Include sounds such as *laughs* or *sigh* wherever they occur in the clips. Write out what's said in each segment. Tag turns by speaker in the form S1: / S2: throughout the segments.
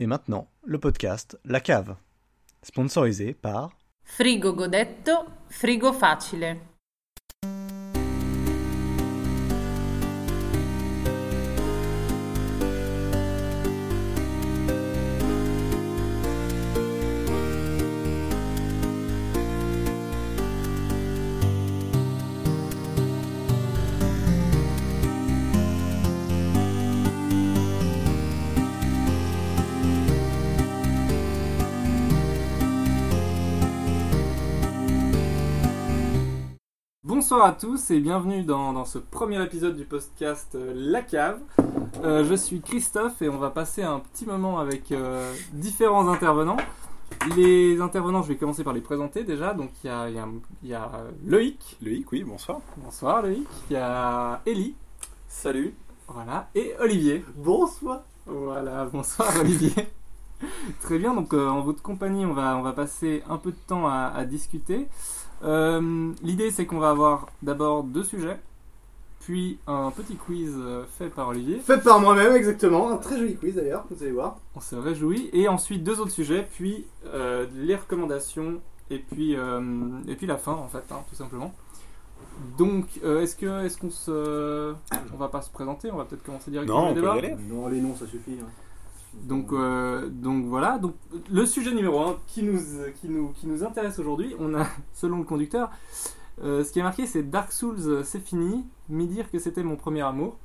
S1: Et maintenant, le podcast La Cave, sponsorisé par
S2: Frigo godetto, frigo facile.
S3: Bonsoir à tous et bienvenue dans, dans ce premier épisode du podcast euh, La Cave. Euh, je suis Christophe et on va passer un petit moment avec euh, différents intervenants. Les intervenants, je vais commencer par les présenter déjà. Donc il y a, il y a- il y a, euh, Loïc,
S4: Loïc, oui, bonsoir.
S3: bonsoir Loïc, il y a Ellie,
S5: Salut.
S3: voilà, et Olivier.
S5: Bonsoir.
S3: Voilà, *laughs* bonsoir Olivier. Très bien, donc euh, en votre compagnie, on va, on va passer un peu de temps à, à discuter. Euh, L'idée, c'est qu'on va avoir d'abord deux sujets, puis un petit quiz euh, fait par Olivier.
S5: Fait par moi-même, exactement. Un très joli quiz d'ailleurs, vous allez voir.
S3: On se réjouit. Et ensuite, deux autres sujets, puis euh, les recommandations, et puis, euh, et puis la fin, en fait, hein, tout simplement. Donc, euh, est-ce que est-ce qu'on se, on va pas se présenter, on va peut-être commencer directement
S4: Non,
S3: le
S4: on peut
S3: débat.
S4: y aller.
S5: Non, les noms, ça suffit. hein.
S3: Donc, euh, donc voilà, donc, le sujet numéro 1 qui nous, qui nous, qui nous intéresse aujourd'hui, on a, *laughs* selon le conducteur, euh, ce qui est marqué c'est Dark Souls, euh, c'est fini, me dire que c'était mon premier amour.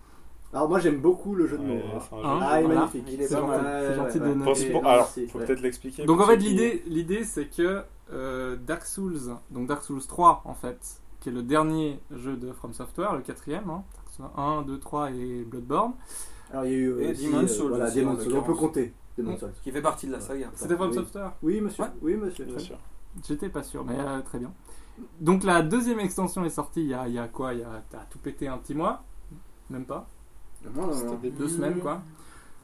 S5: Alors moi, j'aime beaucoup le jeu de mots.
S4: Ouais,
S5: hein.
S4: c'est un
S3: Hein
S4: jeu.
S5: Ah, il est
S3: Voilà.
S5: magnifique. Il est
S3: C'est
S5: pas
S3: gentil-
S5: mal.
S3: c'est
S5: Ouais,
S3: gentil de
S5: ouais,
S3: noter.
S4: Pour-
S5: ouais.
S4: pour- alors,
S5: Merci.
S4: faut
S5: Ouais.
S4: peut-être l'expliquer.
S3: Donc en
S4: pour
S3: fait
S4: ceux qui-
S3: l'idée, l'idée c'est que euh, Dark Souls, donc Dark Souls 3 en fait, qui est le dernier jeu de From Software, le quatrième, hein, Dark Souls 1, 2, 3 et Bloodborne,
S5: Alors, il y a eu euh,
S6: Et
S5: aussi,
S6: Demon's
S5: euh,
S6: Souls
S5: Voilà,
S6: aussi,
S5: Demon's
S6: en
S5: Souls. On peut
S6: l'occurrence.
S5: compter. Demon's
S3: Mm.
S5: Souls.
S6: qui fait partie de la saga.
S3: c'était From
S5: Oui.
S3: Software
S5: Oui, monsieur.
S6: Ouais.
S5: Oui, monsieur.
S4: Bien sûr.
S3: J'étais pas sûr, mais euh, très bien. Donc la deuxième extension est sortie il y a, il y a quoi Il y a t'as tout pété un petit mois Même pas
S5: Non, non, non.
S4: C'était
S3: Deux
S4: début...
S3: semaines quoi.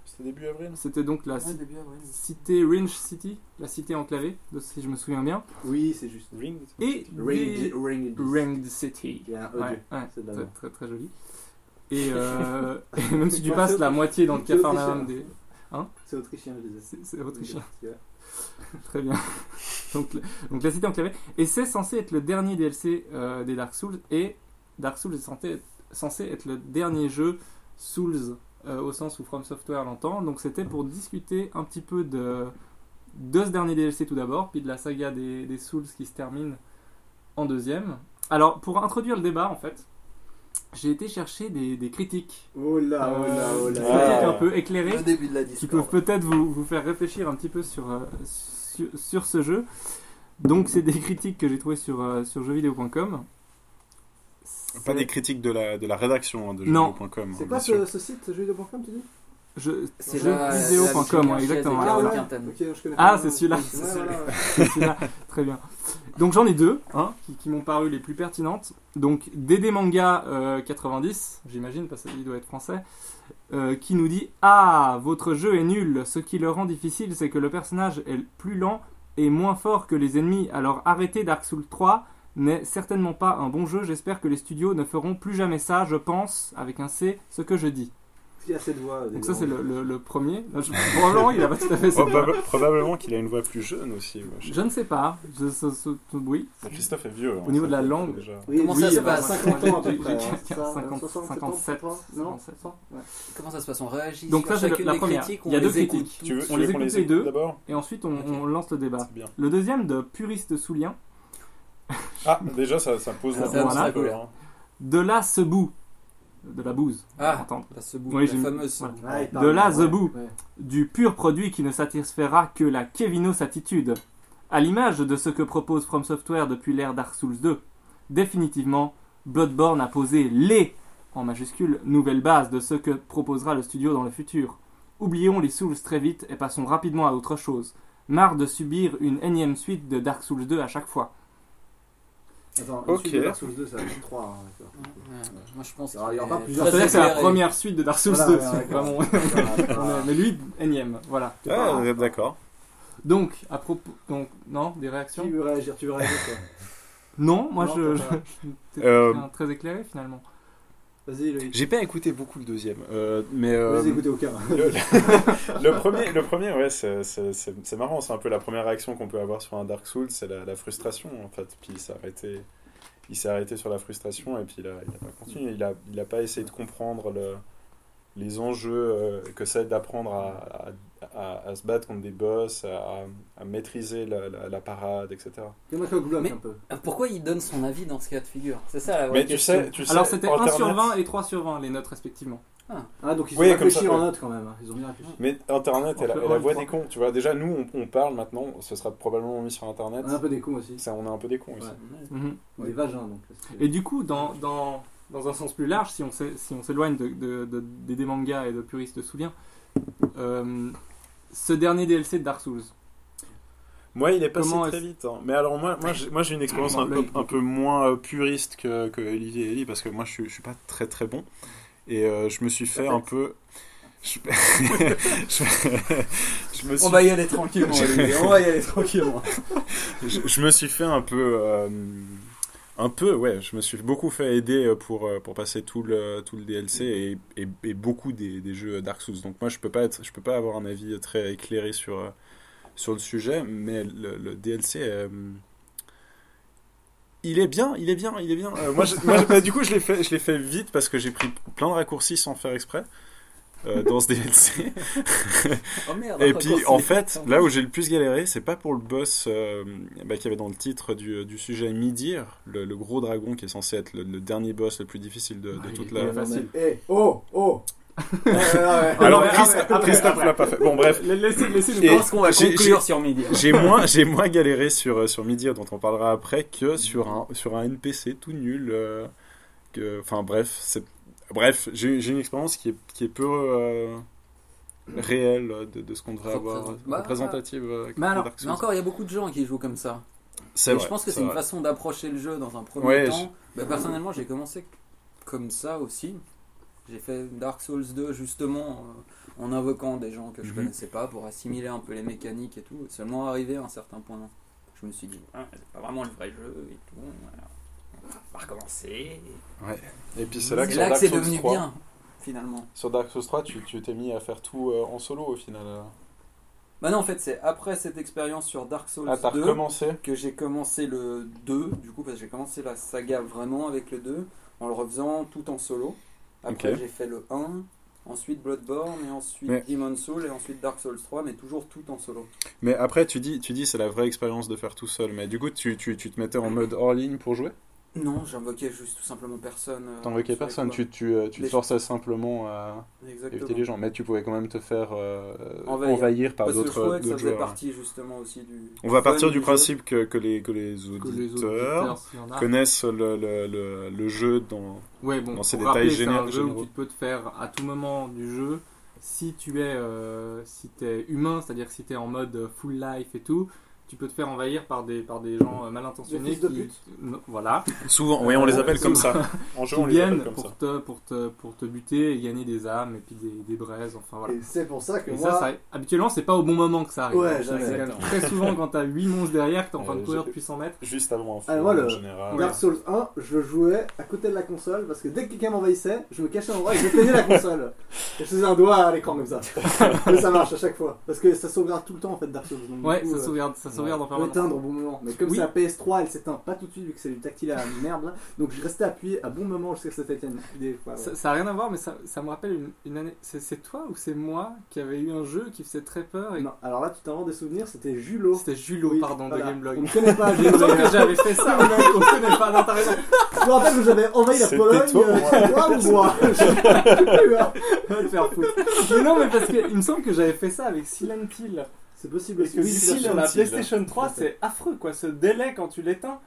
S4: C'était début avril.
S3: C'était donc la
S6: Ouais,
S3: ci-
S6: début avril.
S3: cité Ringe City, la cité enclavée, de si je me souviens bien.
S5: Oui, c'est juste.
S4: Ring.
S3: Et
S5: Ring.
S3: des...
S5: Ring.
S3: Ringed City.
S5: Il y a un E
S3: Ouais,
S5: deux.
S3: ouais,
S5: C'est de la
S3: très,
S5: merde.
S3: très très joli. Et, euh,
S5: *laughs*
S3: et même si tu passes la moitié dans le
S5: C'est autrichien.
S3: Cafarnaum des... Hein
S5: C'est autrichien, je disais.
S3: C'est c'est autrichien.
S5: Tu vois.
S3: Très bien. *laughs* donc, le- donc la cité enclavée. Et c'est censé être le dernier DLC euh, des Dark Souls. Et Dark Souls est censé être, censé être le dernier jeu Souls euh, au sens où From Software l'entend. Donc c'était pour discuter un petit peu de, de ce dernier DLC tout d'abord, puis de la saga des, des Souls qui se termine en deuxième. Alors pour introduire le débat en fait, j'ai été chercher des, des critiques.
S5: Oh là, oh là, oh
S3: Euh, des
S5: là.
S3: critiques
S4: Ah.
S3: un peu éclairées
S6: Le début de la
S3: qui
S6: Discord.
S3: peuvent peut-être vous, vous faire réfléchir un petit peu sur, euh, sur, sur ce jeu. Donc, c'est des *laughs* critiques que j'ai trouvées sur, euh, sur jeuxvideo.com.
S4: Pas des critiques de la, de la rédaction hein, de
S3: Non.
S4: jeuxvideo.com.
S5: C'est
S4: hein,
S5: quoi
S4: bien sûr.
S5: ce, ce site, jeuxvideo.com, tu dis
S3: Je,
S6: C'est la-
S3: jeuxvideo.com,
S6: la-
S3: ouais, hein, exactement.
S6: la-
S3: Ouais,
S6: la-
S3: ouais.
S6: Quintana.
S5: ok, je connais
S3: Ah,
S5: pas.
S3: c'est celui-là.
S5: Ouais,
S3: C'est
S5: voilà, ouais.
S3: Celui-là. Très bien. Donc, j'en ai deux hein, qui, qui m'ont paru les plus pertinentes. Donc, DD Manga euh, 90, j'imagine, parce qu'il doit être français, euh, qui nous dit Ah, votre jeu est nul. Ce qui le rend difficile, c'est que le personnage est plus lent et moins fort que les ennemis. Alors, arrêtez Dark Souls 3 n'est certainement pas un bon jeu. J'espère que les studios ne feront plus jamais ça. Je pense, avec un C, ce que je dis.
S5: Il y a cette voix.
S3: Donc, ça, c'est le, le- le premier. Non, je- *laughs* Probablement, il a pas tout à fait cette voix.
S4: Probable- Oh, Probablement qu'il a une voix plus jeune aussi. moi, je sais
S3: Je ne sais pas. Je- ce- ce- oui,
S4: pas. Christophe est vieux. hein,
S3: niveau de la langue.
S4: déjà.
S5: Oui,
S6: Comment ça
S5: oui,
S3: euh,
S6: se
S5: il y a
S6: passe
S5: 50 ans à peu
S3: J'ai-
S5: près.
S3: j'ai-
S5: hein.
S3: j'ai-
S5: Ça,
S3: 50,
S5: 60,
S3: 57,
S5: 50, non
S3: 57.
S5: Ouais.
S6: Comment ça se passe On réagit
S3: Donc
S6: sur
S3: ça, c'est
S6: chacune
S3: la
S6: des
S3: première.
S6: critiques,
S3: Il y a
S6: on
S3: deux
S6: les écoute
S3: critiques.
S6: toutes.
S4: Tu veux,
S3: On
S4: tu veux
S3: les écoute
S4: qu'on les
S3: les
S4: écoute
S3: deux.
S4: d'abord
S3: Et ensuite, on,
S6: Ok.
S3: on lance le débat.
S4: C'est bien.
S3: Le deuxième de Puriste Soulien,
S4: Ah, déjà, ça, ça pose
S6: Ça,
S4: un
S3: ça, ça
S4: un peu.
S6: colle.
S4: hein.
S3: de la Sebou, de la bouse, on va
S6: Ah,
S3: entendre.
S6: la Sebou,
S3: Oui,
S6: la
S3: j'ai-
S6: fameuse Ah,
S3: voilà.
S6: Sebou.
S5: Ouais, Ah, il
S3: De
S5: parle,
S3: là,
S5: ouais,
S3: The Boo.
S5: ouais.
S3: du pur produit qui ne satisfera que la Kevinos attitude, à l'image de ce que propose From Software depuis l'ère Dark Souls 2. Définitivement, Bloodborne a posé les en majuscule nouvelles bases de ce que proposera le studio dans le futur. Oublions les Souls très vite et passons rapidement à autre chose. Marre de subir une énième suite de Dark Souls 2 à chaque fois.
S5: Attends,
S4: Ok.
S5: ok. Dark Souls 2, ça va être 3. hein, d'accord.
S6: Ouais, Moi, je pense
S5: Alors, il y
S6: qu'il
S5: aura
S6: est
S5: plusieurs-
S6: très
S3: C'est-à-dire que c'est la
S6: éclairé.
S3: première suite de Dark Souls
S5: Voilà,
S3: 2.
S5: ouais,
S3: c'est
S5: d'accord.
S3: vraiment-
S5: *laughs* Voilà,
S3: Mais lui, énième, voilà.
S4: Ah, d'accord.
S3: Donc, à propos... Donc, non, des réactions
S5: Tu veux réagir, tu veux réagir, toi.
S3: Non, moi
S5: Non,
S3: je.
S5: t'as pas-
S3: je- t'es
S4: Euh,
S3: quelqu'un très éclairé finalement.
S5: Vas-y, Loïc.
S4: J'ai pas écouté beaucoup le deuxième, euh, mais euh,
S5: Vous les écoutez au cas. *laughs*
S4: le, le premier, le premier, ouais, c'est- c'est c'est- c'est marrant, c'est un peu la première réaction qu'on peut avoir sur un Dark Souls, c'est la, la frustration en fait. Puis il s'est arrêté, il s'est arrêté sur la frustration et puis il a, il a pas continué, il a, il a pas essayé de comprendre le- les enjeux euh, que c'est d'apprendre à, à- à- à se battre contre des boss, à, à maîtriser la, la- la parade, etc.
S5: Il y en a qui bloc
S6: Mais-
S5: un peu.
S6: Ah, Pourquoi il donne son avis dans ce cas de figure C'est ça la vraie
S4: Mais tu
S6: question.
S4: sais, tu sais,
S3: Ah Alors c'était 1
S4: Internet-
S3: sur 20 et 3 sur 20 les notes respectivement.
S5: Ah, donc ils ont
S4: Oui, comme
S5: réfléchi
S4: ça,
S5: en
S4: ouais.
S5: notes quand même. hein. Ils ont bien réfléchi.
S4: Mais Internet est la,
S3: Entre
S4: est
S3: un
S4: la
S3: et
S4: voix
S3: trois.
S4: des cons. Tu vois, déjà, nous, on, on parle maintenant, ce sera probablement mis sur Internet.
S3: Ah.
S5: On a un peu des cons aussi.
S4: Ça, on est un peu des cons aussi.
S5: Ouais.
S4: Mhm.
S6: Ouais.
S5: Des vagins, donc. parce que-
S3: Et du coup, dans, dans, dans un sens plus large, si on s'é- si on s'éloigne de, de- de- des, des mangas et de puristes de souliens, euh, ce dernier DLC de Dark Souls,
S4: Moi, il est passé
S3: Comment
S4: très
S3: est-ce-
S4: vite. hein. Mais alors, moi, moi, j'ai, moi, j'ai une expérience
S3: Non,
S4: un,
S3: là,
S4: peu-
S3: il-
S4: un peu moins euh, puriste que, que Olivier et Ellie, parce que moi, je, suis- je suis pas très très bon. Et euh, je me suis fait un peu. Je, *laughs* je- je me suis
S6: On va y aller
S4: *laughs*
S6: tranquillement, Olivier, on va y aller tranquillement.
S4: je, je me suis fait un peu. euh, un peu, ouais, je me suis beaucoup fait aider euh, pour, euh, pour passer tout le, tout le DLC et, et- et beaucoup des, des jeux Dark Souls. Donc moi, je peux pas, être, je peux pas avoir un avis très éclairé sur, euh, sur le sujet, mais le, le DLC. euh, il est bien, il est bien, il est bien. Euh, moi, je- moi, je- bah, du coup, je l'ai fait, je l'ai fait vite parce que j'ai pris plein de raccourcis sans faire exprès euh, dans ce DLC.
S6: Oh merde,
S4: Et
S6: encore
S4: puis
S6: c'est-
S4: en fait, là où j'ai le plus galéré, c'est pas pour le boss euh, bah, qu'il y avait dans le titre du, du sujet Midir, le, le gros dragon qui est censé être le, le dernier boss le plus difficile de, de
S3: Ouais,
S4: toute
S3: Ah, il est
S4: la.
S3: pas facile.
S5: Eh, oh,
S4: *laughs*
S5: oh
S4: Alors
S3: Ouais,
S4: Christ-
S3: après, après,
S4: Christophe l'a pas fait. Bon bref,
S3: la- laissez, laissez
S4: Et-
S6: Je
S3: nous
S6: pense qu'on va
S4: j'ai-
S6: conclure sur midi.
S4: j'ai moins, j'ai moins galéré sur euh, sur Midir dont on parlera après que sur un sur un NPC tout nul. euh, que, enfin bref, c'est bref, j'ai j'ai une expérience qui est qui est peu euh, réelle euh, de, de ce qu'on devrait avoir
S6: Représent- bah,
S4: représentative. euh,
S3: mais alors,
S4: Dark
S6: Mais
S4: Souls.
S6: encore, il y a beaucoup de gens qui jouent comme ça.
S4: C'est
S6: Et
S4: vrai,
S6: je pense que c'est
S4: vrai.
S6: une façon d'approcher le jeu dans un premier
S4: Ouais,
S6: temps. Bah, personnellement, j'ai commencé comme ça aussi. J'ai fait Dark Souls 2 justement euh, en invoquant des gens que je
S4: Mhm.
S6: connaissais pas pour assimiler un peu les mécaniques et tout. Et seulement arrivé à un certain point, je me suis dit, Ah, c'est pas vraiment le vrai jeu et tout. alors, on va recommencer.
S4: Et puis c'est
S6: C'est
S4: là
S6: là
S4: que
S6: que,
S4: sur Dark
S6: c'est
S4: Souls
S6: devenu
S4: 3,
S6: bien finalement.
S4: Sur Dark Souls 3, tu tu t'es mis à faire tout euh, en solo au final. euh.
S6: Bah non, en fait, c'est après cette expérience sur Dark Souls
S4: Ah, t'as
S6: 2
S4: recommencé
S6: que j'ai commencé le 2, du coup, parce que j'ai commencé la saga vraiment avec le 2, en le refaisant tout en solo. Après,
S4: Ok.
S6: j'ai fait le 1, ensuite Bloodborne, et ensuite
S4: Mais-
S6: Demon Soul, et ensuite Dark Souls 3, mais toujours tout en solo.
S4: Mais après, tu dis, tu dis c'est la vraie expérience de faire tout seul. Mais du coup, tu, tu, tu te mettais en mode hors ligne pour jouer
S6: Non, j'invoquais juste tout simplement personne. euh,
S4: T'invoquais
S6: sur les
S4: personne,
S6: combats.
S4: tu, tu, euh, tu te
S6: Les-
S4: forçais simplement à éviter les
S6: Exactement.
S4: gens. Mais tu pouvais quand même te faire euh,
S6: Envahir.
S4: envahir par
S6: Parce que je
S4: d'autres
S6: trouvais que
S4: d'autres
S6: ça faisait
S4: joueurs.
S6: partie justement aussi du.
S4: On va
S6: fun
S4: partir du
S6: jeu.
S4: principe que, que, les, que les
S3: que les
S4: auditeurs
S3: auditeurs, s'il y en a.
S4: connaissent le, le, le, le jeu dans...
S3: Ouais, bon,
S4: dans ces
S3: pour
S4: détails
S3: rappeler, c'est
S4: géné-
S3: un jeu
S4: généraux.
S3: où tu peux te faire à tout moment du jeu. Si tu es, euh, si es humain, c'est-à-dire si tu es en mode full life et tout, tu peux te faire envahir par des, par des gens euh, mal intentionnés
S5: Des fils de
S3: qui,
S5: pute.
S3: non, voilà,
S4: Souvent, oui, on les appelle comme ça. Euh, *laughs* En jeu,
S3: qui
S4: on les appelle
S3: viennent
S4: comme ça.
S3: pour te, pour, te, pour te buter et gagner des âmes et puis des, des braises, enfin voilà.
S5: Et c'est pour ça que
S3: Et
S5: moi.
S3: ça, ça, habituellement, c'est pas au bon moment que ça arrive.
S5: Ouais,
S3: C'est
S5: jamais.
S3: quand même très souvent quand t'as 8 monstres derrière, que t'es en train de
S4: Euh,
S3: courir
S4: j'ai-
S3: depuis 100 mètres.
S4: Juste avant,
S5: Ah, moi,
S4: en
S5: le-
S4: général.
S5: Dark Souls 1, je le jouais à côté de la console parce que dès que quelqu'un m'envahissait, je me cachais en endroit et je peignais la console. Et je faisais un doigt à l'écran
S3: *laughs*
S5: comme ça. Mais ça marche à chaque fois. Parce que ça sauvegarde tout le temps en fait Dark Souls. Donc, du
S3: Ouais,
S5: coup,
S3: ça
S5: euh,
S3: sauvegarde, ça sauvegarde en
S5: Faut
S3: permanence.
S5: éteindre au bon moment. Mais comme
S3: Oui.
S5: c'est la PS3, elle s'éteint pas tout de suite vu que c'est du tactile à la merde. là. Donc je restais appuyé à bon moment jusqu'à ce que ça t'éteigne. Des fois, ouais.
S3: Ça, ça a rien à voir, mais ça, ça me rappelle une, une année. C'est, c'est toi ou c'est moi qui avait eu un jeu qui faisait très peur et
S5: Non, alors là, tu t'inventes des souvenirs, c'était Julo.
S3: c'était Julo,
S5: Oui,
S3: pardon,
S5: voilà.
S3: de
S5: On
S3: Gameblog.
S5: ne connaît
S3: *laughs*
S5: pas
S3: Il me
S5: Julo.
S3: semble que j'avais fait ça, mais on ne connaît pas. Non, t'as raison.
S5: Je me rappelle que j'avais envahi la
S4: C'était
S5: Pologne.
S4: toi,
S5: euh,
S4: moi.
S5: c'est toi
S3: *laughs*
S5: ou moi Je-
S3: Va te faire foutre. Mais non, mais parce que il me semble que j'avais fait ça avec Silent Hill.
S5: C'est possible.
S3: Parce que
S5: oui,
S3: ici,
S5: c'est
S3: sur la
S4: Silent Hill.
S3: PlayStation 3, c'est affreux, quoi. Ce délai quand tu l'éteins,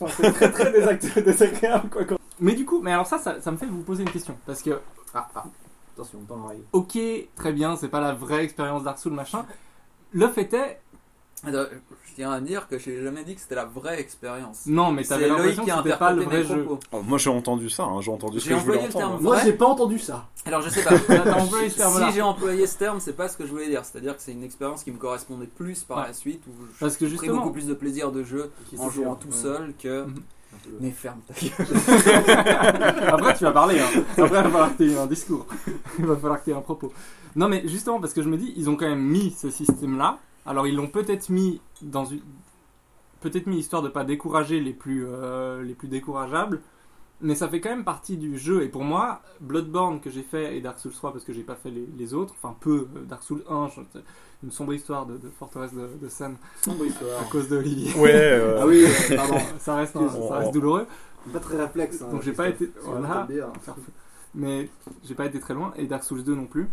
S3: enfin, c'est très très désact- *laughs* désagréable, quoi. quoi. Mais du coup, mais alors ça, ça, ça me fait vous poser une question. Parce que,
S5: Ah, ah. Attention, on l'oreille.
S3: ok, très bien, c'est pas la vraie expérience Dark Souls, machin. Le fait est,
S6: Alors, Euh, Je tiens à dire que j'ai jamais dit que c'était la vraie expérience.
S3: non, mais
S6: C'est
S3: t'avais
S6: Loïc
S3: l'impression
S6: qui
S3: que
S6: a
S3: c'était pas le
S6: interprété
S3: vrai
S6: mes
S3: jeu.
S6: propos.
S4: Oh, moi j'ai entendu ça, hein, j'ai entendu ce
S6: J'ai
S4: que je voulais
S6: employé le
S4: entendre.
S6: terme
S5: Moi,
S6: vrai.
S5: j'ai pas entendu ça.
S6: Alors je *laughs* sais pas.
S3: T'as envoyé ce terme-là.
S6: si j'ai employé ce terme, c'est pas ce que je voulais dire. C'est-à-dire que c'est une expérience qui me correspondait plus par
S3: Ouais. Bah,
S6: la suite où je
S3: Parce que
S6: j'ai pris beaucoup
S3: justement,
S6: plus de plaisir de jeu en jouant tout seul que
S3: Mhm.
S6: Mais ferme *laughs* ta gueule.
S3: Après, tu vas parler. hein. Après, il va falloir que tu aies un discours. *laughs* Il va falloir que tu aies un propos. Non, mais justement, parce que je me dis, ils ont quand même mis ce système-là. Alors, ils l'ont peut-être mis dans une. Peut-être mis histoire de pas décourager les plus, euh, les plus décourageables. Mais ça fait quand même partie du jeu. Et pour moi, Bloodborne que j'ai fait et Dark Souls 3 parce que j'ai pas fait les, les autres. Enfin, peu. euh, Dark Souls 1, je- une sombre histoire de, de forteresse de, de Sam
S5: Sombre histoire.
S3: à cause d'Olivier. *laughs*
S4: Ouais, euh,
S5: Ah *laughs* oui, euh, pardon.
S3: ça reste, un- ça reste douloureux.
S5: Pas très réflexe. hein,
S3: Donc j'ai pas
S5: Christophe,
S3: été-
S5: si on
S3: voilà.
S5: peut le dire.
S3: *laughs* mais j'ai pas été très loin et Dark Souls 2 non plus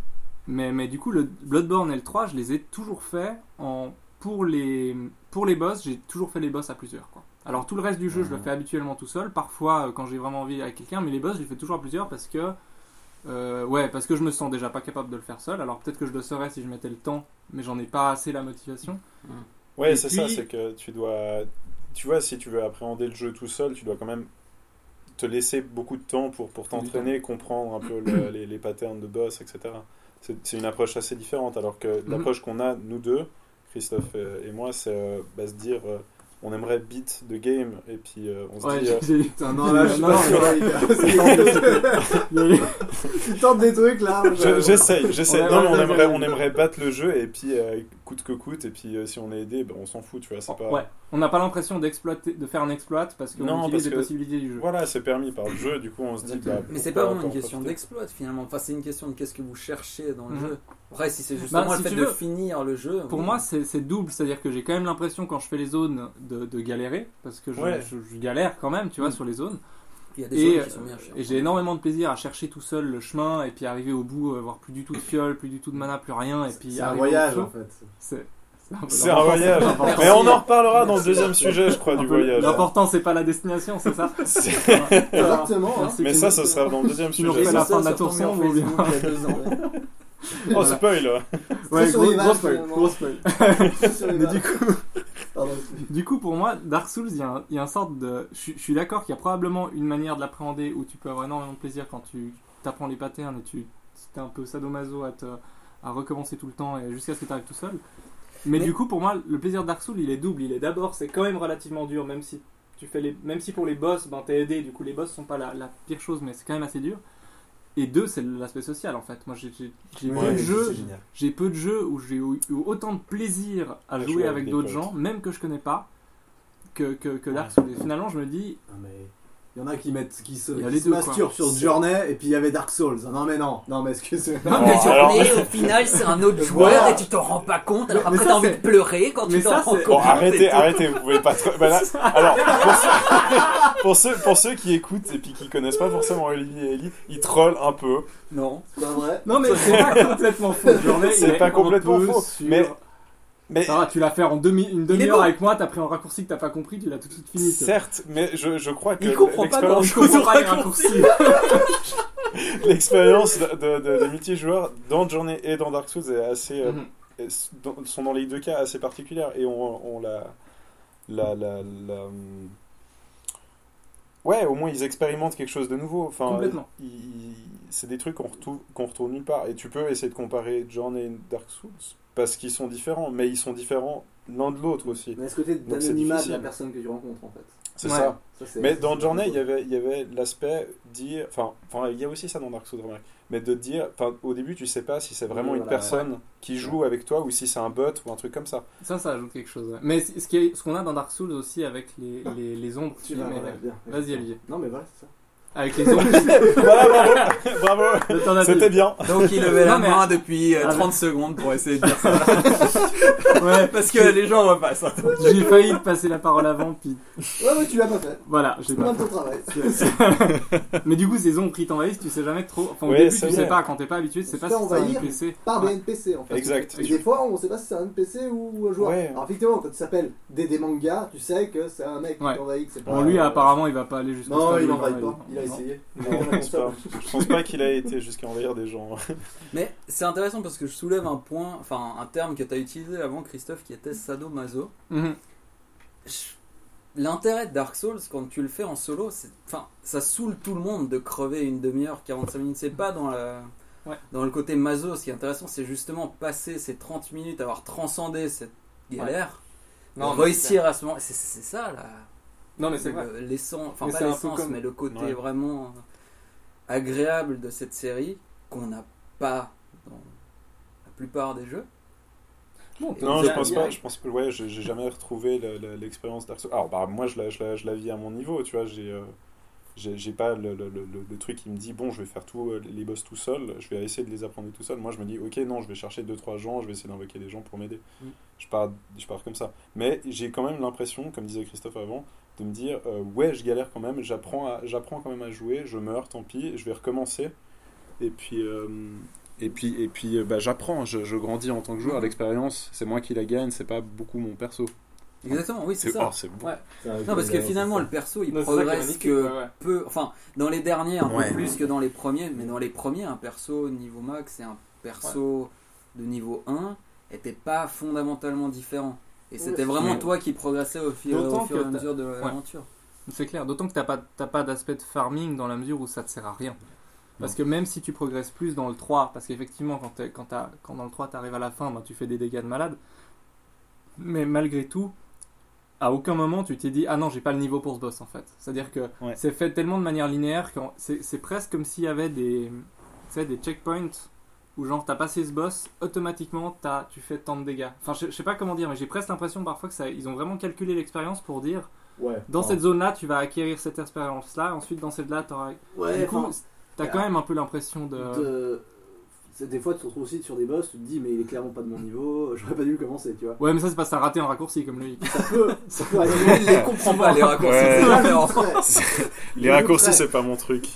S3: mais, mais du coup le Bloodborne et le 3 je les ai toujours fait en pour les pour les boss j'ai toujours fait les boss à plusieurs quoi alors tout le reste du jeu je le fais habituellement tout seul parfois euh, quand j'ai vraiment envie avec quelqu'un mais les boss je les fais toujours à plusieurs parce que euh, ouais parce que je me sens déjà pas capable de le faire seul alors peut-être que je le serais si je mettais le temps mais j'en ai pas assez la motivation
S4: Ouais,
S3: Et
S4: c'est
S3: puis-
S4: ça, c'est que tu dois. Tu vois, si tu veux appréhender le jeu tout seul, tu dois quand même te laisser beaucoup de temps pour, pour t'entraîner, comprendre un peu le- les, les patterns de boss, etc. C'est c'est une approche assez différente, alors que
S3: Mhm.
S4: l'approche qu'on a, nous deux, Christophe euh, et moi, c'est euh, bah, se dire euh, on aimerait beat the game, et puis euh, on se
S3: ouais
S4: dit. euh,
S3: j'ai-
S5: Putain, non, là, je suis
S3: Non,
S5: pas
S3: non,
S5: *laughs* sûr, là, les gars. Parce que- Tu tentes des trucs, là. moi,
S4: Je-
S5: je-
S4: J'essaye, j'essaie.
S3: *laughs* On
S4: Non, mais on
S3: aimerait-
S4: aimerait, on aimerait battre le jeu, et puis euh, coûte que coûte, et puis euh, si on est aidé, bah, on s'en fout, tu vois, c'est pas.
S3: Oh, *laughs* ouais on n'a pas l'impression d'exploiter de faire un exploit parce qu'on
S4: Non,
S3: utilise
S4: parce
S3: les
S4: que-
S3: possibilités du jeu
S4: Voilà, c'est permis par le jeu, du coup on se dit. bah,
S6: Mais
S4: pourquoi
S6: c'est pas vraiment une
S4: encore
S6: question
S4: profiter
S6: d'exploit finalement. Enfin, c'est une question de qu'est-ce que vous cherchez dans le
S3: Mhm.
S6: jeu. Après, si c'est justement
S3: Bah, si
S6: le
S3: tu
S6: fait de
S3: veux.
S6: finir le jeu.
S3: Pour
S6: oui.
S3: moi, c'est c'est double, c'est-à-dire que j'ai quand même l'impression quand je fais les zones de, de galérer, parce que je,
S4: Ouais.
S3: je- je galère quand même, tu vois,
S6: Mm.
S3: sur les zones.
S6: il y a des
S3: Et,
S6: choses qui sont bien chères.
S3: et j'ai énormément de plaisir à chercher tout seul le chemin, et puis arriver au bout, euh, voir plus du tout de fiole, plus du tout de mana, plus rien, et puis
S5: C'est un
S3: arriver au
S5: voyage, hein.
S3: feu.
S5: en fait.
S3: C'est
S4: C'est un voyage.
S6: Merci.
S4: Mais on en reparlera dans le deuxième sujet, je crois, du voyage.
S3: L'important, c'est pas la destination, c'est ça.
S4: C'est-
S3: Voilà.
S5: Exactement. hein.
S3: Merci.
S4: Mais ça, ce sera dans le deuxième
S3: Tu nous
S4: sujet.
S3: refais la
S6: ça,
S3: fin de la
S6: ça
S3: tour
S6: retombe
S3: sombre ou bien
S6: Facebook il y a
S3: *laughs*
S6: deux ans.
S4: Oh,
S3: Voilà.
S4: spoil
S3: Ouais,
S5: Très
S3: gros,
S5: survival,
S3: gros spoil,
S5: finalement.
S3: gros
S5: *laughs*
S3: spoil.
S5: Très survival.
S3: Mais du coup,
S5: Pardon.
S3: *laughs* Du coup, pour moi, Dark Souls, il y a un, il y a un sorte de. Je suis- je suis d'accord qu'il y a probablement une manière de l'appréhender où tu peux avoir énormément de plaisir quand tu t'apprends les patterns et tu es un peu sadomaso à, te, à recommencer tout le temps et jusqu'à ce que tu arrives tout seul. Mais,
S6: Mais-
S3: du coup, pour moi, le plaisir de Dark Souls, il est double. Il est d'abord, c'est quand même relativement dur, même si tu fais les, même si pour les boss, ben t'es aidé. Du coup, les boss sont pas la, la pire chose, mais c'est quand même assez dur. Et deux, c'est l'aspect social en fait. Moi, j'ai j'ai- j'ai
S5: Ouais,
S3: peu de
S5: c'est
S3: jeux
S5: génial.
S3: j'ai peu de jeux où j'ai eu eu autant de plaisir à, jouer, avec
S4: Ah, des
S3: d'autres
S4: potes.
S3: gens, même que je connais pas, que, que, que Dark
S4: Ouais.
S3: Souls. Et finalement, je me dis,
S5: Non, mais Il y en a qui mettent, qui se,
S3: Il y a
S5: qui
S3: les
S5: se
S3: deux, quoi.
S5: masturbent sur Journey et puis il y avait Dark Souls. Non mais non, non mais excusez-moi.
S3: Ah, mais
S6: Oh,
S3: sur-
S4: alors-
S6: mais au final, c'est un autre joueur
S5: Voilà.
S6: et tu t'en rends pas compte. Alors
S3: Mais- mais ça,
S6: après, t'as envie de
S3: c'est-
S6: pleurer quand
S3: mais
S6: tu t'en
S3: ça,
S6: rends
S3: c'est- Oh,
S6: compte.
S4: Bon,
S6: et
S4: arrêtez,
S6: tout.
S4: arrêtez, vous pouvez pas trop. Voilà. Alors, pour ceux, pour, ceux, pour ceux qui écoutent et puis qui connaissent pas forcément Olivier et Ellie, ils trollent un peu.
S6: Non.
S5: *laughs* C'est pas vrai.
S3: non mais c'est pas complètement faux. Journée,
S4: C'est
S3: il est
S4: pas
S3: un
S4: complètement
S3: peu
S4: faux,
S3: sur-
S4: mais- Mais
S3: Ça va, tu l'as fait en demi, une
S6: bon.
S3: demi-heure avec moi, t'as pris un raccourci que t'as pas compris, tu l'as tout de suite fini.
S4: certes, mais je, je crois que
S6: Il comprend pas
S4: l'expérience-
S3: Je comprends pas les
S6: raccourcis.
S3: raccourcis.
S4: l'expérience de, de, de- des multijoueurs dans Journey et dans Dark Souls est assez euh,
S3: Mhm.
S4: et s- dans- sont dans les deux cas assez particulières et on, on la, la, la, la- hum, Ouais, au moins ils expérimentent quelque chose de nouveau. Enfin,
S3: Complètement.
S4: ils- ils- c'est des trucs qu'on retrouve, qu'on retrouve nulle part. Et tu peux essayer de comparer John et Dark Souls parce qu'ils sont différents, mais ils sont différents l'un de l'autre aussi.
S5: Mais à ce côté
S4: Donc, c'est
S5: d'anonymat de
S4: difficile.
S5: la personne que tu rencontres en fait.
S4: C'est
S3: Ouais.
S4: ça.
S5: Ça, c'est-
S4: Mais
S5: c'est-
S4: dans
S5: c'est-
S4: Journey, il y avait, il y avait l'aspect dire, enfin, enfin, il y a aussi ça dans Dark Souls, remarque. mais de dire, enfin, au début, tu sais pas si c'est vraiment
S5: Oui,
S4: une
S5: voilà,
S4: personne qui joue avec toi ou si c'est un bot ou un truc comme
S5: *laughs*
S4: ça.
S3: Ça, ça ajoute quelque chose. ouais. Mais c- ce qui est- ce qu'on a dans Dark Souls aussi avec les, les, les ombres,
S5: Tu vas,
S3: mais-
S5: voilà, bien.
S3: Vas-y, Olivier.
S5: Non mais voilà, c'est ça.
S3: Avec les ombres, *laughs*
S4: voilà, bravo, bravo,
S3: t'en as
S4: c'était
S5: *laughs*
S4: bien.
S6: Donc il levait la
S3: Non, mais-
S6: main depuis euh,
S3: Ah, mais-
S6: 30 secondes pour essayer de dire ça.
S3: dit. Ouais,
S6: Parce que les gens voient pas ça.
S3: j'ai failli te passer la parole avant, puis
S5: Ouais, ouais, tu l'as pas fait.
S3: voilà, j'ai pas
S5: Plein de ton travail.
S3: Mais du coup, ces ondes qui t'envahissent, tu sais jamais trop. Enfin, au
S4: Ouais,
S3: début,
S4: c'est
S3: tu sais
S4: vrai.
S3: pas quand t'es pas habitué, tu sais pas
S5: Se
S3: si
S5: fait
S3: c'est un
S5: envahir
S3: NPC.
S5: *laughs* Par
S3: Ouais.
S5: des NPC en fait.
S4: Exact.
S5: Et des fois, on sait pas si c'est un NPC ou un joueur.
S4: Ouais.
S5: Alors effectivement, quand il s'appelle Dédé Manga, tu sais que c'est un mec
S3: Ouais.
S5: qui t'envahit. que c'est pas-
S3: Bon, lui, apparemment, il va pas aller jusqu'au
S5: *laughs* Non,
S3: stade
S5: il
S3: où
S5: n'envahit
S3: va
S5: pas. Il a
S3: aller.
S5: essayé.
S4: Non, je pense pas. Je pense pas qu'il a été jusqu'à envahir des gens.
S6: Mais c'est intéressant parce que je soulève un point, enfin un terme que tu as utilisé avant Christophe qui était sadomaso.
S3: Mhm.
S6: Je- L'intérêt de Dark Souls quand tu le fais en solo, c'est, enfin ça saoule tout le monde de crever une demi-heure, 45 minutes. C'est pas dans la-
S3: Ouais.
S6: Dans le côté maso, ce qui est intéressant, c'est justement passer ces 30 minutes, avoir transcendé cette galère,
S3: Non, mais
S6: réussir à ce moment. C'est c'est ça là.
S3: Non, mais c'est vrai.
S6: Le- l'essence, euh, enfin
S3: Mais
S6: pas
S3: c'est un peu
S6: l'essence,
S3: comme-
S6: mais le côté
S4: Ouais.
S6: vraiment agréable de cette série qu'on n'a pas dans la plupart des jeux.
S4: Non,
S6: Il y
S4: je
S6: a-
S4: pense
S6: il y a-
S4: pas. Je pense que ouais, j'ai j'ai jamais retrouvé le- le- l'expérience Dark Souls. Alors bah moi, je la, je la- je la vis à mon niveau, tu vois. J'ai euh, j'ai j'ai pas le, le- le- le- le truc qui me dit bon, je vais faire tout euh, les boss tout seul. Je vais essayer de les apprendre tout seul. Moi, je me dis ok, non, je vais chercher deux trois gens. Je vais essayer d'invoquer des gens pour m'aider.
S6: Mm.
S4: Je pars, je pars comme ça. Mais j'ai quand même l'impression, comme disait Christophe avant, de me dire euh, ouais, je galère quand même. J'apprends, à- j'apprends quand même à jouer. Je meurs, tant pis. Je vais recommencer. Et puis. euh, et puis, et puis euh, bah, j'apprends, je, je grandis en tant que joueur. L'expérience, c'est moi qui la gagne, c'est pas beaucoup mon perso.
S6: Exactement, oui, c'est
S4: C'est
S6: ça.
S4: oh, c'est bon.
S6: Ouais. Non, parce que finalement, le perso, il
S3: Non, c'est ça qui est
S6: progresse
S3: magnifique,
S6: que
S3: ouais, ouais.
S6: peu. Enfin, dans les derniers, un
S7: Ouais.
S6: peu plus que dans les premiers, mais dans les premiers, un perso niveau max et un perso de niveau 1 n'étaient pas fondamentalement différents. Et
S5: Ouais,
S6: c'était
S5: c'est
S6: vraiment
S4: sûr.
S6: toi qui progressais au fil, au
S3: D'autant
S6: fur et
S3: que
S6: à
S3: t'as-
S6: mesure de l'aventure.
S3: C'est clair, d'autant que t'as pas, t'as pas d'aspect de farming dans la mesure où ça te sert à rien. Parce que même si tu progresses plus dans le 3, parce qu'effectivement, quand, t'es- quand, t'as- quand dans le 3 t'arrives à la fin, ben, tu fais des dégâts de malade. Mais malgré tout, à aucun moment tu t'es dit Ah non, j'ai pas le niveau pour ce boss en fait. C'est-à-dire que
S7: Ouais.
S3: c'est fait tellement de manière linéaire que c'est c'est presque comme s'il y avait des, tu sais, des checkpoints où genre t'as passé ce boss, automatiquement t'as- tu fais tant de dégâts. Enfin, je, je sais pas comment dire, mais j'ai presque l'impression parfois que ça, ils ont vraiment calculé l'expérience pour dire.
S5: Ouais.
S3: Dans
S5: Ouais.
S3: cette zone-là, tu vas acquérir cette expérience-là. Ensuite, dans celle-là, t'auras.
S5: Ouais,
S3: du coup, euh,
S5: enfin,
S3: t'as
S5: bah,
S3: quand même un peu l'impression de.
S5: de- c'est- Des fois, tu te retrouves aussi sur des boss, tu te dis, mais il est clairement pas de mon niveau, *laughs* j'aurais pas dû le commencer,
S3: *laughs*
S5: tu vois.
S3: Ouais, mais ça, c'est parce que t'as raté un raccourci comme lui.
S5: Ça peut, ça peut aller
S6: Il les comprend pas, les raccourcis.
S4: Ouais.
S6: c'est différent.
S4: Les raccourcis, c'est pas mon truc.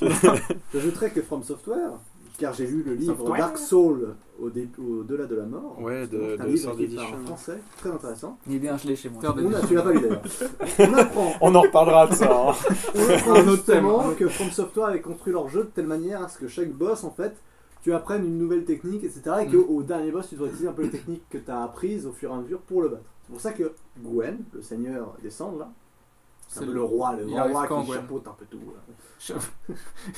S5: J'ajouterais que From Software, car j'ai lu le livre
S3: Software.
S5: Dark Soul au dé- au-delà de la mort.
S4: Ouais, de-
S5: C'est un
S4: de
S5: livre
S4: Sword
S5: écrit par
S4: Edition.
S5: un français, très intéressant.
S6: Il est bien gelé chez moi.
S3: Faire des-
S5: On a, tu l'as pas lu d'ailleurs.
S3: *laughs*
S5: On apprend,
S4: On en reparlera de ça. hein.
S5: on apprend
S3: Un autre thème, un
S5: justement
S3: autre-
S5: que From Software avait construit leur jeu de telle manière à ce que chaque boss, en fait, tu apprennes une nouvelle technique, etc. Et
S3: Mm.
S5: qu'au au dernier boss, tu dois utiliser un peu les techniques que tu as apprises au fur et à mesure pour le battre. C'est pour ça que Gwen, le seigneur des cendres, là, c'est un
S3: C'est
S5: peu
S3: le-
S5: le roi, le
S3: il
S5: grand
S3: arrive
S5: roi
S3: quand,
S5: qui
S3: Gwen
S5: chapeaute un peu tout. euh, là.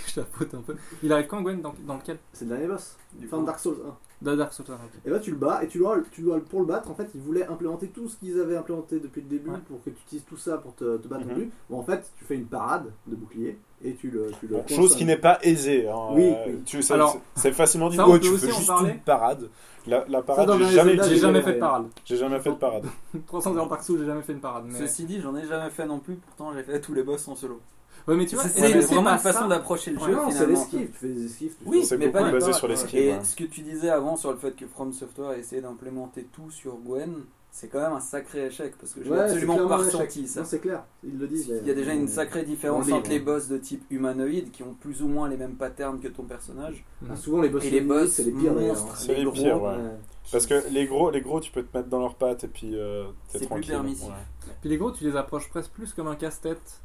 S3: Chapeaute un peu. Il arrive quand, Gwen Dans, dans lequel
S5: C'est le dernier boss,
S6: Du
S5: fin
S6: coup.
S5: de Dark Souls 1.
S3: Dans Dark Souls. ok.
S5: Et là, tu le bats et tu dois, tu dois pour le battre. En fait, ils voulaient implémenter tout ce qu'ils avaient implémenté depuis le début
S3: Ouais.
S5: pour que tu utilises tout ça pour te, te battre
S4: Mhm.
S5: au début. Bon, en fait, tu fais une parade de bouclier et tu le. Tu le
S4: Bon,
S5: consommes.
S4: chose qui n'est pas aisée. hein.
S5: Oui,
S4: Euh,
S5: oui.
S4: Tu, ça-
S3: Alors,
S4: c'est facilement dit.
S3: ça, on
S4: oh,
S3: peut
S4: tu
S3: aussi
S4: fais
S3: en
S4: juste
S3: parler.
S4: une parade. La, la
S5: Ça, dans
S4: parade, j'ai
S5: les
S4: jamais,
S5: Zelda,
S3: J'ai jamais
S4: j'ai
S5: jamais
S3: fait de
S5: fait.
S3: parade. *laughs*
S4: j'ai jamais fait de parade.
S3: 300 heures Dark Souls, j'ai jamais fait une parade. Mais...
S6: Ceci dit, j'en ai jamais fait non plus, pourtant j'ai fait tous les boss en solo.
S3: Ouais, mais tu vois,
S6: C'est
S3: ouais, mais
S6: c'est vraiment
S3: pas
S6: une façon
S3: ça.
S6: d'approcher le
S3: Ouais,
S6: jeu.
S5: Non, c'est
S6: finalement.
S5: l'esquive. Tu fais des esquives. tu-
S6: Oui,
S4: C'est
S6: mais
S4: beaucoup
S6: pas
S4: basé
S6: les
S4: sur les
S3: parades,
S4: skis.
S6: Et
S4: ouais.
S6: ce que tu disais avant sur le fait que From Software a essayé d'implémenter tout sur Gwen, c'est quand même un sacré échec parce que je l'ai
S5: Ouais, c'est
S6: absolument
S5: clairement
S6: pas
S5: un échec.
S6: ressenti ça.
S5: Non, c'est clair. Ils le disent.
S6: Il y a déjà une sacrée différence
S5: dans le
S6: entre les
S5: livre.
S6: boss de type humanoïde qui ont plus ou moins les mêmes patterns que ton personnage
S5: Ah, souvent les boss.
S6: et les
S5: ennemis,
S6: boss
S5: c'est les pires. d'ailleurs,
S6: monstres,
S4: C'est les
S6: gros,
S4: pires, ouais.
S5: hein. Ouais.
S4: Parce que les gros, les gros, tu peux te mettre dans leurs pattes et puis euh, t'es
S6: C'est plus
S4: tranquille.
S6: permissif.
S3: Puis les gros, tu les approches presque plus comme un casse-tête.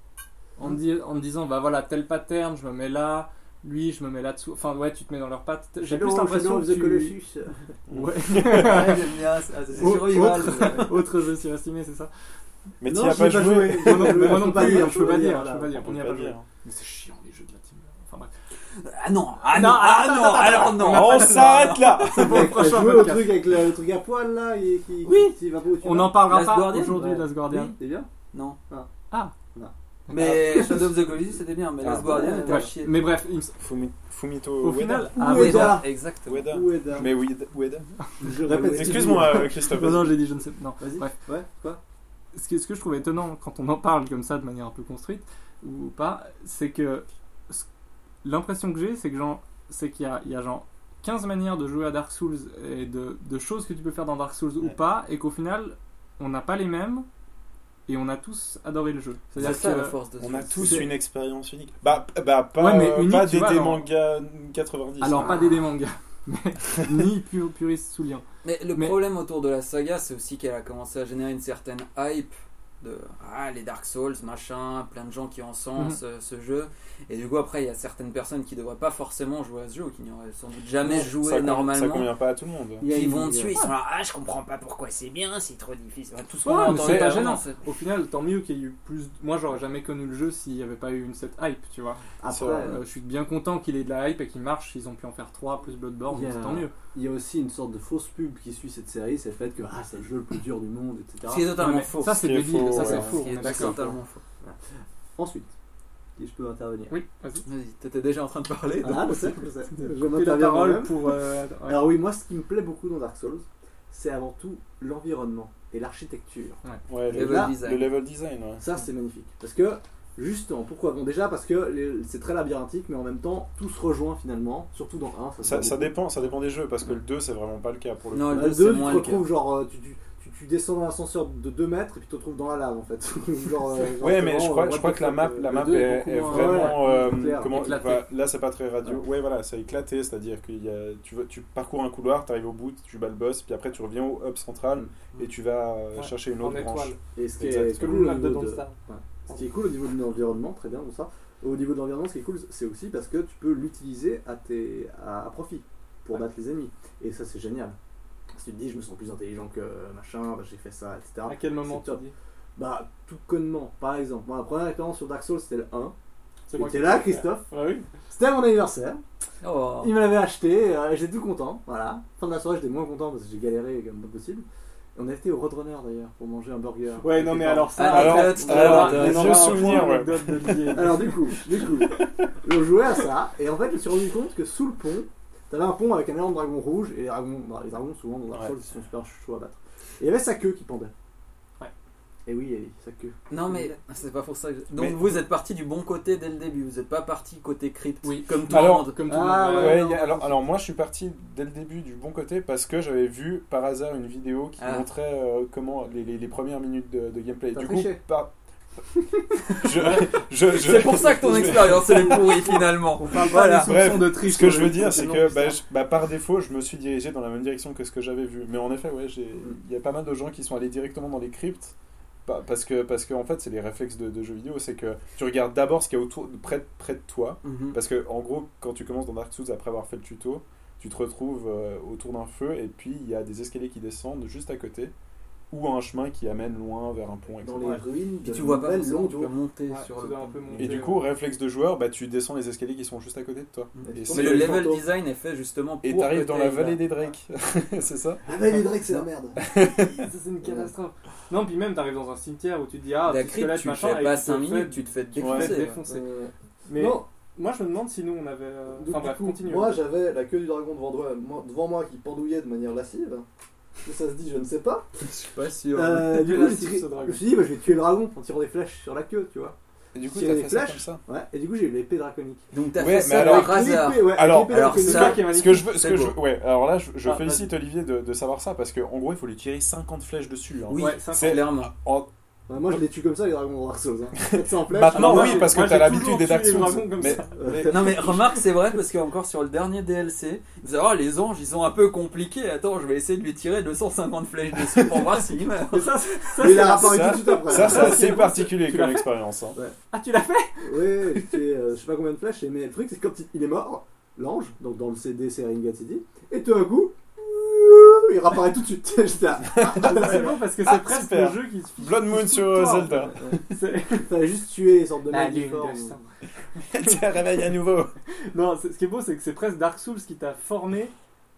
S3: En, te dis- en te disant, bah voilà, tel pattern, je me mets là. Lui, je me mets là-dessous. Enfin, ouais, tu te mets dans leurs pattes. J'ai plus
S5: Shadow- Shadow
S3: l'impression
S5: of
S3: que.
S5: the
S3: Tu...
S5: Colossus. euh.
S3: Ouais.
S6: *laughs*
S3: *laughs*
S6: Ouais, j'aime bien ça. Ah, c'est
S3: Au-
S6: survival.
S3: Autre jeu surestimé, c'est ça
S4: Mais
S5: Non,
S4: t'y as
S5: j'y
S4: pas
S5: ai pas
S4: joué.
S5: joué.
S3: Moi non,
S5: Je
S3: moi non
S5: peux pas
S3: plus, hein,
S5: dire,
S3: je peux pas dire, je
S5: voilà.
S3: peux pas dire, on n'y a pas joué.
S4: dire.
S3: Mais c'est chiant les jeux de la team. Enfin bref.
S6: Ah non, ah
S3: Non,
S6: non, ah non, alors non.
S4: Oh, On s'arrête là.
S3: C'est pour
S5: T'as
S3: le prochain
S5: joué au
S3: podcast.
S5: truc avec le, le truc à poil là et qui,
S6: Oui.
S5: qui va pas où tu
S3: On
S5: vas.
S3: n'en parlera
S6: Last
S3: pas
S6: Guardian
S3: aujourd'hui,
S5: Ouais.
S3: Last
S5: Oui,
S3: Guardian.
S5: c'est bien.
S6: Non.
S3: Ah.
S5: Non.
S6: Mais Shadow of the Colossus c'était bien, mais
S5: Ah,
S6: Last Guardian
S5: ouais.
S6: était à
S3: Bref,
S6: chier.
S3: Mais bref, il me-
S4: Fumi- Fumito
S3: au
S4: Ueda.
S3: final,
S5: Oueda.
S3: ah,
S5: Oueda.
S3: Oueda.
S6: Exactement.
S4: Ueda.
S5: Où est Dan
S4: Mais Ueda- Ueda.
S5: Je répète. *laughs*
S4: Excuse-moi, euh, Christophe.
S3: non, non, j'ai dit je ne sais pas. Non.
S5: Vas-y.
S3: Bref.
S5: Ouais. Quoi
S3: Ce que, ce que je trouve étonnant quand on en parle comme ça de manière un peu construite ou pas, c'est que ce- l'impression que j'ai, c'est que genre, c'est qu'il y a, il y a genre 15 manières de jouer à Dark Souls et de, de choses que tu peux faire dans Dark Souls ou
S4: Ouais.
S3: pas, et qu'au final, on n'a pas les mêmes et on a tous adoré le jeu.
S6: C'est
S3: C'est-à-dire
S6: ça
S3: que-
S6: la force de
S4: On
S6: ce
S4: a
S6: jeu.
S4: tous
S3: C'est-
S4: une expérience unique. Bah, bah pas,
S3: Ouais, mais
S4: euh,
S3: unique,
S4: pas
S3: tu
S4: des,
S3: vois,
S4: des
S3: alors-
S4: mangas 90.
S3: Alors,
S4: hein.
S3: pas des des mangas, mais, ni pur, puriste sous lien.
S6: Mais le
S3: Mais-
S6: problème autour de la saga, c'est aussi qu'elle a commencé à générer une certaine hype de ah, les Dark Souls, machin, plein de gens qui encensent euh, ce jeu. Et du coup, après, il y a certaines personnes qui devraient pas forcément jouer à ce jeu ou qui n'auraient sans doute jamais joué
S4: Ah, ça, con- Ça
S6: normalement.
S4: convient pas à tout le monde.
S5: Il y a
S6: qui
S5: une-
S6: vont dessus, ils sont là, ah je comprends pas pourquoi c'est bien, c'est trop difficile. Enfin, tout ce
S3: Ouais,
S6: qu'on a
S3: mais
S6: entendu
S3: c'est pas
S6: avant,
S3: gênant.
S6: c'est-
S3: Au final, tant mieux qu'il y ait eu plus. Moi, j'aurais jamais connu le jeu s'il n'y avait pas eu une cette hype, tu vois.
S5: Après,
S4: Ouais.
S3: Euh, je suis bien content qu'il ait de la hype et qu'il marche. Ils ont pu en faire 3 plus Bloodborne,
S5: Il y a-
S3: donc c'est tant mieux.
S5: il y a aussi une sorte de fausse pub qui suit cette série, c'est le fait que ah, c'est le jeu le plus dur du monde,
S6: Ce qui
S5: etc.
S6: est totalement
S3: Ouais, mais
S6: faux.
S3: Ça, c'est
S4: Ce qui est
S3: débile,
S4: faux,
S3: ça,
S4: ouais.
S3: c'est
S4: Ce
S3: faux.
S6: Ce
S3: on
S6: qui
S3: est
S6: est
S3: d'accord.
S6: totalement faux.
S5: Ensuite, si je peux intervenir.
S4: *laughs*
S8: Oui, vas-y.
S6: Vas-y, t'étais déjà en train de parler. donc-
S5: Ah, je sais, je sais. Je
S8: Coupez la
S5: m'interviens
S8: parole
S5: moi-même.
S8: pour. euh, attends, ouais.
S5: Alors oui, moi ce qui me plaît beaucoup dans Dark Souls, c'est avant tout l'environnement et l'architecture.
S4: Ouais, le,
S6: Level
S5: là,
S4: le
S6: design.
S4: level design, ouais.
S5: Ça, c'est magnifique. Parce que, justement, pourquoi Bon, déjà, parce que les- c'est très labyrinthique, mais en même temps, tout se rejoint finalement, surtout dans 1. se
S4: Ça,
S5: voit
S4: ça
S5: beaucoup.
S4: dépend, ça dépend des jeux, parce que le 2, c'est vraiment pas le cas pour le
S6: Non,
S5: Dans
S6: le
S5: le
S6: 2,
S5: 2,
S6: c'est
S5: tu te
S6: moins le cas.
S5: retrouves genre. euh, Tu, tu, tu- tu descends dans l'ascenseur de 2 mètres et puis tu te retrouves dans la lave en fait. *laughs* Genre, euh, genre,
S4: Ouais, mais
S5: vraiment,
S4: je crois,
S5: euh,
S4: je crois que la map, la
S6: le
S4: map
S6: deux est
S4: est,
S6: beaucoup
S4: est
S6: moins-
S4: vraiment.
S5: ouais,
S4: euh,
S5: clair.
S4: comment,
S8: Éclaté.
S4: bah, là, c'est pas très radio. Ouais, voilà, c'est éclaté. C'est-à-dire que tu, vas- tu parcours un couloir, t'arrives au bout, tu bats le boss, puis après tu reviens au hub central et tu vas euh,
S3: Ouais,
S4: chercher une
S3: En
S4: autre branche.
S3: étoile.
S5: Et ce qui est
S4: Exactement.
S3: Comme
S5: cool
S3: le
S5: au
S3: map de
S5: niveau de,
S3: Donstar.
S5: ce qui est cool au niveau de l'environnement, très bien, bon ça. Au niveau de l'environnement, ce qui est cool, c'est aussi parce que tu peux l'utiliser à, tes, à, à profit pour battre les ennemis. Et ça, c'est génial. Si tu te dis, je me sens plus intelligent que machin, bah, j'ai fait ça, etc.
S3: À quel moment
S5: C'est
S3: tu
S5: top.
S3: dis
S5: Bah, tout connement, par exemple. Moi, la première expérience sur Dark Souls, c'était le 1.
S3: C'est
S5: Et
S3: moi qui-
S5: T'es là, Christophe.
S3: Ah oui.
S5: C'était mon anniversaire.
S4: Ah.
S6: Oh.
S5: Il me l'avait acheté, euh, j'étais tout content. Voilà. Fin de la soirée, j'étais moins content parce que j'ai galéré comme pas possible. On a été au Roadrunner d'ailleurs pour manger un burger.
S3: Ouais, non, mais alors ça.
S6: Ah,
S4: Alors,
S6: là, tu te
S4: alors,
S6: rappelles,
S4: les
S6: tu te
S4: vieux
S6: rappelles.
S4: souvenirs, ouais.
S3: Anecdote de lier.
S5: Alors du coup, du coup, je jouais à ça, et en fait je me suis rendu compte que sous le pont, t'avais un pont avec un énorme dragon rouge, et les dragons, bah, les dragons souvent dans Dark
S4: Ouais.
S5: Souls ils sont super chauds à battre. Et il y avait sa queue qui pendait.
S3: Ouais.
S5: Et oui, Ellie, sa queue.
S6: Non, mais c'est pas pour ça. que- Donc
S4: Mais-
S6: vous êtes parti du bon côté dès le début. Vous êtes pas parti côté crypte.
S8: Oui.
S6: Comme tout
S4: Alors,
S6: le monde.
S8: Comme tout
S5: Ah,
S8: le monde.
S5: ouais.
S4: Ouais,
S5: non.
S4: y a- alors, alors moi je suis parti dès le début du bon côté parce que j'avais vu par hasard une vidéo qui
S6: Ah.
S4: montrait euh, comment les, les- les premières minutes de, de gameplay.
S5: T'as
S4: Du coup,
S5: triché. *laughs*
S4: par- je, je- je-
S6: C'est pour ça que ton
S4: je-
S6: expérience elle est pourrie finalement.
S3: On parle pas
S6: Voilà.
S3: des
S4: Bref,
S3: soupçons de triche.
S4: Ce que
S3: on
S4: je
S3: est
S4: veux dire, c'est
S3: complètement
S4: que bah,
S3: bizarre.
S4: je- bah, par défaut, je me suis dirigé dans la même direction que ce que j'avais vu. Mais en effet, ouais, j'ai- il y a pas mal de gens qui sont allés directement dans les cryptes pa- parce que parce que en fait, c'est les réflexes de, de jeux vidéo, c'est que tu regardes d'abord ce qu'il y a autour, près, près de toi,
S6: Mhm.
S4: parce que, en gros, quand tu commences dans Dark Souls après avoir fait le tuto, tu te retrouves euh, autour d'un feu et puis il y a des escaliers qui descendent juste à côté ou un chemin qui amène loin vers un pont, etc.
S5: Dans les
S3: Ouais.
S5: ruines,
S6: Puis
S5: de
S6: tu vois pas
S5: nouvelles
S6: forcément,
S5: longues
S6: tu peux monter
S3: Ouais,
S6: sur
S3: tu
S6: le.
S3: dois un
S6: pont.
S3: peu monter.
S4: Et du coup, réflexe de joueur, bah, tu descends les escaliers qui sont juste à côté de toi.
S6: Mhm.
S4: Et
S5: Et
S4: c'est-
S6: Mais le
S5: les
S6: level
S5: fantômes.
S6: design est fait justement pour.
S4: Et t'arrives
S6: que
S4: dans
S6: t'ailles
S4: la vallée
S6: là.
S4: des Drake, *laughs* c'est ça
S5: Ah bah les Drake c'est la merde
S3: Ça, c'est une catastrophe. Non, puis même, t'arrives dans un cimetière où tu te dis, ah,
S6: La
S3: petit
S6: crypte,
S3: squelette,
S6: tu le
S3: machin.
S6: fais
S3: et
S6: pas
S3: tu te
S6: 5
S3: fais-
S6: minutes, tu te fais
S3: tu te fais
S4: Ouais.
S6: défoncer.
S3: défoncer.
S5: Euh,
S3: Mais
S5: Non,
S3: moi, je me demande si nous, on avait. euh,
S5: donc,
S3: Enfin
S5: du
S3: bref,
S5: coup,
S3: continue.
S5: moi j'avais la queue du dragon devant moi, moi- devant moi qui pendouillait de manière lascive. Que ça se dit, je ne sais pas.
S6: Je suis pas sûr.
S5: *laughs* Euh,
S3: Il
S5: du
S3: est
S5: coup, j'ai
S3: lascif,
S5: tiré-
S3: ce dragon.
S5: je me suis dit, bah, je vais tuer le dragon en tirant des flèches sur la queue, tu vois.
S4: Et du coup,
S5: S'il y
S4: t'as
S5: a des
S4: fait ça
S5: flashs
S4: comme ça.
S5: Ouais, et du coup j'ai eu l'épée draconique.
S6: Donc t'as
S4: Ouais,
S6: fait
S4: mais
S5: Euh,
S6: ça
S4: alors-
S6: par hasard.
S5: L'épée, ouais,
S4: Alors,
S5: l'épée
S6: alors
S5: draconique.
S6: ça,
S3: qui est
S4: Ce
S3: magnifique.
S4: que je veux, ce
S6: C'est
S4: que je
S6: beau.
S4: veux- ouais. Alors là, je, je
S3: Ah,
S4: félicite Olivier de, de savoir ça parce que en gros, il faut lui tirer 50 flèches dessus. hein.
S6: Oui,
S3: Ouais, cinq
S4: c'est-
S6: clairement.
S4: En-
S5: Ouais, moi je les tue comme ça les dragons dans Dark Souls. Hein. Faites ça en flèche. hein.
S4: Maintenant,
S3: Alors, moi,
S4: oui,
S3: j'ai-
S4: parce que
S3: moi,
S4: t'as
S3: j'ai
S4: l'habitude
S3: toujours
S4: des Dark
S3: tué les
S4: Souls.
S3: dragons comme
S4: mais-
S3: ça.
S4: mais-
S6: Non mais remarque, c'est vrai parce qu'encore sur le dernier DLC, ils disaient, oh les anges ils sont un peu compliqués, attends je vais essayer de lui tirer 250 flèches dessus pour voir s'il meurt. *laughs*
S3: Mais ça, c'est- ça,
S5: Mais il a
S3: c'est-
S5: réapparu
S4: ça-
S5: tout de suite après.
S4: Ça,
S5: hein.
S4: c'est assez particulier
S3: Tu
S4: comme
S3: l'as fait *laughs*
S4: expérience. hein.
S3: Ah, tu
S4: *laughs*
S3: l'as fait
S5: Ouais, j'ai tué, euh, je sais pas combien de flèches, mais le truc c'est que quand il- il est mort, l'ange, donc dans le CD c'est Ringat CD, et tout d'un coup, il réapparaît tout de suite. *laughs* J'étais là,
S3: C'est beau parce que
S4: Ah,
S3: c'est presque
S4: super.
S3: le jeu qui se fiche.
S4: Blood Moon sur euh, Zelda.
S3: C'est-
S5: fallait juste tuer les sortes de
S6: Ah,
S5: mecs
S3: lune
S5: difformes.
S3: de sang.
S4: Tu la réveilles à nouveau.
S3: Non, c'est- ce qui est beau, c'est que c'est presque Dark Souls qui t'a formé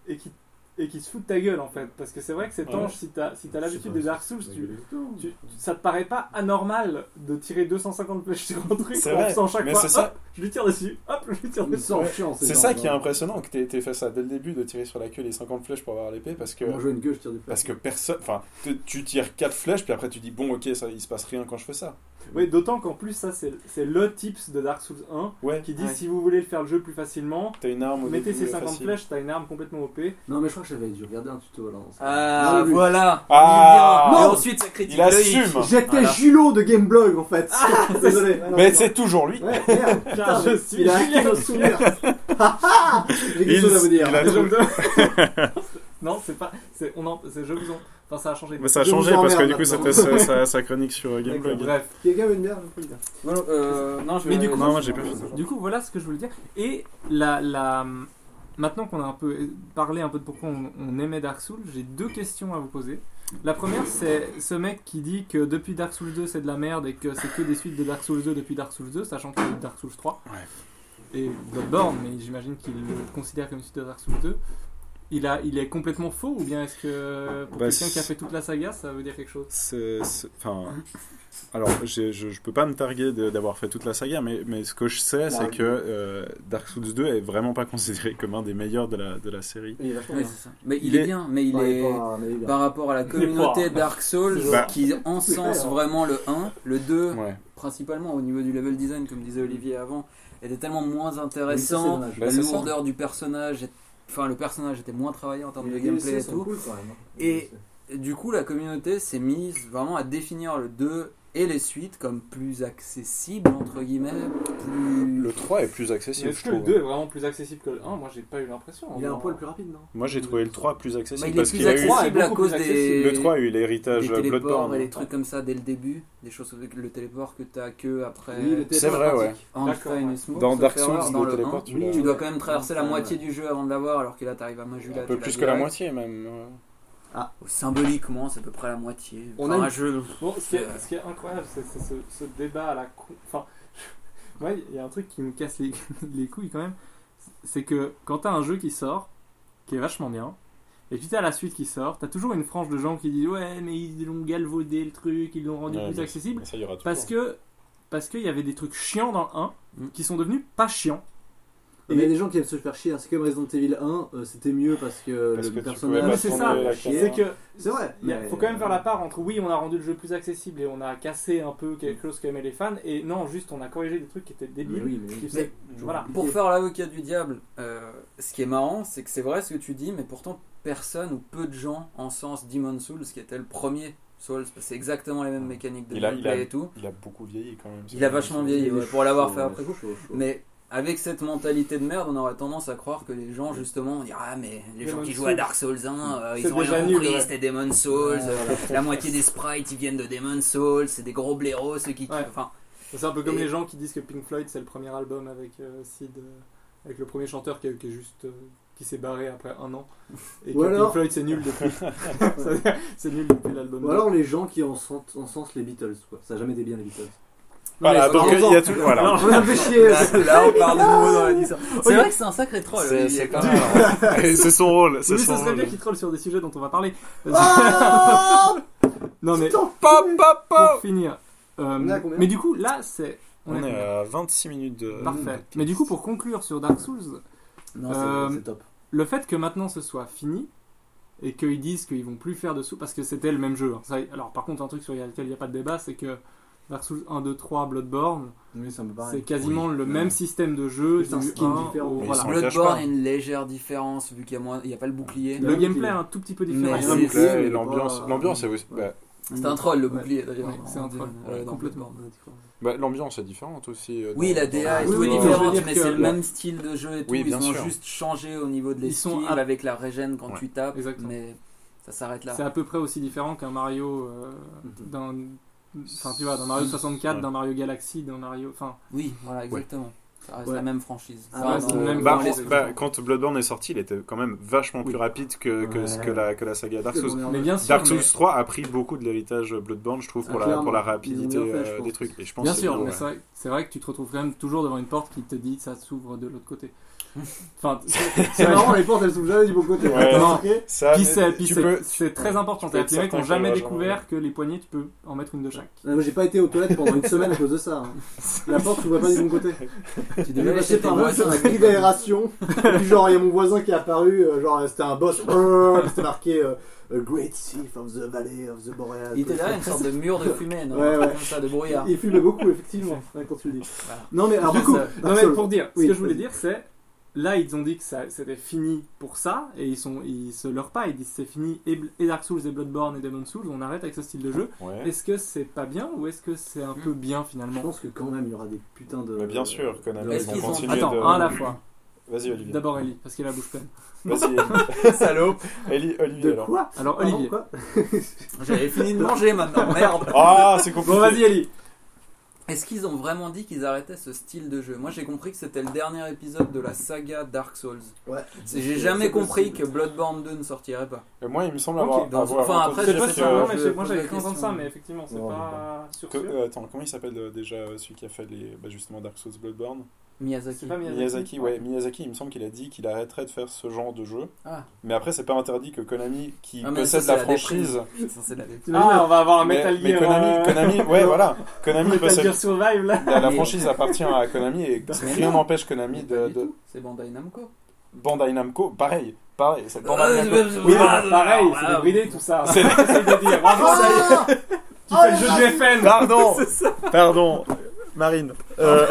S3: et qui, et qui se fout de ta gueule en fait. Parce que c'est vrai que cet
S4: Ouais.
S3: ange, si t'as si t'as l'habitude des Dark Souls, tu,
S5: tu.
S3: tu- ça te paraît pas anormal de tirer 250 flèches sur un truc
S4: C'est
S3: en
S4: vrai,
S3: faisant chaque
S4: mais
S3: fois.
S4: c'est
S3: Hop,
S4: ça.
S3: je lui tire dessus, hop, je lui tire
S5: Ils
S3: dessus.
S5: sont chiants,
S4: C'est ça qui est impressionnant que t'aies t'aies fait ça dès le début de tirer sur la queue les 50 flèches pour avoir l'épée parce que
S5: Moi je joue une queue, je tire du flèche.
S4: parce que personne enfin te- tu tires 4 flèches puis après tu dis bon OK ça il se passe rien quand je fais ça.
S3: Oui, d'autant qu'en plus, ça, c'est c'est le tips de Dark Souls 1
S4: Ouais,
S3: qui dit
S6: Ouais.
S3: si vous voulez faire le jeu plus facilement,
S4: t'as une arme au
S3: mettez
S4: début, euh,
S3: ces 50
S4: facile.
S3: flèches, t'as une arme complètement OP.
S5: Non, mais je crois que j'avais dû regarder un tuto là.
S6: Ah
S5: Non, lui.
S6: voilà.
S4: Ah.
S6: Mignon. Et
S4: Non.
S6: ensuite ça critique
S4: Il
S6: Loïc.
S4: assume.
S5: J'étais
S6: Voilà. Ah,
S5: Julot de Gameblog en fait. *laughs* Désolé.
S4: Mais c'est toujours lui.
S5: Ouais, merde.
S3: *laughs* Car je suis
S5: Il a hacké
S3: Julien.
S5: nos souvenirs.
S3: *laughs*
S5: *laughs* J'ai quelque chose à vous dire.
S4: il a-
S3: Déjà, je- *laughs* non, c'est pas. c'est- On en, c'est- je vous en. Enfin, ça a changé.
S4: Mais ça a
S5: Je
S4: changé
S5: vous
S4: parce que
S5: emmerde
S4: du coup
S5: maintenant.
S4: c'était sa, sa- sa chronique sur euh,
S3: D'accord,
S4: Gameplug.
S3: Bref.
S5: Quelqu'un veut une bière, je peux le dire.
S6: Voilà, euh, non, je
S3: Mais
S6: vais-
S3: du coup-
S4: Non, moi, j'ai pas fait ça.
S3: Du coup, voilà ce que je voulais dire. Et la, la... maintenant qu'on a un peu parlé un peu de pourquoi on, on aimait Dark Souls, j'ai deux questions à vous poser. La première, c'est ce mec qui dit que depuis Dark Souls 2, c'est de la merde et que c'est que des suites de Dark Souls 2 depuis Dark Souls 2, sachant qu'il y a eu Dark Souls 3 et Bloodborne, mais j'imagine qu'il le considère comme une suite de Dark Souls 2. Il, a, il est complètement faux ou bien est-ce que pour
S4: Bah,
S3: quelqu'un qui a fait
S4: c'est-
S3: toute la saga, ça veut dire quelque chose
S4: C'est- c'est- Enfin, Alors, j'ai- je, je peux pas me targuer de- d'avoir fait toute la saga, mais, mais ce que je
S3: Bah,
S4: sais, c'est que euh, Dark Souls 2 est vraiment pas considéré comme un des meilleurs de la, de la série.
S5: Il est vachement bien.
S6: Mais il,
S4: Il
S6: est
S4: est-
S6: bien, mais il
S5: Ouais,
S6: est.
S5: pas- mais il est bien.
S6: Par rapport à la communauté Dark Souls
S4: Bah.
S6: qui encense vraiment le 1, le 2,
S4: Ouais.
S6: principalement au niveau du level design, comme disait Olivier avant, était tellement moins
S5: Oui, ça, c'est
S6: intéressant.
S5: dommage.
S4: Bah,
S6: la
S4: c'est ça.
S6: lourdeur du personnage, est- enfin le personnage était moins travaillé en termes
S5: Mais
S6: de
S5: les
S6: gameplay
S5: DLC
S6: et
S5: sont
S6: tout.
S5: cool, quand même, hein.
S6: Et- Et du coup, la communauté s'est mise vraiment à définir le 2 et les suites comme plus accessibles, entre guillemets, plus...
S4: Le 3 est plus accessible,
S3: Est-ce
S4: je
S3: que le
S4: trouve.
S3: 2 est vraiment plus accessible que le 1 Moi, j'ai pas eu l'impression. hein.
S5: il est un
S3: Non.
S5: poil plus rapide, non
S4: Moi, j'ai trouvé le 3 plus
S6: Bah,
S4: accessible
S6: il est
S4: parce
S6: plus
S4: qu'il a eu.
S3: trois est
S6: accessible à
S3: beaucoup plus
S6: cause des...
S4: Le 3 a eu
S6: des
S4: l'héritage
S6: téléports
S4: Bloodborne. hein.
S6: et des trucs comme ça dès le début, des choses le téléport que t'as que après
S5: Oui, le
S4: C'est vrai, ouais.
S6: Einstein
S3: D'accord, ouais.
S6: et Smoke,
S4: Dans
S6: sauf
S4: Dark
S6: erreur,
S4: Souls,
S6: dans
S4: le
S6: le
S4: téléport,
S6: 1,
S4: tu l'as.
S6: tu dois quand même traverser la
S5: Ouais.
S6: moitié du jeu avant de l'avoir, alors que là t'arrives à Majula.
S4: Un peu
S6: tu
S4: plus
S6: l'as
S4: que la
S6: direct.
S4: moitié, même.
S6: Symboliquement, c'est à peu près la moitié.
S5: On
S6: Enfin,
S5: a une-
S6: je-
S3: Bon, ce, qui est, ce qui est incroyable, c'est c'est ce, ce débat à la con. Enfin, *laughs* moi, il y a un truc qui me casse les, *laughs* les couilles quand même. C'est que quand t'as un jeu qui sort, qui est vachement bien, et puis t'as la suite qui sort, t'as toujours une frange de gens qui disent Ouais, mais ils l'ont galvaudé le truc, ils l'ont rendu
S4: Ouais,
S3: plus
S4: mais-
S3: accessible.
S4: Mais ça, il y aura toujours.
S3: Parce que. Parce qu'il y avait des trucs chiants dans le 1
S6: Mm.
S3: qui sont devenus pas chiants.
S5: Mais Il y a des gens qui aiment se faire chier. hein. C'est comme Resident Evil 1, euh, c'était mieux parce que
S4: Parce
S5: le
S4: que tu
S5: personnage.
S4: pouvais pas
S3: Mais c'est ça,
S4: tourner la hein.
S5: chier.
S4: caméra.
S3: C'est que
S5: C'est vrai.
S3: Il y a-
S5: mais-
S3: faut quand même faire la part entre oui, on a rendu le jeu plus accessible et on a cassé un peu quelque chose qu'aimaient les fans, et non, juste on a corrigé des trucs qui étaient
S5: Mais
S3: débiles.
S5: oui, mais
S3: qui
S5: oui.
S3: faisaient- voilà.
S6: Pour faire l'avocat du diable, euh, ce qui est marrant, c'est que c'est vrai ce que tu dis, mais pourtant personne ou peu de gens en sens Demon Souls, qui était le premier Souls, parce que c'est exactement les mêmes mécaniques de
S4: Il a- il
S6: gameplay
S4: a-
S6: et tout.
S4: Il a beaucoup vieilli quand même.
S6: Il a vachement vieilli ouais, pour l'avoir fait après coup.
S5: Chaud, chaud.
S6: Mais avec cette mentalité de merde, on aurait tendance à croire que les gens, justement, on dirait Ah, mais les gens
S3: Demon's
S6: qui jouent à
S3: Souls.
S6: Dark Souls 1, euh,
S3: C'est
S6: ils ont rien
S3: déjà nul,
S6: compris,
S3: ouais.
S6: c'était Demon's Souls,
S5: Ouais,
S6: euh, la moitié des sprites ils viennent de Demon's Souls, c'est des gros blaireaux, ceux qui.
S3: Ouais.
S6: Enfin,
S3: C'est un peu comme
S6: Et-
S3: les gens qui disent que Pink Floyd c'est le premier album avec euh, Sid, euh, avec le premier chanteur qui, est- qui est juste. euh, qui s'est barré après un an. Et
S5: Ou
S3: que
S5: alors-
S3: Pink Floyd c'est nul
S5: *laughs*
S3: depuis. *laughs* C'est- c'est nul depuis l'album.
S5: Ou alors les gens qui en sentent- en sens les Beatles, quoi. Ça a jamais été bien les *laughs* Beatles.
S4: Voilà, donc il y a tout. Voilà.
S5: On a fait chier.
S6: là, là, on parle de nouveau
S3: *laughs*
S6: dans la licence. C'est
S3: Oui.
S6: vrai que c'est un sacré troll.
S4: C'est-
S6: Olivier,
S4: c'est
S6: quand
S4: quand *laughs*
S6: même.
S4: Et c'est son rôle.
S3: Oui,
S4: C'est
S3: mais
S4: son
S3: ça serait
S4: rôle.
S3: bien qu'ils trollent sur des sujets dont on va parler.
S5: Ah
S3: *laughs* non mais
S5: Putain,
S3: pour finir. euh,
S5: On est à combien
S3: mais du coup là c'est. on
S4: On
S3: est-
S4: est à 26 minutes de.
S3: Parfait. Mais du coup pour conclure sur Dark Souls,
S5: Euh, Non, c'est
S3: Euh,
S5: Ah, c'est top.
S3: le fait que maintenant ce soit fini et qu'ils disent qu'ils vont plus faire de sous parce que c'était le même jeu. hein. Ça, alors par contre un truc sur lequel il n'y a pas de débat c'est que Dark Souls 1, 2, 3, Bloodborne,
S5: Bah, Oui, c'est un peu
S3: c'est
S5: pareil.
S3: quasiment le même système de jeu,
S5: C'est un
S3: du
S5: skin
S3: 1
S5: différent.
S3: au-
S5: Mais ils
S3: voilà.
S4: sont
S3: Le-
S4: le cache
S6: Bloodborne
S4: pas.
S6: a une légère différence vu qu'il n'y a, pas le bouclier.
S5: Le-
S3: Le gameplay est un tout petit peu différent.
S6: Mais
S4: Et
S3: Il y a
S6: c'est-
S3: un
S4: donc là,
S5: c'est-
S4: l'ambiance,
S5: euh,
S4: l'ambiance est aussi- bah,
S6: C'est un troll le
S3: Ouais.
S6: bouclier d'ailleurs.
S3: Ouais, c'est un
S6: On dit-
S3: troll.
S6: ouais,
S3: Ouais,
S6: dans
S3: complètement.
S6: Bloodborne, on a dit quoi.
S4: bah, l'ambiance est différente aussi. euh,
S6: Oui,
S4: dans-
S6: la
S4: dans-
S6: DA est
S3: Oui,
S6: tout
S3: oui, mais je veux
S6: différente,
S3: dire
S6: mais
S3: que-
S6: c'est le même style de jeu et tout.
S4: Oui,
S6: ils
S4: bien
S6: ont
S4: sûr.
S6: juste changé au niveau de
S3: Ils sont
S6: l'esquive
S3: à-
S6: avec la régène quand
S4: Ouais.
S6: tu tapes,
S3: Exactement.
S6: mais ça s'arrête là.
S3: C'est à peu près aussi différent qu'un Mario euh,
S5: Mhm.
S3: d'un enfin tu vois d'un Mario 64,
S4: Ouais.
S3: d'un Mario Galaxy, d'un Mario enfin
S6: Oui, voilà, exactement. Ça reste
S5: Ouais.
S6: la même franchise.
S5: Ah,
S6: Ça
S5: ouais,
S6: reste
S5: c'est
S6: dans-
S5: le même
S4: Bah,
S6: dans
S3: franchise.
S6: l'esprit.
S4: bah, quand Bloodborne est sorti, il était quand même vachement plus rapide que, que, ce- que la, que la saga Dark Souls.
S3: mais bien sûr
S4: Dark Souls
S3: mais-
S4: 3 a pris beaucoup de l'héritage Bloodborne, je trouve, pour, la,
S5: Clairement.
S4: pour la
S5: Ils
S4: rapidité
S5: l'ont bien fait,
S4: euh,
S5: je pense.
S4: des trucs. Et je pense
S3: Bien
S4: que
S3: sûr,
S4: c'est-
S3: mais
S4: ouais.
S3: c'est vrai, c'est vrai que tu te retrouves quand même toujours devant une porte qui te dit ça s'ouvre de l'autre côté. Enfin, c'est-
S5: C'est marrant, les portes elles s'ouvrent jamais du bon côté.
S4: Ouais.
S3: Non.
S5: Ok.
S4: Ça,
S3: Puis c'est, puis
S4: Ah, tu
S3: c'est-
S4: peux-
S3: c'est très important.
S4: peux
S3: C'est-à-dire
S4: être
S3: que les mecs
S4: certain
S3: n'ont
S4: que
S3: jamais
S4: la jambe-
S3: découvert que les poignées, tu peux en mettre une de chaque.
S5: Non, mais J'ai pas été aux toilettes pendant une semaine à cause de ça. hein. La porte s'ouvre pas du bon côté.
S6: tu
S5: Il est
S6: devais
S5: passé
S6: acheter
S5: par
S6: tes
S5: là,
S6: voisins.
S5: sur un grille d'aération. Puis genre, il y a mon voisin qui est apparu, euh, genre, c'était un boss. brrr, C'était marqué euh, A Great Thief of the Valley of the Boreal.
S6: Il était derrière une sorte de mur de fumée, non
S5: Ouais,
S6: Un truc
S5: ouais.
S6: comme ça, de brouillard.
S5: Il fume beaucoup, effectivement, ouais, quand tu le dis.
S6: Voilà.
S5: Non, mais alors,
S3: Du
S5: par
S3: coup,
S5: contre,
S3: non, mais
S5: Absolument.
S3: pour dire,
S5: Oui,
S3: ce que je voulais
S5: vas-y.
S3: dire, c'est là, ils ont dit que ça, c'était fini pour ça, et ils, sont, ils se leurrent pas. Ils disent c'est fini, et, Bl- et Dark Souls, et Bloodborne, et Demon's Souls, on arrête avec ce style de jeu.
S4: Ouais.
S3: Est-ce que c'est pas bien ou est-ce que c'est un
S6: Hmm.
S3: peu bien
S5: Je
S3: finalement
S5: pense que quand même, il y aura des putains de.
S4: Mais bien sûr, Konami,
S6: Est-ce
S4: ils vont
S6: qu'ils ont-
S4: continuer
S3: Attends,
S4: de...
S3: un à la fois.
S4: Vas-y, Olivier.
S3: D'abord Ellie, parce qu'elle a la bouche pleine.
S4: *laughs* Vas-y,
S6: Salaud
S4: Ellie, Olivier,
S5: De
S4: alors.
S5: quoi
S3: Alors,
S5: Pardon,
S3: Olivier.
S5: quoi
S6: J'avais fini de manger maintenant, merde
S4: Ah, c'est compliqué.
S3: Bon, vas-y, Ellie.
S6: Est-ce qu'ils ont vraiment dit qu'ils arrêtaient ce style de jeu Moi j'ai compris que c'était le dernier épisode de la saga Dark Souls.
S5: Ouais.
S6: C'est- J'ai jamais
S5: C'est
S6: compris
S5: possible.
S6: que Bloodborne 2 ne sortirait pas.
S4: Et Moi, il me semble
S3: Ok,
S4: avoir...
S6: dans-
S4: avoir
S6: enfin,
S4: entendu
S6: après,
S3: C'est
S6: je
S4: dire
S3: pas
S6: sais
S4: que-
S3: sûr, non, mais
S6: je
S3: c'est-
S6: pose
S3: moi
S6: la
S3: j'avais cru entendre
S6: question.
S3: ça, mais effectivement, c'est
S5: Non,
S3: pas sûr.
S4: Que-
S3: sûr.
S4: euh, attends, comment il s'appelle euh, déjà euh, celui qui a fait les, bah, justement Dark Souls Bloodborne
S6: Miyazaki.
S3: pas Miyazaki.
S4: Miyazaki, ouais. Miyazaki, il me semble qu'il a dit qu'il arrêterait de faire ce genre de jeu.
S6: Ah.
S4: Mais après, c'est pas interdit que Konami, qui
S6: Ah, mais
S4: possède
S6: ça,
S4: la
S6: c'est la déprime.
S4: franchise,
S6: Putain, c'est de la déprime.
S3: Ah, on va avoir un
S4: mais,
S3: Metal
S4: mais
S3: Gear.
S4: Konami,
S3: euh,
S4: Konami, ouais, voilà.
S3: *laughs*
S4: Konami
S3: Metal
S4: possède
S3: Gear Survive là.
S4: La, la
S6: Ah, Mais-
S4: franchise appartient à Konami et
S6: Mais
S4: rien
S6: non.
S4: n'empêche Konami de,
S6: Pas du
S4: de-
S6: tout, C'est Bandai Namco.
S4: Bandai Namco, pareil, pareil, c'est Bandai Namco.
S3: Oui,
S6: Oui,
S3: bah, pareil, c'est débridé tout ça. *laughs*
S4: C'est-
S3: J'essaie de dire. Bravo,
S5: Ah
S3: tu fais le jeu de FN.
S4: *laughs*
S5: *laughs*
S4: Pardon, pardon, Marine. *laughs* Euh,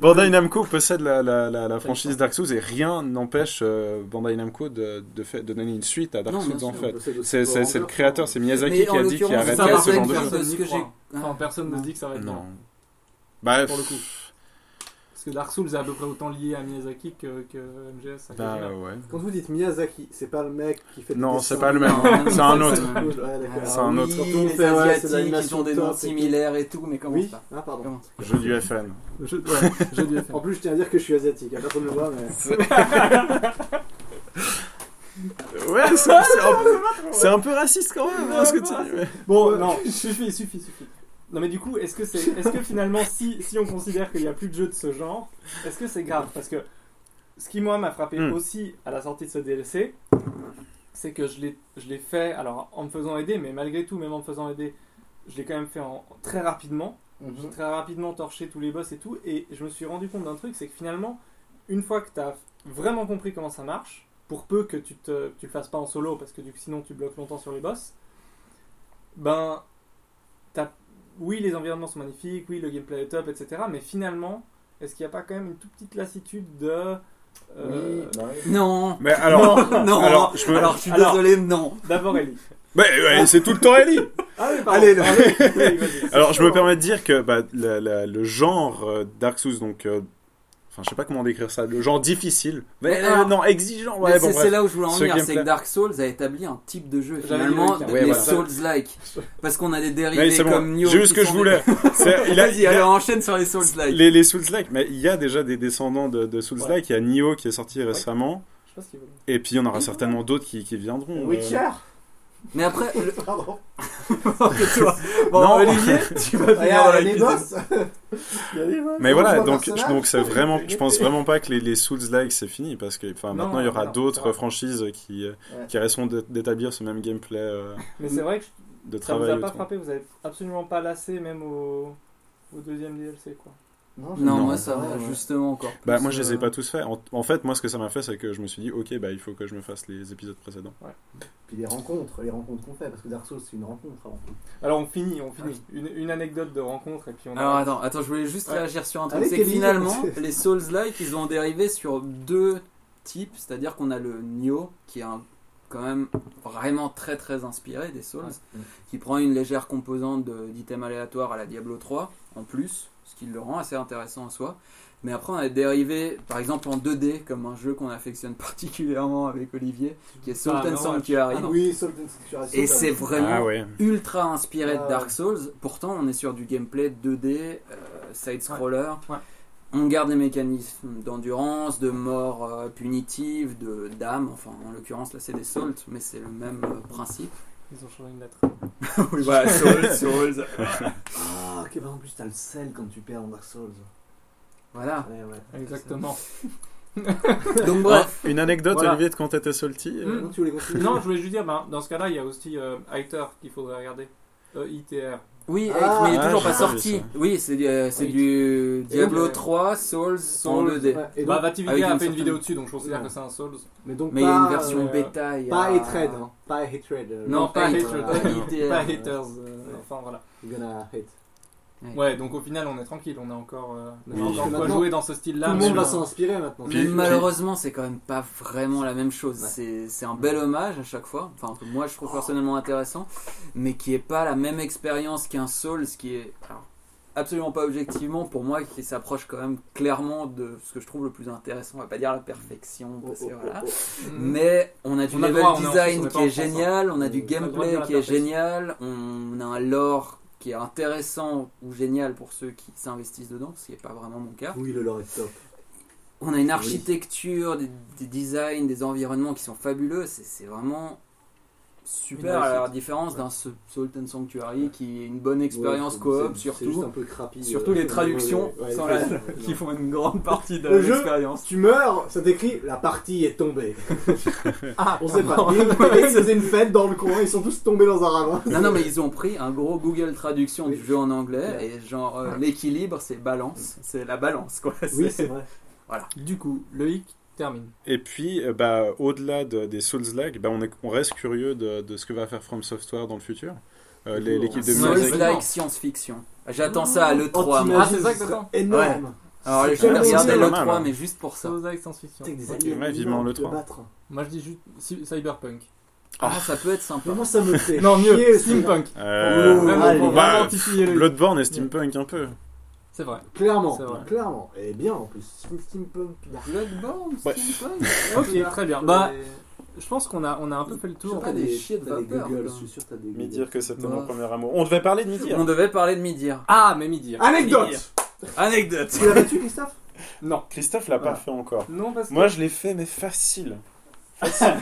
S4: Bandai Namco possède la, la- la- la franchise Dark Souls et rien n'empêche euh, Bandai Namco de, de, fait- de donner une suite à Dark
S6: Non,
S4: Souls
S6: bien
S4: en
S6: sûr, Bah,
S4: fait.
S5: on possède aussi
S4: C'est c'est- c'est le
S5: Power
S4: créateur,
S5: Rangers.
S4: c'est Miyazaki
S6: Mais
S4: qui
S6: en
S4: a dit qu'il
S6: l'occurrence,
S3: arrête
S6: ça
S4: arrêtait
S3: va
S4: ce
S3: pas
S4: genre
S3: être
S4: de
S3: personne.
S4: jeu.
S6: de ce que j'ai.
S3: Enfin, personne ne se dit que ça va être
S4: Non.
S3: bien,
S4: Bah,
S3: pour le coup. Parce que Dark Souls est à peu près autant lié à Miyazaki que, que MGS. à
S4: bah
S3: Kojima.
S4: ouais.
S5: Quand vous dites Miyazaki, c'est pas le mec qui fait. des
S4: Non,
S5: dessins.
S4: c'est pas le même. hein.
S6: *laughs* Non,
S4: C'est un
S6: non,
S4: autre.
S6: c'est-
S5: Ouais, d'accord.
S4: C'est un
S6: Ah
S4: autre.
S6: Oui,
S5: Surtout,
S6: les
S5: c'est- ouais, c'est
S6: Asiatiques, ils
S5: l'animation
S6: ont des
S5: top
S6: noms
S5: et tout.
S6: similaires et tout, mais comment
S5: Oui,
S6: ça
S5: ah, pardon.
S6: Comment
S4: Jeu du FN.
S3: Le jeu- ouais, le jeu
S4: *laughs*
S3: du FN.
S5: En plus, je tiens à dire que je suis asiatique, hein, personne ne le voit, mais.
S4: Ouais, c'est c'est un, peu- c'est un peu raciste quand même, hein, ce que tu dis. mais-
S3: Bon, non, *laughs* suffit, suffit, suffit. Non, mais du coup, est-ce que, c'est, est-ce que finalement, si, si on considère qu'il n'y a plus de jeux de ce genre, est-ce que c'est grave Parce que ce qui, moi, m'a frappé
S4: Hmm.
S3: aussi à la sortie de ce DLC, c'est que je l'ai, je l'ai fait, alors en me faisant aider, mais malgré tout, même en me faisant aider, je l'ai quand même fait en, très rapidement. J'ai très rapidement torché tous les boss et tout, et je me suis rendu compte d'un truc, c'est que finalement, une fois que tu as vraiment compris comment ça marche, pour peu que tu, te, tu le fasses pas en solo, parce que du, sinon tu bloques longtemps sur les boss, ben, t'as- oui, les environnements sont magnifiques, oui, le gameplay est top, etc. Mais finalement, est-ce qu'il n'y a pas quand même une toute petite lassitude de. euh,
S6: Non
S4: Mais alors,
S6: Non
S4: alors, je peux-
S6: Alors, je suis
S3: alors-
S6: désolé, non
S3: D'abord, Ellie.
S4: bah, ouais, c'est tout le temps Ellie.
S5: Ah Allez, là.
S6: *laughs*
S3: Oui, vas-y.
S4: *laughs* Alors, je me permets de dire que bah, la- la- le genre euh, Dark Souls, donc, euh, enfin, je sais pas comment décrire ça, le genre difficile, mais,
S6: Mais
S4: euh,
S6: alors-
S4: non, exigeant,
S6: Mais
S4: ouais, bon,
S6: c'est c'est
S4: bref.
S6: là où je voulais en
S4: Ce
S6: venir, c'est
S4: gameplay-
S6: que Dark Souls a établi un type de jeu
S3: J'avais dit
S6: finalement,
S3: le
S6: des
S3: cas.
S4: Ouais, voilà. *laughs*
S6: Souls-like. Parce qu'on a des dérivés
S4: Mais c'est
S6: comme
S4: bon,
S6: Nioh.
S4: j'ai eu ce
S6: qui
S4: que je
S6: sont
S4: voulais. C'est-
S6: Des...
S4: il a-
S6: *laughs* Vas-y,
S4: il a-
S6: alors enchaîne sur les Souls-like.
S4: les, les Souls-like, mais il y a déjà des descendants de, de Souls-like. Il y a Nioh qui est sorti récemment,
S3: Je sais pas ce qu'il veut.
S4: et puis il y en aura certainement d'autres qui, qui viendront. euh.
S5: *laughs* Witcher
S6: Mais après, le-
S5: *laughs* Pardon.
S6: bon,
S4: Non.
S6: Olivier,
S3: *laughs*
S6: tu vas finir dans la
S5: Regarde, les
S6: cuisine.
S5: boss
S4: *laughs*
S5: *laughs*
S4: Mais voilà,
S5: Moi,
S4: donc
S5: personnage.
S4: je, donc c'est vraiment, je pense vraiment pas que les, les Souls-like c'est fini parce que enfin
S3: Non,
S4: maintenant il y aura
S3: non,
S4: d'autres
S3: non.
S4: franchises qui euh,
S5: Ouais.
S4: qui restent d'établir ce même gameplay euh,
S3: Mais c'est vrai que
S4: de
S3: ça vous a
S4: travail.
S3: pas
S4: autour.
S3: frappé, vous avez absolument pas lassé, même au, au deuxième DLC, quoi.
S5: j'ai-
S6: Non,
S4: Non,
S6: moi ça va,
S5: ouais.
S6: justement encore.
S4: Bah
S6: plus,
S4: moi je les ai
S6: euh,
S4: pas tous faits. En, en fait moi ce que ça m'a fait c'est que je me suis dit ok bah il faut que je me fasse les épisodes précédents.
S5: Puis les rencontres, les rencontres qu'on fait, parce que Dark Souls c'est une rencontre hein.
S6: Ah
S5: avant tout.
S3: Alors, on finit, on finit. Une, une anecdote de rencontre, et puis on.
S6: Alors
S3: arrête.
S6: attends, attends, je voulais juste
S3: Ouais.
S6: réagir sur un truc.
S5: Allez,
S6: C'est que
S5: Kevin.
S6: finalement, les Souls-like, ils ont dérivé sur deux types. C'est-à-dire qu'on a le Nioh, qui est un- quand même vraiment très très inspiré des Souls,
S5: Ouais.
S6: qui prend une légère composante de- d'items aléatoires à la Diablo 3 en plus, ce qui le rend assez intéressant en soi. Mais après, on a dérivé, par exemple, en 2D, comme un jeu qu'on affectionne *laughs* particulièrement avec Olivier, qui est Salt
S3: Ah,
S6: and
S3: non,
S6: Sanctuary.
S5: oui, Salt and Sanctuary,
S6: Et
S5: Salt
S6: c'est
S5: and-
S6: vraiment
S3: *laughs*
S4: Ah ouais.
S6: ultra inspiré
S5: Ah
S6: de
S5: ouais.
S6: Dark Souls. Pourtant, on est sur du gameplay 2D, euh, side-scroller.
S3: Ouais.
S6: On garde des mécanismes d'endurance, de mort euh, punitive, de d'âme. Enfin, en l'occurrence, là, c'est des Souls, mais c'est le même euh, principe.
S3: Ils ont changé une lettre.
S6: oui, voilà, *laughs* Souls, Souls.
S5: Ah, ok, bah en plus t'as le sel quand tu perds dans Dark Souls.
S6: Voilà.
S5: Ouais,
S3: *laughs*
S5: ouais.
S3: Exactement.
S6: Donc, bref.
S4: Ah, une anecdote
S3: Voilà. Mm.
S4: Olivier de quand t'étais salty.
S5: Euh,
S4: euh,
S5: Non, tu
S6: Hmm.
S5: voulais continuer
S3: non, je voulais juste dire, ben, dans ce cas-là, il y a aussi euh, ITER qu'il faudrait regarder. E E-I-T-R.
S6: Oui,
S5: Ah,
S6: mais il est
S4: ouais,
S6: toujours pas
S4: j'ai entendu
S6: sorti.
S4: ça.
S6: Oui, c'est euh, c'est
S3: Oui.
S6: du Diablo
S3: donc, euh,
S6: 3, Souls,
S3: Souls,
S6: en 2D.
S5: Ouais, et donc-
S3: Bah, Vativiga
S6: avec une
S3: a fait
S6: Ah certaine-
S3: une vidéo dessus, donc je considère
S5: Non.
S3: que c'est un Souls.
S5: Mais donc
S6: Mais il y
S5: pas,
S6: a une version
S3: euh,
S6: bêta. il y a-
S5: Pas hatred, hein. Pas hatred. euh,
S6: Non, pas
S3: Hatred.
S6: hatred.
S3: Euh,
S6: E-I-T-R.
S3: Pas haters. euh,
S5: Ouais.
S3: Enfin, voilà.
S5: You're gonna hate.
S3: Ouais, donc au final, on est tranquille, on a encore, euh, on a
S4: Oui.
S3: encore
S5: Parce que
S3: quoi
S5: maintenant,
S3: jouer dans ce style-là.
S5: Tout le
S3: mais
S5: monde va
S3: bon.
S5: s'en inspirer maintenant.
S4: Puis-
S6: Mais
S4: puis-
S6: malheureusement, c'est quand même pas vraiment la même chose.
S5: Ouais.
S6: C'est- C'est un bel hommage à chaque fois. Enfin, que moi je
S3: Oh.
S6: trouve personnellement intéressant, mais qui est pas la même expérience qu'un Souls, qui est alors, absolument pas objectivement pour moi, qui s'approche quand même clairement de ce que je trouve le plus intéressant. On va pas dire la perfection,
S5: Oh,
S6: parce
S5: oh,
S6: que
S5: oh,
S6: voilà.
S5: oh.
S3: Mm.
S6: Mais on a du
S3: On a le
S6: level
S3: droit, on est en Suisse, on
S6: design
S3: est
S6: qui
S3: pas en
S6: est
S3: France, hein.
S6: génial, on a du
S3: On a le droit de
S6: gameplay
S3: dire la
S6: qui est
S3: perfection.
S6: génial, on a un lore qui est intéressant ou génial pour ceux qui s'investissent dedans, ce qui n'est pas vraiment mon cas.
S5: Oui, le lore est top.
S6: On a une architecture, des, des designs, des environnements qui sont fabuleux. C'est c'est vraiment super à la différence d'un S- Salt and Sanctuary qui est une bonne expérience
S5: Ouais,
S6: coop
S5: c'est- C'est juste
S6: surtout.
S5: un peu crappy.
S6: Surtout
S5: euh,
S6: les traductions
S5: ouais, ouais,
S6: sans
S5: ouais,
S6: la- *laughs*
S5: ouais.
S6: qui font une grande partie de
S5: Le jeu- *laughs*
S6: l'expérience.
S5: Tu meurs, ça t'écrit la partie est
S6: *laughs*
S5: tombée.
S3: Ah,
S5: On sait pas. Il y a une famille qui faisait une fête dans le coin, ils sont tous tombés dans un ravin.
S6: Non, non, mais ils ont pris un gros Google traduction du
S5: Oui.
S6: jeu en anglais et genre euh, l'équilibre c'est balance, c'est la balance quoi.
S5: Oui, c'est vrai.
S3: Du coup, le hic termine.
S4: Et puis, euh, bah, au-delà de- des Souls-like, bah, on, est- on reste curieux de, de ce que va faire From Software dans le futur. Euh, les- L'équipe de
S3: Souls-like.
S4: Miyazaki.
S6: Souls-like science-fiction. J'attends ça à
S5: Oh,
S6: l'E3. moi.
S5: t'imagines,
S3: Ah, c'est ça que
S5: ce serait
S3: t'attends
S5: Énorme.
S6: Alors les
S5: c'est
S6: gens regardez
S4: tellement
S6: l'E3
S4: mal, hein.
S6: mais juste pour
S5: Oh.
S6: ça.
S3: Souls-like science-fiction.
S5: Avec des
S4: Ok,
S5: aliens
S4: ouais, vivement
S5: énormes
S4: le
S5: te
S4: 3.
S5: battre.
S3: Moi je dis juste cy- Cyberpunk.
S6: Ah ça peut être sympa.
S5: Mais moi, ça me *laughs* fait.
S3: Non,
S5: chier,
S3: mieux,
S5: ce truc-là.
S3: Steampunk.
S4: Euh,
S5: Ouh,
S3: vraiment,
S5: allez.
S3: pour
S4: bah,
S3: vraiment titiller Oh, le hic.
S4: Bloodborne et Steampunk un peu.
S3: C'est vrai.
S5: Clairement,
S3: C'est vrai.
S5: clairement. Et bien en plus. Steam- Steampunk.
S6: Bloodborne,
S4: Ouais.
S6: Steampunk.
S3: Ok, très bien. Bah, je pense qu'on a, on a un peu fait le
S5: Sûr,
S3: tour.
S5: t'as
S6: des
S5: des
S6: chiens de
S5: t'as des
S6: vapeur,
S5: Google,
S6: quoi.
S5: je suis sûr, t'as des
S4: Me
S5: Google.
S4: dire que c'était
S3: Bah.
S4: mon
S6: Ah.
S4: premier amour. On devait parler de hein. Midir.
S6: On devait parler de Midir.
S3: Ah, mais midi.
S5: Anecdote
S6: Anecdote.
S5: Tu l'as battu, Christophe
S3: Non.
S4: Christophe l'a
S3: Voilà.
S4: pas fait encore.
S3: Non, parce que
S4: Moi, je l'ai fait, mais facile.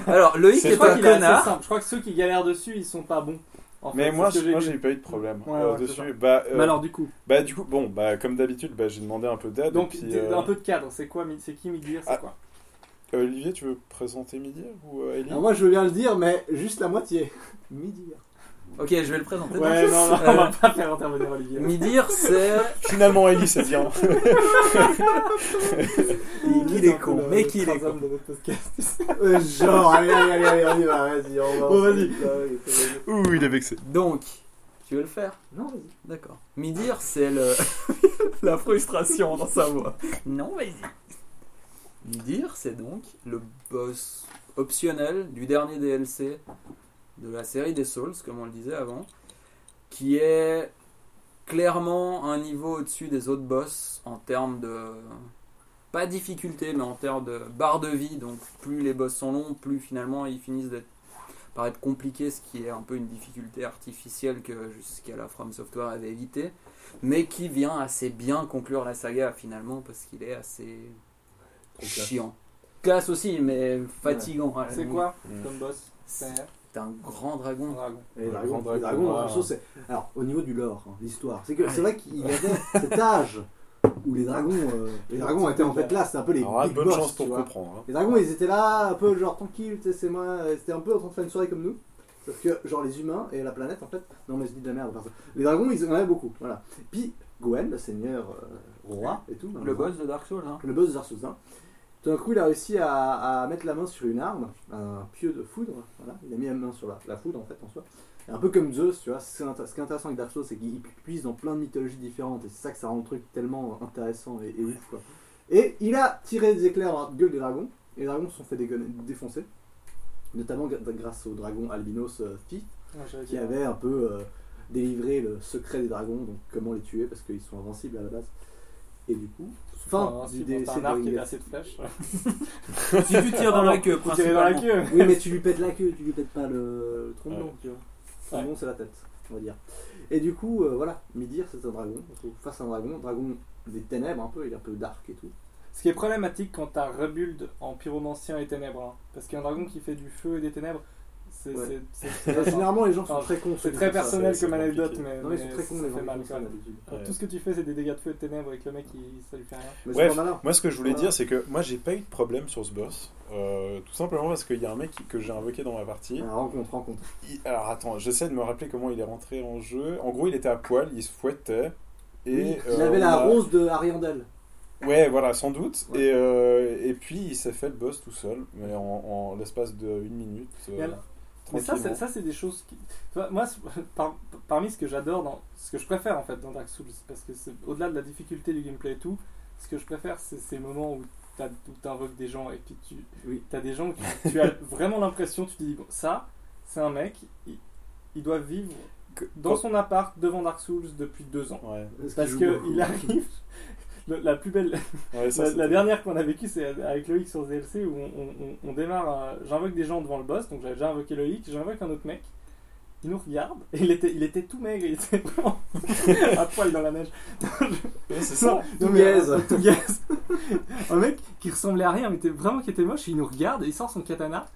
S6: Alors Loïc
S4: C'est-
S3: je
S6: est
S3: crois
S6: un
S3: qu'il est assez
S6: connard.
S3: simple. Je crois que ceux qui galèrent dessus, ils sont pas bons. En fait,
S4: Mais
S3: c'est
S4: moi,
S3: ce que
S4: je- moi,
S3: vu.
S4: j'ai pas eu de problème
S3: Ouais,
S4: euh,
S3: ouais, c'est
S4: dessus. Bah, euh,
S3: Mais alors du coup,
S4: bah, du coup, bon, bah, comme d'habitude, bah, j'ai demandé un peu d'aide.
S3: donc
S4: et puis,
S3: d-
S4: euh,
S3: un peu de cadre, c'est quoi, mi- c'est qui Midir, c'est
S4: Ah.
S3: quoi
S4: euh, Olivier, tu veux présenter Midir ou euh, Ellie
S5: Alors moi je veux bien le dire, mais juste la moitié. Midi.
S6: Ok je vais le présenter.
S3: Ouais, non, non,
S6: Euh,
S3: on va pas faire intervenir Olivier.
S6: Midir c'est
S4: Finalement, Ellie, c'est
S5: *laughs*
S4: bien.
S6: Il est con, mec, il est con.
S5: Euh, genre, allez, allez, allez, allez, on y va, vas-y, on va.
S3: Bon, vas-y.
S4: Ouh, il est vexé.
S6: Donc, tu veux le faire
S5: Non, vas-y.
S6: D'accord. Midir, c'est le... *laughs* la frustration dans sa voix. Non, vas-y. Midir, c'est donc le boss optionnel du dernier DLC de la série des Souls, comme on le disait avant, qui est clairement un niveau au-dessus des autres boss en termes de. Pas difficulté, mais en termes de barre de vie. Donc, plus les boss sont longs, plus finalement ils finissent d'être par être compliqué, ce qui est un peu une difficulté artificielle que jusqu'à la From Software avait évité, mais qui vient assez bien conclure la saga finalement parce qu'il est assez
S5: Trop classe.
S6: chiant. Classe aussi, mais fatigant. à la
S3: C'est
S6: limite.
S3: quoi
S4: Mm.
S3: comme boss C'est
S6: T'as un grand
S3: un
S6: dragon.
S3: dragon.
S5: Et le
S4: grand
S5: dragon,
S4: dragon
S5: le dragon,
S4: noir.
S5: la chose, c'est- Alors, au niveau du lore, hein, l'histoire, c'est que c'est vrai qu'il y avait cet âge où les dragons, euh, les dragons étaient en fait là, c'était un peu les
S4: Alors, ah,
S5: big
S4: bonne
S5: boss,
S4: chance pour
S5: tu vois.
S4: comprendre. hein.
S5: Les dragons, ils étaient là, un peu genre tranquille, tu sais, c'est moi, euh, c'était un peu en train de faire une soirée comme nous. Sauf que, genre, les humains et la planète, en fait, non, mais je dis de la merde, parce que les dragons, ils en avaient beaucoup, voilà. Puis, Gwen, le seigneur euh, roi et tout, hein,
S6: Le boss de Dark Souls.
S5: le boss de Souza. Tout d'un coup, il a réussi à, à mettre la main sur une arme, un pieu de foudre. Voilà. Il a mis la main sur la, la foudre, en fait, en soi. Et un peu comme Zeus, tu vois. c'est int- ce qui est intéressant avec Dark Souls, c'est qu'il puise dans plein de mythologies différentes. Et c'est ça que ça rend le truc tellement intéressant et, et ouf, quoi. Et il a tiré des éclairs à la gueule des dragons. Et les dragons se sont fait dégon- défoncer. Notamment gra- grâce au dragon albinos euh, Thief, qui avait un peu euh, délivré le secret des dragons, donc comment les tuer, parce qu'ils sont invincibles à la base. Et du coup, fin
S3: Enfin,
S5: du
S3: si
S5: DLC
S3: t'as un
S5: de
S3: arc qui est
S5: Rinnegan.
S3: percé de flèches.
S6: Si tu tires dans la queue,
S3: Faut tirer dans la queue.
S5: Oui, mais tu lui pètes la queue, tu lui pètes pas le, le
S4: Ouais.
S5: trombon, tu vois. Le trombon, c'est la tête, on va dire. Et du coup, euh, voilà, Midir, c'est un dragon. On se trouve face à un dragon, un dragon des ténèbres un peu, il est un peu dark
S3: *laughs*
S5: et tout.
S3: Ce qui est problématique quand t'as Rebuild en pyromancien et ténèbres, hein. parce qu'un dragon qui fait du feu et des ténèbres, c'est
S5: Ouais. Bah,
S3: c'est-
S5: *laughs*
S3: c'est-
S5: Et généralement, les gens sont
S3: Enfin,
S5: très cons.
S3: c'est
S5: ceux qui
S3: très
S5: font ça.
S3: personnel
S4: c'est-
S3: comme
S4: c'est
S3: anecdote,
S4: compliqué.
S3: mais,
S5: Non, ils sont
S3: mais
S5: très cons,
S3: ça
S5: les gens.
S3: fait
S5: qui
S3: mal
S5: font ça,
S3: quand même.
S5: d'habitude.
S3: Quand
S4: Ouais.
S3: tout ce que tu fais, c'est des dégâts de feu et de ténèbres avec le mec, il- ça lui fait rien.
S5: Mais
S4: Bref.
S5: c'est pas malin.
S4: Moi, ce que je voulais
S5: Voilà.
S4: dire, c'est que moi, j'ai pas eu de problème sur ce boss. Euh, tout simplement parce qu'il y a un mec qui- que j'ai invoqué dans ma partie.
S5: Ah, rencontre, rencontre.
S4: Il- Alors attends, j'essaie de me rappeler comment il est rentré en jeu. En gros, il était à poil, il se fouettait. Et,
S5: Oui, il
S4: euh,
S5: avait
S4: on
S5: la
S4: a-
S5: rose de Ariandel.
S4: Ouais, voilà, sans doute.
S5: Ouais.
S4: Et, euh, et puis, il s'est fait le boss tout seul, mais en, en l'espace de une minute. euh,
S3: Et alors- Mais ça, c'est
S4: tranquillement.
S3: ça, c'est des choses qui. tu vois, moi, c'est- *laughs* par- parmi ce que j'adore, dans ce que je préfère en fait dans Dark Souls, parce que c'est au-delà de la difficulté du gameplay et tout, ce que je préfère, c'est ces moments où t'as- où t'invoques des gens et puis tu
S5: Oui.
S3: as des gens, qui, tu as vraiment l'impression, tu te dis, bon, ça, c'est un mec, il, il doit vivre
S4: Que-
S3: dans son appart devant Dark Souls depuis deux ans.
S4: Ouais,
S3: Parce
S5: joue
S3: que
S5: beaucoup.
S3: il
S5: *laughs*
S3: arrive. le- La plus belle,
S4: ouais, ça,
S3: la,
S4: c'était-
S3: la dernière qu'on a vécue, c'est avec Loïc sur DLC où on, on- on démarre. euh, J'invoque des gens devant le boss, donc j'avais déjà invoqué Loïc, j'invoque un autre mec. Il nous regarde, et il était, il était tout maigre, il était vraiment *laughs* à poil dans la
S5: *laughs*
S3: neige.
S4: Ouais,
S3: *laughs*
S4: c'est ça.
S5: Tout
S3: mais,
S5: gaze.
S3: euh, tout gaze. un mec qui ressemblait à rien, mais était- vraiment qui était moche, il nous regarde, et il sort son katana,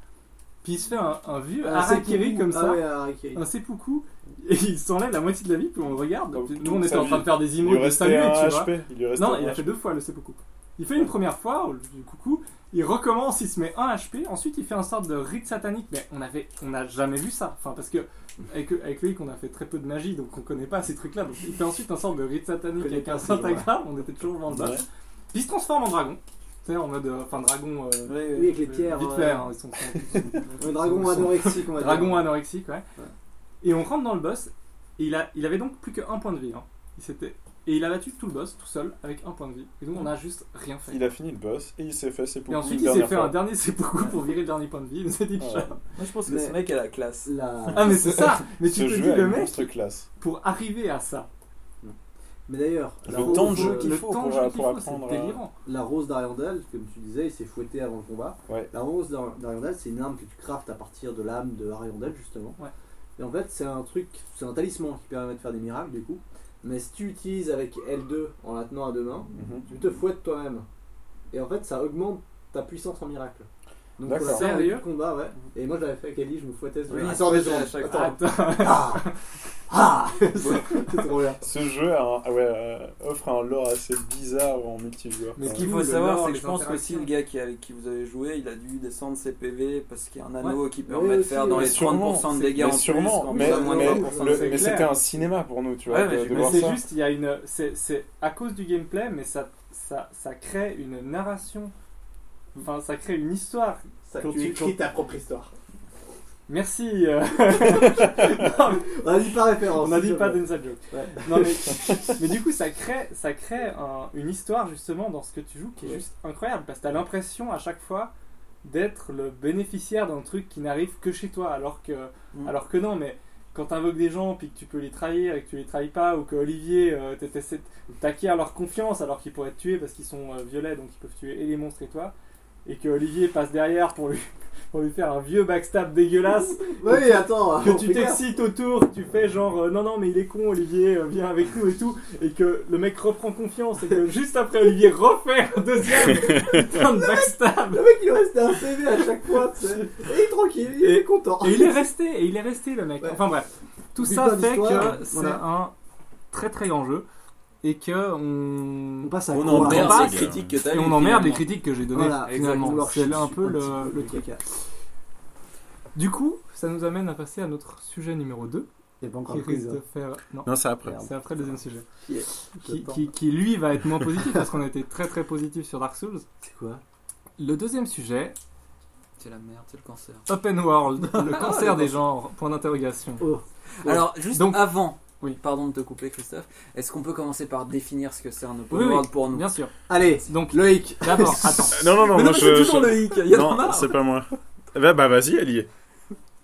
S3: Puis il se fait un, un vieux
S5: Un
S3: harakiri
S5: seppuku.
S3: comme ça,
S5: Ah ouais, un harakiri.
S3: un seppuku, et il s'enlève la moitié de la vie, puis on le regarde.
S4: Donc,
S3: Puis nous,
S4: toute
S3: on était
S4: sa
S3: en train
S4: vie.
S3: de faire des
S4: Il lui
S3: images de
S4: restait
S3: Samuel,
S4: un
S3: tu vois.
S4: HP. Il lui restait
S3: Non,
S4: un
S3: il a
S4: HP.
S3: fait deux fois le seppuku. Il fait une première fois, oh, le coucou, il recommence, il se met un HP, ensuite il fait un sorte de rite satanique, mais on avait, on n'a jamais vu ça. Enfin, parce que avec, avec Loïc, on a fait très peu de magie, donc on connaît pas ces trucs-là. Donc il fait ensuite un sorte de rite satanique
S5: Connais
S3: avec
S5: pas
S3: un
S5: ces
S3: pentagramme, on était toujours dans le bas.
S4: Ouais.
S3: Puis il se transforme en dragon. Tu sais, en mode, euh, enfin, dragon. euh,
S5: Oui, avec les pierres.
S3: Vite
S5: euh,
S3: fait, hein, ils sont- sont-
S5: *laughs* Un dragon
S3: sont-
S5: anorexique, on va dire.
S3: Dragon anorexique, ouais. Et on rentre dans le boss, et il, a, il avait donc plus qu'un point de vie. hein. Il s'était, et il a battu tout le boss tout seul avec un point de vie. Et donc on a juste rien fait.
S4: Il a fini le boss et il s'est fait ses
S3: Et
S4: poules
S3: ensuite il
S4: une
S3: s'est
S4: dernière
S3: fait
S4: fois.
S3: un dernier c'est beaucoup pour virer le dernier point de vie. Il nous a dit
S4: Ouais.
S3: ciao.
S6: Moi, je pense que
S5: Mais-
S6: ce mec a la classe.
S5: La-
S3: Ah mais c'est
S4: *laughs*
S3: ça Mais tu
S4: Ce
S3: te dis
S4: jeu a
S3: le
S4: une
S3: mec
S4: monstre classe.
S3: pour arriver à ça.
S5: Mais d'ailleurs,
S4: Le
S5: la
S4: temps
S5: rose-
S4: de jeu
S5: euh,
S4: qu'il
S3: le
S4: faut
S3: temps de
S4: pour-
S3: jeu qu'il
S4: pour
S3: faut,
S4: apprendre à-
S3: c'est délirant.
S5: La rose d'Ariandel, comme tu disais, il s'est fouetté avant le combat.
S4: Ouais.
S5: La rose d'Ar- d'Ariandel, c'est une arme que tu craftes à partir de l'âme de Ariandel, justement.
S3: Ouais.
S5: Et en fait, c'est un truc, c'est un talisman qui permet de faire des miracles, du coup. Mais si tu utilises avec L2 en la tenant à deux mains,
S4: Mhm.
S5: tu te fouettes toi-même. Et en fait, ça augmente ta puissance en miracle. Donc,
S4: D'accord.
S5: on l'a fait avec
S3: Sérieux
S5: le combat, ouais. Et moi, je l'avais fait avec Ellie, je me fouettais. sur
S6: Oui,
S5: le-
S6: à
S5: Attends, deux
S6: chaque- à
S5: secondes.
S6: chaque
S5: Attends.
S6: fois.
S3: Attends,
S5: Ah Ah C'est trop bien.
S4: Ce jeu a un- ah ouais, euh, offre un lore assez bizarre en multijoueur.
S3: Mais
S4: quand
S6: Ce
S3: qui-
S4: même.
S6: qu'il faut
S3: Cool,
S6: savoir,
S3: l'or,
S6: c'est que
S3: les
S6: je pense que si
S3: interactions.
S6: le gars qui, avec qui vous avez joué, il a dû descendre ses PV parce qu'il y a un anneau qui permet
S5: Oui,
S6: de
S5: aussi,
S6: faire dans
S5: oui.
S6: les
S4: Sûrement,
S6: 30% de
S3: c'est-
S6: dégâts
S4: mais
S6: en plus,
S4: sûrement,
S6: quand
S4: mais,
S6: on est à moins de
S4: mais-
S6: 20%,
S4: le-
S6: c'est
S4: mais
S6: clair.
S4: c'était un cinéma pour nous, tu vois,
S6: Ouais,
S4: de,
S6: mais
S4: de
S6: j'imagine-
S3: Mais
S4: voir
S3: c'est
S4: ça.
S3: juste, il y a une, c'est, c'est à cause du gameplay, mais ça, ça, ça crée une narration. Enfin, ça crée une histoire
S5: Ça,
S3: Quand
S5: tu
S3: tu-
S5: écris ta propre histoire.
S3: Merci. euh, *laughs*
S5: On a dit pas référence.
S3: on n'a dit
S5: c'est
S3: pas
S5: bon.
S3: d'inside joke.
S5: Ouais.
S3: Non, mais,
S5: *laughs*
S3: mais du coup, ça crée, ça crée un- une histoire justement dans ce que tu joues qui est
S5: Ouais.
S3: juste incroyable parce que t'as l'impression à chaque fois d'être le bénéficiaire d'un truc qui n'arrive que chez toi alors que,
S6: Mm.
S3: alors que non, mais. Quand t'invoques des gens, puis que tu peux les trahir et que tu les trahis pas, ou que Olivier, euh, t'essaies de- t'acquiers leur confiance alors qu'ils pourraient te tuer parce qu'ils sont euh, violets donc ils peuvent tuer et les monstres et toi, et que Olivier passe derrière pour lui, *laughs* pour lui faire un vieux backstab dégueulasse
S5: Oui, attends.
S3: que
S5: Ah, on
S3: tu
S5: fait gaffe.
S3: t'excites autour, tu fais genre euh, non non mais il est con Olivier, euh, viens avec nous et tout, et que le mec reprend confiance et
S5: *laughs*
S3: que juste après Olivier refait un deuxième putain de backstab.
S5: Le mec il reste un CV à chaque fois,
S3: *laughs*
S5: tu sais. Et il est tranquille, il
S3: Et-
S5: est content.
S3: Et il est resté, et il est resté le mec.
S5: Ouais.
S3: Enfin bref, tout
S5: Oublie
S3: ça
S5: pas
S3: fait
S5: l'histoire,
S3: que c'est
S5: voilà.
S3: un très très grand jeu et que on,
S5: *laughs* On passe à
S6: On
S5: quoi
S6: emmerde
S3: passe-
S6: les critiques que t'as
S3: et
S6: eues,
S3: on emmerde les
S6: finalement.
S3: critiques que j'ai données
S5: Voilà,
S3: finalement.
S5: on leur
S3: C'est
S5: chie
S3: là un
S5: dessus,
S3: peu le,
S5: petit
S3: le
S5: peu
S3: truc.
S5: caca.
S3: Du coup, ça nous amène à passer à notre sujet numéro 2
S5: Il n'y a pas
S3: *laughs*
S5: encore
S3: qui
S5: de quiz.
S3: risque
S5: hein.
S3: de faire non.
S4: Non, c'est après.
S3: C'est après le deuxième sujet.
S6: Qui
S3: Qui,
S5: J'attends.
S3: qui- qui, lui va être moins positif parce qu'on a été très très positif sur Dark Souls.
S5: C'est quoi
S3: Le deuxième sujet,
S6: C'est la merde, c'est le cancer.
S3: Open
S5: *laughs*
S3: World, le cancer
S6: le
S3: des genres, point d'interrogation.
S5: Ouais.
S6: Alors, juste
S3: Donc-
S6: avant,
S3: Oui.
S6: pardon de te couper, Christophe, est-ce qu'on peut commencer par définir ce que c'est un open
S3: Oui, oui.
S6: world pour nous
S3: Bien sûr.
S5: Allez,
S3: Donc
S5: Loïc.
S3: d'abord, attends.
S4: Euh, Non, non, non, moi
S6: Mais non, mais c'est
S4: je.
S6: toujours
S4: je-
S6: Loïc, il y en a
S4: Non,
S6: marre.
S4: c'est pas moi. Bah, bah vas-y, Ellie.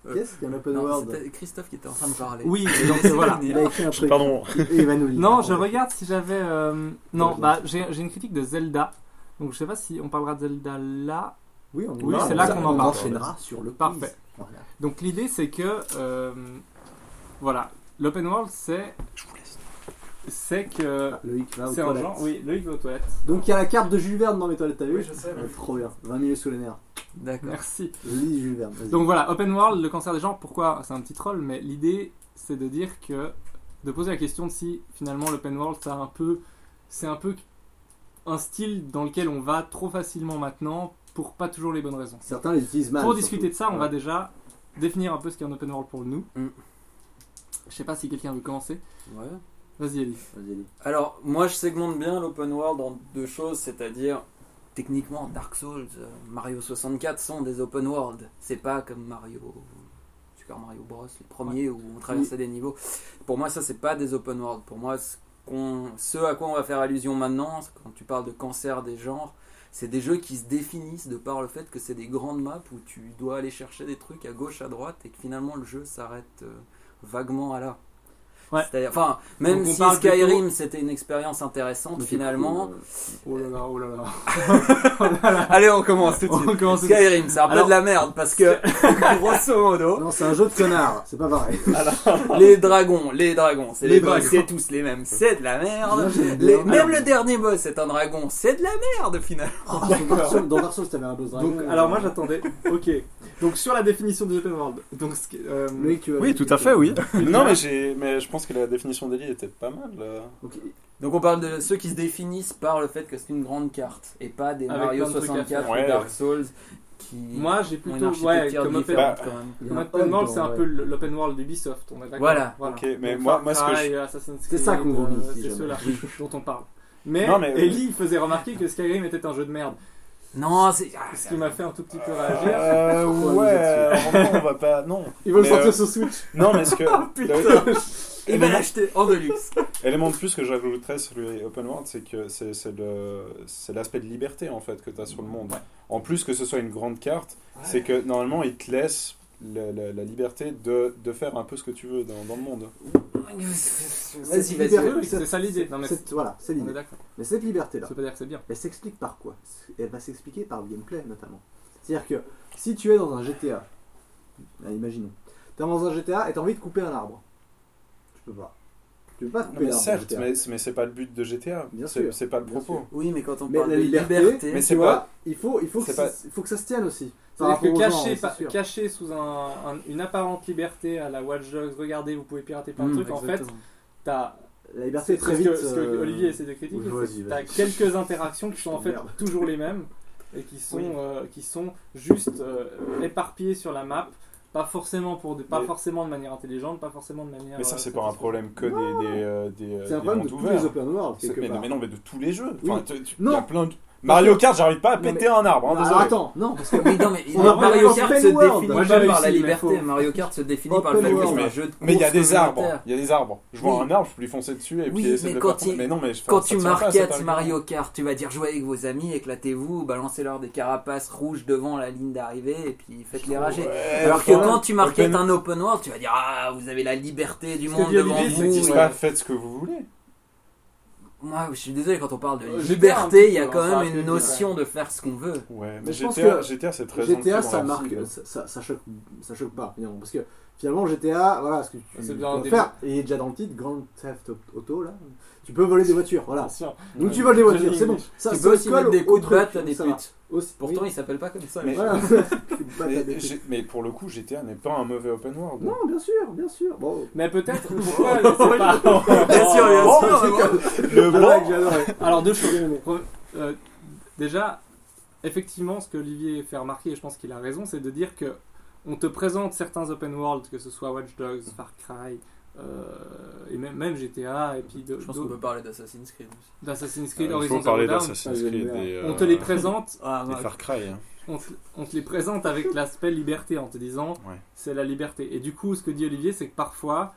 S3: Euh,
S5: Qu'est-ce qu'un open
S6: Non,
S5: world
S6: c'était Christophe qui était en train de parler.
S3: Oui,
S5: *laughs*
S3: donc voilà.
S5: Il a écrit un truc.
S4: Pardon.
S5: Et il va nous lire.
S3: Non, je regarde si j'avais. euh, Non, bah j'ai j'ai une critique de Zelda. Donc je sais pas si on parlera de Zelda là.
S5: Oui, on
S3: Oui,
S5: on
S3: c'est là qu'on en parle.
S5: enchaînera sur le quiz.
S3: Parfait.
S5: Voilà.
S3: Donc l'idée c'est que euh, voilà, l'open world c'est c'est que
S5: Loïc va Ah, aux
S3: c'est un
S5: toilettes.
S3: genre. Oui, Loïc va aux toilettes.
S5: Donc il y a la carte de Jules Verne dans mes toilettes, t'as vu Euh,
S6: Oui, je sais, mais-
S5: Trop bien. 20 minutes sous les nerfs.
S6: D'accord.
S3: Merci.
S5: Lis Jules Verne, vas-y.
S3: Donc voilà, Open World, le cancer des genres, pourquoi C'est un petit troll, mais l'idée, c'est de dire que. de poser la question de si finalement l'open world, ça a un peu. c'est un peu un style dans lequel on va trop facilement maintenant pour pas toujours les bonnes raisons.
S5: Certains les utilisent mal.
S3: Pour
S5: surtout.
S3: discuter de ça, on
S5: Ouais.
S3: va déjà définir un peu ce qu'est un open world pour nous.
S6: Mm.
S3: Je sais pas si quelqu'un veut commencer.
S6: Ouais.
S3: Vas-y, Elif.
S5: Vas-y, lis.
S6: Alors, moi, je segmente bien l'open world en deux choses, c'est-à-dire, techniquement, Dark Souls, euh, Mario 64 sont des open world. C'est pas comme Mario, Super Mario Bros, les premiers où on traversait
S3: Mm.
S6: des niveaux. Pour moi, ça, c'est pas des open world. Pour moi, ce, qu'on- ce à quoi on va faire allusion maintenant, quand tu parles de cancer des genres, c'est des jeux qui se définissent de par le fait que c'est des grandes maps où tu dois aller chercher des trucs à gauche, à droite, et que finalement, le jeu s'arrête euh, vaguement à là.
S3: Ouais.
S6: C'est-à-dire, enfin, même
S3: Donc, on
S6: si
S3: parle plutôt-
S6: Skyrim c'était une expérience intéressante
S8: Mais du
S6: finalement.
S8: coup,
S6: *laughs*
S8: euh, Oh là là, oh là là.
S6: Allez, *laughs* on commence tout de suite.
S3: On commence tout de
S6: Skyrim, c'est un peu
S3: Alors-
S6: de la merde parce *laughs* que grosso modo,
S5: Non, c'est un jeu de connard, c'est pas pareil.
S6: les dragons, les dragons, c'est
S3: Les
S6: les boss,
S3: dragons.
S6: c'est tous les mêmes, c'est de la merde.
S5: Moi, j'aime
S6: Les-
S5: bien.
S6: même le dernier boss est un dragon, c'est de la merde finalement.
S5: Oh, dans Dark Souls- dans Dark Souls, t'avais un boss dragon. euh,
S3: Donc, alors moi
S8: *laughs*
S3: j'attendais. Ok. Donc sur la définition du open world. Donc ce qui- euh,
S5: Loïc, tu vas-
S9: Oui, tout à fait,
S5: *laughs*
S9: oui.
S4: *laughs* Non, mais, j'ai- mais je pense que la définition d'Eli était pas mal. euh. là.
S5: Ok.
S6: Donc on parle de ceux qui se définissent par le fait que c'est une grande carte et pas des
S3: Avec
S6: Mario
S3: plein de trucs à
S6: 64
S4: faire.
S6: ou
S4: Ouais.
S6: Dark Souls qui
S3: moi j'ai
S6: ont une
S3: plutôt ouais
S6: architecture
S3: comme open,
S6: différente
S4: Bah,
S6: quand même.
S5: Il y a
S3: comme
S5: un
S3: open world
S5: hub
S3: c'est un
S5: dans-
S3: peu l'open world d'Ubisoft. On est d'accord.
S6: Voilà.
S4: Ok, mais
S3: Donc,
S4: moi-
S3: Far
S4: moi, ce que
S3: Cry, euh, Assassin's
S5: C'est ça
S3: Creed,
S5: qu'on vomit,
S3: euh,
S5: si
S3: C'est
S5: jamais.
S3: ceux-là *laughs* dont on parle. Mais,
S4: Non, mais-
S3: Ellie faisait remarquer que Skyrim était un jeu de merde,
S6: Non, c'est ah,
S3: ce qui m'a fait un tout petit peu réagir.
S4: Euh,
S5: Pourquoi
S4: ouais,
S5: nous
S4: euh, en même temps, on va pas. Non.
S5: Ils veulent
S4: Mais,
S5: sortir
S4: euh,
S5: sur Switch.
S4: Non, mais ce
S6: *laughs*
S4: que.
S6: Ah, il va l'acheter en *laughs* deluxe.
S4: Élément de plus que j'ajouterais sur les open world, c'est que c'est c'est le- c'est l'aspect de liberté en fait que tu as sur le monde. En plus que ce soit une grande carte, c'est que normalement ils te laissent la, la- la liberté de, de faire un peu ce que tu veux dans, dans le monde.
S6: Vas-y,
S5: C'est hyper-
S6: vas-y.
S3: Oui, c'est ça l'idée. Non mais
S5: Cette- Voilà, c'est
S3: on est
S5: l'idée.
S3: d'accord.
S5: Mais cette liberté-là,
S3: Ça veut pas dire que c'est bien.
S5: elle s'explique par quoi Elle va s'expliquer par le gameplay notamment. C'est-à-dire que si tu es dans un GTA, ah, imaginons, t'es dans un GTA et t'as envie de couper un arbre. Tu peux pas. Tu peux pas
S6: Ah,
S4: Non,
S5: couper
S4: mais
S5: l'arbre.
S4: certes,
S5: GTA.
S6: hein.
S4: mais, mais c'est pas le but de GTA.
S5: Bien
S4: C'est
S5: sûr.
S4: c'est pas le
S5: Bien
S4: propos.
S6: Oui, mais quand on
S5: Mais
S6: parle
S5: la
S6: de
S5: liberté,
S6: liberté,
S4: Mais
S5: Tu
S4: c'est
S5: vois,
S4: pas.
S5: il faut, il faut, que,
S4: c'est pas-
S5: ça- il faut que ça se tienne aussi. Par
S3: C'est-à-dire que
S5: rapport aux gens,
S3: caché,
S5: c'est
S3: par-
S5: sûr.
S3: caché sous un- un- une apparente liberté à la Watch Dogs, regardez, vous pouvez pirater
S6: Hmm,
S3: plein de trucs. En fait, t'as
S5: La Mm, liberté est très
S3: ce que-
S5: vite.
S3: ce que
S5: euh,
S3: Olivier essaie de critiquer,
S5: oui, vas-y,
S3: c'est que
S5: vas-y.
S3: t'as quelques interactions qui sont en fait
S5: Merde.
S3: toujours les mêmes et qui sont,
S5: Oui.
S3: euh, qui sont juste euh, éparpillées sur la map, pas forcément, pour de, pas
S4: Mais-
S3: forcément de manière intelligente, pas forcément de manière.
S4: Mais ça,
S3: euh,
S4: c'est pas un
S3: satisfaisante.
S4: problème que des, des, euh, des, euh,
S5: C'est un
S4: des
S5: problème de
S4: mondes
S5: tous
S4: ouverts.
S5: les open world.
S4: C'est-
S5: quelque
S4: Mais, non,
S5: part.
S4: mais non, mais de tous les jeux.
S5: Oui.
S4: Enfin, tu- tu-
S5: Non.
S4: y a plein de- Mario Kart, j'arrive pas à
S5: Non, mais-
S4: péter un arbre. hein,
S5: Alors,
S4: désolé.
S5: attends, non, parce que.
S6: Oui, non, mais
S5: On
S6: mais
S5: va parler
S6: Mario
S5: en
S6: Kart
S5: open
S6: se
S5: world.
S6: définit
S3: Moi,
S6: pas
S3: j'ai
S6: par
S3: réussi,
S6: la
S3: mais
S6: liberté.
S3: faut-
S6: Mario Kart se définit par le
S5: Open
S6: fait que
S5: world.
S6: c'est un jeu de
S4: Mais il y a
S6: course
S4: des arbres,
S6: communautaire.
S4: il y a des arbres. Je vois
S6: Oui.
S4: un arbre, je peux lui foncer dessus et
S6: Oui,
S4: puis essayer
S6: mais
S4: de le
S6: quand
S4: faire tomber.
S6: il-
S4: Mais non, mais je
S6: Quand
S4: ça
S6: tu
S4: tient pas, cet
S6: marketes
S4: argument.
S6: Mario Kart, tu vas dire jouez avec vos amis, éclatez-vous, balancez leur des carapaces rouges devant la ligne d'arrivée et puis faites-les rager.
S4: Ouais,
S6: Alors que
S4: enfin,
S6: quand tu marketes
S4: open-
S6: un open world, tu vas dire ah vous avez la liberté du
S3: Ce que
S6: monde
S3: dit
S6: devant
S3: Olivier,
S4: ça
S3: c'est
S6: vous.
S4: n'existe pas, faites ce que vous voulez.
S6: Moi je suis désolé quand on parle de
S3: Euh, GTA, un
S6: liberté,
S3: petit
S6: il y a
S3: peu,
S6: quand
S3: enfin,
S6: même
S3: un
S6: une
S3: peu,
S6: notion de faire ce qu'on veut.
S4: Ouais, mais
S5: Mais je pense
S4: GTA,
S5: que
S4: GTA c'est très ancré
S5: GTA,
S4: dans
S5: ça
S4: la
S5: marque,
S4: cible.
S5: ça, ça, ça choque, ça choque pas finalement, parce que finalement GTA, voilà, ce que tu
S3: C'est
S5: tu
S3: bien un
S5: peux
S3: début.
S5: faire, et il est déjà dans le titre, Grand Theft Auto là, tu peux voler des voitures, voilà.
S3: Attention.
S5: Donc
S4: Ouais.
S5: tu voles des voitures, c'est bon. Ça,
S6: Tu
S5: ça
S6: peux aussi
S5: colle
S6: mettre des
S5: au
S6: coups de
S5: truc,
S6: batte à des
S5: ça va.
S6: putes.
S5: Aussi-
S6: Pourtant
S5: oui.
S6: il s'appelle pas comme ça.
S4: Mais-
S5: Voilà. Coups de batte à des
S4: Mais,
S5: putes.
S4: j'ai- mais pour le coup, GTA n'est pas un mauvais open world.
S5: Non, bien sûr, bien sûr. Bon,
S3: Mais
S6: *laughs*
S3: peut-être. pourquoi je sais pas. Oh,
S6: Bien sûr, bien
S3: *laughs*
S4: Bon,
S6: sûr,
S4: c'est
S6: bon.
S4: Le
S5: Ah,
S4: blanc,
S5: ouais, j'adorais.
S3: Alors deux choses. Pre- euh, déjà, effectivement, ce que Olivier fait remarquer, et je pense qu'il a raison, c'est de dire que on te présente certains open world, que ce soit Watch Dogs, Far Cry, euh, et même, même GTA, et puis de-
S6: Je pense
S3: d'au-
S6: qu'on peut parler d'Assassin's Creed. aussi.
S3: d'Assassin's Creed,
S4: Euh, il
S3: Horizon
S4: faut
S3: Zero
S4: parler
S3: Dawn.
S4: d'Assassin's Creed. et,
S3: On
S4: euh,
S3: te les présente,
S4: et Far Cry. hein.
S3: on te, on te les présente avec l'aspect liberté en te disant
S4: Ouais.
S3: c'est la liberté. Et du coup, ce que dit Olivier, c'est que parfois,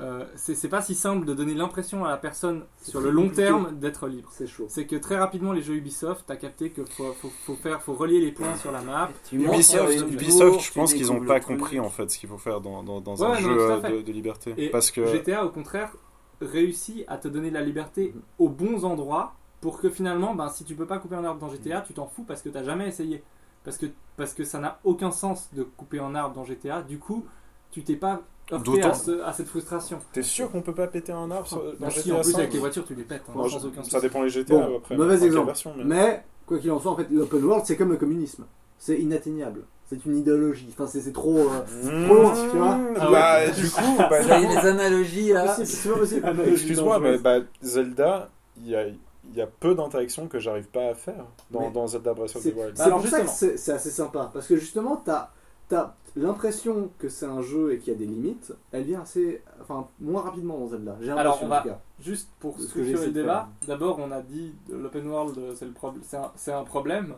S3: euh, c'est c'est pas si simple de donner l'impression à la personne
S5: C'est
S3: sur
S5: très
S3: le long
S5: compliqué.
S3: terme d'être libre.
S5: c'est chaud.
S3: c'est que très rapidement les jeux Ubisoft, t'as capté que faut, faut, faut faire, faut relier les points sur la map. euh,
S6: Tu montes sur
S4: Ubisoft,
S6: une tour,
S4: Ubisoft, je
S6: tu
S4: pense qu'ils n'ont
S6: découvres le
S4: pas
S6: truc.
S4: compris en fait ce qu'il faut faire dans, dans, dans
S3: Ouais,
S4: un
S3: non,
S4: jeu
S3: tout à
S4: euh,
S3: fait.
S4: de, de liberté.
S3: Et
S4: Parce que
S3: GTA, au contraire, réussit à te donner la
S5: Mm.
S3: liberté aux bons endroits pour que finalement, ben, si tu peux pas couper un arbre dans GTA,
S5: Mm.
S3: tu t'en fous parce que t'as jamais essayé. Parce que, parce que ça n'a aucun sens de couper un arbre dans GTA. Du coup, tu t'es pas heurté
S4: D'autant-
S3: à, ce- à cette frustration.
S4: t'es sûr qu'on peut pas péter un arbre sur- dans
S3: Bah, si,
S4: GTA
S3: en plus,
S4: V?
S3: avec les voitures, tu les pètes. hein,
S4: Moi,
S3: sans
S4: je-
S3: aucun
S4: Ça
S3: souci.
S4: dépend les GTA
S5: Bon,
S4: après.
S5: mauvais
S4: dans quelle
S5: exemple.
S4: version, mais-
S5: Mais, quoi qu'il en soit, en fait, l'open world, c'est comme le communisme. C'est inatteignable. C'est une idéologie. Enfin, c'est c'est trop. euh, trop loin, tu vois.
S4: Mmh,
S3: Ah ouais. *laughs*
S4: Bah, du coup, bah,
S6: Ça y est, les analogies là.
S5: possible, Ah, c'est pas possible.
S3: Ah,
S4: Excuse-moi, mais bah, Zelda, il y a, il y a peu d'interactions que j'arrive pas à faire dans,
S5: Mais-
S4: dans Zelda Breath of the
S5: C'est
S4: Wild.
S5: c'est
S3: Alors,
S5: pour ça que
S3: justement.
S5: Bah, c'est c'est assez sympa. Parce que justement, t'as as, l'impression que c'est un jeu et qu'il y a des limites. Elle vient assez. Enfin, moins rapidement dans Zelda. J'ai
S3: Alors, bah,
S5: l'impression
S3: on va-
S5: en tout cas.
S3: Juste pour
S5: Ce que
S3: structurer
S5: j'essaie
S3: le
S5: de
S3: débat, d'abord on a dit euh, l'open world euh, c'est le problème, c'est un, c'est un problème.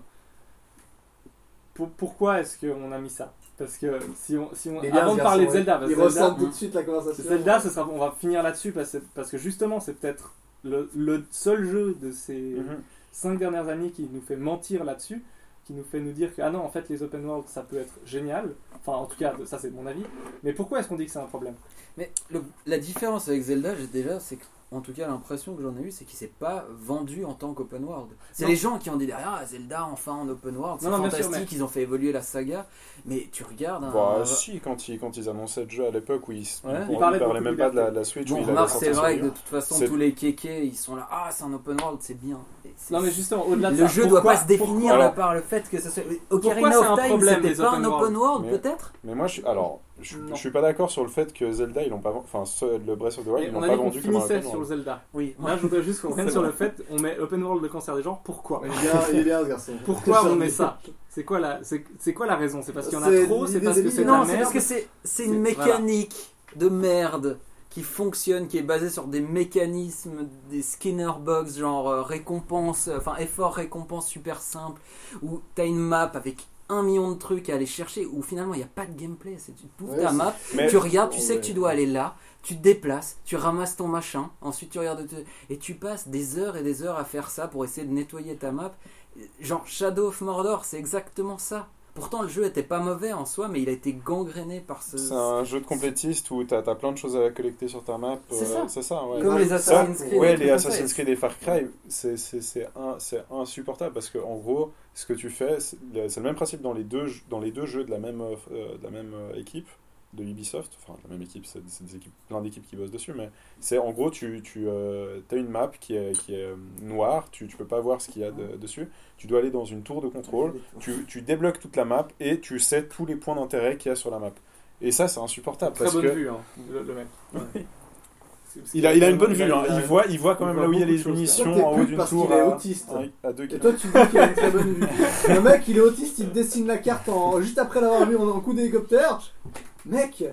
S3: Pour- pourquoi est-ce qu'on a mis ça Parce que si on, si on
S6: Les liens,
S3: avant de parler de ah,
S6: garçons,
S3: bah, Zelda, parce
S5: Il
S3: que Zelda,
S5: ressent tout de suite la
S3: c'est
S5: conversation.
S3: Zelda, ce sera, on va finir là-dessus parce, que- parce que justement c'est peut-être le, le seul jeu de ces
S4: Mhm.
S3: cinq dernières années qui nous fait mentir là-dessus, qui nous fait nous dire que ah non en fait les open world ça peut être génial enfin en tout cas ça c'est mon avis mais pourquoi est-ce qu'on dit que c'est un problème
S6: Mais le- la différence avec Zelda, j'ai déjà, c'est que, en tout cas, l'impression que j'en ai eu, c'est qu'il s'est pas vendu en tant qu'open world. C'est
S3: Non.
S6: les gens qui ont dit derrière, ah, Zelda, enfin en open world, c'est
S3: Non, non, bien sûr,
S6: fantastique, ils ont fait évoluer la saga. Mais tu regardes. un-
S4: Bah,
S6: un-
S4: si, quand ils, quand ils annonçaient le jeu à l'époque, où ils, s-
S3: Ouais.
S4: on-
S3: Ils parlaient
S4: ils parlaient,
S3: beaucoup de
S4: même pas de la,
S3: liberté.
S4: la Switch.
S6: Bon,
S4: où ils
S6: remarque,
S4: avaient
S6: c'est
S4: sorti sur
S6: vrai
S4: hein.
S6: que de toute façon,
S4: C'est-
S6: tous les kékés, ils sont là, ah, c'est un open world, c'est bien. Et c'est-
S3: non mais justement au-delà de
S6: Le
S3: ça,
S6: jeu doit
S3: pourquoi-
S6: pas se définir
S4: pourquoi-
S6: là, par le fait que ce soit. Ocarina
S3: Pourquoi c'est
S6: of
S3: un
S6: Time,
S3: problème,
S6: c'était
S3: les
S6: pas un
S3: open
S6: open world,
S4: Mais-
S6: peut-être
S4: Mais moi, je suis, alors, je,
S3: Non.
S4: je suis pas d'accord sur le fait que Zelda, ils l'ont pas, vend- enfin, ce- le Breath of the Wild,
S3: Mais
S4: ils l'ont
S3: on a
S4: pas
S3: dit qu'on
S4: vendu comme un
S3: finissait
S4: open
S3: sur le *laughs*
S4: world.
S3: Zelda.
S6: Oui.
S3: Là, je voudrais juste qu'on revienne
S4: C'est
S3: sur
S4: vrai.
S3: le fait on met open world le cancer des gens. Pourquoi
S5: Il est bien, il est bien, ce garçon.
S3: *laughs* Pourquoi on met ça C'est quoi la c'est c'est quoi la raison C'est parce qu'il y en a
S5: C'est
S3: trop, c'est
S5: l'idée
S3: parce que
S5: des
S3: c'est de la
S6: Non, c'est
S3: merde.
S6: parce que c'est
S3: C'est-
S6: c'est une
S3: voilà.
S6: mécanique de merde qui fonctionne, qui est basée sur des mécanismes, des Skinner bugs, genre euh, récompense, euh, enfin effort, récompense super simple, où t'as une map avec un million de trucs à aller chercher, où finalement il n'y a pas de gameplay, c'est tu te bouffes
S5: Ouais,
S6: ta
S5: c'est-
S6: map,
S4: Mais
S6: tu regardes, tu
S5: Oh,
S6: sais que
S5: ouais.
S6: tu dois aller là, tu te déplaces, tu ramasses ton machin, ensuite tu regardes te- et tu passes des heures et des heures à faire ça pour essayer de nettoyer ta map. Genre Shadow of Mordor, c'est exactement ça. Pourtant le jeu était pas mauvais en soi, mais il a été gangréné par ce.
S4: c'est un jeu de complétiste où t'as as plein de choses à collecter sur ta map.
S6: C'est ça.
S4: euh, C'est ça, ouais.
S6: Comme les
S4: Ça,
S6: Assassin's Creed.
S4: ouais,
S6: et
S4: les
S6: tout
S4: Assassin's
S6: ça.
S4: Creed et Far Cry, c'est- c'est c'est un- c'est insupportable parce que en gros, ce que tu fais, c'est le c'est le même principe dans les deux, jeux- dans les deux jeux de la même, euh, de la même euh, équipe de Ubisoft, enfin de la même équipe, c'est c'est des équipes, plein d'équipes qui bossent dessus, mais c'est en gros tu, tu as une map qui est, qui est euh, noire, tu, tu peux pas voir ce qu'il y a de- dessus, tu dois aller dans une tour de contrôle, tu, tu débloques toute la map et tu sais tous les points d'intérêt qu'il y a sur la map. Et ça c'est insupportable
S3: Très
S4: parce
S3: bonne
S4: que
S3: vue, hein, le, le mec. C'est- parce
S4: il a, il a une bonne
S3: qu'il
S4: vue, hein.
S3: Euh, a-
S4: il, voit, il voit quand
S3: il
S4: même
S3: voit
S4: là où il y a
S3: beaucoup de
S4: les
S3: choses,
S5: Toi,
S4: munitions
S5: t'es
S4: en haut
S5: pute
S4: d'une
S5: parce
S4: tour.
S5: qu'il est
S4: à-
S5: autiste.
S4: à- à deux
S5: Et
S4: kilomètres.
S5: toi, tu dis qu'il a une très bonne vue. Le mec, il est autiste, il dessine la carte en- juste après l'avoir vu en, en coup d'hélicoptère. Mec,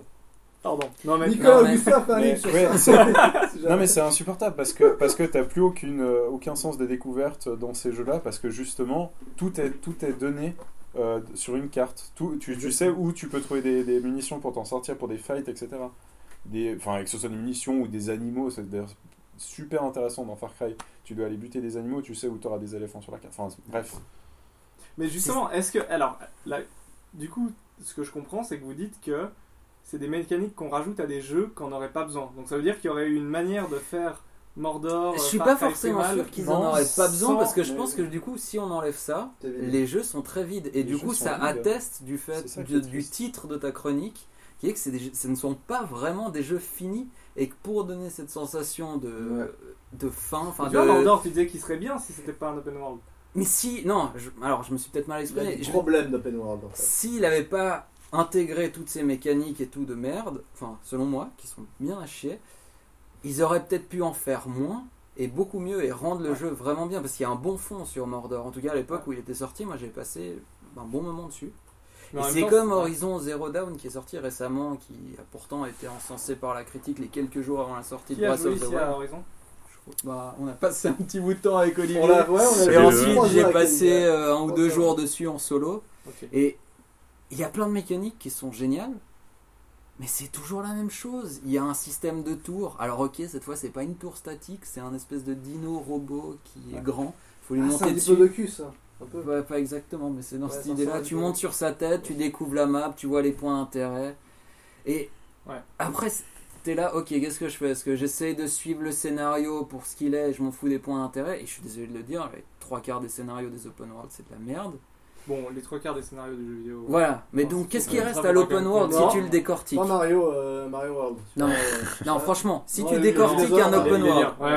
S3: Pardon. Non mais
S5: Nicolas
S6: non, mais-
S5: Augustin a fait un
S4: mais-
S5: livre sur
S4: ouais,
S5: ça.
S4: *laughs* Non mais c'est insupportable parce que parce que t'as plus aucune euh, aucun sens des découvertes euh, dans ces jeux-là parce que justement tout est tout est donné euh, sur une carte. Tout, tu, tu sais où tu peux trouver des, des munitions pour t'en sortir pour des fights etc. Des enfin que ce soit des munitions ou des animaux c'est d'ailleurs super intéressant dans Far Cry. Tu dois aller buter des animaux, tu sais où t'auras des éléphants sur la carte. Enfin bref.
S3: Mais justement, est-ce que. Alors, là, du coup, ce que je comprends, c'est que vous dites que c'est des mécaniques qu'on rajoute à des jeux qu'on n'aurait pas besoin. Donc ça veut dire qu'il y aurait eu une manière de faire Mordor.
S6: Je
S3: euh,
S6: suis
S3: Far
S6: pas
S3: Cry
S6: forcément
S3: Primal.
S6: sûr qu'ils en
S4: non,
S6: auraient pas besoin
S4: sans-
S6: parce que je
S4: mais-
S6: pense que du coup, si on enlève ça,
S5: T'as vu.
S6: les jeux sont très vides et
S4: Les
S6: du
S4: jeux
S6: coup,
S4: sont
S6: ça
S4: vides.
S6: atteste du fait
S4: C'est ça qui
S6: de-
S4: est
S6: du
S4: triste.
S6: titre de ta chronique qui est que c'est des jeux- ce ne sont pas vraiment des jeux finis et que pour donner cette sensation de,
S5: Ouais.
S6: de fin, enfin
S3: Tu vois,
S6: de.
S3: Mordor, tu disais qu'il serait bien si c'était pas un open world.
S6: Mais si, non, je- alors je me suis peut-être mal
S5: Il y a
S6: exprimé.
S5: des
S6: Je-
S5: problèmes d'open world en fait.
S6: S'il avait pas intégré toutes ces mécaniques et tout de merde, enfin selon moi, qui sont bien à chier, ils auraient peut-être pu en faire moins et beaucoup mieux et rendre le jeu vraiment bien parce qu'il y a un bon fond sur Mordor. En tout cas à l'époque où il était sorti, moi j'ai passé un bon moment dessus.
S3: Mais
S6: Et
S3: en même
S6: C'est
S3: temps,
S6: comme Horizon Zero Dawn qui est sorti récemment, qui a pourtant été encensé par la critique les quelques jours avant la sortie
S3: Qui
S6: de
S3: a
S6: Breath
S3: joué
S6: of the
S3: ici
S6: Wild.
S3: à Horizon
S6: Je crois- Bah, on a passé un petit bout de temps avec Olivier.
S5: On l'a- ouais, on l'a- Ah,
S6: Et
S4: Euh,
S5: trois
S6: ensuite, j'ai
S5: jours avec
S6: passé
S5: Olivier.
S6: euh, un ou
S5: Trois
S6: deux
S5: jours.
S6: jours dessus en solo.
S3: Ok.
S6: Et il y a plein de mécaniques qui sont géniales, mais c'est toujours la même chose. Il y a un système de tours. Alors, ok, cette fois, c'est pas une tour statique, c'est un espèce de dino-robot qui est
S4: Ouais.
S6: grand. Faut lui
S5: Ah, C'est
S6: monter
S5: un
S6: dessus.
S5: peu de cul ça. Un peu.
S6: Ouais, pas exactement, mais c'est dans
S5: Ouais,
S6: cette
S5: dans
S6: idée-là.
S5: son
S6: Tu
S5: album.
S6: montes sur sa tête, tu découvres la map, tu vois les points d'intérêt. Et
S3: Ouais.
S6: après, c- t'es là, ok, qu'est-ce que je fais Est-ce que j'essaye de suivre le scénario pour ce qu'il est Je m'en fous des points d'intérêt. Et je suis désolé de le dire, les trois quarts des scénarios des open world, c'est de la merde.
S3: Bon, les trois quarts des scénarios du jeu vidéo.
S6: Voilà. Mais
S3: Non,
S6: donc,
S3: c'est
S6: qu'est-ce
S3: vrai.
S6: qui reste
S3: Bravo,
S6: à l'open
S3: Gaël.
S6: world
S5: Non.
S6: si tu le décortiques
S5: Pas Mario, euh, Mario World. Euh,
S6: Non.
S5: Ouais, ouais.
S6: Non, franchement, si
S5: Non,
S6: tu
S5: les- les
S6: décortiques
S5: dinosaures,
S6: un
S5: les-
S6: open
S5: les
S6: world,
S3: Ouais, ouais,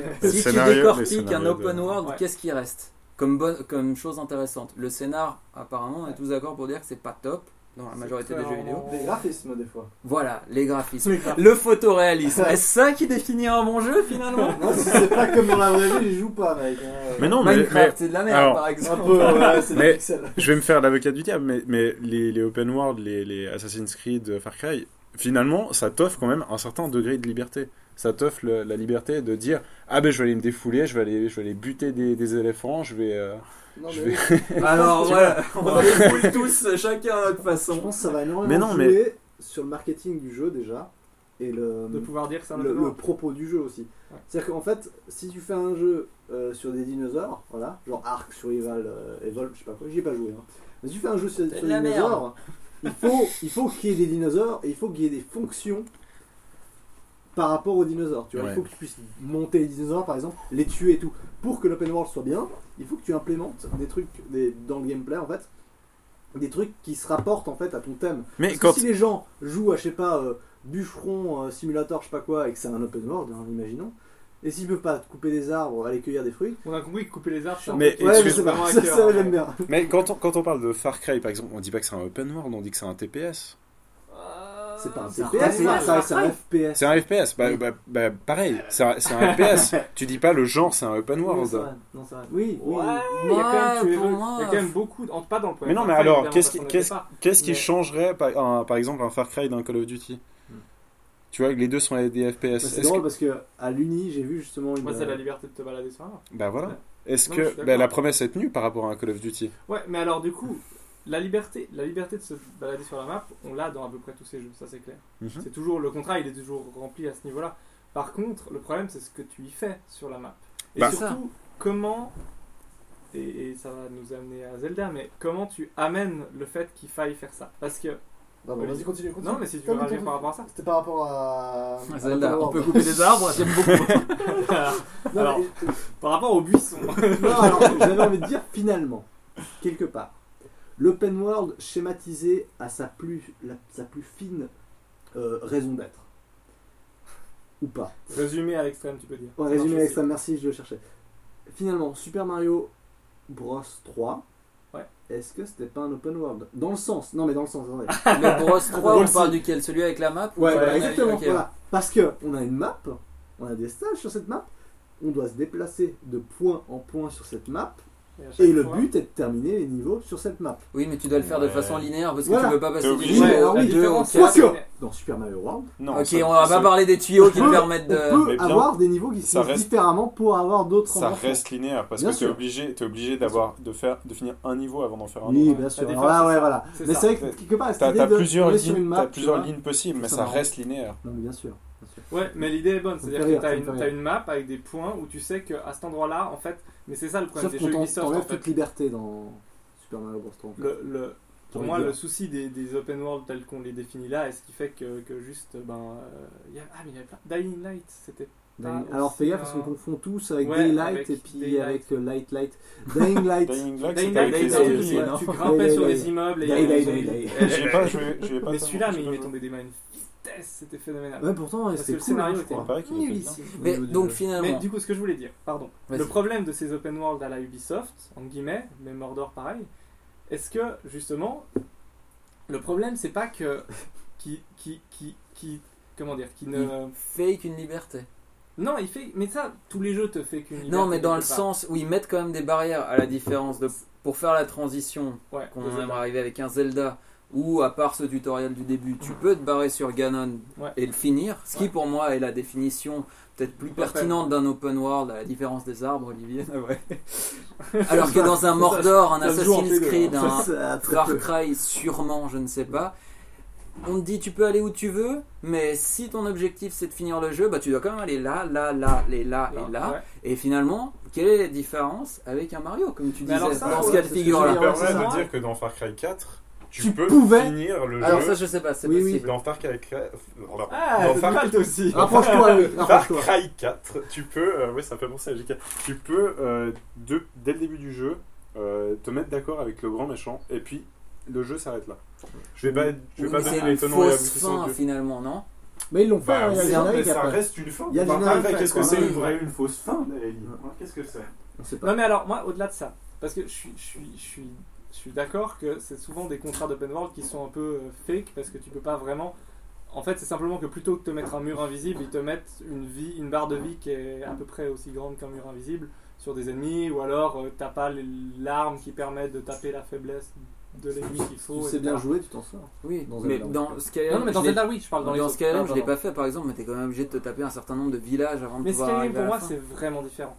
S3: ouais.
S4: Les
S6: si tu
S4: scénarios- les
S6: décortiques
S4: scénarios
S6: un
S4: de-
S6: open world,
S3: Ouais.
S6: qu'est-ce qui reste comme, bonne, comme chose intéressante Le scénar, apparemment, on est tous d'accord pour dire que c'est pas top dans la majorité des jeux vidéo.
S5: Des graphismes des fois.
S6: Voilà, les graphismes.
S3: Les graphismes.
S6: Le photoréalisme. Est-ce ça qui définit un bon jeu finalement
S5: Non, si c'est pas comme dans la vraie vie, j'y joue pas, mec. hein.
S4: Mais *laughs* non, mais- mais
S6: Minecraft, c'est de la merde
S4: alors, *laughs*
S6: par
S5: Un
S6: exemple.
S5: peu, ouais, c'est des
S4: Mais-
S5: pixels.
S4: Je vais me faire l'avocat du diable, mais, mais les, les open world, les, les Assassin's Creed, euh, Far Cry, finalement, ça t'offre quand même un certain degré de liberté. Ça t'offre le- la liberté de dire Ah ben je vais aller me défouler, je vais aller, je vais aller buter des, des éléphants, je vais. euh,
S5: Non,
S4: je
S5: mais
S4: vais-
S3: *laughs*
S6: Alors voilà, *laughs* on les foule tous, chacun à
S5: Je
S6: notre façon.
S5: pense que ça va énormément
S4: Mais non,
S5: jouer sur le marketing du jeu déjà. et le,
S3: de pouvoir dire que c'est un
S5: le,
S3: inconvénient.
S5: le propos du jeu aussi.
S3: Ouais.
S5: C'est-à-dire qu'en fait, si tu fais un jeu euh, sur des dinosaures, voilà, genre Ark, Survival, euh, Evolve, je sais pas quoi, j'y ai pas joué. hein. Mais si tu fais un jeu sur, sur
S6: de
S5: des
S6: la merde.
S5: dinosaures, *laughs* il faut, il faut qu'il y ait des dinosaures et il faut qu'il y ait des fonctions par rapport aux dinosaures. Tu vois,
S9: Ouais.
S5: il faut que tu puisses monter les dinosaures, par exemple, les tuer et tout. Pour que l'open world soit bien, il faut que tu implémentes des trucs des- dans le gameplay en fait, des trucs qui se rapportent en fait à ton thème.
S4: Mais
S5: Parce que
S4: quand.
S5: si les gens jouent à, je sais pas, euh, bûcheron, euh, simulator, je sais pas quoi, et que c'est un open world, hein, imaginons, et s'ils peuvent pas couper des arbres, aller cueillir des fruits,
S3: On a compris que couper les arbres, c'est un
S4: Mais
S3: peu-
S5: ouais, je
S4: excuse-
S5: sais pas, *laughs*
S3: vraiment à
S5: ça,
S3: cœur,
S5: ça,
S3: ouais.
S5: j'aime bien.
S4: Mais quand on, quand on parle de Far Cry, par exemple, on dit pas que c'est un open world, on dit que c'est un TPS.
S5: C'est pas un
S6: c'est un
S5: TPS,
S6: FPS,
S5: ça, ça, c'est un FPS.
S4: C'est un FPS, bah,
S5: Oui.
S4: bah- bah, pareil, c'est un, c'est un
S5: *laughs*
S4: FPS. tu dis pas le genre, c'est un open
S5: Oui, c'est
S4: world.
S5: vrai. Non, c'est vrai. Oui, oui. Bah,
S3: Ouais, il, y a
S6: Moi,
S3: quand même, tu les
S6: pour
S3: veux-
S6: moi,
S3: il y a quand même beaucoup. de- en- pas dans le premier
S4: Mais non, mais
S3: Far Cry,
S4: alors,
S3: évidemment,
S4: qu'est-ce
S3: parce
S4: qui-
S3: qu'on le
S4: qu'est-ce-
S3: fait pas.
S4: Qu'est-ce qui
S3: Mais-
S4: changerait, par, un- par exemple, un Far Cry d'un Call of Duty
S6: Hmm.
S4: Tu vois, les deux sont des FPS.
S5: Mais Bah, C'est
S4: Est-ce
S5: drôle
S4: que-
S5: parce que à l'Uni, j'ai vu justement une.
S3: Moi, c'est la
S5: euh,
S3: liberté de te balader sur un arbre.
S4: Bah voilà. Est-ce
S3: Non,
S4: que
S3: mais je suis
S4: bah,
S3: d'accord.
S4: la promesse est tenue par rapport à un Call of Duty
S3: Ouais, mais alors du coup, la liberté, la liberté de se balader sur la map, on l'a dans à peu près tous ces jeux, ça c'est clair.
S4: Mhm.
S3: C'est toujours le contrat, il est toujours rempli à ce niveau-là. Par contre, le problème c'est ce que tu y fais sur la map. Et
S4: Bah.
S3: surtout, comment et, et ça va nous amener à Zelda, mais comment tu amènes le fait qu'il faille faire ça Parce que
S5: pardon, vas-y, continue, continue.
S3: non, mais si tu veux
S5: Continue,
S3: réagir
S5: continue.
S3: par rapport à ça,
S5: C'était par rapport à. à
S6: Zelda,
S5: l'open
S6: on peut
S5: world.
S6: couper des arbres, j'aime beaucoup.
S5: *laughs* Non,
S3: Alors.
S5: mais-
S3: par rapport aux buissons.
S5: Non, alors, j'avais envie de dire finalement, quelque part, l'open world schématisé à sa plus, la- sa plus fine euh, raison d'être. Ou pas.
S3: *laughs* Résumé à l'extrême, tu peux dire.
S5: En
S3: Ça
S5: résumé
S3: marche aussi.
S5: extrême, merci, je le cherchais. Finalement, Super Mario Bros 3,
S3: Ouais.
S5: est-ce que c'était pas un open world Dans le sens, non mais dans le sens, attendez. *laughs*
S6: Le
S4: *laughs*
S6: Bros 3, on
S5: Aussi.
S6: parle duquel Celui avec la map ou
S5: Ouais,
S6: pas
S5: voilà,
S6: la-
S5: exactement.
S6: ok.
S5: Voilà. Parce que on a une map, on a des stages sur cette map, on doit se déplacer de point en point sur cette map,
S3: Et, à chaque
S5: et le
S3: fois-
S5: but est de terminer les niveaux sur cette map.
S6: Oui, mais tu dois le faire de
S4: Ouais.
S6: façon linéaire parce que
S5: Voilà.
S6: tu veux pas passer du
S4: obligé.
S5: Oui, mais
S6: niveau
S5: alors
S6: à
S5: oui,
S6: deux au
S3: différence,
S6: quatre.
S5: Quoique,
S3: c'est-
S5: dans Super Mario World,
S4: Non.
S6: Ok,
S4: ça-
S6: on va
S4: ça-
S6: pas parler des tuyaux qui
S5: on
S6: te
S5: peut-
S6: permettent
S5: on
S6: de.
S5: peut
S4: Mais bien
S5: avoir des niveaux qui
S4: ça
S5: sont
S4: reste-
S5: différemment pour avoir d'autres
S4: Ça
S5: rencontres.
S4: reste linéaire parce
S5: Bien
S4: que t'es
S5: sûr.
S4: obligé, t'es obligé d'avoir de faire de finir un niveau avant d'en faire un
S5: Oui,
S4: autre.
S5: bien sûr.
S3: La
S5: Alors là,
S3: différence,
S5: ouais,
S3: c'est
S5: voilà.
S3: ça.
S5: Mais
S3: ça.
S5: c'est vrai que quelque part, cette
S4: T'as
S5: idée
S4: t'as
S5: de-
S4: plusieurs
S5: on est sur une
S4: lignes,
S5: map,
S4: t'as
S5: tu
S4: plusieurs
S5: vois.
S4: lignes possibles, mais
S5: Ça
S4: ça
S5: marche.
S4: reste linéaire.
S5: Non, mais bien sûr. bien sûr.
S3: Ouais, mais l'idée est bonne,
S5: Ça me
S3: c'est-à-dire
S5: fait
S3: que
S5: rire,
S3: t'as
S5: ça me
S3: une,
S5: fait
S3: t'as
S5: rire.
S3: une map avec des points où tu sais qu'à cet endroit-là, en fait, mais c'est ça le problème
S5: Sauf
S3: des
S5: qu'on
S3: jeux
S5: t'en-
S3: Ubisoft. En
S5: t'enlève toute
S3: fait.
S5: liberté dans Super Mario Bros. 3.
S3: Le, le- pour
S5: J'ai
S3: moi,
S5: envie de
S3: le
S5: dire.
S3: souci des, des open world tels qu'on les définit là, est ce qui fait que, que juste, ben, euh, il y a- ah mais il y avait plein. Dying Light, c'était.
S5: Dying-
S3: Ah,
S5: Alors
S3: aussi,
S5: fais gaffe
S3: hein.
S5: parce qu'on confond tous avec
S3: Ouais, avec
S5: Daylight et puis
S3: Daylight.
S5: avec euh, Light Light. Dying Light.
S4: Dying Light,
S3: Dying
S4: c'était avec
S3: Light, c'était
S4: les
S3: un
S5: Dying Light,
S4: zombies,
S3: truc
S4: hein.
S3: où tu
S5: non.
S3: grimpais
S5: Day,
S3: sur
S5: Day,
S3: les
S5: Day.
S3: immeubles et il y
S5: Day,
S3: avait
S5: Day,
S3: des zombies.
S5: Day, Day.
S4: *laughs*
S3: Eh,
S4: J'y ai pas joué, j'y ai pas
S3: Mais
S4: tellement-
S3: celui-là,
S4: j'ai
S3: mais il
S4: pas
S3: m'est
S4: joué.
S3: tombé des mains à une vitesse, c'était phénoménal.
S5: Ouais, pourtant,
S3: Parce que
S5: c'était
S3: le
S5: cool, hein,
S3: scénario
S5: je
S3: était
S5: crois.
S4: Pareil qu'il était bien.
S5: Nullissime.
S6: Mais
S5: Au niveau
S6: donc
S5: de-
S3: Mais
S6: finalement.
S3: du coup, ce que je voulais dire, pardon,
S6: Vas-y.
S3: le problème de ces open world à la Ubisoft, en guillemets, mais Mordor pareil, est-ce que justement, le problème c'est pas
S6: *laughs*
S3: que. qui. qui. qui. qui- comment dire qui ne...
S6: Fake une liberté.
S3: Non, il fait. mais ça, tous les jeux te fait qu'une.
S6: Non,
S3: liberté
S6: mais dans le
S3: quelque part.
S6: sens où ils mettent quand même des barrières à la différence de pour faire la transition
S3: Ouais,
S6: qu'on
S3: de Zelda.
S6: aimerait arriver avec un Zelda où à part ce tutoriel du début, tu peux te barrer sur Ganon
S3: Ouais.
S6: et le finir, ce qui
S3: Ouais.
S6: pour moi est la définition peut-être plus
S3: Parfait.
S6: pertinente d'un open world à la différence des
S3: *laughs*
S6: arbres, Olivier. Alors que dans un Mordor, un
S3: ça se joue en
S6: Assassin's
S3: P2, hein.
S6: Creed, un,
S5: Ça, très
S6: Far
S5: peu.
S6: Cry, sûrement, je ne sais pas. On te dit tu peux aller où tu veux, mais si ton objectif c'est de finir le jeu, bah tu dois quand même aller là, là, là, et là, et là.
S3: Ouais.
S6: Et finalement, quelle est la différence avec un Mario, comme tu
S3: Mais
S6: disais,
S3: alors ça,
S6: dans ce
S3: ouais,
S6: cas de
S5: c'est ce que
S6: figure
S5: je
S6: là
S5: veux ouais,
S4: permet
S5: c'est
S4: de
S3: ça.
S4: dire que dans Far Cry 4, tu,
S5: Tu
S4: peux
S5: pouvais.
S4: finir le
S6: Alors
S4: jeu.
S6: ça je sais pas, c'est
S5: Oui,
S6: possible.
S4: Dans Far Cry 4,
S3: Ah,
S4: dans
S3: t'es
S4: Far-
S3: mal, toi aussi
S5: Rapproche-toi, oui,
S4: Far
S5: rapproche-toi.
S4: Cry 4, tu peux, euh, ouais, ça fait penser à JK. tu peux, euh, de- dès le début du jeu, euh, te mettre d'accord avec le grand méchant, et puis le jeu s'arrête là. Je vais pas, je vais
S6: Oui,
S4: pas
S6: mais c'est
S4: donner les
S6: une
S4: tenants et
S6: fausse
S4: aboutissants
S6: fin
S4: du-
S6: finalement, non
S5: Mais ils l'ont fait,
S4: Bah,
S5: hein, il y a
S4: oui,
S5: le
S4: non, mais
S5: générique
S4: ça
S5: après.
S4: reste une fin.
S5: Il y a le
S4: Enfin,
S5: générique
S4: après,
S5: après,
S4: Qu'est-ce que
S5: quoi.
S4: c'est
S6: Oui.
S4: une vraie, une fausse fin, Ellie Qu'est-ce que c'est
S5: On sait pas.
S3: Non mais alors moi au-delà de ça, parce que je suis, je suis, je suis, je suis d'accord que c'est souvent des contrats d'open world qui sont un peu euh, fake parce que tu peux pas vraiment... En fait c'est simplement que plutôt que de te mettre un mur invisible, ils te mettent une vie, une barre de vie qui est à peu près aussi grande qu'un mur invisible sur des ennemis ou alors euh, t'as pas les- l'arme qui permet de taper la faiblesse de l'ennemi qu'il faut.
S5: Tu sais
S3: etc.
S5: bien jouer, tu t'en sors.
S6: Oui,
S5: Dans
S6: mais
S5: Zelda, en tout
S6: dans
S5: cas.
S6: Skyrim,
S3: Non non, mais dans
S6: je l'ai-
S3: Zelda oui, je parle dans,
S6: dans
S3: les autres.
S6: Skyrim,
S3: Ah,
S6: je l'ai
S3: pardon.
S6: pas fait par exemple, mais t'es quand même obligé de te taper un certain nombre de villages avant de
S3: Mais
S6: pouvoir
S3: Skyrim
S6: arriver à
S3: pour moi
S6: la fin.
S3: c'est vraiment différent.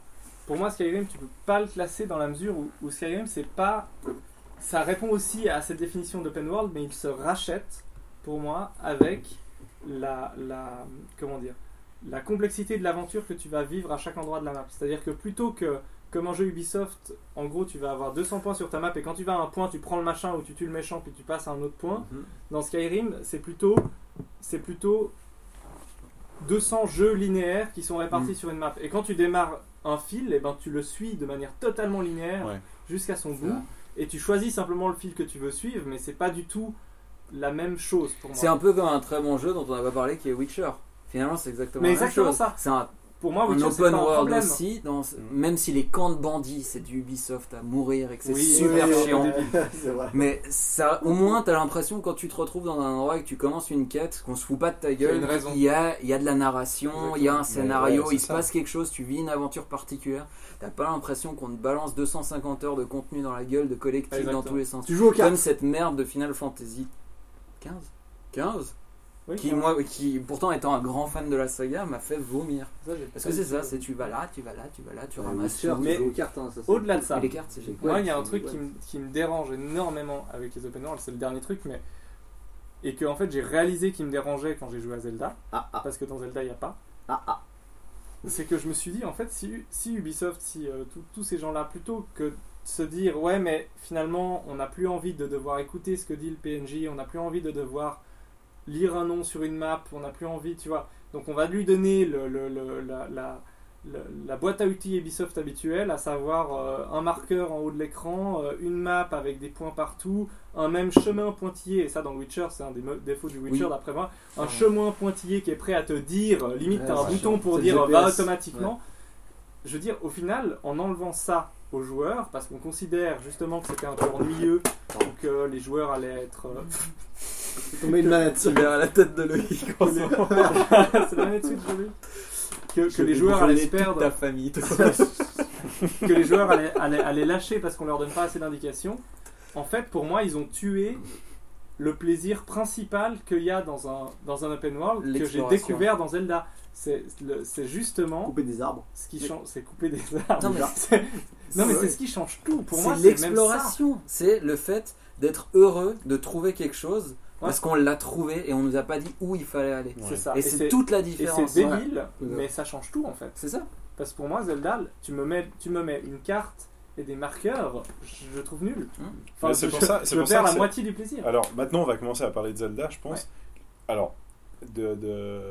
S3: Pour moi Skyrim tu peux pas le classer dans la mesure où, où Skyrim c'est pas... Ça répond aussi à cette définition d'open world mais il se rachète pour moi avec la, la- comment dire, la complexité de l'aventure que tu vas vivre à chaque endroit de la map. C'est-à-dire que plutôt que comme un jeu Ubisoft, en gros, tu vas avoir 200 points sur ta map et quand tu vas à un point, tu prends le machin ou tu tues le méchant puis tu passes à un autre point.
S6: Mhm.
S3: Dans Skyrim, c'est plutôt, c'est plutôt 200 jeux linéaires qui sont
S6: Mhm.
S3: répartis sur une map. Et quand tu démarres un fil, et ben tu le suis de manière totalement linéaire
S4: Ouais.
S3: jusqu'à son
S6: vrai.
S3: bout. Et tu choisis simplement le fil que tu veux suivre, mais c'est pas du tout la même chose pour moi.
S6: C'est un peu comme un très bon jeu dont on n'a pas parlé qui est Witcher. Finalement, c'est exactement
S3: Mais
S6: la
S3: exactement
S6: même chose.
S3: ça.
S6: C'est un,
S3: Pour moi,
S6: un
S3: Witcher, c'est pas
S6: open
S3: un
S6: world
S3: problème.
S6: aussi, dans,
S8: Mm.
S6: même si les camps de bandits, c'est du Ubisoft à mourir et que c'est
S3: Oui,
S6: super
S5: Oui, oui,
S6: chiant.
S5: oui, *laughs* C'est vrai.
S6: Mais ça, au moins, t'as l'impression que quand tu te retrouves dans un endroit et que tu commences une quête, qu'on se fout pas de ta
S8: Il y a
S6: gueule,
S8: une raison.
S6: il y a, il y a de la narration, il y a un scénario,
S4: ouais, c'est
S6: il se
S4: ça.
S6: passe quelque chose, tu vis une aventure particulière. T'as pas l'impression qu'on te balance 250 heures de contenu dans la gueule, de collectif dans
S3: Exactement.
S6: tous les sens.
S5: Tu joues au
S6: Comme
S5: cartes.
S6: cette merde de Final Fantasy 15 15
S3: Oui,
S6: qui,
S3: ça.
S6: moi, qui, pourtant, étant un grand fan de la saga, m'a fait vomir.
S3: Ça, j'ai pas
S6: Parce que c'est
S3: dit.
S6: ça, c'est tu vas là, tu vas là, tu vas là, tu ramasses.
S5: Witcher,
S6: tout.
S5: tu
S3: mais-
S5: joues aux cartes, hein, ça, c'est-
S3: Au-delà de ça,
S6: Et les cartes, c'est génial.
S3: Moi,
S5: Ouais,
S3: il y a un
S5: c'est-
S3: truc qui,
S5: ouais.
S3: me, qui me dérange énormément avec les open world, c'est le dernier truc, mais. Et que, en fait, j'ai réalisé qu'il me dérangeait quand j'ai joué à Zelda,
S5: Ah, ah,
S3: parce que dans Zelda, il n'y a pas.
S5: ah, ah.
S3: C'est que je me suis dit, en fait, si, si Ubisoft, si euh, tout- tous ces gens-là, plutôt que de se dire, ouais, mais finalement, on n'a plus envie de devoir écouter ce que dit le PNJ, on n'a plus envie de devoir lire un nom sur une map, on n'a plus envie, tu vois. Donc, on va lui donner le, le- le- la, la- le- la boîte à outils Ubisoft habituelle, à savoir euh, un marqueur en haut de l'écran, euh, une map avec des points partout, un même chemin pointillé, et ça, dans Witcher, c'est un des me- défauts du Witcher,
S6: Oui.
S3: d'après moi, un
S6: Ouais.
S3: chemin pointillé qui est prêt à te dire, euh, limite,
S5: Ouais,
S3: t'as un
S5: c'est
S3: bouton
S5: chiant.
S3: pour
S5: C'est le
S3: dire euh,
S5: GPS.
S3: va automatiquement. Je veux dire, au final, en enlevant ça aux joueurs, parce qu'on considère justement que c'était un peu ennuyeux, ou que les joueurs allaient être. euh,
S5: C'est tombé une manette.
S6: à la tête de Loïc. *laughs*
S3: *laughs* C'est la manette Switch, Jolie. que, que les joueurs allaient se perdre,
S6: famille.
S3: que les joueurs allaient, allaient- allaient lâcher parce qu'on leur donne pas assez d'indications. En fait, pour moi, ils ont tué le plaisir principal qu'il y a dans un, dans un open world que j'ai
S6: L'exploration.
S3: découvert dans Zelda. C'est le- c'est justement
S5: Couper des arbres.
S3: ce qui change, c'est couper des arbres.
S6: Non, mais
S3: C'est- non, mais
S6: c'est-
S3: c'est ce qui change tout. Pour moi,
S6: c'est
S3: c'est même ça.
S6: l'exploration. C'est le fait d'être heureux de trouver quelque chose parce qu'on l'a trouvé et on nous a pas dit où il fallait aller.
S3: C'est ça.
S6: Et c'est toute la
S3: et
S6: différence.
S3: c'est débile,
S5: Ouais.
S3: mais ça change tout en fait.
S6: C'est ça.
S3: Parce que pour moi, Zelda, tu me mets, tu me mets une carte et des marqueurs, je, je trouve nul.
S6: Hum.
S4: Mais c'est
S3: je-
S4: pour ça- c'est
S3: je
S4: pour ça
S3: perds
S4: que
S3: la
S4: c'est-
S3: moitié du plaisir.
S4: Alors maintenant, on va commencer à parler de Zelda, je pense. Alors, de, de-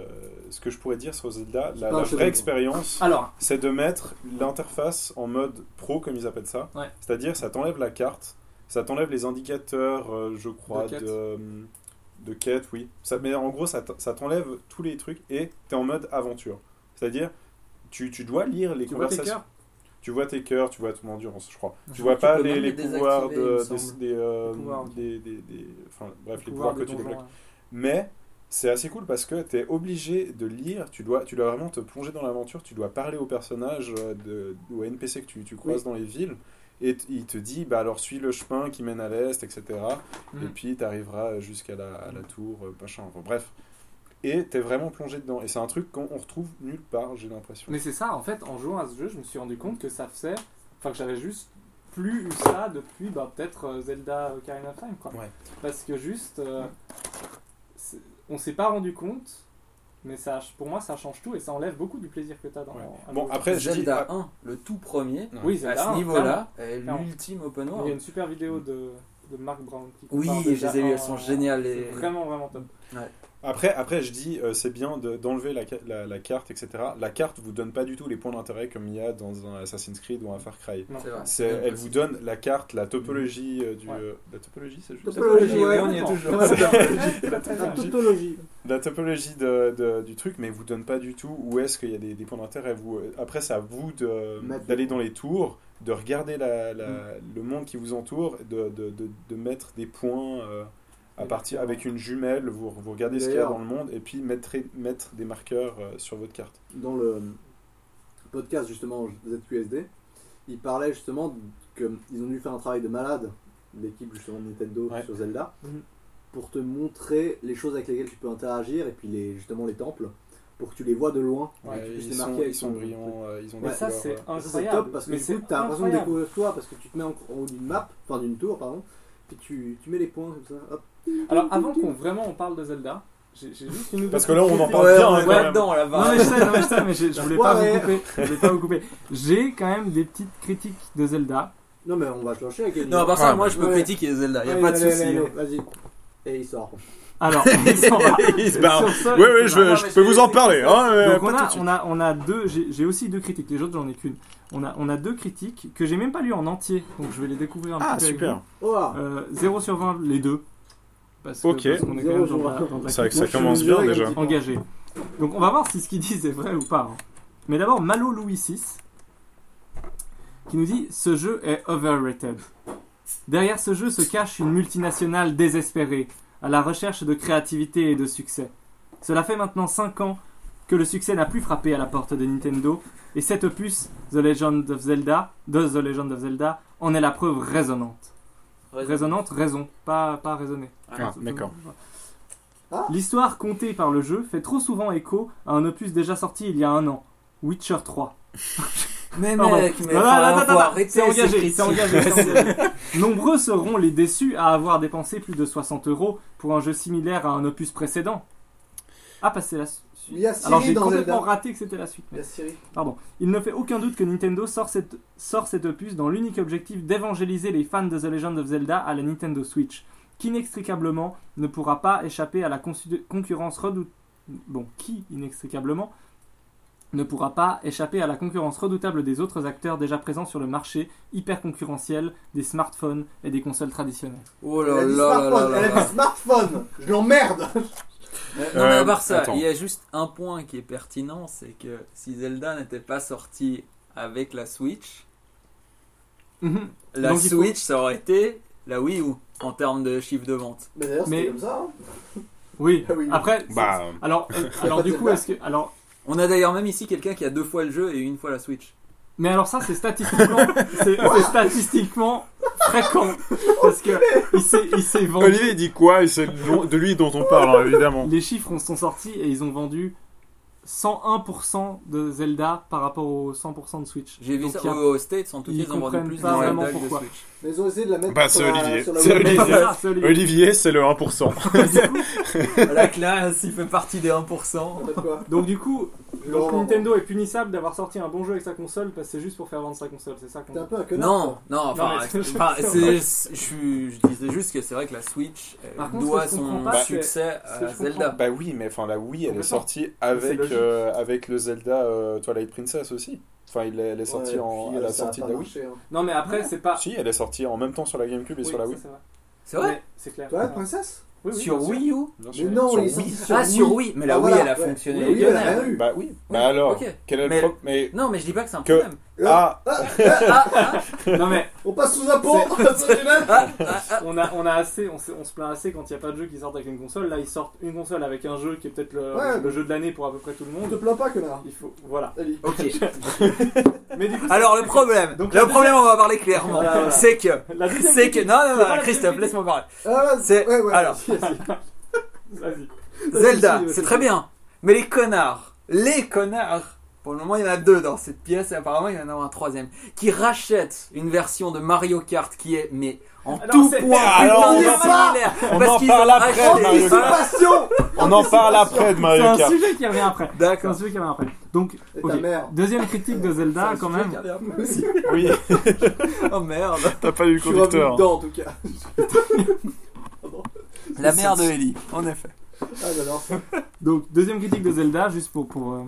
S4: ce que je pourrais dire sur Zelda, la, la
S5: pas un
S4: vraie
S5: chef-d'œuvre.
S4: expérience,
S3: Alors,
S4: c'est de mettre l'interface en mode pro, comme ils appellent ça.
S3: Ouais.
S4: C'est-à-dire, ça t'enlève la carte, ça t'enlève les indicateurs, euh, je crois,
S3: De
S4: de,
S3: quête.
S4: euh, de quête, oui. Ça, mais en gros, ça t- ça t'enlève tous les trucs et t'es en mode aventure. C'est-à-dire, tu, tu dois lire les
S3: tu vois tes
S4: conversations.
S3: cœurs
S4: Tu vois tes cœurs, tu vois ton endurance, je crois.
S6: Je
S4: Tu vois
S6: crois que tu
S4: pas
S6: peux
S4: les,
S6: même
S4: les
S6: les
S4: pouvoirs
S6: désactiver, il
S4: de,
S6: me semble.
S4: des, des, euh,
S3: Les pouvoirs.
S4: des- des- des- Enfin, bref, les
S3: pouvoir
S4: pouvoirs
S3: de
S4: que tu
S3: donjon,
S4: débloques.
S3: hein.
S4: Mais c'est assez cool parce que tu es obligé de lire, tu dois, tu dois vraiment te plonger dans l'aventure, tu dois parler aux personnages euh, de, ou à NPC que tu, tu croises dans les villes. Et t- il te dit, bah alors suis le chemin qui mène à l'est, etc. Et
S3: Mhm.
S4: puis tu arriveras jusqu'à la, à la tour, euh, machin. Enfin, bref. Et t'es vraiment plongé dedans. Et c'est un truc qu'on on retrouve nulle part, j'ai l'impression.
S3: Mais c'est ça, en fait, en jouant à ce jeu, je me suis rendu compte que ça faisait. Enfin, que j'avais juste plus eu ça depuis bah, peut-être euh, Zelda Ocarina of Time, quoi.
S4: Ouais.
S3: Parce que juste. euh,
S6: Mmh.
S3: c'est- on s'est pas rendu compte, mais ça, pour moi, ça change tout et ça enlève beaucoup du plaisir que t'as dans.
S4: Ouais.
S3: à
S4: Bon,
S3: jouer.
S4: après, je dis-
S6: Zelda 1, le tout premier,
S3: oui,
S6: à
S3: Zelda,
S6: ce
S3: hein,
S6: niveau-là, est
S3: clairement.
S6: l'ultime open
S3: clairement. Il y a
S6: world.
S3: une super vidéo de, de Mark Brown. qui
S6: Oui,
S3: compare
S6: je
S3: Zelda
S6: les ai vues,
S3: un-
S6: elles sont géniales.
S3: Oh. C'est
S6: les-
S3: vraiment, vraiment top.
S4: Après, après, je dis, euh, c'est bien de- d'enlever la, ca- la- la carte, etc. La carte vous donne pas du tout les points d'intérêt comme il y a dans un Assassin's Creed ou un Far Cry.
S3: Non.
S6: C'est vrai.
S4: C'est- elle vous donne la carte, la topologie euh, du.
S3: Ouais.
S4: euh, La topologie, c'est juste.
S5: Topologie,
S6: Topologie,
S5: ouais,
S6: oui, on y est
S5: attends.
S6: toujours.
S5: Ouais, *laughs*
S3: La
S5: La
S3: totale.
S5: tautologie.
S4: La topologie de- de- du truc, mais vous donne pas du tout où est-ce qu'il y a des, des points d'intérêt. Vous- euh, Après, c'est à vous de-
S5: Mettre-
S4: d'aller dans les tours, de regarder la- la- le monde qui vous entoure, de, de- de- de mettre des points euh, à
S3: Des
S4: partir
S3: marqueurs.
S4: avec une jumelle. Vous, vous regardez ce qu'il y a
S5: D'ailleurs-
S4: dans le monde et puis mettre, mettre des marqueurs euh, sur votre carte.
S5: dans le euh, podcast justement ZQSD, ils parlaient justement qu'ils ont dû faire un travail de malade, l'équipe justement de Nintendo
S4: Ouais.
S5: sur Zelda,
S3: Mhm.
S5: pour te montrer les choses avec lesquelles tu peux interagir et puis les, justement les temples, pour que tu les vois de loin. et que
S4: Ouais,
S5: tu puisses
S4: ils,
S5: les
S4: sont,
S5: marquer avec
S4: ils sont
S5: ton-
S4: brillants, euh, ils ont
S5: Mais
S4: des
S3: ça,
S4: couleurs,
S3: c'est
S4: euh,
S5: Ça, c'est
S3: incroyable.
S5: top parce que
S3: mais
S5: du
S3: c'est
S5: coup t'as l'impression de
S3: incroyable.
S5: découvrir toi parce que tu te mets en en haut d'une map, enfin d'une tour pardon, puis tu, tu mets les points comme ça, hop.
S3: Alors avant qu'on vraiment on parle de Zelda, J'ai j'ai juste une nouvelle.
S4: Parce que là, on en
S6: *laughs*
S4: parle
S6: Ouais,
S4: bien,
S6: on
S4: hein,
S6: est
S4: quand même.
S6: là-dedans, la
S3: Non
S6: vache.
S3: mais je sais, non, mais je sais, mais je, je voulais pas vous
S5: Ouais.
S3: couper. Je voulais pas vous couper. J'ai quand même des petites critiques de Zelda.
S5: Non, mais on va se lâcher avec Ellie.
S6: Non, à part ça,
S5: Ouais.
S6: moi je peux
S5: Ouais.
S6: critiquer Zelda, y a
S5: Allez,
S6: pas de
S5: allez,
S6: souci.
S5: allez,
S6: hein.
S5: allez, Vas-y. Et il sort.
S3: Alors, ils sont là.
S4: Il se barre.
S3: Sur ça,
S4: Oui, oui,
S3: c'est
S4: je, veux-
S3: marrant,
S4: je
S3: mais
S4: peux
S3: c'est-
S4: vous en parler. Hein, euh,
S3: Donc
S4: pas
S3: on
S4: tout
S3: a,
S4: de suite.
S3: on a, on a deux, j'ai j'ai aussi deux critiques, les autres j'en ai qu'une. On a, on a deux critiques que j'ai même pas lues en entier, donc je vais les découvrir un
S4: Ah,
S3: petit peu. avec
S4: super.
S5: Oh là.
S3: vous. Euh, 0 sur 20, les deux. Parce que-
S4: Ok.
S3: parce qu'on est quand même dans la- dans la
S4: C'est vrai que
S3: critique
S4: ça commence
S5: Moi,
S4: bien
S5: je suis
S4: déjà.
S5: direct.
S3: engagée. Donc on va voir si ce qu'il dit c'est vrai ou pas. hein. Mais d'abord, Malo Louis VI qui nous dit Ce jeu est overrated. Derrière ce jeu se cache une multinationale désespérée, à la recherche de créativité et de succès. Cela fait maintenant 5 ans que le succès n'a plus frappé à la porte de Nintendo, et cet opus, The Legend of Zelda, de The Legend of Zelda, en est la preuve résonante. Résonante, raison, pas, pas raisonnée.
S4: Ah, d'accord.
S6: Ah.
S3: L'histoire contée par le jeu fait trop souvent écho à un opus déjà sorti il y a un an, Witcher 3.
S6: Mais
S3: Pardon.
S6: mec, mais
S3: Non, non,
S6: enfin,
S3: non, non,
S6: faut
S3: non,
S6: arrêter,
S3: c'est engagé,
S6: critique.
S3: c'est engagé, c'est
S6: *laughs*
S3: engagé. Nombreux seront les déçus à avoir dépensé plus de 60 euros pour un jeu similaire à un opus précédent. Ah, passer la
S5: Il
S3: suite.
S5: y a
S3: Alors
S5: Siri
S3: j'ai
S5: dans
S3: complètement
S5: Zelda.
S3: raté que c'était la suite.
S5: Il y a Siri.
S3: Il ne fait aucun doute que Nintendo sort, cette, sort cet opus dans l'unique objectif d'évangéliser les fans de The Legend of Zelda à la Nintendo Switch, qui inextricablement ne pourra pas échapper à la consu- concurrence redoutable. Bon, qui inextricablement ne pourra pas échapper à la concurrence redoutable des autres acteurs déjà présents sur le marché hyper concurrentiel des smartphones et des consoles traditionnelles.
S6: Oh
S5: Elle
S6: là
S5: a dit
S6: là là là
S5: smartphone.
S6: là
S5: Elle a
S6: là.
S5: dit smartphone. Je l'emmerde.
S6: Euh, non, mais à
S4: Euh,
S6: part ça,
S4: attends.
S6: il y a juste un point qui est pertinent, c'est que si Zelda n'était pas sorti avec la Switch,
S5: Mhm.
S6: la
S3: Donc, il faut-
S6: Switch ça aurait été la Wii U en termes de chiffre de vente.
S5: Mais d'ailleurs,
S3: Mais-
S5: c'était comme ça. hein.
S3: Oui,
S5: Ah oui.
S3: après.
S4: Bah,
S3: Alors, euh, alors du coup, est-ce que. Alors,
S6: On a d'ailleurs même ici quelqu'un qui a deux fois le jeu et une fois la Switch.
S3: Mais alors ça, c'est statistiquement, c'est c'est statistiquement fréquent parce que il s'est, il s'est vendu.
S4: Olivier il dit quoi Et c'est de de lui dont on parle, hein, évidemment.
S3: *laughs* Les chiffres sont sortis et ils ont vendu 101% de Zelda par rapport aux 100% de Switch.
S6: J'ai vu
S3: Donc,
S6: ça
S3: il y a-
S6: aux States, en tout cas,
S3: ils
S6: ils ont vendu
S3: comprennent
S6: plus de
S3: pas vraiment
S6: Zelda que de
S3: pourquoi.
S6: Switch.
S5: Mais ils ont essayé de la mettre
S4: Bah,
S5: sur,
S4: c'est
S5: la-
S4: Olivier.
S5: sur la
S4: C'est
S5: web.
S3: Mais
S4: Olivier.
S3: voilà, c'est Olivier.
S4: Olivier, c'est le 1%.
S6: la classe, il fait partie des 1%.
S5: Peut-être quoi
S3: Donc du coup,
S5: Je
S3: donc,
S5: le rends.
S3: Nintendo est punissable d'avoir sorti un bon jeu avec sa console parce que c'est juste pour faire vendre sa console, c'est ça qu'on
S5: T'es un peu un connard.
S6: Non, non, enfin,
S3: mais *laughs* c'est-
S6: enfin, c'est- c'est- je, je disais juste que c'est vrai que la Switch elle
S3: Par contre,
S6: doit
S3: ce que je comprends
S6: son
S3: pas, c'est-
S6: succès
S3: que
S6: à
S3: je
S6: Zelda.
S4: Bah oui, mais enfin la Wii, elle
S3: Complètement.
S4: est sortie
S3: C'est
S4: avec
S3: logique.
S4: euh, avec le Zelda euh, Twilight Princess aussi. Enfin, il est- elle est
S5: Ouais,
S4: sortie
S5: et
S4: en
S5: puis,
S4: à
S5: euh,
S4: la
S5: ça a
S4: sortie
S5: pas
S4: de la Wii.
S5: marché, hein.
S3: Non mais après, c'est pas.
S4: Si, elle est sortie en même temps sur la GameCube et
S3: Oui,
S4: sur la
S3: ça,
S4: Wii.
S3: c'est vrai.
S6: C'est vrai
S3: Mais c'est clair.
S5: Toi, la princesse
S3: Oui, oui,
S6: Sur
S3: bien sûr.
S6: Wii U
S4: Bien
S5: Mais
S4: sûr.
S5: non,
S4: Sur
S5: ils
S4: Wii.
S5: sont
S6: Ah, sur Wii Mais la
S5: Ah,
S6: Wii,
S5: voilà,
S6: elle a
S5: ouais.
S6: fonctionné.
S5: La Wii, elle a rien eu.
S4: Bah oui.
S6: Oui,
S4: Bah alors,
S6: ok.
S4: quel est
S6: Mais-
S4: le problème Mais
S6: Non, mais je dis pas que c'est un
S4: Que-
S6: problème.
S4: ah,
S6: Ah, ah,
S3: Non mais
S5: On passe sous un pont *laughs* C'est génial.
S6: ah, ah, ah.
S3: on a, on a assez, on, se- on se plaint assez quand il n'y a pas de jeu qui sortent avec une console. Là, ils sortent une console avec un jeu qui est peut-être le,
S5: Ouais.
S3: le jeu de l'année pour à peu près tout le
S5: On te
S3: monde.
S5: plaint pas, connard.
S3: Il faut, voilà.
S5: Allez.
S6: Ok.
S3: Mais du coup,
S6: Alors le problème,
S3: Donc, la
S6: le problème, on va parler clairement,
S3: Voilà, voilà.
S6: c'est que,
S3: *laughs* la deuxième
S6: c'est que,
S3: critique,
S6: non, non,
S3: c'est pas
S6: non,
S3: la
S6: Christophe,
S3: deuxième
S6: laisse-moi parler.
S5: Ah,
S6: C'est-
S5: ouais, ouais,
S6: alors.
S5: vas-y,
S6: *laughs*
S5: vas-y.
S3: Vas-y.
S6: Zelda,
S3: si, si,
S6: c'est
S3: si.
S6: très bien, mais les connards, les connards. Pour le moment, il y en a deux dans cette pièce, et apparemment, il y en a un troisième qui rachète une version de Mario Kart qui est, mais en
S3: Alors,
S6: tout point,
S3: c'est-
S6: putain,
S4: ah, Alors,
S6: de
S4: on en
S5: parle-
S6: similaire,
S4: on
S6: parce
S4: en
S6: qu'ils
S4: parle
S6: ont
S4: après,
S5: Oh,
S6: racheté-
S4: Mario Kart.
S6: Voilà. *laughs*
S5: Passion
S4: on en parle après
S3: *laughs*
S4: de
S3: C'est
S4: Mario
S3: un
S4: Kart.
S3: sujet qui revient après. C'est un
S6: D'accord.
S3: sujet qui revient après. Donc,
S5: Et
S3: Ok.
S5: ta mère. Ah,
S3: deuxième critique de Zelda quand même. *laughs*
S4: Oui,
S6: *laughs* Oh merde.
S4: t'as pas eu le
S5: Je suis revenu
S4: conducteur.
S5: dedans, en
S3: *laughs*
S5: tout cas.
S6: La mère de Ellie, en effet.
S5: Ah, j'adore ça.
S3: Donc, deuxième critique de Zelda, juste pour, pour, euh,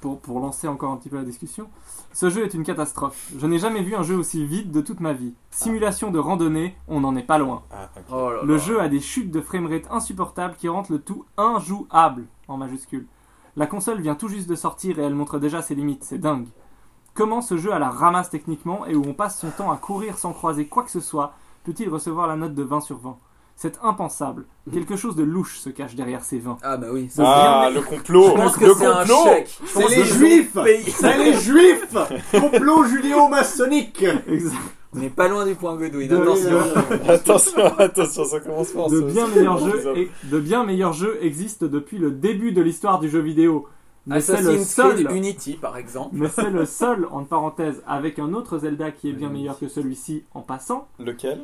S3: pour, pour lancer encore un petit peu la discussion. Ce jeu est une catastrophe. Je n'ai jamais vu un jeu aussi vide de toute ma vie. Simulation de randonnée, on n'en est pas loin.
S4: Ah, ok.
S6: Oh là
S3: Le
S6: là.
S3: jeu a des chutes de framerate insupportables qui rendent le tout injouable en majuscule. La console vient tout juste de sortir et elle montre déjà ses limites, c'est dingue. Comment ce jeu à la ramasse techniquement et où on passe son temps à courir sans croiser quoi que ce soit peut-il recevoir la note de 20 sur 20 C'est impensable. Quelque chose de louche se cache derrière ces
S6: *laughs*
S3: 20.
S6: Ah bah oui.
S3: Ça se
S4: Ah, le complot.
S6: Je pense
S4: le
S6: que c'est un
S4: complot.
S6: chèque.
S5: C'est les juifs C'est les juifs Complot judéo-maçonnique
S3: Exact.
S6: On n'est pas loin du point Godwin.
S3: De-
S6: Attention.
S4: Attention, *laughs* attention, ça commence fort.
S3: de
S4: ça.
S3: bien meilleurs
S4: C'est
S3: jeux
S4: bizarre.
S3: et- de bien meilleurs jeux existent depuis le début de l'histoire du jeu vidéo. Mais c'est le
S6: Assassin's
S3: seul.
S6: Creed Unity, par exemple.
S3: Mais c'est le seul, en parenthèse, avec un autre Zelda qui est bien meilleur que celui-ci en passant,
S4: Lequel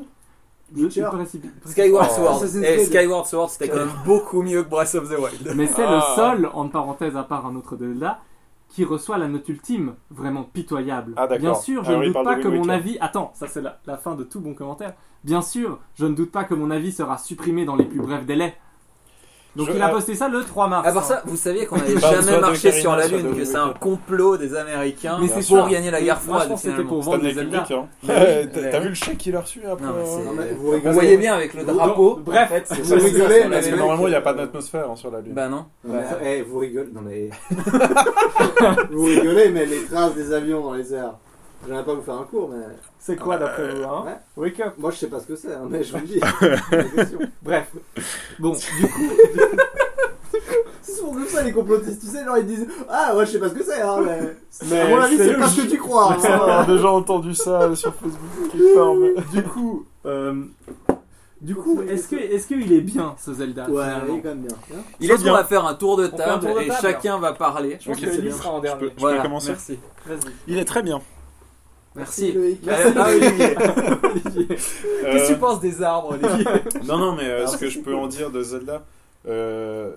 S3: Je suis
S5: Witcher.
S3: précipi-
S6: Skyward
S4: Oh.
S6: Sword.
S5: Assassin's
S6: Eh,
S5: Creed.
S6: Skyward Sword, c'était quand même beaucoup mieux que Breath of the Wild.
S3: Mais c'est
S4: Ah.
S3: le seul, en parenthèse à part un autre de là, qui reçoit la note ultime, vraiment pitoyable.
S4: Ah, d'accord.
S3: Bien sûr, je
S4: Ah
S3: ne
S4: oui, il
S3: doute
S4: parle
S3: pas
S4: de
S3: que
S4: Wind
S3: mon
S4: Waker.
S3: avis. Attends, ça c'est la, la fin de tout bon commentaire. Bien sûr, je ne doute pas que mon avis sera supprimé dans les plus brefs délais. Donc
S4: Je-
S3: il a
S4: euh,
S3: posté ça le 3 mars.
S6: À part
S3: hein.
S6: ah, bah, ça, vous saviez
S3: *laughs*
S6: qu'on n'avait
S4: Bah, soit
S6: jamais
S4: de
S6: marché
S4: Karina,
S6: sur la
S4: soit
S6: Lune,
S4: de
S6: que c'est
S4: Wind
S6: un
S4: Waker.
S6: complot des Américains
S3: Mais
S4: Bien
S3: c'est
S4: sûr.
S6: pour
S3: ça.
S6: gagner la guerre
S3: Moi, je
S6: froide.
S3: pense que c'était
S6: finalement.
S3: pour
S4: T'as
S3: vendre les Zelda.
S4: Bah
S6: Ouais,
S4: hein. *laughs* T'as t'as vu le chèque qu'il a reçu après
S6: Non, mais c'est-
S4: euh,
S5: Non, mais vous
S6: vous
S5: rigolez.
S6: voyez bien avec le
S5: Vous-
S6: drapeau.
S5: donc,
S3: bref,
S5: en fait, c'est-
S3: vous
S5: c'est- c'est-
S3: rigolez,
S5: c'est-
S4: Parce
S5: c'est-
S4: que
S5: c'est-
S4: normalement, il n'y a pas
S5: euh,
S4: d'atmosphère hein, sur la Lune.
S6: Bah non.
S5: Non, mais, eh, vous rigolez. Non,
S6: *laughs*
S5: mais. vous rigolez, mais les traces des avions dans les airs. J'aimerais pas vous faire un cours, mais.
S3: C'est quoi d'après vous hein
S5: ouais.
S3: Wake up.
S5: Moi, je sais pas ce que c'est, hein, mais je vous
S6: *laughs*
S5: le dis. C'est une question.
S3: Bref. Bon, du coup,
S5: C'est souvent comme ça, les complotistes, tu sais, genre ils disent Ah, ouais, je sais pas ce que c'est, hein, mais.
S4: *laughs* Mais
S5: à mon avis,
S4: c'est
S5: c'est pas ce que tu crois.
S4: Ça, *laughs* on *laughs* a
S5: hein.
S4: déjà entendu ça euh, sur Facebook quelque part, mais- *laughs*
S3: du coup, euh, du coup, est-ce que est-ce qu'il est bien ce Zelda
S5: Ouais,
S3: finalement
S5: il est quand même bien. hein.
S6: Il est on va faire un tour de
S3: On fait un
S6: table
S3: tour de
S6: et
S3: table.
S6: chacun va parler.
S3: Je pense
S4: Ok,
S3: que
S4: c'est
S3: Ellie
S4: bien.
S3: sera en
S4: Je peux-
S3: dernier.
S4: je peux
S6: Voilà,
S4: commencer
S6: merci.
S3: Vas-y.
S4: Il est très bien.
S6: Merci.
S5: Loïc.
S6: Ah, Olivier.
S3: Olivier.
S6: *laughs* Qu'est-ce que
S4: Euh,
S6: tu penses des arbres, Olivier
S4: Non, non, mais euh,
S5: Alors,
S4: ce que
S5: c'est
S4: je peux en dire de Zelda. euh,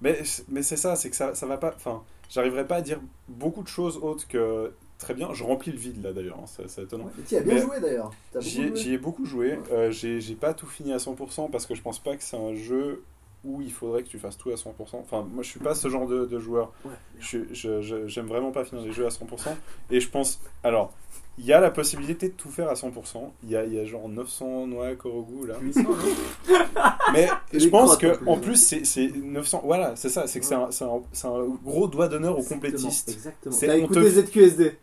S4: Mais, mais c'est ça, c'est que ça, ça va pas. Enfin, j'arriverai pas à dire beaucoup de choses autres que très bien. Je remplis le vide là d'ailleurs, hein, c'est c'est étonnant.
S5: Et Tu as bien
S4: Mais-
S5: joué d'ailleurs. T'as beaucoup
S4: J'y ai,
S5: joué.
S4: j'y ai beaucoup joué. euh, j'ai j'ai pas tout fini à 100% parce que je pense pas que c'est un jeu où il faudrait que tu fasses tout à 100%. Enfin, moi je suis pas ce genre de, de joueur.
S6: Ouais,
S4: Je suis- je- je- J'aime vraiment pas finir les jeux à 100%. Et je pense. Alors, il y a la possibilité de tout faire à 100%. Il y a, il y a genre 900 noix Korogu là. *laughs* Mais
S5: Et
S4: je
S5: les
S4: pense
S5: crottes, en
S4: que
S5: plus. hein.
S4: en plus c'est- c'est 900. Voilà, c'est ça. C'est que c'est un, c'est un- c'est un gros doigt d'honneur aux
S5: Exactement,
S4: complétistes.
S5: Exactement.
S4: C'est
S5: T'as
S4: honteux.
S5: écouté ZQSD.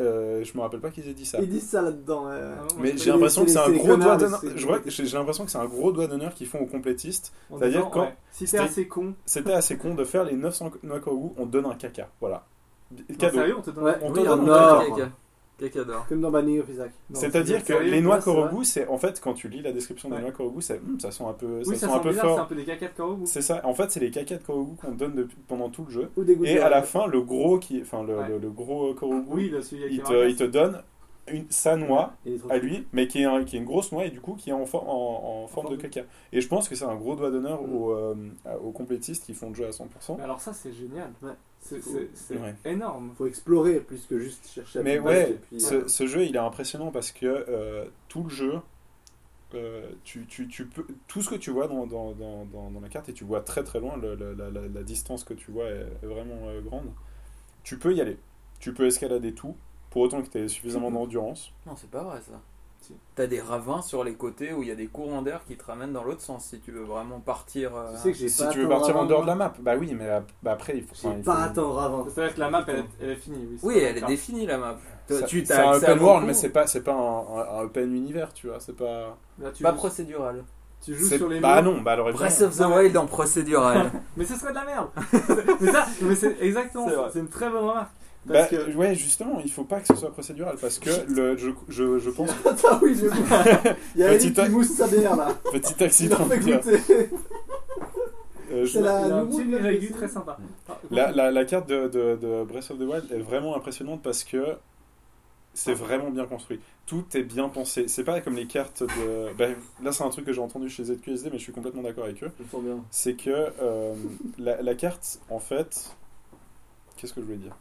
S4: Euh, je me rappelle pas qu'ils aient dit ça.
S5: Ils disent ça là-dedans. euh,
S4: Mais
S5: c'est
S4: j'ai l'impression
S5: les-
S4: que c'est
S5: c'est
S4: un
S5: les
S4: gros doigt
S5: connards,
S4: d'honneur.
S5: c'est-
S4: Je vois que J'ai j'ai l'impression que c'est un gros doigt d'honneur qu'ils font aux complétistes.
S3: En
S4: C'est-à-dire
S3: disant,
S4: quand-
S3: ouais, si t'es
S4: c'était-
S3: assez con,
S4: C'était assez con de faire les 900 noix Korogu, on donne un caca. Voilà.
S3: Non,
S4: Cadeau.
S3: sérieux, on te donne
S5: Ouais.
S4: On te
S6: Oui,
S4: donne
S5: on
S4: un
S5: adore.
S4: caca.
S6: caca. Caca d'or.
S5: Comme dans Banning of Isaac. Non,
S4: C'est-à-dire
S3: c'est
S4: que
S3: sérieux,
S4: les noix
S3: ouais, c'est
S4: Korogu, c'est en fait quand tu lis la description des
S3: Ouais.
S4: noix Korogu, c'est hum, ça sent un peu,
S3: Oui,
S4: ça
S3: ça
S4: sent un peu
S3: bizarre, c'est un
S4: fort.
S3: peu des caca de carreau.
S4: C'est ça. En fait, c'est les caca de Korogu qu'on donne depuis- pendant tout le jeu.
S5: Ou des
S4: Et à la
S5: fin.
S4: fin, le gros qui, enfin le,
S3: Ouais.
S4: le- le gros Korogu,
S3: Oui, là, celui avec
S4: il
S3: les
S4: te, il
S3: marqueurs.
S4: te donne une, sa noix
S5: Il est trop
S4: à
S5: cool.
S4: lui, mais qui est, un- qui est une grosse noix et du coup qui est en, for- en, en forme de caca. Et je pense que c'est un gros doigt d'honneur aux, euh, à- aux complétistes qui font le jeu à 100%.
S3: Mais Alors ça, c'est génial.
S5: Ouais.
S3: C'est- C'est c'est
S4: Ouais.
S3: énorme.
S5: Faut explorer plus que juste chercher à
S4: Mais
S5: tout base, euh,
S4: ouais,
S5: et puis,
S4: ce, ce jeu il est impressionnant parce que euh, tout le jeu, euh, tu, tu- tu peux, tout ce que tu vois dans, dans- dans- dans- dans la carte, et tu vois très très loin, le- le- la, la- la distance que tu vois est, est vraiment euh, grande, tu peux y aller. Tu peux escalader tout, pour autant que tu aies
S5: *laughs*
S4: suffisamment d'endurance.
S6: Non, c'est pas vrai ça.
S3: Si.
S6: T'as des ravins sur les côtés où il y a des courants d'air qui te ramènent dans l'autre sens si tu veux vraiment partir. euh,
S5: Tu sais que j'ai
S4: Si
S5: pas
S4: tu veux
S5: attendre
S4: partir en
S5: avant,
S4: dehors de
S5: moi.
S4: la map, bah oui, mais ap- bah après il faut... enfin,
S5: J'ai
S4: il
S5: pas
S4: faut-
S5: attendre avant.
S3: C'est-à-dire que la map, elle, est- elle est finie. Oui, c'est
S6: Oui,
S3: pas
S6: elle est
S3: grave.
S6: définie la map.
S4: Ça-
S6: Tu
S4: C'est
S6: t'as
S4: un
S6: accès à
S4: open world,
S6: beaucoup.
S4: mais c'est pas, c'est pas un, un- un open univers, tu vois. C'est pas.
S3: Là, tu,
S6: Pas
S3: joues,
S6: procédural.
S3: tu joues
S4: c'est-
S3: sur les murs.
S4: bah non, bah alors évidemment.
S6: Breath of the Wild en procédural.
S3: Mais ce serait de la merde. mais ça, mais c'est exactement.
S4: C'est
S3: ça.
S4: vrai.
S3: C'est une très bonne remarque.
S4: Bah,
S3: Parce que-
S4: ouais, justement, il faut pas que ce soit procédural parce que le, je, je, je pense
S5: *laughs* Attends,
S4: *laughs*
S5: oui, je Il y a
S4: Petit
S5: Eric
S4: tac.
S5: qui mousse sa bière là.
S4: *laughs* petit
S5: Il leur
S4: accident.
S5: fait
S4: tiens.
S5: goûter.
S4: Euh, je-
S5: C'est la
S3: Il a un petit
S5: nouveau-
S3: régu très sympa.
S4: la, la, la carte de, de, de Breath of the Wild est vraiment impressionnante parce que c'est vraiment bien construit. Tout est bien pensé. C'est pas comme les cartes de. bah, là, c'est un truc que j'ai entendu chez ZQSD, mais je suis complètement d'accord avec eux.
S5: Je me sens bien.
S4: C'est que euh, la, la carte, en fait. Qu'est-ce que je voulais dire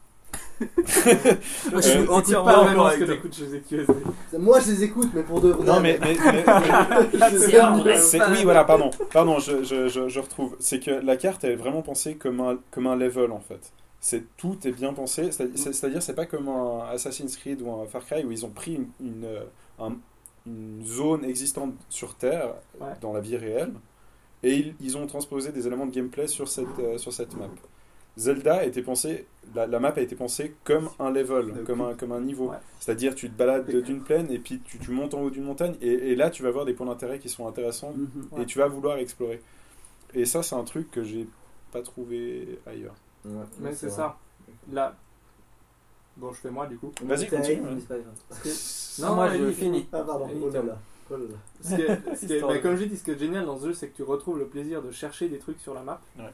S6: Je suis
S4: Euh,
S3: Entièrement
S6: entièrement
S3: vraiment
S6: d'accord
S3: ce que
S6: avec toi.
S3: t'écoutes chez EQSD.
S5: Moi je les écoute, mais pour de vrai.
S4: Non, mais- mais-
S5: *laughs*
S4: mais
S5: Je les
S6: C'est un
S5: écoute.
S6: vrai.
S4: C'est-
S6: Pas-
S4: oui, voilà, pardon. Pardon, je, je- je- je retrouve. C'est que la carte elle est vraiment pensée comme un, comme un level en fait. C'est tout est bien pensé. C'est- c'est- C'est-à-dire, c'est pas comme un Assassin's Creed ou un Far Cry où ils ont pris une, une, euh, un- une zone existante sur Terre,
S3: Ouais.
S4: dans la vie réelle, et ils, ils ont transposé des éléments de gameplay sur cette, euh, sur cette map. Zelda a été pensée, la, la map a été pensée comme un level, comme un, comme un niveau.
S3: Ouais.
S4: C'est-à-dire, tu te balades de- d'une plaine et puis tu, tu montes en haut d'une montagne, et, et là, tu vas voir des points d'intérêt qui sont intéressants
S5: Mhm.
S4: et tu vas vouloir explorer. Et ça, c'est un truc que j'ai pas trouvé ailleurs.
S3: Mais c'est ça. Là. Bon, je fais moi du coup.
S4: Vas-y,
S5: T'as
S4: continue.
S5: Eric, mais c'est pas grave.
S3: Non,
S6: moi
S3: non,
S6: je
S3: il-
S6: finis.
S5: Ah, pardon.
S3: Eric,
S5: Oh là là. Oh là là.
S3: Ce qui
S6: *laughs*
S3: est- ce qui est-
S6: Histoire
S3: bah,
S6: de-
S3: comme je dis, ce qui est génial dans ce jeu, c'est que tu retrouves le plaisir de chercher des trucs sur la map.
S4: Ouais.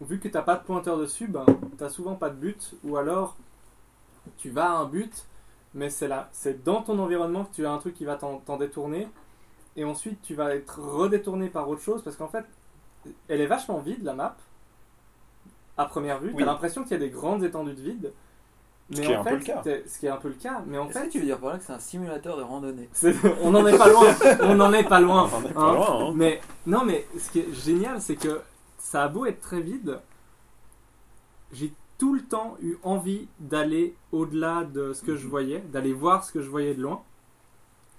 S3: Vu que t'as pas de pointeur dessus, ben, t'as souvent pas de but, ou alors tu vas à un but mais c'est là, c'est dans ton environnement que tu as un truc qui va t'en t'en détourner, et ensuite tu vas être redétourné par autre chose, parce qu'en fait, elle est vachement vide la map, à première vue,
S4: Oui.
S3: t'as l'impression qu'il y a des grandes étendues de vide, mais
S4: qui est
S3: en
S4: un
S3: fait,
S4: peu le cas.
S3: t'es- ce qui est un peu le cas, mais en
S6: Est-ce
S3: fait,
S6: que tu veux dire par là que c'est un simulateur de randonnée
S3: c'est- on n'en est pas loin, on n'en est pas loin.
S4: On en
S3: hein.
S4: est pas loin, hein.
S3: Mais non, mais ce qui est génial, c'est que ça a beau être très vide, j'ai tout le temps eu envie d'aller au-delà de ce que je voyais, d'aller voir ce que je voyais de loin.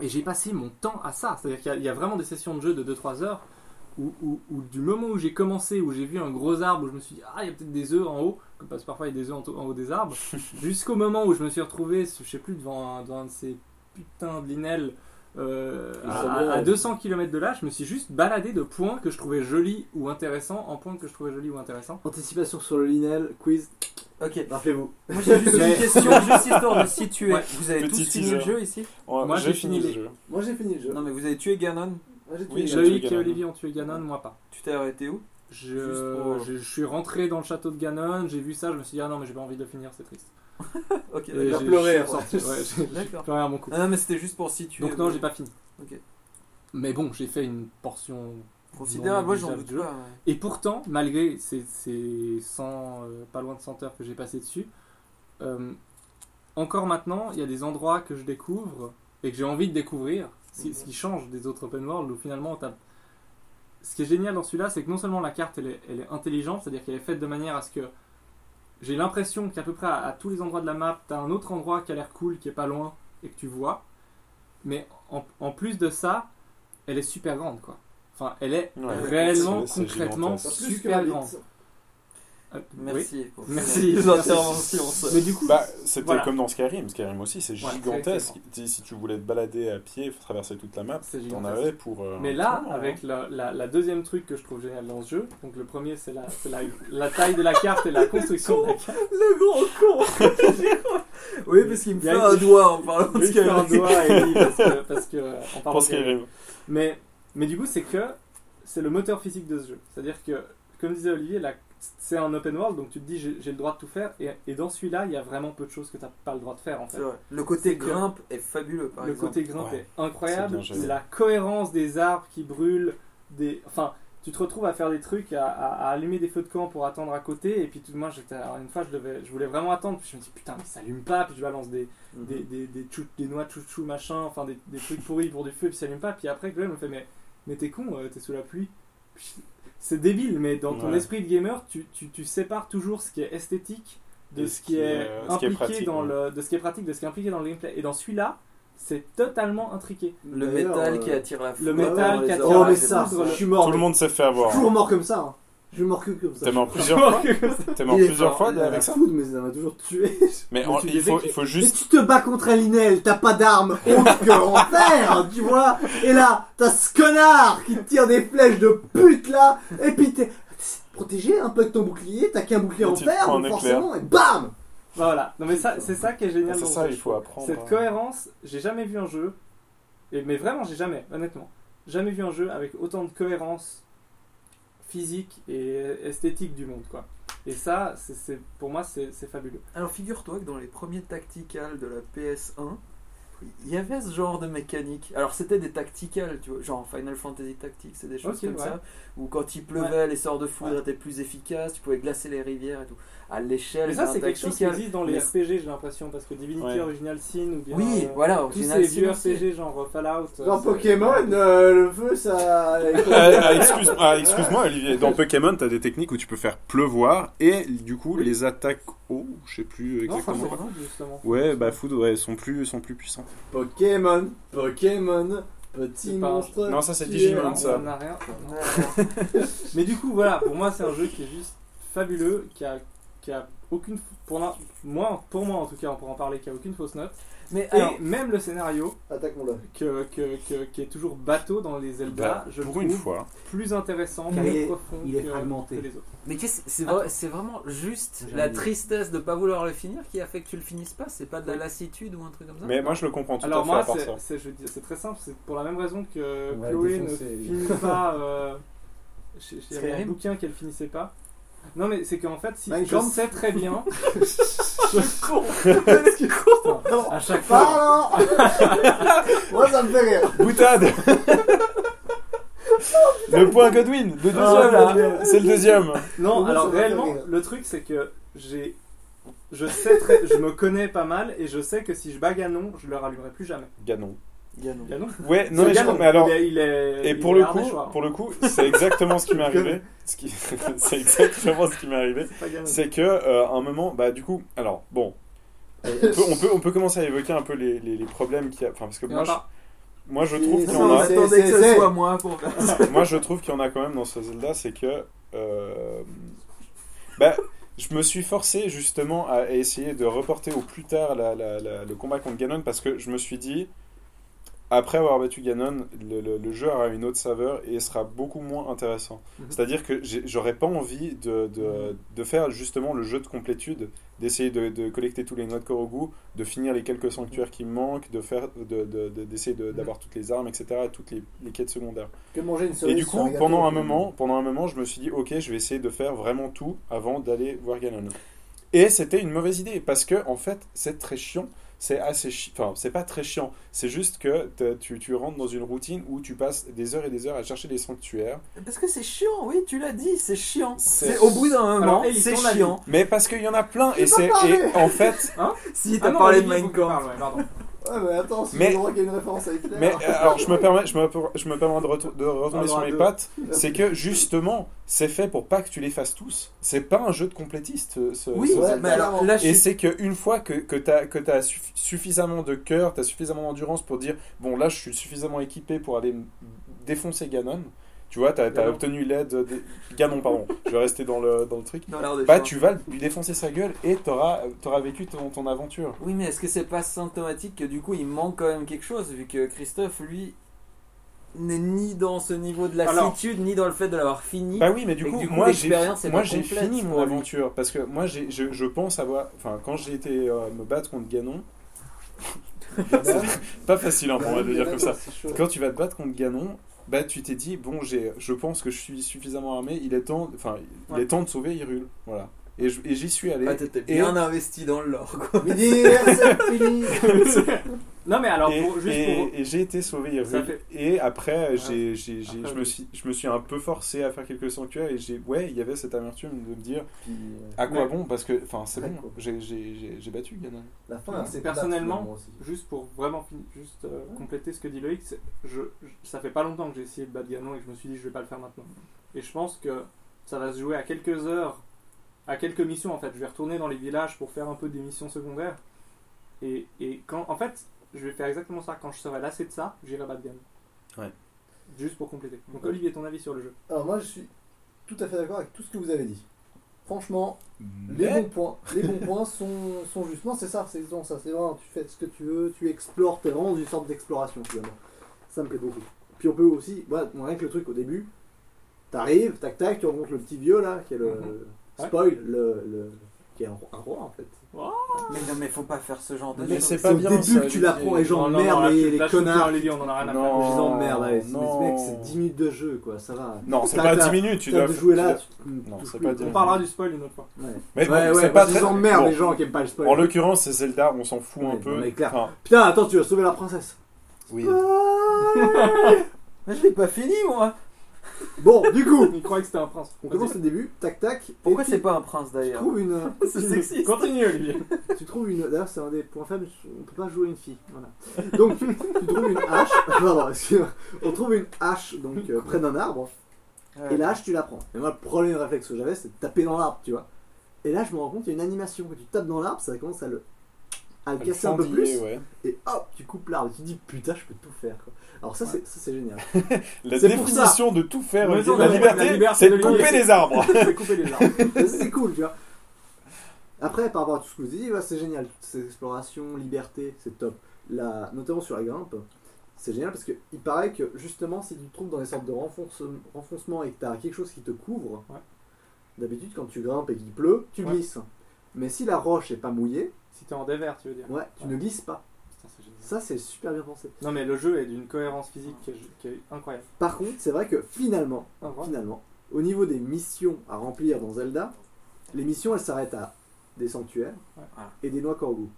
S3: Et j'ai passé mon temps à ça. C'est-à-dire qu'il y a- il y, a vraiment des sessions de jeu de 2-3 heures où, où- où du moment où j'ai commencé, où j'ai vu un gros arbre, où je me suis dit, ah, il y a peut-être des œufs en haut, comme parce que parfois il y a des œufs en, en haut des arbres, jusqu'au moment où je me suis retrouvé, je sais plus, devant un, devant un de ces putains de linelles euh,
S5: Le
S3: à,
S5: sablon,
S3: à
S5: ouais.
S3: 200 km de là, je me suis juste baladé de points que je trouvais jolis ou intéressants, en points que je trouvais jolis ou intéressants.
S5: Anticipation sur le Linel, quiz,
S6: Ok,
S5: rappelez-vous.
S6: moi j'ai juste
S3: Mais-
S6: une question, juste histoire de situer.
S3: Ouais.
S6: Vous avez
S4: Petit
S6: tous fini
S4: teaser.
S6: le jeu ici
S4: Ouais,
S3: Moi,
S4: j'ai
S3: j'ai
S4: fini
S3: fini
S4: le jeu.
S5: Moi j'ai fini le jeu.
S6: Non, mais vous avez tué Ganon,
S5: Moi, j'ai
S4: Oui,
S5: tué
S4: j'ai
S5: le jeu.
S3: Joey et
S4: Ganon.
S3: Olivier ont tué Ganon, moi pas.
S6: tu t'es arrêté où
S3: Je,
S6: Juste pour-
S3: je, je suis rentré dans le château de Ganon, j'ai vu ça, je me suis dit ah non mais j'ai pas envie de le finir, c'est triste.
S6: Ok,
S3: Et
S5: t'as
S6: d'accord.
S3: j'ai-
S5: pleuré,
S3: je suis
S5: ouais.
S3: ressorti, ouais, Euh, *laughs* j'ai- j'ai
S6: D'accord.
S3: pleuré à mon coup.
S6: Ah non, mais c'était juste pour situer.
S3: Donc non, j'ai pas fini.
S6: Ok.
S3: Mais bon, j'ai fait une portion.
S6: Considérable,
S3: Non,
S6: moi j'en
S3: bizarre
S6: doute
S3: jeu.
S6: pas. ouais.
S3: Et pourtant, malgré ces, ces 100, euh, pas loin de 100 heures que j'ai passé dessus, euh, encore maintenant, il y a des endroits que je découvre et que j'ai envie de découvrir, ce, qui- ce qui change des autres open world où finalement t'as- Ce qui est génial dans celui-là, c'est que non seulement la carte elle est, elle est intelligente, c'est-à-dire qu'elle est faite de manière à ce que j'ai l'impression qu'à peu près à, à tous les endroits de la map, t'as un autre endroit qui a l'air cool, qui est pas loin et que tu vois. Mais en, en plus de ça, elle est super grande quoi. Enfin, elle est
S4: Ouais.
S3: Euh, réellement,
S4: C'est- c'est
S3: concrètement,
S5: Pas
S4: gigantesque.
S5: plus que
S3: super
S5: ma
S3: grande.
S5: bite.
S3: Euh, oui.
S6: Merci pour
S3: Merci.
S6: ces interventions. ça.
S3: Mais du coup,
S4: Bah, c'était
S3: Voilà.
S4: comme dans Skyrim. Skyrim aussi, c'est
S3: Ouais,
S4: gigantesque. Si- Si tu voulais te balader à pied, traverser toute la map,
S3: c'est
S4: t'en
S3: gigantesque.
S4: avais pour. euh,
S3: Mais
S4: un
S3: là,
S4: petit moment,
S3: avec la, la- la deuxième truc que je trouve génial dans ce jeu, donc le premier c'est la, c'est la, la taille de la carte et la construction de la carte.
S6: Le grand
S3: *laughs*
S6: con Oui, parce qu'il me
S3: Il y
S6: fait
S3: a-
S6: un doigt en parlant de
S3: Oui, je fais un
S6: Skyrim.
S3: doigt à Ellie parce que, parce que, euh, en
S4: hein.
S3: parlant
S4: Pour
S3: de Skyrim.
S4: Skyrim.
S3: Mais, mais du coup, c'est que c'est le moteur physique de ce jeu. C'est-à-dire que, comme disait Olivier, là, c'est un open world, donc tu te dis j'ai j'ai le droit de tout faire. Et, et dans celui-là, il y a vraiment peu de choses que tu n'as pas le droit de faire en fait.
S6: C'est vrai. Le côté
S3: C'est que-
S6: grimpe est fabuleux par
S3: le
S6: exemple.
S3: côté grimpe
S4: Ouais,
S3: est incroyable.
S4: c'est bien
S3: C'est
S4: géré.
S3: la cohérence des arbres qui brûlent. Des... Enfin, tu te retrouves à faire des trucs, à, à- à allumer des feux de camp pour attendre à côté. Et puis, tout... moi, j'étais- alors, une fois, je, devais... je voulais vraiment attendre. Puis je me dis, putain, mais ça allume pas. Puis je balance des,
S6: Mhm.
S3: des, des, des, tchou- des noix chouchou machin, enfin des, des trucs pourris pour du feu, puis ça allume pas. Puis après, Glenn me fait Mais, mais t'es con, euh, t'es sous la pluie. Puis, C'est débile, mais dans ton
S4: Ouais.
S3: esprit de gamer, tu, tu, tu sépares toujours ce qui est esthétique de
S4: Et
S3: ce qui est
S4: euh, ce qui
S3: impliqué
S4: est pratique,
S3: dans
S4: ouais.
S3: le de ce qui est pratique, de ce qui est impliqué dans le gameplay. Et dans celui-là, c'est totalement intriqué.
S6: Le
S5: D'ailleurs,
S6: métal
S5: euh,
S6: qui attire la foudre.
S3: le
S5: ouais,
S3: métal
S5: ouais,
S3: qui
S5: ouais,
S3: attire
S5: Oh,
S3: la
S5: mais ça,
S3: foudre,
S5: je suis
S4: Tout
S5: mort.
S4: le monde s'est fait
S5: Je
S4: avoir.
S5: suis toujours mort comme ça. hein. Je suis mort que comme ça.
S4: T'es mort
S5: Je-
S4: plusieurs fois. T'es mort
S5: Il est
S4: plusieurs
S5: fort,
S4: fois
S5: il a la
S4: avec ça.
S5: foudre, mais ça m'a toujours tué.
S4: Mais
S3: Mais
S4: en-
S3: tu
S4: il
S3: disais
S4: faut,
S3: que-
S4: il faut
S5: Mais
S4: juste.
S5: tu te bats contre un Linel, t'as pas d'armes,
S4: *laughs*
S5: honte que en faire, tu vois. Et là, t'as ce connard qui te tire des flèches de pute là, et puis t'es t'es protégé un peu avec ton bouclier, t'as qu'un bouclier
S4: Et
S5: en
S4: tu te
S5: fer,
S4: prends un
S5: donc
S4: éclair.
S5: forcément, et bam
S3: *laughs* Voilà, non mais ça, c'est ça qui est génial.
S4: Ah, C'est
S3: dans
S4: ça,
S3: ce
S4: il
S3: jeu.
S4: faut apprendre. hein.
S3: Cette
S6: hein.
S3: cohérence, j'ai jamais vu un jeu, et, mais vraiment j'ai jamais, honnêtement, jamais vu un jeu avec autant de cohérence physique et esthétique du monde, quoi. Et ça, c'est c'est- pour moi, c'est c'est fabuleux.
S6: Alors figure-toi que dans les premiers tacticals de la PS1, il y avait ce genre de mécanique. Alors c'était des tacticals, tu vois, genre Final Fantasy Tactics, c'est des choses
S3: Ok,
S6: comme
S3: ouais.
S6: ça, où quand il pleuvait, les sorts de foudre étaient plus efficaces, tu pouvais glacer les rivières et tout. À l'échelle
S3: Mais ça,
S6: d'un
S3: c'est quelque chose qui
S6: tactical-
S3: existe dans les
S6: mais-
S3: RPG, j'ai l'impression, parce que Divinity
S4: Ouais.
S3: Original Sin ou bien.
S6: Oui,
S3: euh,
S6: voilà,
S3: Tous
S6: original
S3: ces
S6: Sin
S3: vieux
S6: aussi.
S3: RPG genre Fallout. euh,
S5: Dans
S3: c'est- *laughs*
S5: Pokémon, euh, le feu ça...
S4: Euh, *laughs* ah, excuse, ah, excuse-moi Olivier, dans Pokémon t'as des techniques où tu peux faire pleuvoir et du coup les attaques eau, je sais plus
S3: Non, ça,
S4: exactement.
S3: c'est fou, justement.
S4: ouais bah foudre, ouais, sont plus, sont plus puissants.
S5: Pokémon, Pokémon, petit
S3: C'est pas-
S5: monstre...
S4: Non ça c'est
S5: qui
S4: Digimon
S5: est-
S4: ça.
S3: On a rien.
S6: Ouais.
S3: *laughs* Mais du coup, voilà, pour moi, c'est un jeu qui est juste fabuleux, qui a, qui a aucune. Pour, la- moi, pour moi, en tout cas, on pourra en parler, qui a aucune fausse note.
S6: Mais
S3: Et
S6: alors,
S3: même le scénario,
S5: Attaquons-le.
S3: que, que- que- qui est toujours bateau dans les Zelda,
S4: Bah,
S3: je le
S4: pour
S3: trouve
S4: une fois.
S3: plus intéressant,
S5: Car
S3: plus
S5: il est-
S3: profond
S5: il est
S3: que,
S5: fragmenté.
S3: que les autres.
S6: mais qu'est-ce- c'est vrai- c'est vraiment juste
S5: J'allais
S6: la
S5: dire.
S6: tristesse de pas vouloir le finir qui a fait que tu le finisses pas. C'est pas de la
S3: Oui.
S6: lassitude ou un truc comme ça.
S4: Mais moi je le comprends tout
S3: Alors,
S4: à
S3: moi,
S4: fait à part
S3: c'est- *laughs*
S4: ça.
S3: c'est je veux dire, c'est très simple, c'est pour la même raison que
S5: On va
S3: Chloé
S5: le
S3: ne
S5: défoncer, lui. *laughs*
S3: finit pas. euh, je- je- Il y avait un
S6: Skyrim
S3: bouquin qu'elle finissait pas. Non, mais c'est qu'en fait, si
S5: Mein
S3: je
S5: Kampf.
S3: sais très bien,
S5: *laughs*
S3: *laughs*
S5: Non,
S3: à chaque fois.
S5: Pardon
S4: *laughs*
S5: Moi ça me fait rire.
S4: Boutade *laughs* Le point Godwin, le deuxième
S3: Ah,
S4: là, c'est le deuxième.
S3: Non,
S5: Comment ça
S3: alors
S5: va faire
S3: réellement,
S5: rire
S3: le truc c'est que j'ai. Je sais très. je me connais pas mal et je sais que si je bats Ganon, je le rallumerai plus jamais.
S4: Ganon.
S5: Ganon.
S3: Ganon
S4: Ouais, non
S3: c'est
S4: mais, je
S3: Ganon.
S4: crois- mais alors,
S3: Il est- il est-
S4: et
S3: il
S4: pour
S3: est
S4: le
S3: armé,
S4: coup,
S3: je crois.
S4: pour le coup, c'est
S3: *laughs*
S4: exactement ce qui m'est arrivé.
S3: connais.
S4: Ce qui- *laughs* c'est exactement ce qui m'est arrivé.
S3: C'est pas Ganon.
S4: c'est que euh, à un moment bah du coup alors bon on peut, on peut on peut commencer à évoquer un peu les, les, les problèmes qu'il y a enfin parce que
S6: Il y
S4: moi
S6: en a
S4: je,
S6: pas.
S4: moi je trouve
S5: Et
S4: qu'il y
S5: ça,
S4: en a
S5: c'est-
S6: Attendez que
S5: c'est-
S6: ce soit moi pour faire ça.
S4: *laughs* moi je trouve qu'il y en a quand même dans ce Zelda c'est que euh, bah je me suis forcé justement à essayer de reporter au plus tard la- la- la- le combat contre Ganon parce que je me suis dit après avoir battu Ganon, le, le- le jeu aura une autre saveur et sera beaucoup moins intéressant.
S3: Mhm.
S4: C'est-à-dire que j'ai- j'aurais pas envie de, de- de faire justement le jeu de complétude, d'essayer de, de collecter tous les noix de Korogu, de finir les quelques sanctuaires qui me manquent, de faire, de- de- de- d'essayer de- d'avoir toutes les armes, etc., et toutes les- les quêtes secondaires.
S5: Que manger une cerise
S4: Et du
S5: sur
S4: coup,
S5: gâteau.
S4: pendant un moment, pendant un moment, je me suis dit, ok, je vais essayer de faire vraiment tout avant d'aller voir Ganon. Et c'était une mauvaise idée parce que en fait, c'est très chiant. C'est assez chi- enfin, c'est pas très chiant. C'est juste que t'as- tu, tu rentres dans une routine où tu passes des heures et des heures à chercher des sanctuaires.
S6: Parce que c'est chiant, oui, tu l'as dit, c'est chiant.
S4: C'est-
S6: C'est au bout d'un moment,
S3: Alors, hey,
S6: c'est
S3: ton avis.
S6: chiant.
S4: Mais parce qu'il y en a plein et
S5: pas
S4: c'est
S5: parlé
S4: et en fait.
S6: Si
S3: Ah
S6: t'as
S3: non,
S6: parlé de
S3: Olivier, faut
S6: Mein
S3: que tu
S6: Kampf.
S3: parles, ouais, pardon.
S5: Ouais, mais attends, si
S4: Mais-
S5: mais... le droit qu'il y ait une référence à Hitler.
S4: Mais euh, alors, je me permets, je me, je me permets de, retou- de retomber
S3: Ah,
S4: sur mes
S3: deux.
S4: pattes. C'est que justement, c'est fait pour pas que tu les fasses tous. C'est pas un jeu de complétiste. ce- ce-
S6: Oui,
S4: ce
S5: ouais,
S4: Zelda.
S6: mais alors là, je
S4: Et
S6: suis-
S4: c'est qu'une fois que, que tu as, suffisamment de cœur, tu as suffisamment d'endurance pour dire Bon, là, je suis suffisamment équipé pour aller m- défoncer Ganon. Tu vois, tu as,
S3: Ganon.
S4: obtenu l'aide. Des... Ganon,
S6: *laughs*
S4: pardon. je vais rester dans le, dans le truc.
S6: dans l'air des
S4: Bah,
S6: choses.
S4: tu vas lui défoncer sa gueule et tu auras, vécu ton, ton aventure.
S6: Oui, mais est-ce que c'est pas symptomatique que du coup il manque quand même quelque chose vu que Christophe, lui, n'est ni dans ce niveau de
S3: Alors-
S6: lassitude, ni dans le fait de l'avoir fini.
S4: Bah oui, mais du
S6: Et
S4: coup,
S6: du coup,
S4: moi, j'ai,
S6: l'expérience est
S4: moi,
S6: pas
S4: j'ai
S6: complète
S4: fini mon
S6: pour lui.
S4: aventure. Parce que moi, j'ai, je, je pense avoir. Enfin, quand j'ai été euh, me battre contre
S6: *laughs*
S4: Ganon, *laughs* pas facile hein, pour moi de le dire comme ça. Quand tu vas te battre contre Ganon, bah tu t'es dit bon j'ai, je pense que je suis suffisamment armé, il est temps, enfin il est temps de sauver Hyrule, voilà. Et, je- et j'y suis allé.
S6: Ah, t'étais
S4: Et-
S6: bien investi dans le lore, quoi.
S5: Midi, c'est fini
S3: Non, mais alors,
S4: et,
S3: pour- juste
S4: et-
S3: pour.
S4: et j'ai été sauvé
S3: Ça
S4: Hyrule.
S3: fait-
S4: Et après, j'ai, j'ai, j'ai-
S3: Après,
S4: je, me
S3: oui.
S4: suis, je me suis un peu forcé à faire quelques sanctuaires et j'ai, ouais, il y avait cette amertume de me dire
S5: Puis, euh,
S4: à quoi
S3: Ouais.
S4: bon parce que, enfin c'est
S5: Ouais,
S4: bon,
S5: quoi.
S4: j'ai, j'ai, j'ai, j'ai battu Ganon.
S5: La fin, c'est
S3: Personnellement,
S5: plate, finalement,
S3: Juste pour vraiment fin- juste euh, compléter ce que dit Loïc, c'est- je, je- ça fait pas longtemps que j'ai essayé de battre Ganon et que je me suis dit je vais pas le faire maintenant. Et je pense que ça va se jouer à quelques heures, à quelques missions en fait. Je vais retourner dans les villages pour faire un peu des missions secondaires. Et, et quand, en fait, je vais faire exactement ça. Quand je serai lassé de ça, j'irai battre Ganon.
S4: Ouais.
S3: Juste pour compléter. Donc
S5: Ouais.
S3: Olivier, ton avis sur le jeu
S5: aussi. Alors moi, je suis tout à fait d'accord avec tout ce que vous avez dit. Franchement, les
S4: Mais
S5: bons points, les bons points sont, sont justes. Non, c'est ça, c'est exactement ça. C'est vraiment, tu fais ce que tu veux, tu explores, t'es vraiment dans une sorte d'exploration finalement. Ça me plaît beaucoup. Puis on peut aussi, voilà, bon, rien que le truc au début, t'arrives, tac tac, tu rencontres le petit vieux là, qui est le.
S3: Mhm. Ouais.
S5: Spoil, le, le- qui est un, un roi en fait.
S6: *laughs* Mais non, mais faut pas faire ce genre de
S4: Mais
S6: choses.
S4: c'est pas
S5: C'est au
S4: bien.
S5: début
S4: ça,
S5: que tu
S4: Olivier.
S5: l'apprends, les gens. Genre, merde,
S3: là,
S5: les-
S3: je-
S5: les
S3: là, je suis
S5: connards.
S3: plus Olivier, on en a rien à
S4: Non.
S3: faire.
S5: Je dis en merde, allez, c'est-
S4: non.
S5: mec, c'est 10 minutes de jeu quoi, ça va.
S4: Non, c'est
S5: T'as-
S4: pas
S5: t'as-
S4: 10 minutes, tu
S5: T'as
S4: dois
S5: de jouer là,
S4: tu
S5: tu- tu
S4: Non,
S5: touches
S4: c'est
S5: plus.
S4: pas dire.
S3: On parlera du spoil une autre *laughs* fois.
S5: Ouais.
S4: dois- Mais bon,
S5: ouais, bah,
S4: c'est
S5: ouais,
S4: pas
S5: parce
S4: très.
S5: qu'ils emmerdent
S4: bon.
S5: les gens qui aiment pas le spoil.
S4: En l'occurrence, c'est Zelda, on s'en fout un
S5: Ouais,
S4: peu.
S5: on est clair. Ah,
S4: Enfin,
S5: Putain, attends, tu vas sauver
S4: *laughs*
S5: la princesse.
S4: oui.
S6: Mais je l'ai pas fini, moi.
S5: Bon, du coup,
S3: Il croyait que c'était un prince.
S5: on commence le début, tac tac.
S6: Pourquoi
S5: et
S6: c'est
S5: puis
S6: pas un prince
S5: Tu
S6: d'ailleurs
S5: trouves une.
S6: *laughs* C'est sexy.
S3: Continue,
S5: *laughs*
S3: Olivier.
S5: Tu trouves une. D'ailleurs, c'est un des points faibles, on peut pas jouer une fille. Voilà. Donc, tu, tu trouves une hache. *laughs* Pardon, excuse-moi. On trouve une hache donc euh, près d'un arbre, et la hache, tu la prends. Et moi, le premier réflexe que j'avais, c'est de taper dans l'arbre, tu vois. Et là, je me rends compte, il y a une animation. Quand tu tapes dans l'arbre, ça commence à le. à le casser un peu
S4: Alexandrier,
S5: plus.
S4: ouais.
S5: Et hop, tu coupes l'arbre. Tu te dis, putain, je peux tout faire, quoi. Alors, ça, c'est- ça, c'est génial.
S4: La
S5: C'est pour
S4: définition de tout faire,
S3: Mais
S4: Olivier.
S3: non,
S4: la
S3: non, la
S4: liberté,
S3: liberté
S4: c'est de
S3: de Olivier.
S4: couper les arbres.
S3: Je vais couper les larmes.
S5: Ça, c'est cool, tu vois. Après, par rapport à tout ce que vous avez dit, ouais, c'est génial. Toutes ces explorations, liberté, c'est top. La, notamment sur la grimpe, c'est génial parce que il paraît que justement, si tu te trouves dans des sortes de renfonce- renfoncements et que tu as quelque chose qui te couvre,
S3: Ouais.
S5: d'habitude, quand tu grimpes et qu'il pleut, tu
S3: Ouais.
S5: glisses. Mais si la roche est pas mouillée,
S3: Si t'es en dévers, tu veux dire.
S5: ouais, tu
S3: Ouais.
S5: ne glisses pas.
S3: Putain, c'est génial.
S5: Ça, c'est super bien pensé.
S3: Non, mais le jeu est d'une cohérence physique qui est, qui est incroyable.
S5: Par contre, c'est vrai que finalement,
S3: Ah, vraiment.
S5: finalement, au niveau des missions à remplir dans Zelda, les missions elles s'arrêtent à des sanctuaires
S6: Voilà.
S5: et des noix corgou.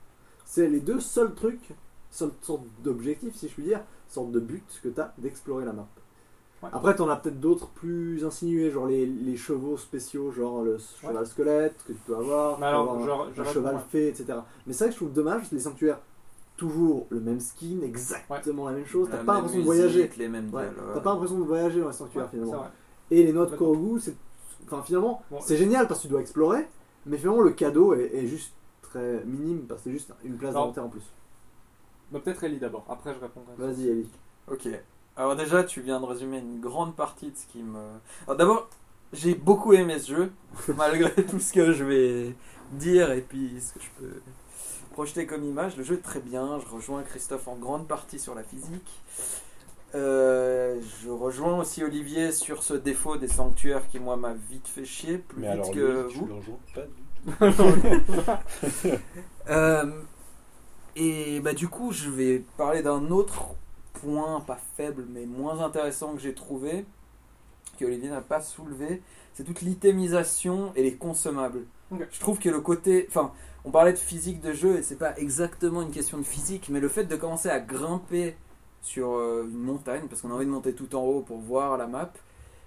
S5: C'est les deux seuls trucs, seules sortes d'objectifs si je puis dire, sortes de buts que tu as d'explorer la map.
S3: Ouais.
S5: Après, t'en as peut-être d'autres plus insinués, genre les, les chevaux spéciaux, genre le cheval squelette que tu peux avoir, tu peux
S3: Mais alors,
S5: avoir un-
S3: genre,
S5: un
S3: j'aurais-
S5: cheval
S3: ouais.
S5: fée, etc. Mais c'est vrai que je trouve dommage, les sanctuaires, toujours le même skin, exactement la même chose, t'as
S6: La
S5: pas
S6: même
S5: l'impression de
S6: Ah, musique,
S5: voyager.
S6: Les mêmes
S5: Ouais,
S6: dialogues.
S5: T'as pas l'impression de voyager dans les sanctuaires
S3: Ouais,
S5: finalement.
S3: c'est vrai.
S5: Et les noix de
S3: Ouais.
S5: Korogu, c'est. Enfin, finalement,
S3: Bon,
S5: c'est génial parce que tu dois explorer, mais finalement, le cadeau est, est juste très minime parce que c'est juste une place
S3: Alors-
S5: d'inventaire en plus.
S3: Bah, peut-être Ellie d'abord, après je répondrai.
S5: Vas-y, Ellie.
S6: Ok. Alors déjà, tu viens de résumer une grande partie de ce qui me... Alors d'abord, j'ai beaucoup aimé ce jeu, *laughs* malgré tout ce que je vais dire et puis ce que je peux projeter comme image. Le jeu est très bien, je rejoins Christophe en grande partie sur la physique. Euh, je rejoins aussi Olivier sur ce défaut des sanctuaires qui, moi, m'a vite fait chier, plus
S4: Mais
S6: vite
S4: alors,
S6: que
S4: lui, tu
S6: vous.
S4: le rejoins pas du
S6: Euh, et bah du coup, je vais parler d'un autre point, pas faible, mais moins intéressant que j'ai trouvé, que Olivier n'a pas soulevé, c'est toute l'itémisation et les consommables.
S3: Ok.
S6: Je trouve que le côté, enfin, on parlait de physique de jeu et c'est pas exactement une question de physique, mais le fait de commencer à grimper sur euh, une montagne, parce qu'on a envie de monter tout en haut pour voir la map,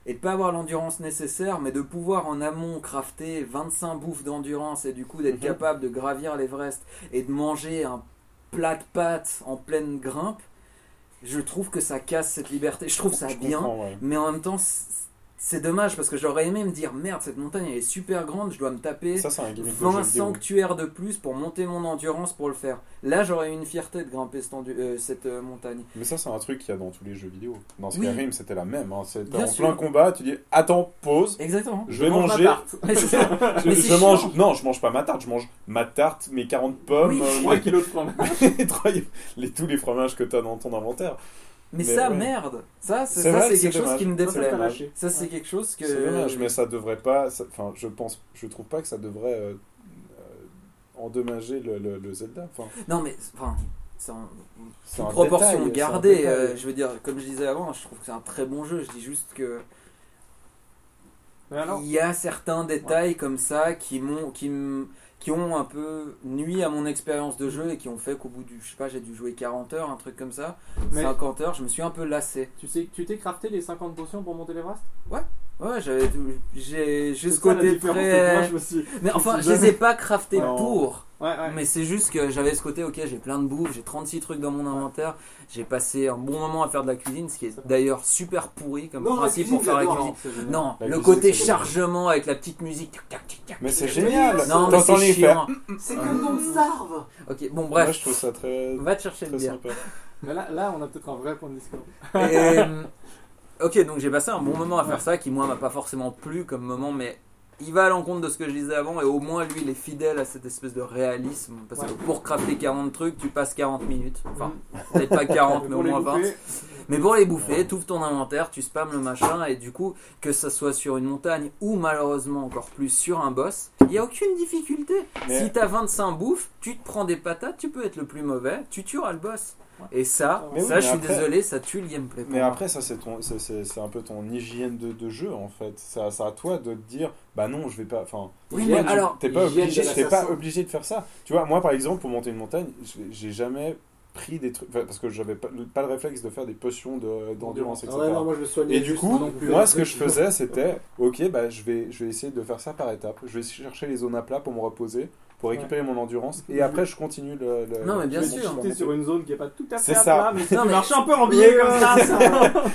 S6: et de pas avoir l'endurance nécessaire, mais de pouvoir en amont crafter 25 bouffes d'endurance et du coup d'être
S4: Mhm.
S6: capable de gravir l'Everest et de manger un plat de pâtes en pleine grimpe, je trouve que ça casse cette liberté. Je trouve ça
S4: Je
S6: bien,
S4: comprends, ouais.
S6: mais en même temps, c'est c'est dommage parce que j'aurais aimé me dire merde, cette montagne elle est super grande, je dois me taper
S4: Ça, c'est un gimmick de
S6: 20
S4: jeu vidéo.
S6: sanctuaires de plus pour monter mon endurance pour le faire. Là, j'aurais eu une fierté de grimper cette, endu- euh, cette, euh, montagne.
S4: Mais ça, c'est un truc qu'il y a dans tous les jeux vidéo. Dans
S6: Oui.
S4: Skyrim, c'était la même. hein. C'était
S6: Bien
S4: en
S6: sûr.
S4: plein combat, tu dis Attends, pause,
S6: Exactement.
S4: je vais
S3: Mange ma
S4: manger. *laughs*
S3: tarte.
S6: Mais c'est ça.
S4: Je,
S6: Mais
S4: je
S6: c'est
S4: mange.
S6: chiant.
S4: Non, je mange pas ma tarte, je mange ma tarte, mes 40 pommes,
S6: Oui.
S4: euh,
S3: 3 kilos de fromage.
S4: les trois- les- tous les fromages que t'as dans ton inventaire.
S6: Mais,
S4: Mais
S6: ça,
S4: ouais.
S6: merde. Ça, c'est
S4: C'est
S6: ça,
S4: vrai
S6: c'est
S4: que
S6: quelque
S4: c'est
S6: chose qui
S3: Ça,
S6: me
S3: ça
S6: déplaît.
S3: t'a
S4: dommage.
S3: lâché.
S6: Ça, c'est quelque chose que.
S4: C'est dommage, mais ça devrait pas. ça- Enfin, je pense, je trouve pas que ça devrait euh, euh, endommager le, le- le Zelda. Enfin,
S6: Non, mais enfin, c'est en
S4: c'est un
S6: proportion
S4: détail,
S6: gardée.
S4: c'est un détail.
S6: euh, je veux dire, comme je disais avant, je trouve que c'est un très bon jeu. Je dis juste que
S3: Mais alors,
S6: il y a certains détails comme ça qui m'ont qui m- qui ont un peu nuit à mon expérience de jeu et qui ont fait qu'au bout du je sais pas, j'ai dû jouer 40 heures, un truc comme ça,
S3: Mais-
S6: 50 heures, je me suis un peu lassé.
S3: tu sais, tu t'es crafté les 50 potions pour monter l'Everest
S6: Ouais, j'avais tout- j'ai j'ai
S3: C'est
S6: ce
S3: ça, la
S6: côté
S3: différence, c'est que Moi,
S6: très
S3: je me suis.
S6: mais enfin,
S3: je
S6: je
S3: sais
S6: les ai pas craftés
S4: Non.
S6: pour.
S3: Ouais, ouais.
S6: Mais c'est juste que j'avais ce côté, ok, j'ai plein de bouffe, j'ai 36 trucs dans mon inventaire, j'ai passé un bon moment à faire de la cuisine, ce qui est d'ailleurs super pourri comme
S5: Non, la
S6: principe
S5: cuisine,
S6: pour faire la
S5: j'adore,
S6: cuisine.
S5: c'est génial.
S6: Non,
S4: La
S6: le
S4: cuisine,
S6: côté
S4: c'est génial.
S6: chargement avec la petite musique. tac, tac, tac,
S4: Mais c'est
S6: tac,
S4: génial.
S6: tac. Non, mais
S4: Bah, T'entends
S6: c'est
S4: les faire.
S6: chiant.
S5: C'est comme dans Sarve
S6: Ok, bon
S4: Moi,
S6: bref,
S4: je trouve ça très,
S6: va te chercher une
S4: très
S6: bière.
S4: sympa.
S3: Mais là, là, on a peut-être un vrai point de discorde.
S6: Et,
S4: *laughs*
S6: euh, ok, donc j'ai passé un bon moment à faire ça qui moi m'a pas forcément plu comme moment, mais il va à l'encontre de ce que je disais avant et au moins lui il est fidèle à cette espèce de réalisme parce que
S3: Ouais.
S6: pour crafter 40 trucs tu passes 40 minutes, enfin
S4: Mm.
S6: peut-être pas
S4: *laughs*
S6: 40 mais
S3: Euh, Pour
S6: au
S3: les
S6: moins 20.
S3: bouffer,
S6: Mais pour les bouffer, t'ouvres ton inventaire, tu spammes le machin, et du coup, que ça soit sur une montagne ou malheureusement encore plus sur un boss, il n'y a aucune difficulté.
S4: Mais-
S6: Si t'as 25 bouffes, tu te prends des patates, tu peux être le plus mauvais, tu tueras le boss. Et ça,
S4: Mais oui,
S6: ça
S4: mais
S6: je suis
S4: après-
S6: désolé, ça tue le gameplay. pour
S4: Mais
S6: moi.
S4: après, ça, c'est ton, c'est, c'est- c'est un peu ton hygiène de, de jeu en fait. C'est à, c'est à toi de te dire, bah non, je vais pas. Enfin,
S6: Oui,
S4: hygiène,
S6: mais
S4: tu-
S6: alors-
S4: t'es pas
S5: hygiène
S4: obligé,
S5: de
S4: t'es pas
S5: l'assassin.
S4: obligé de faire ça. Tu vois, moi par exemple, pour monter une montagne, je- j'ai jamais pris des trucs enfin, parce que j'avais pas, le- pas le réflexe de faire des potions de, d'endurance, etc.
S5: Ah Ouais, non, moi je le soignais.
S4: Et du
S5: juste
S4: coup,
S5: non plus. hein.
S4: moi, ce que je faisais, c'était, ok, bah, je vais, je vais essayer de faire ça par étapes. Je vais chercher les zones à plat pour me reposer, pour récupérer mon endurance, et après, je continue le. le-
S6: Non, mais bien
S4: le-
S3: tu
S6: sûr.
S3: es shooté sur une zone qui est pas tout à fait
S4: C'est
S3: à
S4: ça.
S3: plat, mais si
S6: Non,
S3: tu
S6: mais-
S3: marches un peu en biais comme ça, ça.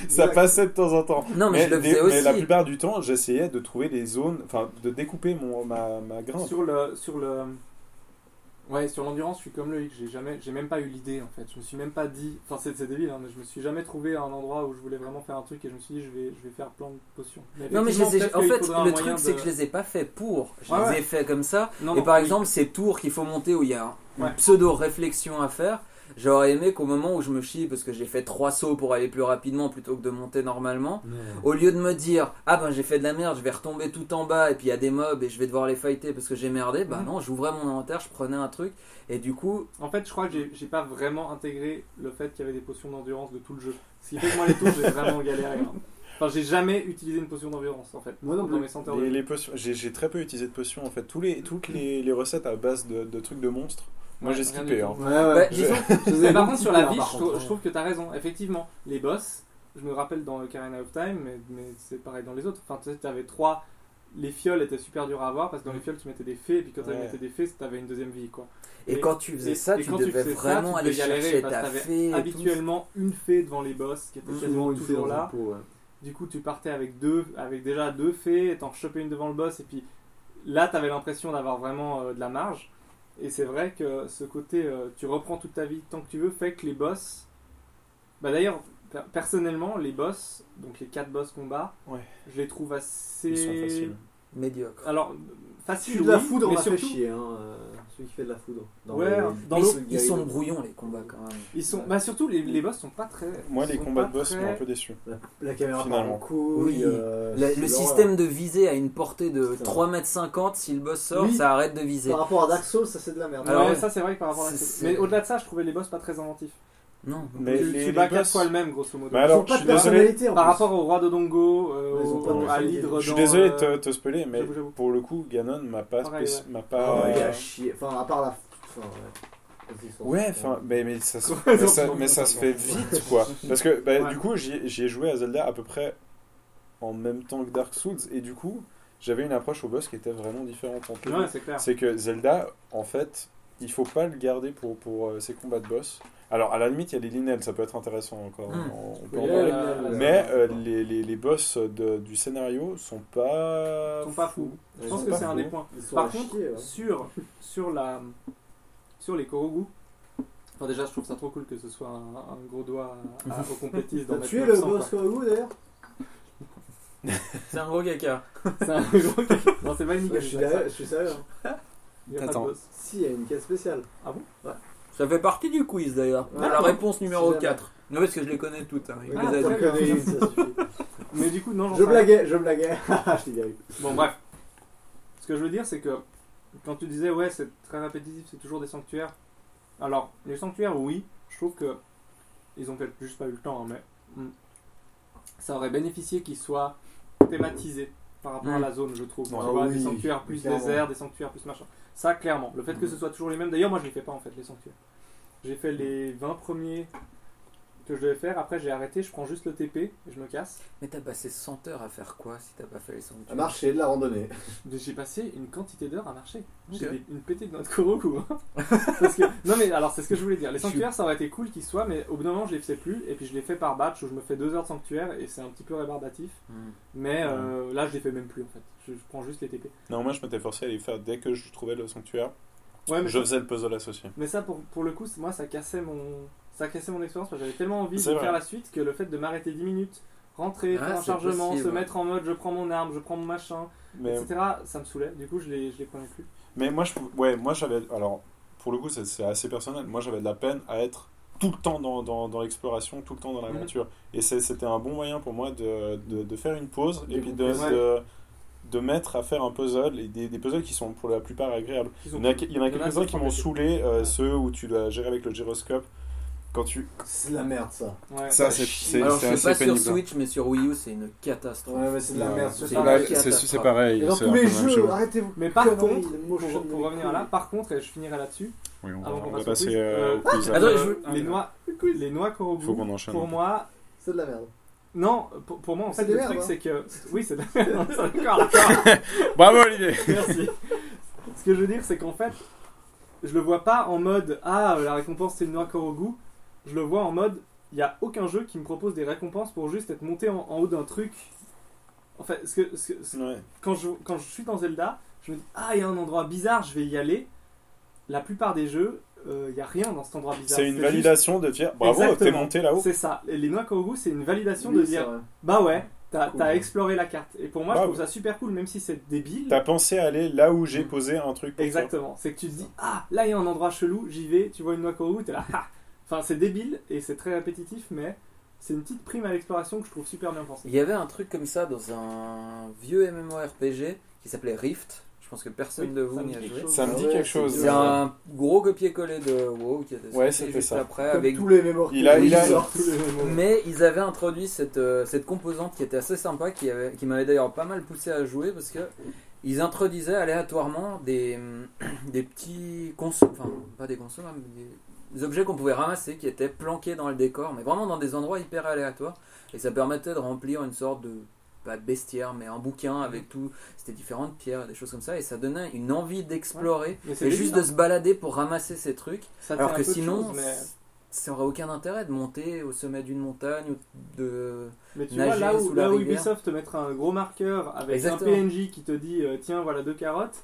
S4: Ça passait de temps en temps.
S6: Non, mais, je le
S4: des-
S6: faisais
S4: mais la
S6: aussi.
S4: plupart du temps, j'essayais de trouver des zones, enfin, de découper mon, ma, ma
S6: Oh.
S4: grimpe.
S3: sur le sur le ouais sur l'endurance je suis comme Loïc j'ai jamais j'ai même pas eu l'idée en fait je me suis même pas dit enfin c'est c'est débile hein, mais je me suis jamais trouvé à un endroit où je voulais vraiment faire un truc et je me suis dit je vais je vais faire plein de potions
S6: Non, mais je les ai-
S3: effectivement,
S6: en
S3: peut-être
S6: fait,
S3: qu'il faudra un
S6: le truc,
S3: moyen
S6: c'est
S3: de-
S6: que je les ai pas fait pour. Je
S3: Ouais,
S6: les
S3: ouais.
S6: ai fait comme ça,
S3: Non,
S6: Et
S3: non,
S6: par
S3: oui.
S6: exemple, ces tours qu'il faut monter où il y a un- une
S3: Ouais.
S6: pseudo-réflexion à faire, j'aurais aimé qu'au moment où je me chie, parce que j'ai fait trois sauts pour aller plus rapidement plutôt que de monter normalement, au lieu de me dire Ah ben j'ai fait de la merde, je vais retomber tout en bas et puis il y a des mobs et je vais devoir les fighter parce que j'ai merdé, bah
S3: Mhm.
S6: non, j'ouvrais mon inventaire, je prenais un truc et du coup,
S3: en fait je crois que j'ai- j'ai pas vraiment intégré le fait qu'il y avait des potions d'endurance de tout le jeu ce qui fait que moi les tours j'ai vraiment galéré hein. Enfin, j'ai jamais utilisé une potion d'endurance en fait.
S5: Moi non
S3: Dans
S5: plus.
S3: mes cent heures de
S4: Les,
S3: jeu.
S4: les potions, j'ai j'ai très peu utilisé de potions en fait. Tous les, toutes les, les recettes à base de, de trucs de monstres, moi
S3: Ouais,
S4: j'ai
S3: rien
S4: skippé.
S3: du
S4: hein.
S5: Ouais,
S6: Bah,
S5: ouais.
S6: disons-
S5: Je
S3: Mais
S5: faisais
S3: Bah, par
S5: beaucoup
S3: contre,
S5: de
S3: sur la
S5: couleurs,
S3: vie,
S5: par
S3: je, trou-
S5: contre.
S3: je trouve que t'as raison. Effectivement, les boss, je me rappelle dans Ocarina of Time, mais, mais c'est pareil dans les autres. Enfin, tu sais, t'avais trois. Les fioles étaient super dures à avoir parce que dans les fioles, tu mettais des fées, et puis quand tu
S4: Ouais.
S3: mettais des fées, t'avais une deuxième vie, quoi.
S6: Et
S3: Et-
S6: quand tu faisais
S3: et-
S6: ça,
S3: et
S6: tu
S3: quand tu
S6: devais
S3: faisais ça,
S6: vraiment
S3: tu
S6: aller
S3: devais galérer
S6: chercher
S3: parce que
S6: ta
S3: t'avais
S6: fée. et tout.
S3: Habituellement, une fée devant les boss qui était
S6: Mmh.
S3: quasiment
S5: une fée
S3: toujours
S5: dans
S3: là.
S5: un pot, ouais.
S3: Du coup, tu partais avec deux, avec déjà deux fées, et t'en chopais une devant le boss, et puis là, t'avais l'impression d'avoir vraiment euh, de la marge. Et c'est vrai que ce côté, euh, tu reprends toute ta vie tant que tu veux, fait que les boss. Bah d'ailleurs, per- personnellement, les boss, donc les quatre boss combat,
S4: Ouais.
S3: je les trouve assez.
S4: Ils sont faciles.
S6: Médiocre.
S3: Alors,
S5: Si
S3: facile,
S5: de la
S3: oui,
S5: foudre, on
S3: mais
S5: m'a fait
S3: surtout,
S5: chier, hein, euh, celui qui fait de la foudre. Dans
S3: Ouais,
S5: le-
S3: dans
S6: Mais
S3: l'eau,
S6: ils, ils sont brouillons les combats quand même.
S3: ils sont. Bah surtout, les, les boss sont pas très.
S4: Moi les
S3: sont
S4: combats
S3: pas
S4: de boss
S3: très-
S4: m'ont un peu déçu.
S5: La, la caméra
S4: Finalement.
S5: part en couille.
S6: Oui.
S5: euh,
S6: La-
S5: c'est
S6: le
S5: l'horreur.
S6: système de visée a une portée de
S5: Putain.
S6: 3m50. Si le boss sort,
S5: Oui.
S6: ça arrête de viser.
S5: Par rapport à Dark Souls, ça c'est de la merde.
S3: Ouais,
S6: Alors,
S3: ça c'est vrai que par rapport à
S6: c'est-
S3: la
S6: c'est-
S3: Mais au-delà de ça, je trouvais les boss pas très inventifs.
S6: Non.
S4: Mais
S3: tu,
S4: les-
S3: tu
S4: les
S3: bats quatre
S4: boss- Bah,
S3: fois le même, grosso modo.
S4: Mais
S5: Ils ont
S4: alors, je
S5: pas
S4: suis
S5: de
S4: désolé,
S5: personnalité en
S3: Par
S5: plus.
S3: rapport au roi de Dongo, euh,
S5: Ils ont
S3: au-
S5: pas de
S3: à
S5: personnalité.
S3: l'hydre
S4: je suis
S3: dans,
S4: désolé de
S3: euh,
S4: te, te spoiler, mais
S3: j'avoue, j'avoue.
S4: pour le coup, Ganon m'a pas.
S3: Pareil,
S4: spéc- m'a
S5: Ah,
S4: pas
S6: Oh,
S4: euh,
S5: ouais, il a chier. Enfin, à part la. Enfin, ouais.
S4: Ouais, enfin, mais, mais
S3: *laughs*
S4: ça, se,
S3: ils
S4: mais
S3: ont
S4: ça,
S3: pas-
S4: mais ça se fait vite, quoi. Parce que bah,
S3: Ouais.
S4: du coup, j'y j'y ai joué à Zelda à peu près en même temps que Dark Souls, et du coup, j'avais une approche au boss qui était vraiment différente entre
S3: Ouais,
S4: eux.
S3: c'est clair.
S4: C'est que Zelda, en fait, il faut pas le garder pour, pour euh, ses combats de boss. Alors, à la limite, il y a les Linel, ça peut être intéressant encore.
S3: Hmm.
S6: Mm.
S4: on- on peut
S5: Ouais,
S4: en
S5: ouais,
S4: parler.
S5: ouais, ouais.
S4: Mais euh, les, les, les boss de- du scénario sont pas.
S3: Ils sont pas fous. Je
S5: Ils
S3: pense
S5: sont
S3: que
S4: pas
S3: c'est un
S4: fous.
S3: des points.
S5: Ils sont
S3: Par
S5: à
S3: contre,
S5: chier, hein. ouais.
S3: sur, sur, la, sur les Korogu, enfin, déjà, je trouve ça trop cool que ce soit un, un gros doigt à, à- au complétiste. d'en
S5: *laughs* T'as
S3: mettre
S5: tué le
S3: 900,
S5: boss Korogu d'ailleurs
S6: C'est un gros caca.
S3: quoi. C'est un gros- Non, c'est pas une
S5: Ouais, Je suis derrière- je
S3: Il
S5: suis sérieux. hein.
S3: y a pas de
S9: Attends.
S3: boss.
S5: Si, il y a une case spéciale.
S6: Ça fait partie du quiz d'ailleurs.
S5: Ouais.
S6: La réponse numéro
S5: Si jamais.
S6: 4. Non, parce que je les connais toutes. hein. Il
S5: Mais
S3: Ah,
S5: bon,
S6: les a
S5: t'en
S6: dit.
S3: d'accord.
S5: connais une, ça *laughs* suffit.
S3: Mais du coup, non, j'en
S5: Je
S3: sais rien.
S5: blaguais, je blaguais. *laughs* je t'ai bien eu.
S3: Bon, bref. Ce que je veux dire, c'est que quand tu disais, ouais, c'est très répétitif, c'est toujours des sanctuaires. Alors, les sanctuaires, oui, je trouve que ils ont peut-être juste pas eu le temps, hein, mais mm. ça aurait bénéficié qu'ils soient thématisés par rapport à
S6: Mm.
S3: la zone, je trouve.
S4: Ah
S3: Tu vois, des
S5: oui,
S3: sanctuaires plus
S5: clairement.
S3: désert, des sanctuaires plus machin. Ça, clairement. Le fait que ce soit toujours les mêmes, d'ailleurs, moi je les fais pas en fait, les sanctuaires. J'ai fait les 20 premiers que je devais faire, après j'ai arrêté, je prends juste le TP et je me casse.
S6: Mais t'as passé 100 heures à faire quoi si t'as pas fait les sanctuaires
S5: À marcher, de la randonnée.
S3: Mais J'ai passé une quantité d'heures à marcher. J'ai
S6: Ok.
S3: des- une pétée de noix de Kuroko. hein. Parce que- non mais alors c'est ce que je voulais dire. Les
S6: Je suis-
S3: sanctuaires ça aurait été cool qu'ils soient, mais au bout d'un moment je les faisais plus et puis je les fais par batch où je me fais deux heures de sanctuaire et c'est un petit peu rébarbatif.
S6: Hmm.
S3: Mais euh, là je les fais même plus en fait. Je, je prends juste les TP.
S4: Non, moi, je m'étais forcé à les faire dès que je trouvais le sanctuaire.
S3: Ouais mais,
S4: Je faisais le puzzle associé.
S3: mais ça pour, pour le coup c'est- moi ça cassait mon ça cassait mon expérience. parce que J'avais tellement envie de
S4: C'est vrai.
S3: faire la suite que le fait de m'arrêter 10 minutes, rentrer,
S6: Ah,
S3: faire un
S6: c'est
S3: chargement,
S6: possible,
S3: se
S6: ouais.
S3: mettre en mode je prends mon arme, je prends mon machin,
S4: Mais
S3: etc. Ça me saoulait. Du coup je les je les prenais plus.
S4: Mais moi, je, pou- ouais, moi j'avais. Alors, pour le coup, c'est c'est assez personnel. Moi, j'avais de la peine à être tout le temps dans, dans, dans l'exploration, tout le temps dans l'aventure. Et c'est- c'était un bon moyen pour moi de, de, de faire une pause et puis de,
S3: Ouais.
S4: de, de mettre à faire un puzzle. Et des, des puzzles qui sont pour la plupart agréables.
S3: Ils
S4: Il
S3: ont
S4: y en a, il y en a
S3: Il y en a
S4: quelques-uns
S3: qui
S4: qui
S3: sont
S4: m'ont
S3: compliqués.
S4: saoulé, euh, ceux où tu dois gérer avec le gyroscope. Quand tu.
S5: C'est de la merde ça.
S3: Ouais.
S4: Ça,
S5: c'est- c'est-
S6: Alors je suis pas sur Switch, mais sur Wii U c'est une catastrophe.
S5: Ouais, ouais, c'est de la
S4: Ouais.
S5: merde.
S6: hein. C'est
S5: ce
S6: la
S5: truc.
S6: catastrophe.
S4: pareil.
S5: Et Dans tous les jeux, hein. arrêtez-vous.
S3: Mais par
S5: Conneries,
S3: contre,
S5: le
S3: pour,
S5: motion
S3: pour revenir là, par contre, et je finirai là-dessus,
S4: on
S3: va-
S4: va,
S3: Avant qu'on on va passe au passer,
S4: passer
S3: quiz. euh, au
S4: quiz.
S6: Attends,
S3: euh,
S6: je veux-
S3: les noix,
S5: bah,
S3: les noix
S4: Bah, Faut
S3: Korobu,
S4: qu'on enchaîne. hein.
S3: pour moi,
S5: C'est de la merde.
S3: non, pour, pour moi en
S5: C'est
S3: fait,
S5: des
S3: le
S5: merdes,
S3: truc
S5: hein.
S3: c'est que, *laughs* oui, c'est de la merde, d'accord, d'accord,
S4: Bravo, Olivier
S3: *laughs* merci. Ce que je veux dire, c'est qu'en fait, je le vois pas en mode ah, la récompense c'est une noix Korobu, je le vois en mode il y a aucun jeu qui me propose des récompenses pour juste être monté en, en haut d'un truc. En fait, ce que, ce que- ce-
S4: Ouais.
S3: quand je, quand je suis dans Zelda, je me dis Ah, il y a un endroit bizarre, je vais y aller. La plupart des jeux, euh, il n'y a rien dans cet endroit bizarre.
S4: C'est une
S3: juste-
S4: validation de dire bravo, t'es
S3: Exactement.
S4: monté là-haut.
S3: C'est ça. Et les noix Korogu, c'est une validation
S5: Oui,
S3: de
S5: c'est
S3: dire
S5: vrai.
S3: Bah ouais, t'as
S5: Cool.
S3: t'as exploré la carte. Et pour moi,
S4: Bah
S3: je trouve
S4: ouais.
S3: ça super cool, même si c'est débile.
S4: T'as pensé à aller là où j'ai
S3: Mm.
S4: posé un truc. pour
S3: Exactement. C'est que tu te dis Ah, là, il y a un endroit chelou, j'y vais, tu vois une noix Korogu, t'es là. Ah. Enfin, c'est débile et c'est très répétitif, mais c'est une petite prime à l'exploration que je trouve super bien pensée.
S6: Il y avait un truc comme ça dans un vieux MMORPG qui s'appelait Rift. Je Je pense que personne de vous n'y a joué.
S4: Ça me dit
S5: Ouais,
S4: quelque
S5: c'est
S4: chose.
S6: C'est un gros copier-coller de WoW qui était sorti
S4: Ouais, c'était
S6: juste
S4: ça.
S6: après.
S5: Comme
S6: Avec...
S5: tous les mémoires.
S4: Il a-
S5: qui
S4: il a-
S5: sortent, tous les mémoires.
S6: Mais ils avaient introduit cette, euh, cette composante qui était assez sympa, qui, avait- qui m'avait d'ailleurs pas mal poussé à jouer parce que ils introduisaient aléatoirement des, *clears throat* des petits conso- enfin pas des consommables, mais des, des objets qu'on pouvait ramasser qui étaient planqués dans le décor, mais vraiment dans des endroits hyper aléatoires. Et ça permettait de remplir une sorte de pas de bestiaire, mais un bouquin avec tout, c'était différentes pierres, des choses comme ça, et ça donnait une envie d'explorer
S3: Mais
S6: et juste de se balader pour ramasser ces trucs.
S3: Ça
S6: Alors
S3: tient
S6: que
S3: un peu de
S6: sinon,
S3: choses, mais,
S6: ça aurait aucun intérêt de monter au sommet d'une montagne ou de.
S3: mais tu
S6: nager
S3: vois, là où,
S6: sous la
S3: là où
S6: rivière.
S3: Ubisoft te mettra un gros marqueur avec
S6: Exactement.
S3: un PNJ qui te dit euh, tiens, voilà deux carottes,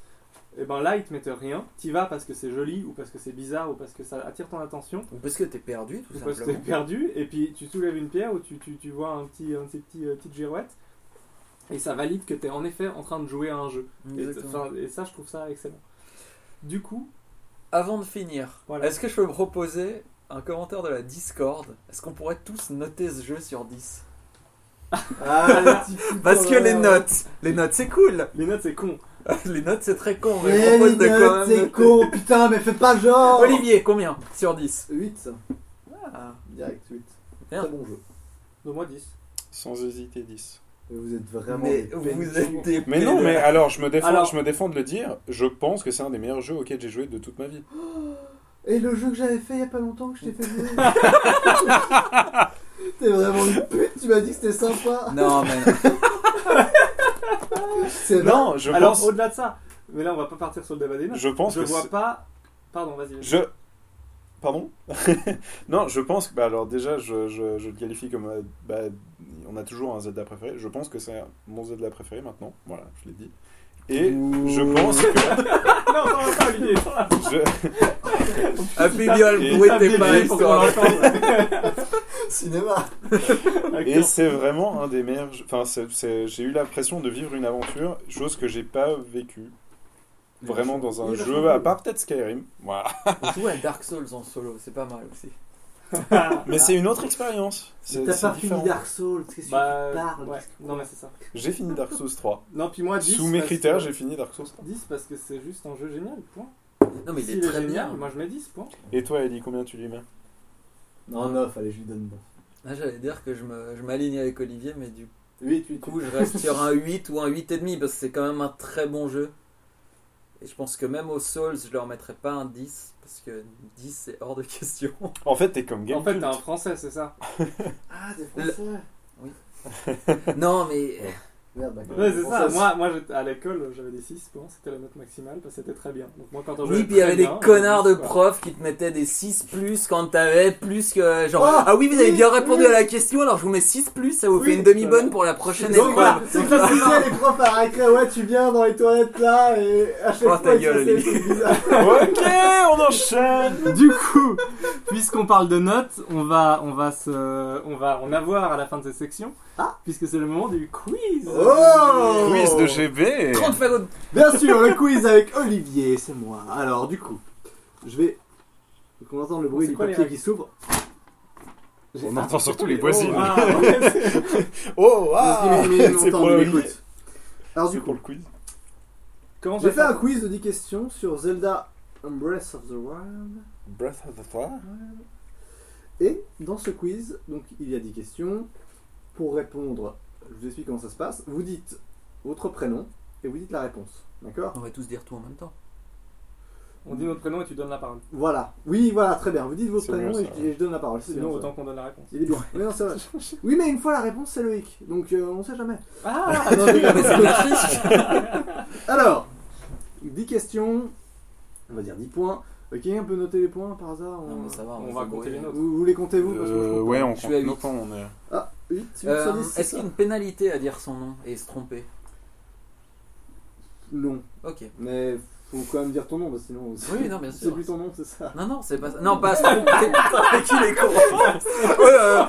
S3: et ben là, ils te mettent rien. T'y vas parce que c'est joli, ou parce que c'est bizarre, ou parce que ça attire ton attention,
S6: Ou parce que t'es perdu, tout
S3: ou parce que t'es
S6: simplement.
S3: perdu, et puis tu soulèves une pierre, ou tu, tu, tu vois un petit, un petit, petit, euh, petite girouette, et ça valide que t'es en effet en train de jouer à un jeu. Et,
S6: Exactement.
S3: enfin, et ça, je trouve ça excellent. Du coup,
S6: Avant de finir,
S3: Voilà.
S6: est-ce que je peux proposer un commentaire de la Discord Est-ce qu'on pourrait tous noter ce jeu sur 10
S5: Ah, le petit fou
S6: Parce que les
S5: colère.
S6: notes, les notes c'est cool *laughs*
S3: les notes, c'est con.
S6: Les notes c'est très con, mais je
S5: Mais
S6: propose
S5: les
S6: de quand même
S5: notes, c'est
S6: noter.
S5: con, putain, mais fais pas genre
S6: Olivier, combien Sur 10
S5: 8,
S6: Ah,
S5: direct 8.
S6: Merde.
S5: Très bon jeu.
S3: Donc moi, 10.
S4: Sans hésiter, 10.
S5: Mais vous êtes vraiment.
S6: Mais
S5: des
S6: vous
S5: pénibles.
S6: êtes des
S4: Mais non, mais
S6: pédales.
S4: alors je me défends,
S3: Alors-
S4: je me défends de le dire. Je pense que c'est un des meilleurs jeux auxquels j'ai joué de toute ma vie.
S5: Et le jeu que j'avais fait il y a pas longtemps que je t'ai fait jouer. T'es vraiment une pute, tu m'as dit que c'était sympa.
S6: Non, mais.
S5: C'est vrai.
S4: Non, je
S3: Alors,
S4: pense,
S3: au-delà de ça, mais là, on va pas partir sur le débat des notes.
S4: je pense
S3: Je
S4: que
S3: vois
S4: c'est-
S3: pas. Pardon, vas-y. vas-y.
S4: je, pardon. *laughs* non, je pense que bah alors déjà, je, je, je le qualifie comme euh, bah, on a toujours un Zelda préféré. Je pense que c'est mon Zelda préféré maintenant. Voilà, je l'ai dit. Et je pense que
S3: Non, on va pas, Olivier. *laughs*
S4: je-
S6: Happy Biol,
S4: Et-
S6: bruit
S3: Ah,
S6: tes
S3: bébé,
S6: pas,
S3: faut qu'on
S4: *laughs*
S6: histoire.
S3: l'entende.
S5: Cinéma.
S4: et c'est vraiment un des meilleurs. jeux- Enfin, c'est- c'est- j'ai eu l'impression de vivre une aventure, chose que j'ai pas vécue vraiment dans un
S5: il est
S4: jeu
S5: vachement
S4: à
S5: cool.
S4: part peut-être Skyrim. Voilà.
S6: *laughs* On joue à Dark Souls en solo, c'est pas mal aussi.
S4: Mais c'est une autre expérience. C'est
S5: T'as
S4: c'est
S5: pas
S4: différent.
S5: fini Dark Souls, qu'est-ce que tu
S3: Bah,
S5: parles
S3: ouais. Non, mais c'est ça.
S4: J'ai fini Dark
S3: *laughs*
S4: Souls 3.
S3: Non, puis moi, 10.
S4: Sous mes
S3: parce
S4: critères,
S3: que-
S4: j'ai fini Dark Souls 3.
S3: 10 parce que c'est juste un jeu génial, point.
S6: Non, mais il
S3: S'il
S6: est très
S3: génial,
S6: bien.
S3: Moi, je mets 10, point.
S4: Et toi, Ellie, combien tu lui mets
S5: Non, 9, allez, je lui donne 9.
S6: Ah, J'allais dire que je me- je m'aligne avec Olivier, mais du
S5: 8, 8,
S6: coup, je reste sur un 8 ou un 8,5 parce que c'est quand même un très bon jeu. Et je pense que même aux Souls, je leur mettrais pas un 10 parce que 10 c'est hors de question.
S4: En fait, t'es comme
S3: En
S4: Game.
S3: fait, t'es un français, c'est ça.
S5: Ah, t'es français.
S6: non, mais
S5: Merde, d'accord.
S3: Ouais, c'est
S5: Bon,
S3: ça. Moi, moi j'étais- à l'école, j'avais des 6 points. C'était la note maximale parce que c'était très bien. Donc, moi, quand on
S6: oui, puis il y avait des connards de
S3: pro
S6: profs qui te mettaient des 6 plus quand t'avais plus que genre
S5: Oh,
S6: ah oui, vous avez
S5: oui,
S6: bien répondu
S5: oui.
S6: à la question, alors je vous mets 6 plus, ça vous
S3: Oui,
S6: fait une demi
S3: voilà.
S6: bonne pour la prochaine
S5: Donc voilà,
S6: épreuve.
S5: c'est classique, les profs à récré, ouais, tu viens dans les toilettes là, et à chaque
S6: Oh,
S5: fois,
S6: ta
S5: tu
S6: gueule,
S5: fais
S6: Olivier.
S5: des trucs bizarres.
S4: *laughs* ok, on enchaîne
S3: *laughs* Du coup, puisqu'on parle de notes, on va, on va se, on va en avoir à la fin de cette section,
S5: Ah.
S3: puisque c'est le moment du quiz.
S5: Oh
S4: Quiz de GB
S6: 30 fagots de-
S5: Bien sûr, le quiz avec Olivier, c'est moi. Alors, du coup, je vais. Faut qu'on entende le bruit
S3: C'est
S5: du
S3: quoi les
S5: papier qui s'ouvre.
S4: On entend surtout les
S3: Oh,
S4: voisines.
S3: ah,
S4: Oh,
S5: Parce
S4: ah
S5: qu'il met- met longtemps,
S4: C'est pour
S5: mais
S4: le
S5: écoute.
S4: quiz.
S5: Alors,
S4: C'est
S5: du
S4: pour
S5: coup,
S4: le quiz.
S3: Comment
S5: j'ai
S3: ça
S5: fait un quiz de 10 questions sur Zelda Breath of the Wild.
S4: Breath of the Fire
S5: Et dans ce quiz, donc il y a 10 questions. Pour répondre, je vous explique comment ça se passe. Vous dites votre prénom et vous dites la réponse. D'accord
S6: On va tous dire tout en même temps.
S3: On dit notre prénom et tu donnes la parole.
S5: Voilà. Oui, voilà, très bien. Vous dites votre
S4: C'est
S5: prénom
S4: mieux,
S5: et
S4: ça,
S5: je, et je donne la parole. C'est bien,
S3: Sinon,
S5: ça.
S3: autant qu'on donne la
S5: *laughs*
S3: réponse.
S5: Il est bien. Mais non, c'est vrai. Oui, mais une fois la réponse, c'est Loïc. Donc euh, on sait jamais. *laughs*
S3: Ah,
S5: Non, je rigole.
S6: Mais c'est de la triche.
S5: Alors, 10 questions, on va dire 10 points. Ok, on peut noter les points par hasard on-
S6: Non, mais ça va,
S3: On
S6: on,
S3: va
S6: se
S3: compter les
S6: débrouille.
S3: notes.
S5: vous, vous les comptez vous parce que moi, je compte
S4: Euh, Ouais, on
S6: Je
S4: compte
S6: suis à
S4: nos
S6: huit.
S4: points, on est...
S5: pas. Ah, 8, 8 sur
S6: Euh,
S5: 10. c'est
S6: Est-ce qu'il y a
S5: ça
S6: une pénalité à dire son nom et se tromper
S5: Non,
S6: Ok.
S5: mais faut quand même dire ton nom parce que sinon.
S6: Oui, non, bien sûr.
S5: C'est plus ton nom, c'est ça. *laughs*
S6: Non, non, c'est pas ça. Non, pas se tromper. Putain, mais qu'il est con. Ouais, euh,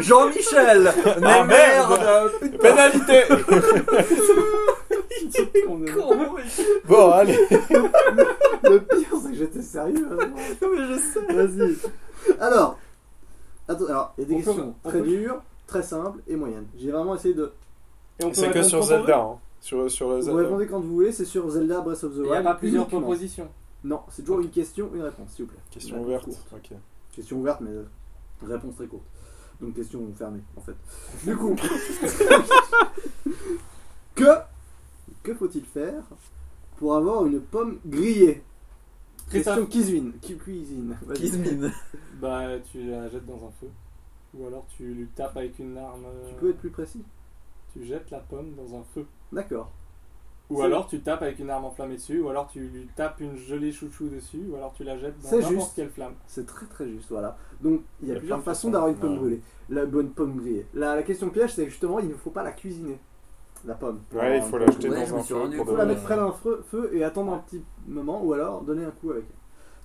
S6: Jean-Michel. Mais merde.
S4: Pénalité
S3: on est-
S6: con, oui.
S4: Bon, allez
S5: Le pire, c'est que j'étais sérieux. vraiment.
S6: Non, mais je sais.
S5: Vas-y. Alors, attends, alors, il y a des
S3: On peut-
S5: questions
S3: on
S5: très
S3: peut-
S5: dures, très simples et moyennes. J'ai vraiment essayé de.
S3: Et on peut
S4: C'est que
S3: répondre
S4: sur
S3: quand on veut.
S4: Zelda. hein. Sur, sur le
S5: Vous répondez quand vous voulez, c'est sur Zelda Breath of the
S10: Il
S5: Wild.
S10: n'y a pas plusieurs
S5: uniquement.
S10: propositions.
S5: Non, c'est toujours une question, une réponse, s'il vous plaît.
S4: Question
S5: Une
S4: ouverte.
S5: réponse courte.
S4: Ok.
S5: Question ouverte, mais euh, réponse très courte. Donc question fermée, en *laughs* fait. Du coup, que, que faut-il faire pour avoir une pomme grillée Question
S10: Christophe,
S5: cuisine. Cu- cuisine. Vas-y.
S10: bah, tu la jettes dans un feu. Ou alors tu lui tapes avec une arme. euh,
S5: Tu peux être plus précis
S10: tu jettes la pomme dans un feu.
S5: D'accord.
S10: Ou
S5: C'est-
S10: alors tu tapes avec une arme enflammée dessus, ou alors tu lui tapes une gelée chouchou dessus, ou alors tu la jettes dans
S5: C'est
S10: n'importe
S5: juste.
S10: quelle flamme.
S5: C'est très très juste, voilà. Donc il
S4: Il y
S5: y a,
S4: a
S5: plusieurs
S4: plein de
S5: façons d'avoir une
S4: façons,
S5: pomme
S4: ouais.
S5: brûlée. La bonne pomme grillée. La, la question piège, c'est justement, il ne faut pas la cuisiner, la pomme.
S4: Ouais, il faut l'acheter
S6: Ouais, je
S4: dans
S6: me
S4: un
S6: suis
S4: feu. pour
S5: Il
S6: rendu
S5: faut
S6: compte.
S4: de-
S5: la mettre près d'un feu, feu et attendre un petit moment ou alors donner un coup avec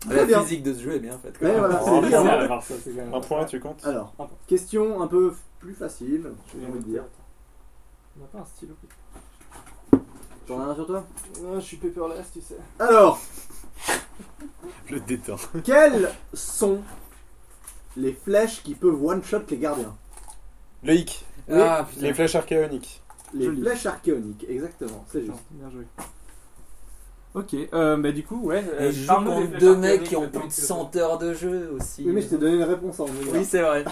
S5: elle. Très
S6: La
S5: bien.
S6: physique de ce jeu est bien faite.
S5: Ouais, voilà,
S4: Oh,
S5: c'est
S10: C'est
S5: bien.
S10: ça, alors, ça, c'est quand même-
S4: Un point, tu comptes
S5: Alors,
S10: Ah bon.
S5: question un peu f- plus facile, j'ai
S10: vais
S5: envie de dire.
S10: On n'a pas un stylo.
S5: T'en as un sur toi Ah,
S10: je suis paperless, tu sais.
S5: Alors,
S4: Le détente.
S5: quelles sont les flèches qui peuvent one-shot les gardiens
S4: Le hic.
S6: Ah,
S4: Les
S6: putain.
S4: flèches archéoniques.
S5: Les
S3: Joli.
S5: flèches archéoniques, exactement, c'est juste.
S3: Bien joué. Ok, euh, bah du coup, ouais.
S6: Et
S3: euh,
S6: je joue
S3: parle-nous
S6: contre
S3: des flèches
S6: deux mecs
S3: archéologiques,
S6: qui ont
S3: le temps
S6: plus
S3: que-
S6: de
S10: *laughs*
S6: 100 heures de jeu aussi.
S5: Oui, mais je t'ai donné une réponse en
S6: Oui, c'est vrai.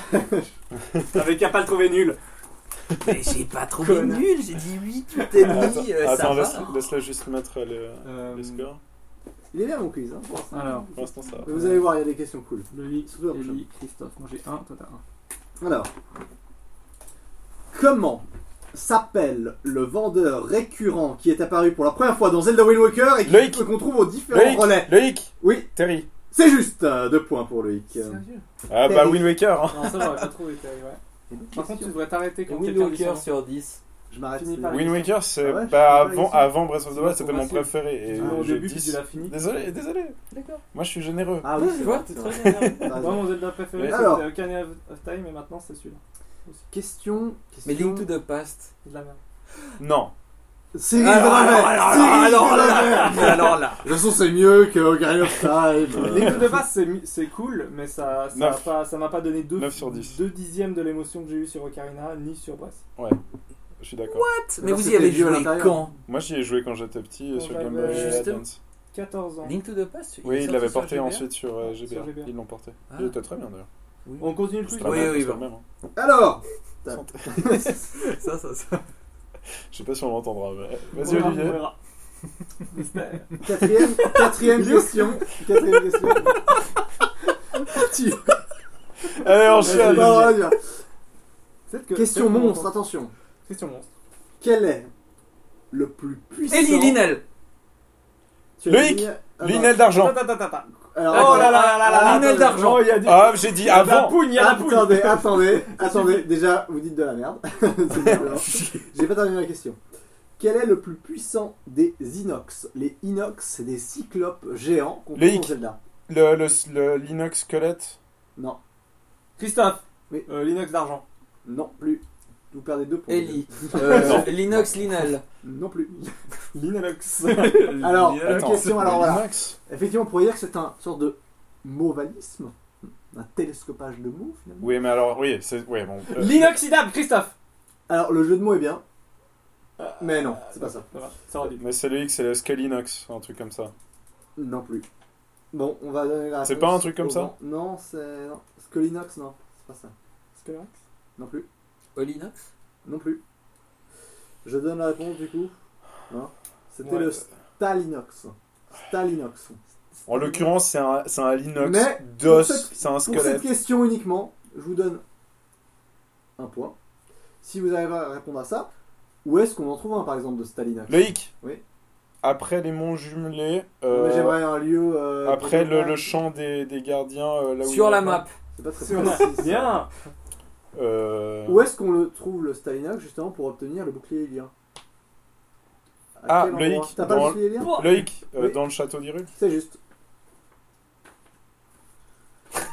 S3: Avec qu'à pas le trouver nul.
S6: Mais j'ai pas trouvé nul, j'ai dit oui, tout est
S4: Attends,
S6: mis, euh, ça
S4: attends,
S6: va.
S4: laisse- laisse-le juste mettre le,
S3: Euh,
S4: le score.
S5: Il est bien mon quiz, hein, pour l'instant.
S3: Alors,
S4: Pour l'instant, ça va.
S5: Mais Vous allez voir, il y a des questions cool.
S3: Loïc,
S5: Surtout la prochaine.
S3: Ellie, Christophe. Moi j'ai un, toi t'as un.
S5: Alors, comment s'appelle le vendeur récurrent qui est apparu pour la première fois dans Zelda Wind Walker et qui-
S4: Loïc.
S5: qu'on trouve aux différents
S4: Loïc.
S5: relais
S4: Le hic
S5: Oui,
S4: Terry.
S5: c'est juste euh, deux points pour Loïc. Euh,
S10: Sérieux
S4: Ah bah,
S5: Terry.
S4: Wind Waker. hein.
S10: Non, ça j'aurais pas trouvé, Terry, ouais. Par contre, tu devrais t'arrêter quand
S6: Wind
S10: quelqu'un dit son
S6: Walker
S10: nom.
S6: sur 10.
S5: Je m'arrête.
S10: Finis
S5: c'est-
S10: par-
S4: Wind Waker, c'est
S5: Ah ouais, je
S4: bah,
S5: savais pas,
S4: avant,
S5: ici.
S4: avant Breath of the Wild,
S10: C'est
S4: c'était
S10: mon
S4: mon préféré. Et
S10: Au
S4: j'ai
S10: début, puis
S4: 10.
S10: tu l'as
S4: *laughs*
S10: fini.
S4: Désolé, désolé.
S6: D'accord.
S4: Moi, je suis généreux.
S5: Ah oui,
S6: Ouais,
S5: c'est
S6: je
S5: vrai,
S6: vois, t'es
S5: c'est
S6: très
S5: vrai.
S6: généreux.
S5: T'as raison.
S10: Moi, mon Zelda préféré,
S5: Alors.
S10: c'était Ocarina of of Time, et maintenant c'est celui-là.
S5: Question.
S6: Mais
S5: question-
S6: Link to the Past.
S10: C'est de la merde.
S4: Non.
S5: Cyril
S6: Ah, Alors,
S5: Drevet,
S6: alors, alors,
S5: Cyril
S6: alors,
S5: Drevet.
S6: Mais alors là,
S5: De toute façon, c'est mieux que Ocarina of Time.
S10: Les coups de passe, c'est mi- c'est cool, mais ça ça m'a
S4: Neuf.
S10: pas, ça m'a pas donné 2
S4: Neuf sur dix.
S10: dixièmes de l'émotion que j'ai eue sur Ocarina, ni sur Breath.
S4: Je suis d'accord.
S6: mais
S5: Alors,
S6: vous y
S5: c'était
S6: avez
S5: vieux à
S6: joué
S5: l'intérieur.
S6: quand
S4: Moi, j'y ai joué quand j'étais petit euh,
S10: Quand
S4: sur Game
S10: j'avais-
S4: Boy
S6: Justement.
S4: Advance.
S10: 14 ans.
S6: Link to the Past
S4: Oui,
S6: est
S4: ils l'avaient
S6: sorti sur
S4: porté
S6: GBA?
S4: ensuite sur euh,
S10: Sur
S4: GBA.
S10: GBA.
S4: Ils l'ont porté.
S6: Ah.
S4: Il était très bien d'ailleurs.
S10: On continue le
S4: C'était très
S10: truc.
S6: Oui,
S4: bien,
S6: oui,
S4: c'était
S5: bah,
S6: bon.
S4: le même, hein.
S5: Alors,
S6: Ça, ça, ça.
S4: Je sais pas si on l'entendra.
S5: *laughs*
S4: mais-
S10: On
S4: Vas-y,
S10: verra,
S4: Olivier.
S10: on verra. Mystère.
S5: *laughs* quatrième, quatrième question. Quatrième *laughs* question.
S4: Allez, on
S5: Bon,
S4: chiale.
S5: on va dire.
S10: Peut-être que-
S5: Question
S10: peut-être qu'on
S5: monstre,
S10: entend-
S5: attention.
S10: Question monstre.
S5: Quel est le plus puissant
S6: Ellie Linel
S5: Tu as
S4: Loïc.
S5: dit- Ah, non.
S4: Linel d'argent.
S10: Attends, attends, attends.
S5: Alors,
S6: Oh là là là là là,
S10: Attendez.
S6: Linel d'argent
S10: Oh, il y a du-
S4: Ah, j'ai
S5: Eh ben,
S4: dit
S10: Il y a la
S4: avant.
S10: pougne, il y
S5: Ah,
S10: a la pougne.
S5: attendez, attendez,
S10: *laughs*
S5: attendez. Déjà, vous dites de la merde. *laughs* C'est bien, alors. J'ai pas terminé la question. Quel est le plus puissant des inox Les inox, c'est des cyclopes géants qu'on trouve
S4: Loïc.
S5: dans Zelda.
S4: Le, le, le l'inox squelette.
S5: Non,
S10: Christophe.
S5: Oui.
S10: Euh,
S5: *laughs*
S10: Linux d'argent.
S5: non plus. Vous perdez deux points. *laughs*
S6: Ellie. Euh, *laughs* Linux Linel.
S5: Non
S10: *laughs*
S5: plus.
S10: Euh, Linux.
S5: *laughs* Alors,
S4: Attends,
S5: une Euh, question, alors
S4: le
S5: voilà.
S4: Linux
S5: Effectivement, on pourrait dire que c'est un sorte de mauvalisme, un télescopage de mots finalement.
S4: Oui, mais alors, oui, c'est. Ouais, bon. euh,
S10: L'inoxydable, Christophe.
S5: Alors, le jeu de mots est bien,
S10: Euh,
S5: mais non, c'est pas ça.
S10: Ça va, ça aurait dû.
S4: Mais c'est le X, c'est le Skelinox, un truc comme ça.
S5: Non plus. Bon, on va donner la
S4: C'est
S5: réponse
S4: pas un truc comme
S5: au
S4: ça
S5: vent. Non, c'est. non. Scolinox, non. C'est pas ça.
S10: Skelinox.
S5: Non plus.
S6: Oh, Olinox
S5: Non plus. Je donne la réponse du coup. Hein C'était
S10: Ouais.
S5: le Stalinox. Stalinox.
S4: En l'occurrence, c'est un, c'est un Linux
S5: Mais
S4: DOS,
S5: pour cette-
S4: c'est un
S5: Pour cette
S4: squelette.
S5: question uniquement, je vous donne un point. Si vous arrivez à répondre à ça, où est-ce qu'on en trouve un par exemple de Stalinox
S4: Loïc
S5: Oui.
S4: Après les monts jumelés,
S5: Non,
S4: euh,
S5: mais J'aimerais un lieu. euh,
S4: après
S5: pour-
S4: le, le champ des, des gardiens, euh, là où
S6: Sur
S4: il y
S6: la
S4: a-
S6: map.
S5: C'est pas très
S10: Sur-
S5: précis, ça.
S10: Bien.
S4: Euh,
S5: Où est-ce qu'on le trouve le Stalinox justement pour obtenir le bouclier hélien
S4: Ah,
S5: quel endroit
S4: Loïc,
S5: T'as pas
S4: dans-
S5: le bouclier hélien
S4: Loïc, euh,
S5: Oui.
S4: dans le château d'Irule
S5: C'est juste.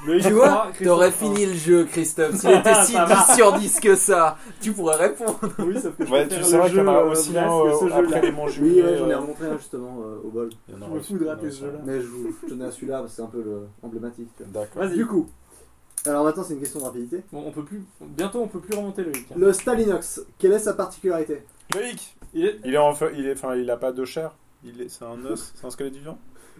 S10: Loïc,
S6: Tu *laughs*
S10: trois,
S6: vois,
S10: Christophe,
S6: t'aurais
S10: un.
S6: fini le jeu, *laughs* Christophe. S'il était si
S10: Ça va.
S6: 10 sur 10 que ça, tu pourrais répondre.
S10: Ah Oui, sauf que je
S4: Ouais,
S10: préfère
S4: tu
S10: le
S4: sais qu'il y en
S10: jeu,
S4: a
S10: euh,
S4: aussi
S10: Blast
S4: un
S10: que
S4: euh,
S10: ce jeu-là.
S4: après les monts
S5: Oui,
S4: jumelés.
S5: ouais, j'en ai
S4: euh,
S5: remontré un justement euh, au bol.
S4: il y en a
S10: Je me
S4: aussi,
S10: fous de
S4: il y en a
S10: rater ce
S4: aussi.
S10: jeu-là.
S5: Mais je vous je tenais à celui-là, parce que c'est un peu le emblématique. tu vois.
S4: D'accord.
S10: Vas-y.
S5: Du coup, Alors maintenant, c'est une question de rapidité.
S3: Bon, on peut plus. Bientôt, on peut plus remonter le week-end.
S5: Le Stalinox, quelle est sa particularité
S4: Loïc Il est en feu- il est, enfin, il a pas de chair. Il est, c'est un os, c'est un squelette vivant.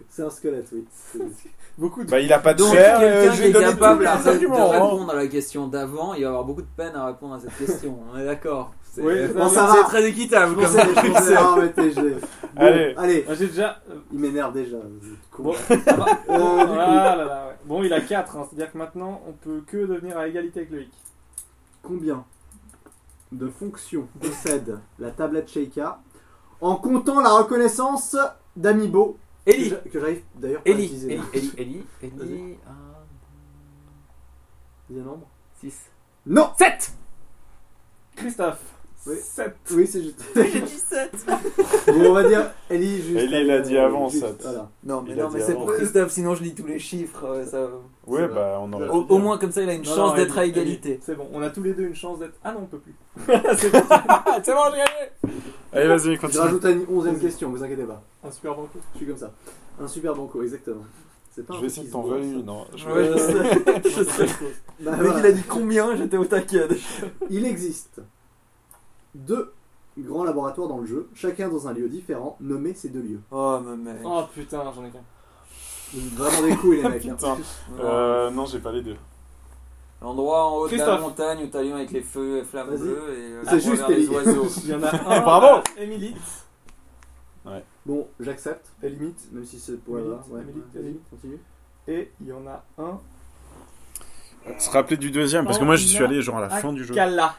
S5: C'est un squelette, oui. C'est-
S4: *laughs*
S3: Beaucoup de.
S4: Bah, il a pas de
S6: Donc,
S4: chair. euh,
S6: quelqu'un
S4: je
S6: qui
S4: vais
S6: est
S4: donner tous
S6: capable
S4: les
S6: de, de
S4: arguments, hein.
S6: répondre à la question d'avant, il va avoir beaucoup de peine à répondre à cette question. On est d'accord. C'est
S3: Oui,
S6: c'est
S3: non, mais-
S5: ça va.
S6: très équitable.
S5: Je
S6: Comme...
S5: pensais- je pensais avoir mes TG. Bon,
S4: Allez.
S5: allez,
S10: Ah,
S3: Moi, j'ai déjà. euh,
S5: il m'énerve déjà. vous êtes cons.
S3: Bon,
S5: Euh, du coup,
S3: ah là là, ouais. Bon, il a 4,
S10: hein.
S3: c'est-à-dire que maintenant, on peut que devenir à égalité avec Loïc.
S5: Combien de fonctions possède la tablette Sheikah en comptant la reconnaissance d'Amiibo que
S6: Ellie,
S5: j'a- que j'arrive d'ailleurs pas à
S6: Ellie,
S5: utiliser
S6: Ellie, Ellie, Ellie, Ellie,
S5: Dis un nombre.
S4: *laughs*
S6: 6.
S5: Non
S6: 7
S3: Christophe,
S5: Oui.
S3: 7.
S5: Oui, c'est juste. *laughs*
S6: J'ai dit 7
S5: bon, on va dire Ellie juste. euh,
S4: Ellie, il a dit avant,
S5: juste,
S4: ça.
S5: Voilà.
S6: Non, mais
S4: Il a
S6: non, mais
S4: dit
S6: c'est
S4: avant.
S6: pour Christophe, sinon je lis tous les chiffres. euh, Ça...
S4: Ouais,
S6: ça va.
S4: bah, on aurait.
S6: Au, au moins, comme ça, il a une
S3: Non,
S6: chance
S3: non,
S6: d'être à
S3: Ellie,
S6: égalité.
S3: Ellie, C'est bon, on a tous les deux une chance d'être. Ah non, on peut plus.
S6: Ah, c'est bon, j'ai gagné
S4: Allez, vas-y,
S5: Je
S4: continue.
S5: rajoute une onzième question, vous inquiétez pas.
S3: Un super banco.
S5: Je suis comme ça. Un super banco, exactement. C'est pas
S4: Je
S5: un
S4: vais
S5: truc
S4: essayer de
S5: qui se
S4: t'en
S5: voit,
S4: voler
S5: ça.
S4: une. non. Je-
S6: Ouais, je *laughs* sais. je sais.
S5: Bah,
S6: Le mec,
S5: voilà.
S6: il a dit combien J'étais au taquet.
S5: Il existe deux grands laboratoires dans le jeu, chacun dans un lieu différent. Nommez ces deux lieux.
S6: *laughs* Oh, ma mère.
S3: Oh putain, j'en ai *laughs* qu'un.
S5: Vous êtes Vraiment des
S4: *laughs*
S5: couilles, les mecs. hein.
S4: Putain. Euh, non, j'ai pas les deux.
S6: L'endroit en haut de la
S3: Christophe.
S6: montagne où t'as lion avec les feux et flammes
S5: Vas-y.
S6: bleues et euh,
S5: C'est
S6: la
S5: juste,
S6: voie vers les
S5: Ellie.
S6: oiseaux.
S3: Il y en a un.
S4: Bravo.
S3: euh, Emily.
S5: Bon, j'accepte,
S3: Et limite.
S5: même si c'est pour
S3: Oui,
S5: voilà,
S3: oui,
S5: ouais,
S3: oui,
S5: ouais,
S3: oui.
S5: continue.
S3: Et il y en a un.
S4: Se rappeler du deuxième, parce que moi, je suis allé genre à la fin du jeu.
S3: Kala.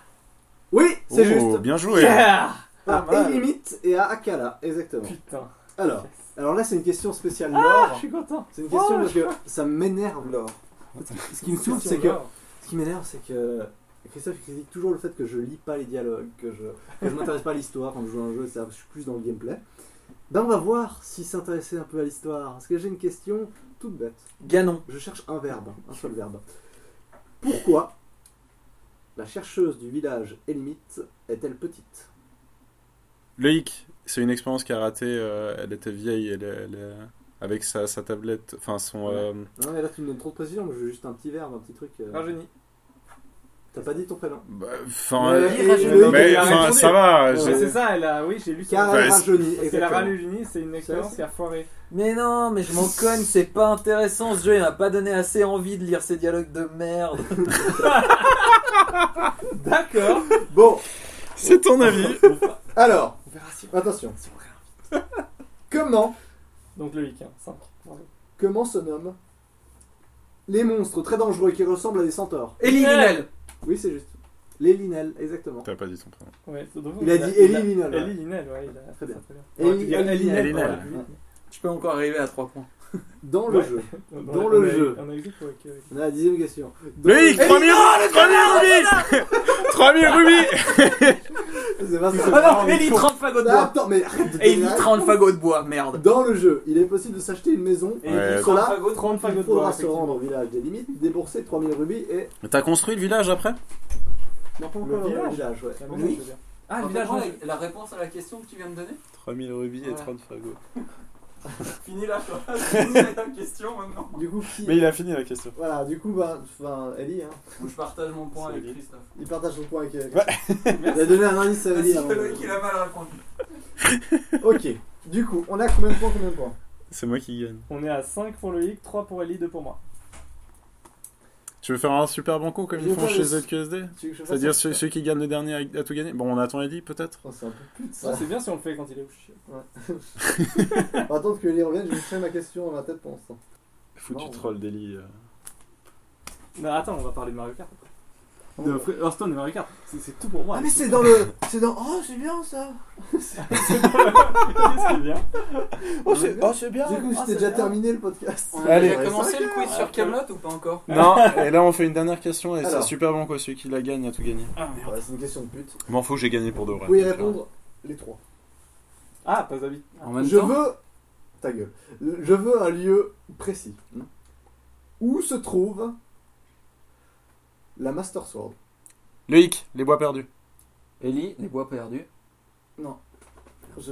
S5: Oui, c'est
S4: Oh,
S5: juste.
S4: Bien joué.
S3: Yeah
S5: À
S6: mal.
S5: Elimite et à Akala, exactement.
S3: Ah, Putain. Ah,
S5: Alors, alors là, c'est une question spéciale
S3: Je
S5: lore.
S3: suis content.
S5: C'est une question
S3: Oh,
S5: parce que ça m'énerve.
S6: Alors,
S5: Ce qui me saoule, c'est que Ce qui m'énerve, c'est que Christophe critique toujours le fait que je lis pas les dialogues, que je, que je m'intéresse pas à l'histoire quand je joue à un jeu, c'est-à-dire que je suis plus dans le gameplay. Ben on va voir s'il s'intéressait un peu à l'histoire. Parce que j'ai une question toute bête.
S6: *laughs* Ganon.
S5: Je cherche un verbe, hein, un seul verbe. Pourquoi la chercheuse du village Elimite est-elle petite
S4: Loïc, c'est une expérience qu'elle a ratée. euh, elle était vieille. Elle, elle, euh, avec sa, sa tablette. Enfin, son.
S5: Ouais.
S4: euh,
S5: Non mais là tu me donnes trop de précision, moi je veux juste un petit verbe, un petit truc. euh.
S3: Virginie.
S5: T'as pas dit ton prénom
S4: bah, Enfin.
S5: Mais-
S4: euh,
S5: et-
S3: rajeunit.
S5: Loïc,
S4: mais
S3: il a
S4: enfin,
S3: répondu.
S4: ça va.
S5: Ouais,
S4: j'ai-
S3: Mais C'est ça, elle a. Oui, j'ai lu
S5: Car
S3: ça.
S5: elle
S4: Ouais,
S5: rajeunit,
S3: C'est la
S5: exactement.
S3: raluginie, c'est une expérience qui a foiré.
S6: Mais non, mais je *laughs* m'en cogne, c'est pas intéressant ce jeu, il m'a pas donné assez envie de lire ces dialogues de merde.
S3: D'accord.
S5: Bon,
S4: C'est ton avis.
S5: alors,
S3: On verra si.
S5: attention. *laughs* Comment
S3: Donc Loïc, hein, 5.
S5: Comment se nomment les monstres très dangereux qui ressemblent à des centaures
S6: *laughs* Ellie Linel
S5: Oui, c'est juste. Les Linel, exactement.
S4: T'as pas dit ton prénom.
S3: Ouais, c'est drôle,
S5: Il a dit Ellie Linel.
S3: Ellie Linel, ouais, il a
S5: Très bien.
S3: Très bien.
S5: Ellie-
S3: Ouais,
S5: Ellie Linel.
S4: Linel.
S5: Voilà.
S6: Je peux encore arriver à 3 points.
S5: Dans le
S3: Ouais.
S5: jeu.
S3: On a-
S5: Dans
S3: on
S5: le
S3: a-
S5: jeu.
S3: On a eu dit pour que-
S5: On a la dixième question. Dans-
S4: Loïc,
S5: Ellie-
S4: premier premier rubis Premier rubis
S5: *laughs* C'est pas ça.
S6: Ah non, Ellie 30 fagots de bois
S5: Attends, mais arrête de
S6: Ellie
S5: délirer.
S6: 30 fagots de bois, merde
S5: Dans le jeu, il est possible de s'acheter une maison.
S3: Et
S4: Ouais.
S3: il dit
S5: Pour cela,
S3: 30 fagots, 30 fagots
S5: Il
S3: de
S5: faudra
S3: bois.
S5: se rendre au village des limites, débourser 3000 rubis et.
S4: T'as construit le village après
S5: Non, pas
S3: Le village.
S5: village, ouais.
S3: effectivement.
S5: Oui.
S6: Ah,
S5: le village, ouais.
S6: la réponse à la question que tu viens de donner
S4: 3000 rubis
S6: Ouais.
S4: 30 fagots.
S6: Fini la *laughs* phrase, finis la question maintenant.
S5: Du coup, qui.
S4: Mais il a fini la question.
S5: Voilà, du coup, bah, enfin, Ellie, hein,
S6: Ou je partage mon point
S4: C'est
S6: avec
S4: Ellie.
S6: Christophe.
S5: il partage son point avec. euh, Il a donné un indice à
S6: Vas-y,
S5: Ellie.
S6: Ah, c'est
S5: avant de-
S6: Loïc, il a mal répondu.
S5: Ok. Du coup, on a combien de points, combien de points
S4: C'est moi qui gagne.
S3: On est à 5 pour Loïc, 3 pour Ellie, 2 pour moi.
S4: Tu veux faire un super banco comme
S5: Je
S4: ils
S5: veux
S4: font
S5: faire
S4: chez
S5: le-
S4: ZQSD
S5: Tu veux que je fasse
S4: C'est-à-dire
S5: ça
S4: celui, celui qui gagne le dernier a, a tout gagné Bon, on attend Eddie peut-être
S5: Oh, c'est un peu plus de ça.
S3: Ah, C'est bien si on le fait quand il est au chier.
S5: On va attendre que les revienne, je me souviens ma question dans ma tête pour l'instant.
S4: Foutu
S5: Non.
S4: troll d'Eli.
S3: Non, attends, on va parler de Mario Kart après. De Fre- Hearthstone et Mario Kart, c'est- c'est tout pour moi.
S5: Ah mais c'est dans le... C'est dans... Oh c'est bien ça
S3: *laughs* c'est bien.
S5: Oh c'est
S6: bien
S5: Du coup
S6: Ah,
S5: c'était
S6: c'est
S5: déjà
S6: bien.
S5: terminé le podcast.
S6: On a
S4: Allez.
S6: déjà commencé le quiz sur Camelot ou pas encore
S4: Non, et là on fait une dernière question et c'est
S5: Alors.
S4: super banco. Celui qui la gagne a tout gagné.
S5: Ouais, c'est une question de pute.
S4: M'en fous, j'ai gagné pour de vrai.
S5: Vous pouvez y répondre les trois.
S3: Ah, pas d'avis.
S6: En même
S5: Je
S6: temps,
S5: veux... Ta gueule. Je veux un lieu précis.
S6: Hmm.
S5: Où se trouve la Master Sword
S4: Loïc, les bois perdus.
S6: Ellie, les bois perdus.
S5: Je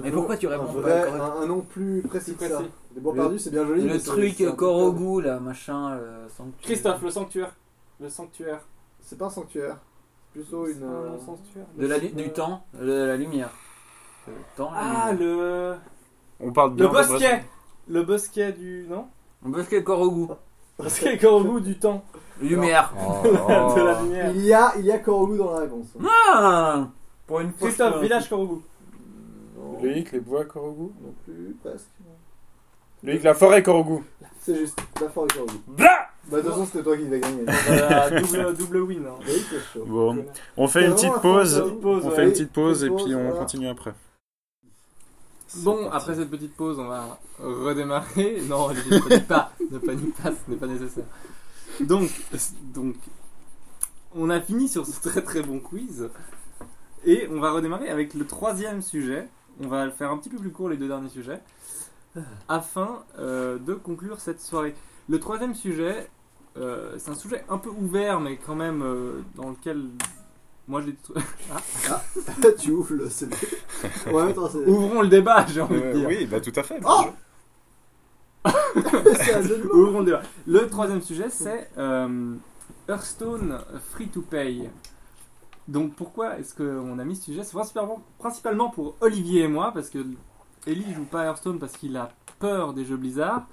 S6: Mais
S5: veux
S6: pourquoi tu
S5: un
S6: réponds
S5: vrai-
S6: pas correct-
S5: un, un nom plus précis que
S3: Plus
S5: ça.
S3: précis.
S5: Les bois
S6: Le-
S5: perdus c'est bien joli. mais
S6: Le
S5: c'est-
S6: truc
S5: c'est un peu
S6: corps au goût là, machin, euh, sanctuaire.
S3: Christophe, le sanctuaire.
S10: Le sanctuaire.
S5: C'est pas un sanctuaire. C'est plutôt
S10: C'est
S5: une.
S10: pas un
S5: euh,
S10: nom sanctuaire.
S6: De la,
S10: Le-
S6: lu- du temps, de la lumière. Le temps, la
S10: Ah,
S6: lumière.
S10: le.
S4: On parle bien
S10: Le
S4: de
S10: bosquet
S4: Bresson.
S10: Le bosquet du.
S3: *laughs*
S10: Non
S6: On peut le corps au goût.
S10: Bosquet Korogu du temps.
S6: Lumière.
S1: Oh.
S4: *laughs* Oh.
S10: de la lumière.
S5: Il y a, il y a Korogu dans la réponse.
S6: Ah Pour une fois.
S10: Christophe,
S6: je peux-
S10: village Korogu.
S5: Non,
S4: Loïc, les bois Korogu
S5: non plus, presque.
S4: Loïc, la forêt Korogu.
S5: C'est juste, la forêt Korogu.
S4: Blah
S5: Bah, de toute façon, c'était toi qui devais gagner.
S10: Voilà, *laughs* double, double win. hein.
S5: Oui, c'est chaud.
S4: Bon, on fait une petite pause. On fait une petite pause et puis on
S5: continue.
S4: continue après.
S3: Bon, après cette petite pause, on va redémarrer. Non, Olivier, ne panique pas, ne panique pas, ce n'est pas nécessaire. Donc, donc, on a fini sur ce très très bon quiz. Et on va redémarrer avec le troisième sujet. On va le faire un petit peu plus court, les deux derniers sujets, afin euh, de conclure cette soirée. Le troisième sujet, euh, c'est un sujet un peu ouvert, mais quand même euh, dans lequel moi j'ai.
S5: *laughs* tu ouvres le CD. On va mettre un CD.
S3: Ouvrons le débat, j'ai envie de dire.
S4: oui, bah tout à fait.
S5: Oh C'est un jeu de mots.
S3: Ouvrons le débat. Le troisième sujet, c'est euh, Hearthstone Free to Pay. Donc pourquoi est-ce qu'on a mis ce sujet C'est principalement, principalement pour Olivier et moi, parce que Ellie joue pas à Hearthstone parce qu'il a peur des jeux Blizzard,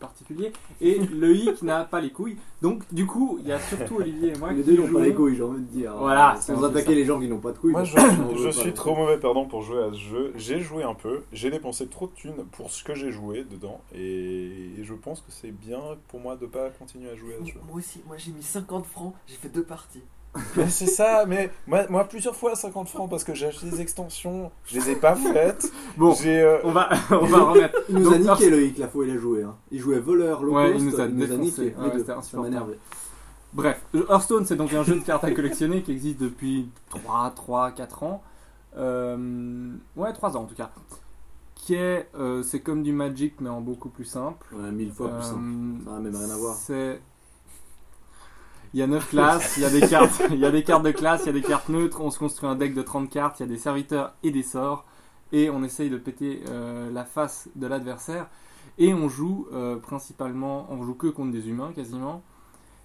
S3: particulier, et Loïc n'a pas les couilles. Donc du coup, il y a surtout Olivier et moi
S5: Les
S3: qui
S5: deux n'ont
S3: jouons.
S5: pas les couilles, j'ai envie de dire.
S3: Voilà, c'est
S5: Sans
S3: ça.
S5: attaquer les gens qui n'ont pas de
S4: *coughs*
S5: couilles.
S4: Moi,
S5: parce
S4: je,
S5: que *laughs* on veut
S4: je
S5: pas,
S4: suis
S5: donc.
S4: trop mauvais perdant pour jouer à ce jeu. J'ai joué un peu, j'ai dépensé trop de thunes pour ce que j'ai joué dedans, et, et je pense que c'est bien pour moi de pas continuer à jouer à ce jeu.
S1: Moi aussi, moi j'ai mis 50 francs, j'ai fait deux parties.
S4: Mais c'est ça, mais moi, moi, plusieurs fois 50 francs parce que j'ai acheté des extensions, je les ai pas faites.
S3: Bon,
S4: j'ai, euh,
S3: on va, *laughs*
S5: *laughs*
S3: on va remettre.
S5: Il nous
S3: Donc,
S5: a niqué
S3: Hearthstone-
S5: Loïc, la fois où il a joué. hein. Il jouait voleur, low
S3: Ouais,
S5: cost,
S3: il nous a défoncé.
S5: niqué.
S3: Ouais,
S5: les deux.
S3: c'était
S5: Ça m'a
S3: insupportable.
S5: énervé.
S3: Bref, Hearthstone, c'est donc un jeu de cartes à collectionner qui existe depuis 3, 3, 4 ans. Euh, ouais, 3 ans en tout cas. Qui est, euh, c'est comme du Magic mais en beaucoup plus simple.
S5: Ouais, mille fois plus simple.
S3: Euh,
S5: Ça n'a même rien à voir.
S3: C'est. Il y a 9 classes, il y a des cartes, *laughs* il y a des cartes de classe, il y a des cartes neutres, on se construit un deck de 30 cartes, il y a des serviteurs et des sorts, et on essaye de péter euh, la face de l'adversaire, et on joue euh, principalement, on joue que contre des humains quasiment,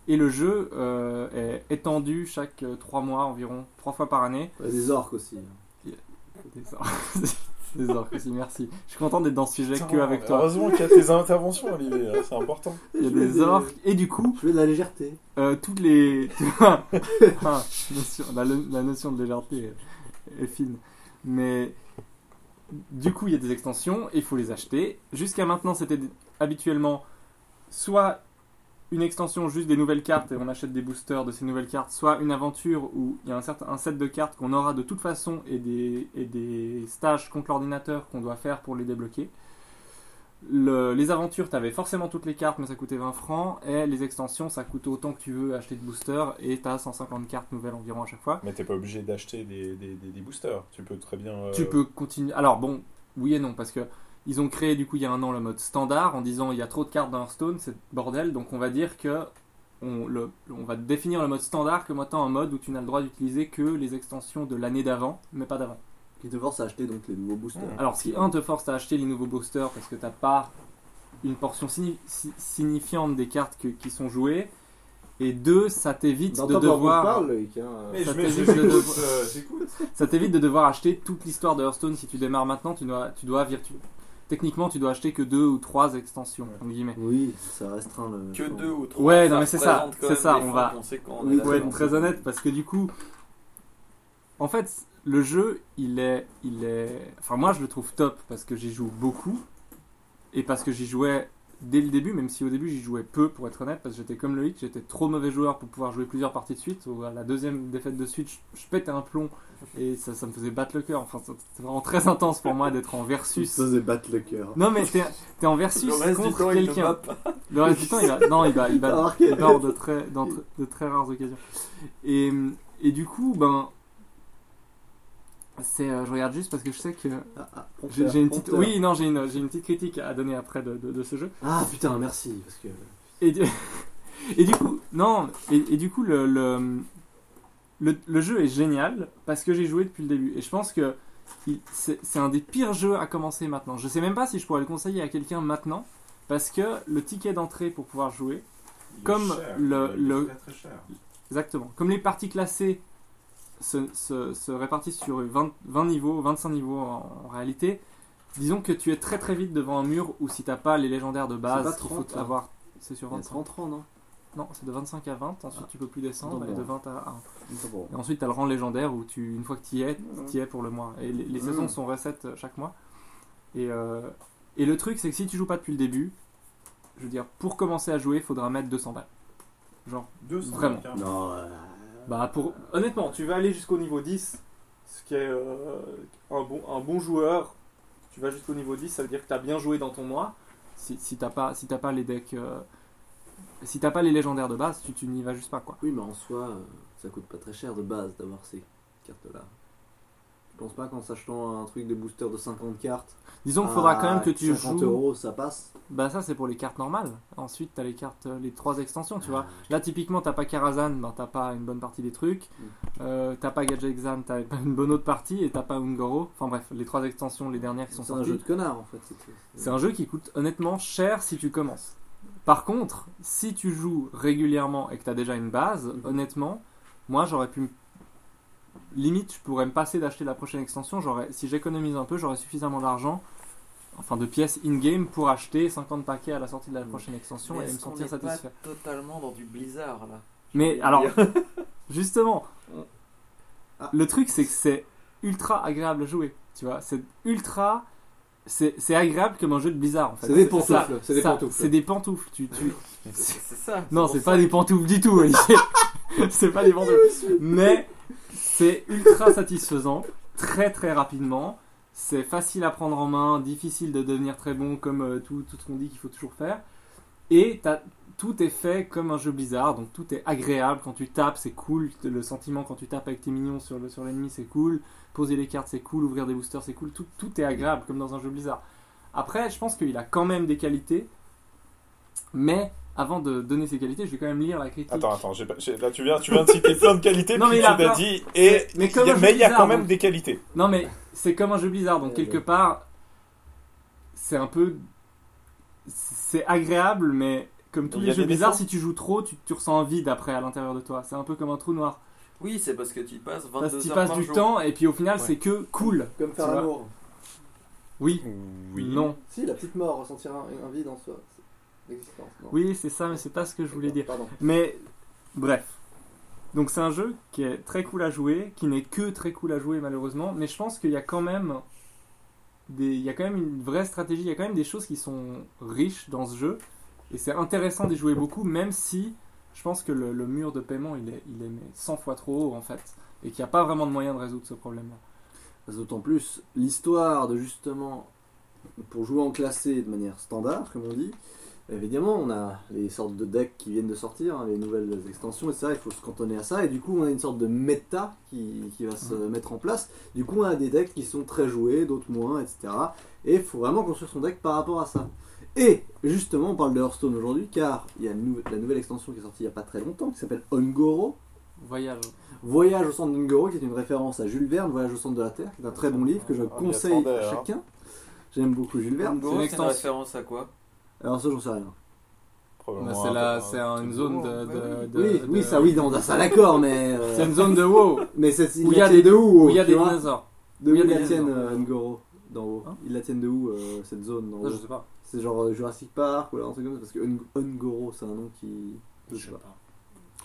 S3: et le jeu euh, est étendu chaque 3 mois environ, 3 fois par année.
S5: Ouais, Des orques aussi. hein.
S3: Des sorts, *laughs* des orcs aussi, merci. Je suis content d'être dans ce sujet que avec toi.
S4: Heureusement qu'il y a tes interventions, Olivier, hein, c'est important.
S3: Il y a
S5: Je voulais
S3: des orques, et du coup,
S5: Je veux de la légèreté.
S3: Euh, toutes les. *laughs* Ah, notion- la, la notion de légèreté est, est fine. Mais du coup, il y a des extensions et il faut les acheter. Jusqu'à maintenant, c'était habituellement soit une extension, juste des nouvelles cartes et on achète des boosters de ces nouvelles cartes, soit une aventure où il y a un, certain, un set de cartes qu'on aura de toute façon et des, et des stages contre l'ordinateur qu'on doit faire pour les débloquer. Le- les aventures, t'avais forcément toutes les cartes, mais ça coûtait 20 francs. Et les extensions, ça coûte autant que tu veux acheter de boosters. Et t'as 150 cartes nouvelles environ à chaque fois.
S4: Mais t'es pas obligé d'acheter des, des, des- des boosters, tu peux très bien. euh,
S3: Tu peux continuer. Alors bon, oui et non, parce que ils ont créé du coup il y a un an le mode standard en disant il y a trop de cartes dans Hearthstone, c'est bordel. Donc on va dire que on, le, on va définir le mode standard comme étant un mode où tu n'as le droit d'utiliser que les extensions de l'année d'avant, mais pas d'avant.
S5: Qui te force à acheter donc les nouveaux boosters.
S4: Mmh.
S3: Alors, si un te force à acheter les nouveaux boosters parce que t'as pas une portion signi- si- signifiante des cartes que- qui sont jouées, et deux, ça t'évite
S5: Dans
S3: de
S5: ton
S3: devoir,
S5: parle, Loïc. hein.
S10: Mais
S3: Ça
S10: je
S3: t'évite
S10: mets- je-
S3: de
S4: *laughs*
S3: devoir-
S10: j'écoute, euh, j'écoute.
S3: *laughs* ça t'évite de devoir acheter toute l'histoire de Hearthstone si tu démarres maintenant. Tu dois, tu dois virtu- Techniquement, tu dois acheter que deux ou trois extensions, entre guillemets.
S5: Oui, ça restreint le.
S6: Que deux ou trois.
S3: Ouais, non, mais c'est ça,
S6: représente quand
S3: c'est
S6: même
S3: ça,
S6: des
S3: on
S6: fonds
S3: va-
S6: conséquents,
S5: Oui,
S6: est
S3: Pour
S5: ouais,
S3: être
S6: d'accord.
S3: très honnête, parce que du coup, en fait, le jeu, il est, il est, enfin moi je le trouve top parce que j'y joue beaucoup et parce que j'y jouais dès le début, même si au début j'y jouais peu pour être honnête, parce que j'étais comme Loïc, j'étais trop mauvais joueur pour pouvoir jouer plusieurs parties de suite. Ou à la deuxième défaite de suite, je, je pétais un plomb et ça, ça me faisait battre le cœur. Enfin, c'était vraiment très intense pour moi d'être en versus.
S6: *laughs*
S5: Ça se battre le cœur.
S3: Non mais t'es t'es en versus
S6: Le reste du temps,
S3: contre
S6: il te
S3: quelqu'un.
S6: bat
S3: Le reste du temps, il va, non, il va, il
S5: T'as
S3: va,
S5: remarqué
S3: lors de très, dans tr- de très rares occasions. Et, et du coup, ben. C'est, euh, je regarde juste parce que je sais que
S5: Ah, ah,
S3: j'ai
S5: prompteur,
S3: j'ai une petite.
S5: prompteur.
S3: Oui, non, j'ai une, j'ai une petite critique à donner après de, de- de ce jeu.
S5: Ah putain, merci. Parce que.
S3: Et du, *laughs* et du coup, non, et, et du coup, le, le, le, le jeu est génial parce que j'ai joué depuis le début. Et je pense que il- c'est c'est un des pires jeux à commencer maintenant. Je sais même pas si je pourrais le conseiller à quelqu'un maintenant parce que le ticket d'entrée pour pouvoir jouer,
S4: Il est
S3: Comme
S4: cher,
S3: le-
S4: il est
S3: le-
S4: très, très cher.
S3: Exactement. Comme les parties classées se, se- se répartissent sur 20, 20 niveaux, 25 niveaux en, en réalité, disons que tu es très très vite devant un mur ou si t'as pas les légendaires de
S5: pas
S3: base qu'il
S5: 30,
S3: faut
S5: hein.
S3: avoir. C'est sur
S5: Il y a
S3: 25.
S5: 30 ans, non
S3: Non, c'est de 25 à 20, ensuite
S5: Ah.
S3: tu peux plus descendre,
S5: Donc,
S3: et de
S5: bon.
S3: 20 à 1.
S5: Bon.
S3: Et ensuite, tu as le rang légendaire où, tu, une fois que tu y es,
S10: Mhm.
S3: tu y es pour le mois. Et les, les
S5: Mhm.
S3: saisons sont reset euh, chaque mois. Et, euh, et le truc, c'est que si tu joues pas depuis le début, je veux dire, pour commencer à jouer, il faudra mettre 200 balles. Genre,
S4: 200
S3: Vraiment.
S4: carrément.
S5: Non, euh,
S3: bah pour.
S10: Honnêtement, tu vas aller jusqu'au niveau 10, ce qui est euh, un, bon, un bon joueur. Tu vas jusqu'au niveau 10, ça veut dire que tu as bien joué dans ton mois.
S3: Si, si t'as pas, si t'as pas les decks. euh, si t'as pas les légendaires de base, tu, tu n'y vas juste pas quoi.
S1: Oui, mais en soi, euh, ça coûte pas très cher de base d'avoir ces cartes-là.
S5: je pense pas qu'en s'achetant un truc de booster de 50 cartes.
S3: Disons qu'il faudra
S5: à
S3: quand même que tu
S5: 50
S3: joues.
S5: Ah, euros, ça passe.
S3: Bah ça c'est pour les cartes normales. Ensuite t'as les cartes, euh, les trois extensions, tu vois. Là typiquement t'as pas Karazhan, ben t'as pas une bonne partie des trucs.
S5: Mm.
S3: Euh, t'as pas Gadgexan, t'as *laughs* pas une bonne autre partie et t'as pas Ungoro. Enfin bref, les trois extensions, les dernières qui sont
S5: C'est un jeu
S3: sorties.
S5: de connard en fait. c'est- c'est-
S3: C'est un jeu qui coûte honnêtement cher si tu commences. Par contre, si tu joues régulièrement et que t'as déjà une base,
S5: Mhm.
S3: honnêtement, moi j'aurais pu me- limite je pourrais me passer d'acheter la prochaine extension. J'aurais, si j'économise un peu, j'aurais suffisamment d'argent. Enfin, de pièces in-game pour acheter 50 paquets à la sortie de la prochaine extension et me sentir satisfait.
S6: totalement dans du blizzard là.
S3: Mais alors, *laughs* justement,
S5: Ah.
S3: le truc c'est que c'est ultra agréable à jouer, tu vois. C'est ultra. C'est c'est agréable comme un jeu de Blizzard en fait.
S5: C'est des
S3: Ça-
S5: pantoufles, c'est des
S3: ça-
S5: pantoufles.
S3: C'est des pantoufles. Tu, tu...
S6: C'est ça.
S3: *laughs* Non,
S6: pour
S3: c'est
S6: ça
S3: pas des pantoufles du tout, Olivier. *laughs* c'est pas des pantoufles. Mais c'est ultra satisfaisant, très très rapidement. C'est facile à prendre en main, difficile de devenir très bon comme euh, tout, tout ce qu'on dit qu'il faut toujours faire. Et t'as- tout est fait comme un jeu Blizzard, donc tout est agréable. Quand tu tapes, c'est cool. Le sentiment quand tu tapes avec tes mignons sur le- sur l'ennemi, c'est cool. Poser les cartes, c'est cool. Ouvrir des boosters, c'est cool. Tout, tout est agréable comme dans un jeu Blizzard. Après, je pense qu'il a quand même des qualités. Mais avant de donner ses qualités, je vais quand même lire la critique.
S4: Attends, attends, j'ai pas- j'ai- là tu viens, tu viens de citer plein de qualités,
S3: Non,
S4: puis
S3: mais il
S4: tu
S3: a
S4: l'as
S3: plein.
S4: dit, et
S3: Mais- mais
S4: il y a-
S3: comme un jeu
S4: mais il y a
S3: bizarre,
S4: quand même
S3: donc.
S4: des qualités.
S3: Non mais c'est comme un jeu Blizzard,
S4: Euh,
S3: donc quelque part, c'est un peu, c'est agréable, mais comme tous
S4: Il y
S3: les
S4: a
S3: jeux
S4: des
S3: Blizzard,
S4: défauts.
S3: si tu joues trop, tu, tu ressens un vide après à l'intérieur de toi. C'est un peu comme un trou noir.
S6: Oui, c'est parce que tu y passes 22
S3: Parce que tu
S6: heures
S3: passes
S6: par
S3: du
S6: jour.
S3: temps et puis au final, c'est que cool.
S5: Comme faire
S3: Tu vois.
S5: l'amour.
S3: Oui.
S4: Oui.
S3: Non.
S5: Si, la petite mort, ressentir un, un vide en soi. c'est L'existence. non
S3: Oui, c'est ça, mais c'est pas ce que je voulais dire.
S5: Pardon.
S3: Mais bref. Donc c'est un jeu qui est très cool à jouer, qui n'est que très cool à jouer malheureusement, mais je pense qu'il y a quand même des, il y a quand même une vraie stratégie, il y a quand même des choses qui sont riches dans ce jeu, et c'est intéressant d'y jouer beaucoup, même si je pense que le, le mur de paiement il est, il est mais 100 fois trop haut en fait, et qu'il n'y a pas vraiment de moyen de résoudre ce problème-là.
S5: Parce que D'autant plus, l'histoire de justement, pour jouer en classé de manière standard, comme on dit, évidemment, on a les sortes de decks qui viennent de sortir, hein, les nouvelles extensions, et ça, il faut se cantonner à ça, et du coup, on a une sorte de méta qui, qui va se mettre en place. Du coup, on a des decks qui sont très joués, d'autres moins, etc. Et il faut vraiment construire son deck par rapport à ça. Et justement, on parle de Hearthstone aujourd'hui, car il y a une nou- la nouvelle extension qui est sortie il n'y a pas très longtemps, qui s'appelle Ongoro,
S3: Voyage.
S5: Voyage au centre d'Ungoro, qui est une référence à Jules Verne, Voyage au centre de la Terre, qui est un très bon livre que je
S4: On y
S5: conseille
S4: attendait,
S5: à
S4: hein.
S5: chacun. J'aime beaucoup Jules Verne.
S6: Ungoro,
S3: C'est une
S6: c'est une
S3: extension.
S6: référence à quoi
S5: Alors ça, j'en sais rien.
S4: Probablement
S3: Bah, c'est
S4: un-
S3: là,
S4: un-
S3: c'est une zone de, de, de-
S5: oui,
S3: de-
S5: oui, ça, oui, non, ça, d'accord, mais euh,
S3: c'est une zone de WoW
S5: mais c'est
S3: où
S5: ils
S3: il y a
S5: la tiennent
S3: des-
S5: de *laughs* où
S3: où il y a
S5: tu
S3: des
S5: vois
S3: dinosaures.
S5: De
S3: où
S5: où
S3: il y a
S5: ils
S3: des
S5: la tiennent
S3: dinosaures.
S5: euh, Ungoro d'en haut
S3: Hein
S5: Ils la tiennent de où euh, cette zone d'en
S3: Ça,
S5: haut
S3: je sais pas.
S5: C'est genre euh, Jurassic Park ou alors un truc comme ça parce que Ung- Ungoro, c'est un nom qui je sais pas.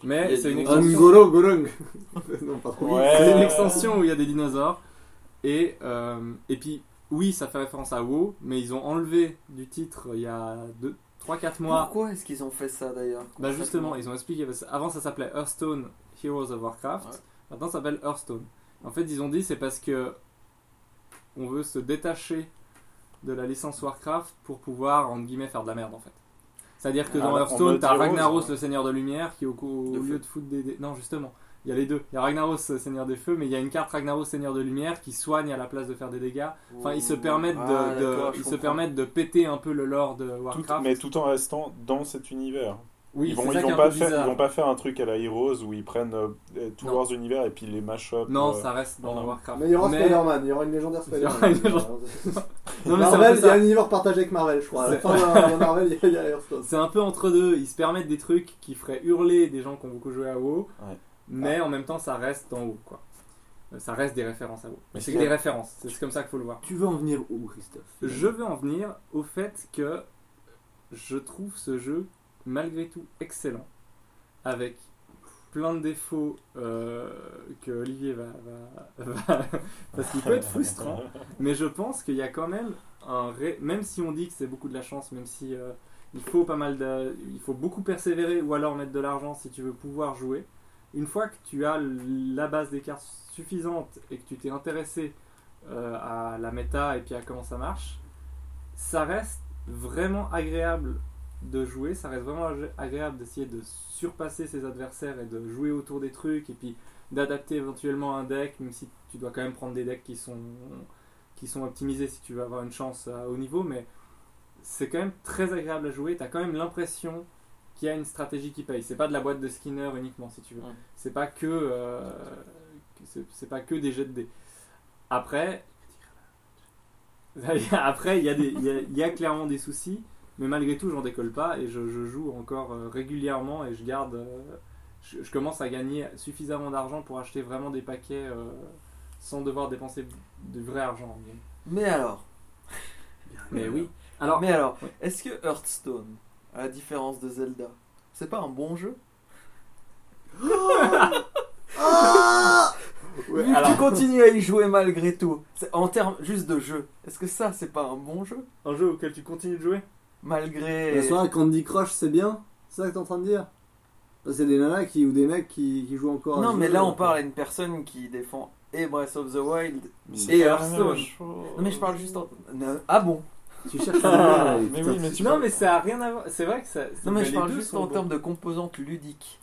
S6: Il y
S3: Mais
S6: a
S3: c'est
S6: du
S3: une
S6: monde.
S3: extension.
S5: Ungoro Gorong. *laughs* non, pas trop.
S4: Ouais.
S3: C'est une extension où il y a des dinosaures. Et, euh, et puis, oui, ça fait référence à WoW, mais ils ont enlevé du titre il y a 3-4 mois.
S6: Pourquoi est-ce qu'ils ont fait ça d'ailleurs
S3: Bah justement, ils ont expliqué, parce qu'avant ça s'appelait Hearthstone Heroes of Warcraft,
S6: Ouais.
S3: maintenant ça s'appelle Hearthstone. En fait, ils ont dit c'est parce que on veut se détacher de la licence Warcraft pour pouvoir, entre guillemets, faire de la merde en fait. C'est-à-dire que
S4: Ah,
S3: dans
S4: là, en
S3: Hearthstone,
S4: mode
S3: t'as
S4: Heroes,
S3: Ragnaros,
S4: hein.
S3: le Seigneur de Lumière, qui au, au
S6: De
S3: lieu
S6: feu.
S3: de foutre des, des- Non, justement, il y a les deux. Il y a Ragnaros, euh, Seigneur des Feux, mais il y a une carte Ragnaros, Seigneur de Lumière, qui soigne à la place de faire des dégâts. Enfin, ils se permettent de,
S6: Ah,
S3: de-
S6: d'accord, je
S3: ils se
S6: comprends.
S3: permettent de péter un peu le lore de
S4: Tout-
S3: Warcraft.
S4: mais tout en restant dans cet univers.
S3: Oui,
S4: ils
S3: c'est
S4: vont,
S3: ça
S4: ils
S3: qui est
S4: vont
S3: un
S4: pas
S3: peu
S4: faire, ils
S3: bizarre.
S4: vont pas faire un truc à la Heroes où ils prennent euh, euh, tous
S3: Non.
S4: leurs univers et puis les mash-up.
S3: Non,
S4: euh,
S3: ça reste dans
S4: non, non.
S3: Warcraft.
S5: Mais il y aura
S3: Mais-
S5: Spider-Man, il y aura une légendaire
S3: Il y aura
S5: *laughs* Spider-Man.
S3: une légende- Non, mais c'est un peu
S5: Marvel, il y
S3: ça.
S5: a un univers partagé avec Marvel, je crois. À la
S3: C'est-
S5: fin, euh, Marvel, il y a- il y a Air Force.
S3: C'est un peu entre deux. Ils se permettent des trucs qui feraient hurler des gens qui ont beaucoup joué à WoW,
S4: Ouais.
S3: mais en même temps, ça reste en haut, quoi. Euh, Ça reste des références à WoW.
S4: Mais
S3: C'est
S4: c'est-
S3: que des références. C'est comme ça qu'il faut le voir.
S1: Tu veux en venir où, Christophe
S3: Je veux en venir au fait que je trouve ce jeu malgré tout excellent, avec plein de défauts euh, que Olivier va, va- *laughs* va- parce qu'il peut être frustrant, mais je pense qu'il y a quand même un ré- même si on dit que c'est beaucoup de la chance, même si euh, il faut pas mal de, il faut beaucoup persévérer ou alors mettre de l'argent si tu veux pouvoir jouer. Une fois que tu as l- la base des cartes suffisante et que tu t'es intéressé euh, à la méta et puis à comment ça marche, ça reste vraiment agréable de jouer, ça reste vraiment agré- agréable d'essayer de surpasser ses adversaires et de jouer autour des trucs et puis d'adapter éventuellement un deck, même si tu dois quand même prendre des decks qui sont, qui sont optimisés si tu veux avoir une chance à haut niveau, mais c'est quand même très agréable à jouer, t'as quand même l'impression qu'il y a une stratégie qui paye, c'est pas de la boîte de Skinner uniquement si tu veux,
S10: Ouais.
S3: c'est pas que euh, que c'est c'est pas que des jets de dés. Après, *laughs* après, il y, a des- il y a- il y a clairement des soucis, mais malgré tout, j'en décolle pas et je, je joue encore euh, régulièrement et je garde. euh, je, je commence à gagner suffisamment d'argent pour acheter vraiment des paquets euh, sans devoir dépenser de vrai argent.
S6: Mais alors,
S3: Mais oui. Alors,
S6: mais alors,
S3: Ouais.
S6: est-ce que Hearthstone, à la différence de Zelda, c'est pas un bon jeu Vu que tu continues à y jouer malgré tout, c'est- en termes juste de jeu, est-ce que ça c'est pas un bon jeu
S3: un jeu auquel tu continues de jouer
S6: Malgré.
S1: La soirée Candy Crush, c'est bien C'est ça que t'es en train de dire Ça, C'est des nanas qui, ou des mecs qui, qui jouent encore. à
S6: Non,
S1: ce
S6: mais
S1: jeu.
S6: là on parle à une personne qui défend et Breath of the Wild.
S4: Mais
S6: Et
S4: c'est pas la même
S6: Hearthstone.
S4: chose.
S6: Non, mais je parle juste en. Non, Ah bon
S1: Tu cherches un
S4: Mais oui, mais tu
S3: Non,
S4: peux-
S3: *laughs* mais ça a rien à voir. C'est vrai que ça.
S6: Non, mais
S3: bah,
S6: je
S3: les
S6: parle
S3: deux
S6: juste
S3: sont
S6: en
S3: bons.
S6: termes de composantes ludiques.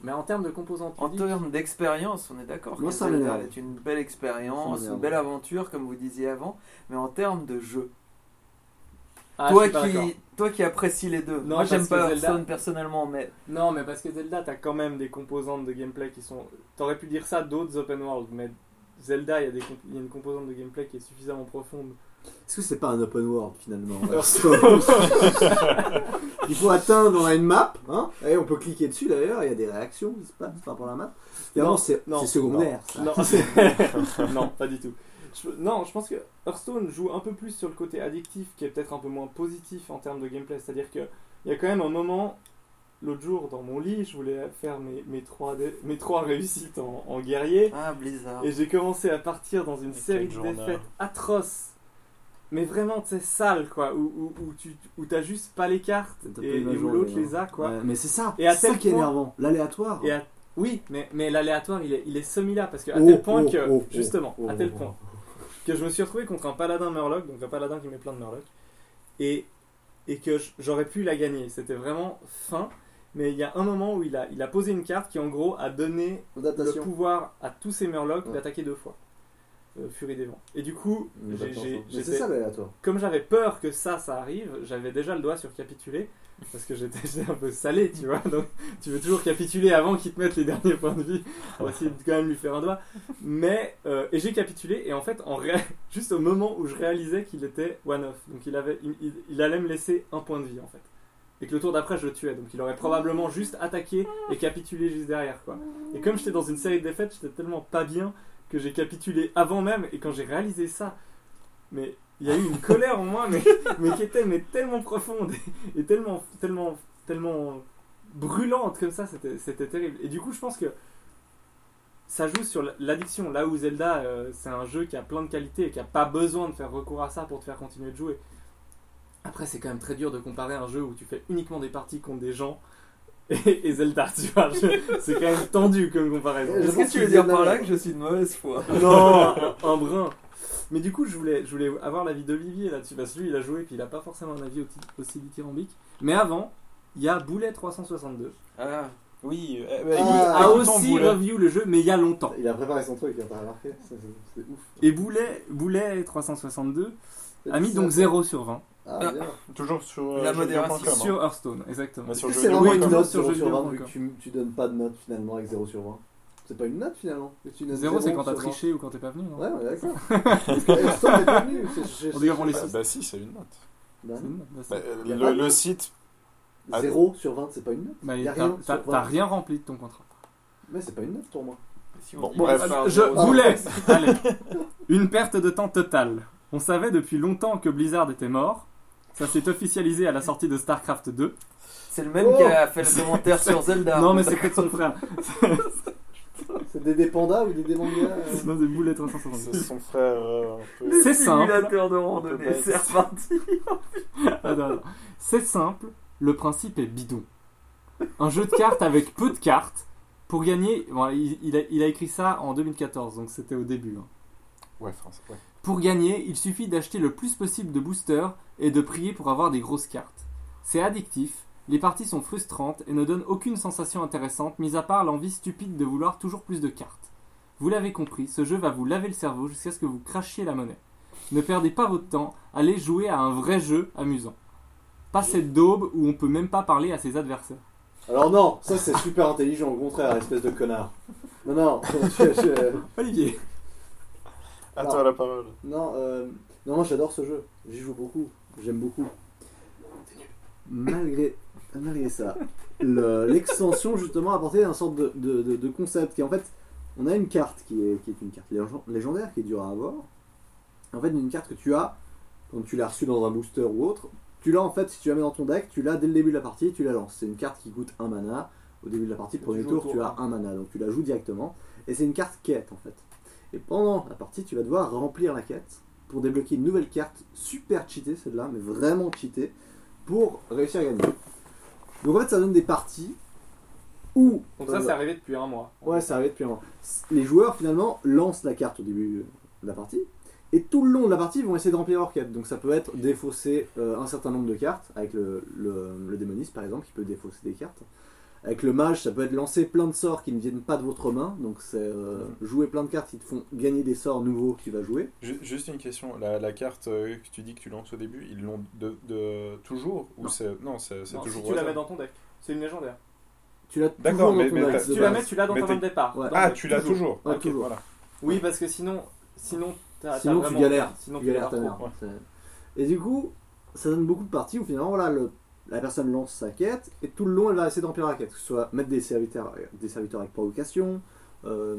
S3: Mais en termes de composantes.
S6: En
S3: ludiques,
S6: termes d'expérience, on est d'accord
S1: Moi,
S6: que
S1: ça
S6: Zelda
S1: m'énerve.
S6: est une belle
S1: Ça
S6: expérience, une
S1: m'énerve.
S6: belle aventure, comme vous disiez avant, mais en termes de jeu.
S3: ah, je
S6: toi,
S3: suis pas d'accord.
S6: qui, toi qui apprécies les deux.
S3: Non,
S6: Moi,
S3: parce
S6: j'aime
S3: que
S6: pas
S3: Zelda-
S6: Hearthstone personnellement, mais.
S3: Non, mais parce que Zelda, t'as quand même des composantes de gameplay qui sont. T'aurais pu dire ça d'autres open world, mais Zelda, il y, a des comp- il y a une composante de gameplay qui est suffisamment profonde.
S1: Est-ce que c'est pas un open world
S3: *laughs*
S1: finalement Hearthstone *laughs* Il faut atteindre, on a une map, hein et on peut cliquer dessus d'ailleurs, il y a des réactions qui se passent par rapport à la map. Évidemment,
S3: Non,
S1: c'est
S3: non,
S1: c'est secondaire. ça.
S3: Non,
S1: *laughs*
S3: c'est- non, *laughs* pas du tout. Je- Non, je pense que Hearthstone joue un peu plus sur le côté addictif, qui est peut-être un peu moins positif en termes de gameplay. C'est-à-dire que il y a quand même un moment, l'autre jour, dans mon lit, je voulais faire mes, mes, trois, dé- mes trois réussites en- en guerrier.
S6: Ah, Blizzard.
S3: Et j'ai commencé à partir dans une
S4: Et
S3: série
S4: quel
S3: de
S4: journal.
S3: défaites atroces. Mais vraiment, tu sais, sale quoi. Où, où, où tu où t'as juste pas les cartes
S1: T'as pas
S3: et,
S1: eu ma
S3: et où
S1: journée,
S3: l'autre
S1: hein.
S3: les a quoi.
S1: Ouais, mais c'est ça,
S3: Et à
S1: c'est ça
S3: tel
S1: qui est
S3: point-
S1: énervant, l'aléatoire.
S3: Et à- Oui, mais, mais l'aléatoire il est, il est semi là parce que à
S1: Oh,
S3: tel point
S1: oh,
S3: que.
S1: oh, oh,
S3: justement,
S1: oh,
S3: à tel
S1: oh.
S3: point que je me suis retrouvé contre un paladin murloc, donc un paladin qui met plein de murlocs, et, et que j- j'aurais pu la gagner. C'était vraiment fin. Mais il y a un moment où il a, il a posé une carte qui en gros a donné le
S1: Adaptation.
S3: pouvoir à tous ces murlocs
S1: Ouais.
S3: d'attaquer deux fois. Euh, furie des vents. Et du coup,
S1: Mais
S3: j'ai-
S1: d'accord,
S3: j'ai-
S1: mais C'est
S3: j'étais-
S1: ça l'aléatoire.
S3: comme j'avais peur que ça, ça arrive, j'avais déjà le doigt sur capituler. Parce que j'étais j'étais un peu salé, tu vois. Donc, tu veux toujours capituler avant qu'ils te mettent les derniers points de vie. On va essayer de quand même lui faire un doigt. Mais, euh, et j'ai capitulé. Et en fait, en ré- *laughs* juste au moment où je réalisais qu'il était one-off. Donc, il, avait, il, il- il allait me laisser un point de vie, en fait. Et que le tour d'après, je le tuais. Donc, il aurait probablement juste attaqué et capitulé juste derrière, quoi. Et comme j'étais dans une série de défaites, j'étais tellement pas bien que j'ai capitulé avant même. Et quand j'ai réalisé ça, mais il y a eu
S6: *laughs*
S3: une colère en moi, mais, mais qui était mais tellement profonde et, et tellement, tellement, tellement brûlante comme ça, c'était c'était terrible. Et du coup, je pense que ça joue sur l- l'addiction. Là où Zelda, euh, c'est un jeu qui a plein de qualités et qui a pas besoin de faire recours à ça pour te faire continuer de jouer. Après, c'est quand même très dur de comparer un jeu où tu fais uniquement des parties contre des gens. Et, et Zelda, *laughs* tu vois, je- c'est quand même tendu comme comparaison.
S1: Je
S6: Est-ce
S1: pense
S6: que tu
S1: qu'il
S6: veux dire
S1: vient de
S6: par
S1: là.
S6: là que je suis de mauvaise foi
S3: Non, un- un brin. Mais du coup, je voulais, je voulais avoir l'avis d'Olivier là-dessus, parce que lui, il a joué, puis il a pas forcément un avis aussi, aussi dithyrambique. Mais avant, il y a Boulet 362,
S6: Ah,
S4: Oui, euh, bah,
S5: Ah,
S3: a
S5: écoutons
S3: aussi review le jeu, mais il y a longtemps.
S5: Il a préparé son truc, hein, t'as remarqué Ça, c'est- C'est ouf.
S3: Et Boulet, Boulet 362 a mis Ah, donc 0 sur 20
S5: Ah, bien.
S4: Toujours sur euh,
S6: La
S4: jeuxvideo.com,
S6: modération
S4: hein.
S3: sur Hearthstone, exactement.
S4: Mais
S5: Est-ce
S4: sur
S5: que
S4: jeux
S5: c'est vraiment
S3: Oui,
S5: une
S3: non,
S5: note
S3: sur
S5: 0 sur
S3: jeuxvideo.com.
S5: 20 vu que tu, tu donnes pas de note finalement avec 0 sur 20 C'est pas une note finalement. C'est une note
S3: Zéro, c'est quand t'as
S5: sur vingt.
S3: triché ou quand t'es pas venu. non
S5: Ouais, on est d'accord.
S3: *laughs*
S5: Parce que Elston est devenu. c'est- je-
S3: On dirait qu'on les
S4: Bah,
S3: sauce.
S4: bah si, c'est une note.
S5: Bah,
S3: C'est une- bah,
S4: Bah,
S3: c'est-
S4: euh,
S5: Y a
S4: le,
S5: pas de-
S4: le site,
S5: non. 0 sur 20, c'est pas une note.
S3: bah,
S5: y a
S3: t'as-
S5: rien
S3: t'as-
S5: sur
S3: T'as
S5: vingt.
S3: rien rempli de ton contrat.
S5: Mais c'est pas une note pour moi.
S10: Si on
S4: Bon,
S10: dit
S4: bref.
S10: qu'on part
S3: euh, Je
S10: zéro,
S3: vous
S10: zéro.
S3: laisse. *laughs* Allez. Une perte de temps totale. On savait depuis longtemps que Blizzard était mort. Ça s'est officialisé à la sortie de StarCraft 2.
S6: C'est le même
S5: Oh
S6: qui a fait le *laughs* commentaire sur Zelda.
S3: Non, mais c'est peut-être son frère.
S5: C'est des dépendas ou des démangas euh,
S3: *laughs* Non, des boulettes
S4: Ah, c'est
S3: 360.
S4: son frère. euh, un peu-
S3: C'est simple.
S6: Simulateur de
S4: On
S6: randonnée,
S4: peut pas-
S6: c'est reparti.
S3: Attends, attends. C'est simple. Le principe est bidon. Un jeu de cartes avec peu de cartes pour gagner. bon, il, il a, il a écrit ça en 2014, donc c'était au début. hein.
S4: Ouais, enfin, c'est- ouais.
S3: Pour gagner, il suffit d'acheter le plus possible de boosters et de prier pour avoir des grosses cartes. C'est addictif, les parties sont frustrantes et ne donnent aucune sensation intéressante, mis à part l'envie stupide de vouloir toujours plus de cartes. Vous l'avez compris, ce jeu va vous laver le cerveau jusqu'à ce que vous crachiez la monnaie. Ne perdez pas votre temps, allez jouer à un vrai jeu amusant. Pas cette daube où on peut même pas parler à ses adversaires.
S5: Alors non, ça c'est super intelligent, au contraire, espèce de connard. Non, non, *laughs* je- je-
S3: Olivier
S4: À toi la parole.
S5: non, euh, non, j'adore ce jeu. J'y joue beaucoup, j'aime beaucoup. Malgré, malgré ça, le- l'extension justement apportait un sorte de, de- de- de concept qui en fait, on a une carte qui est, qui est une carte légen- légendaire qui est dure à avoir. En fait, une carte que tu as quand tu l'as reçue dans un booster ou autre. Tu l'as en fait, si tu la mets dans ton deck, tu l'as dès le début de la partie, tu la lances. C'est une carte qui coûte un mana. Au début de la partie,
S10: Tu
S5: premier
S10: joues
S5: tour,
S10: au tour
S5: tu as un mana, donc tu la joues directement. Et c'est une carte quête en fait. Et pendant la partie, tu vas devoir remplir la quête pour débloquer une nouvelle carte super cheatée, celle-là, mais vraiment cheatée, pour réussir à gagner. Donc en fait, ça donne des parties où.
S10: Donc ça, c'est arrivé depuis un mois.
S5: Ouais, ça arrive depuis un moment. Les joueurs, finalement, lancent la carte au début euh, de la partie. Et tout le long de la partie, ils vont essayer de remplir leur quête. Donc ça peut être défausser euh, un certain nombre de cartes, avec le, le, le démoniste par exemple, qui peut défausser des cartes. Avec le mage, ça peut être lancer plein de sorts qui ne viennent pas de votre main. Donc c'est euh,
S4: Mm.
S5: jouer plein de cartes qui te font gagner des sorts nouveaux que tu vas jouer.
S4: Ju- Juste une question, la, la carte euh, que tu dis que tu lances au début, ils l'ont de, de- toujours ou c'est non c'est c'est toujours
S10: Non,
S4: Bah,
S10: si
S4: au
S10: tu la
S4: hasard.
S10: mets dans ton deck, c'est une légendaire.
S5: Tu l'as
S4: D'accord,
S5: toujours dans
S4: mais-
S5: ton
S4: mais
S5: deck,
S4: t'as-
S5: de
S10: Tu la
S5: base.
S10: mets, tu l'as dans
S4: Mais
S10: ton main de départ.
S5: Ouais.
S10: Dans
S4: Ah
S10: le-
S4: tu l'as toujours.
S5: Ouais,
S4: Ok,
S5: toujours.
S4: voilà.
S10: Oui, parce que sinon, sinon, t'as-
S5: Sinon,
S10: t'as
S5: tu
S10: vraiment-
S5: galères.
S10: Sinon,
S5: Tu galères ta
S10: trop.
S5: mère. C'est- Et du coup, ça donne beaucoup de parties où finalement, voilà, le- la personne lance sa quête et tout le long, elle va essayer d'emplir la quête. Que ce soit mettre des serviteurs, euh, des serviteurs avec provocation, euh,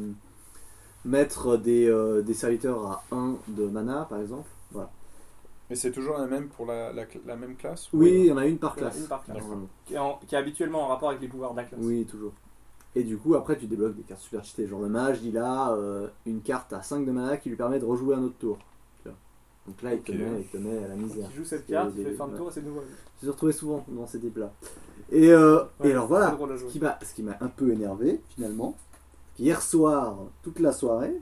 S5: mettre des, euh, des serviteurs à 1 de mana, par exemple. Voilà.
S4: Mais c'est toujours la même pour la, la, la même classe ou-
S5: Oui, il y en a une par
S10: Il y en a
S5: classe.
S10: une par classe.
S5: Normalement.
S10: Qui, est en- qui est habituellement en rapport avec les pouvoirs de la classe.
S5: Oui, toujours. Et du coup, après, tu débloques des cartes super cheatées. Genre, le mage, il a euh, une carte à 5 de mana qui lui permet de rejouer un autre tour. Tu vois. Donc là, il te
S4: Ok.
S5: met, il te met à la misère.
S10: Qui joue cette
S5: Et
S10: carte,
S5: les-
S10: il fait fin de
S5: ouais.
S10: tour et c'est nouveau.
S5: Je me retrouvais souvent dans ces débats. Et, euh, et alors
S10: C'est
S5: voilà,
S10: drôle à jouer.
S5: ce qui m'a- ce qui m'a un peu énervé finalement, hier soir, toute la soirée,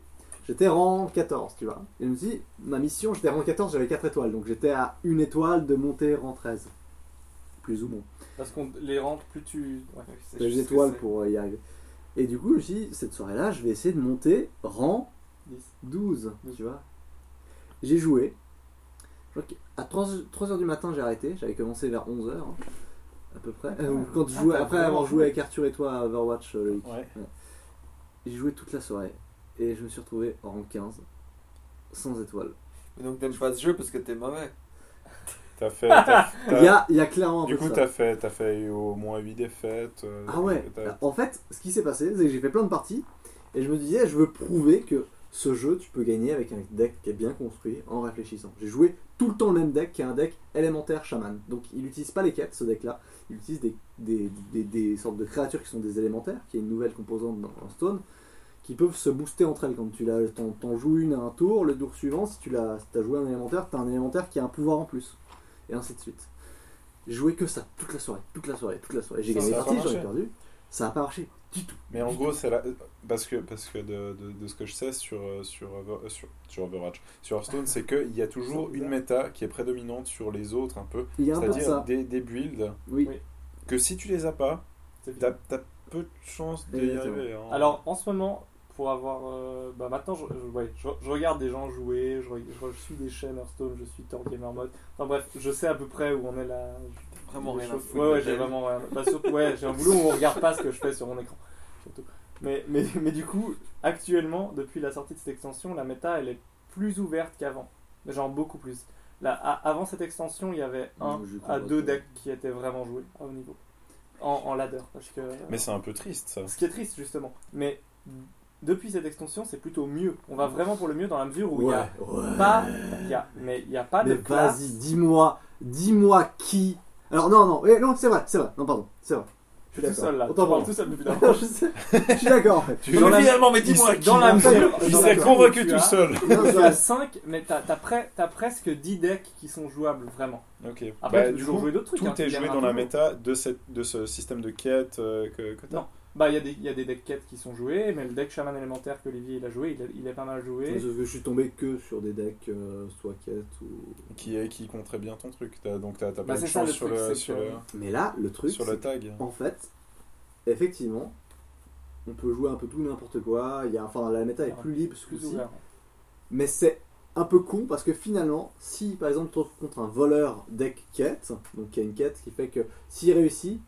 S5: j'étais rang 14, tu vois. Et je me suis dit, ma mission, j'étais rang 14, j'avais 4 étoiles, donc j'étais à une étoile de monter rang 13. Plus ou moins.
S10: Parce qu'on les rentre plus tu. Ouais, c'est
S5: J'ai
S10: juste
S5: des
S10: ce que
S5: étoiles
S10: c'est.
S5: pour euh, y arriver. Et du coup, je me suis dit, cette soirée-là, je vais essayer de monter rang
S10: Dix.
S5: 12,
S10: Douze.
S5: tu vois. J'ai joué. Je crois qu'à 3 heures du matin, j'ai arrêté. J'avais commencé vers 11h, à peu près. Euh, quand je jouais,
S10: Ah, t'as
S5: après
S10: vraiment
S5: avoir joué
S10: joué.
S5: avec Arthur et toi à Overwatch, euh, Loïc.
S4: Ouais.
S5: j'ai joué toute la soirée. Et je me suis retrouvé en rang 15, sans étoile.
S6: Mais Donc t'aimes pas ce jeu parce que t'es mauvais.
S4: T'as fait. t'as-
S5: Il y
S4: t'as-
S5: a, il y a clairement un
S4: Du
S5: peu
S4: coup
S5: ça.
S4: t'as fait t'as fait au moins 8 défaites. euh,
S5: Ah ouais.
S4: t'as-
S5: En fait, ce qui s'est passé, c'est que j'ai fait plein de parties et je me disais, je veux prouver que ce jeu, tu peux gagner avec un deck qui est bien construit en réfléchissant. J'ai joué tout le temps le même deck qui est un deck élémentaire chaman. Donc il n'utilise pas les quêtes, ce deck-là. Il utilise des, des, des- des sortes de créatures qui sont des élémentaires, qui est une nouvelle composante dans dans Stone, qui peuvent se booster entre elles. Quand tu la- t'en t'en joues une à un tour, le tour suivant, si tu as, joué un élémentaire, tu as un élémentaire qui a un pouvoir en plus. Et ainsi de suite. J'ai joué que ça, toute la soirée, toute la soirée, toute la soirée. J'ai
S4: Ça,
S5: gagné des
S4: ça a pas
S5: parties, j'en ai
S4: marché.
S5: perdu. Ça n'a pas marché.
S4: Mais en gros, c'est la... parce que, parce que de, de, de ce que je sais sur, euh, sur, Over- euh, sur, sur Overwatch, sur Hearthstone, c'est qu'il y a toujours une méta qui est prédominante sur les autres un peu.
S5: Il y a un peu de
S4: C'est-à-dire
S5: ça.
S4: des, des builds
S5: Oui.
S10: Oui.
S4: que si tu les as pas,
S10: C'est fini.
S4: t'as t'as peu de chances d'y
S5: Exactement.
S4: arriver. hein.
S10: Alors en ce moment, pour avoir. euh, bah maintenant, je, je- ouais, je- je regarde des gens jouer, je, re- je suis des chaînes Hearthstone, je suis Thor Gamer Mode. Enfin bref, je sais à peu près où on est là.
S6: Vraiment
S10: Des
S6: rien à
S10: choses-
S6: foutre.
S10: Ouais, ouais,
S6: de
S10: j'ai
S6: ta vie.
S10: vraiment rien. Bah, surtout, ouais, j'ai un boulot où on regarde pas ce que je fais sur mon écran. Surtout. Mais, mais, mais du coup, actuellement, depuis la sortie de cette extension, la méta, elle est plus ouverte qu'avant. Genre beaucoup plus. Là, a- avant cette extension, il y avait un
S6: Non, je comprends
S10: à deux
S6: pas.
S10: decks qui étaient vraiment joués à haut niveau. En, en ladder. Parce que,
S4: Mais c'est un peu triste ça.
S10: ce qui est triste, justement. Mais depuis cette extension, c'est plutôt mieux. On va vraiment pour le mieux dans la mesure où il y a
S5: ouais.
S10: pas. il y a- mais il n'y a pas
S5: Mais
S10: de classe.
S5: vas-y, dis-moi, dis-moi qui. Alors non, non, eh, non, c'est vrai, c'est vrai. Non, pardon, c'est vrai.
S10: Je suis tout seul là.
S5: On
S10: On
S5: t'en
S10: parle
S5: parle.
S10: tout seul depuis
S5: *laughs*
S10: la
S5: je, sais. Je suis d'accord en fait.
S4: Tu
S10: Dans la-
S4: finalement, mais
S10: Dans la mesure.
S4: Il
S10: dans la
S4: s'est
S10: mesure où
S4: convaincu
S10: tu
S4: tout
S10: as-
S4: seul.
S5: Non,
S10: Tu
S5: c'est
S10: as
S5: vrai.
S10: 5, mais t'as t'as pre- t'as presque 10 decks qui sont jouables vraiment.
S4: Ok.
S10: Après,
S4: Bah,
S10: tu
S4: du
S10: peux
S4: coup,
S10: jouer d'autres trucs. hein,
S4: tout est
S10: il y en
S4: joué
S10: a
S4: dans la
S10: toujours.
S4: méta de, cette, de ce système de quêtes euh, que, que t'as.
S10: Non. Bah, il y, a des- il y a des decks quêtes qui sont joués, mais le deck shaman élémentaire que Olivier il a joué, il, est- il est pas mal joué.
S5: Sauf que je suis tombé que sur des decks, euh, soit quête ou.
S4: Qui, est, qui compterait bien ton truc. T'as- donc t'as t'as pas
S10: Bah,
S4: de
S10: c'est ça,
S4: chance
S10: le
S4: sur,
S10: truc,
S4: le,
S10: c'est
S4: sur,
S10: que-
S4: le,
S5: Mais là, le truc,
S4: sur le tag.
S5: en fait, effectivement, on peut jouer un peu tout n'importe quoi. Il y a, enfin, la méta est plus libre ce
S10: Ah, Plus
S5: coup-ci.
S10: ouvert.
S5: Mais c'est un peu con parce que finalement, si par exemple tu te retrouves contre un voleur deck quête, donc il y a une quête qui fait que s'il réussit,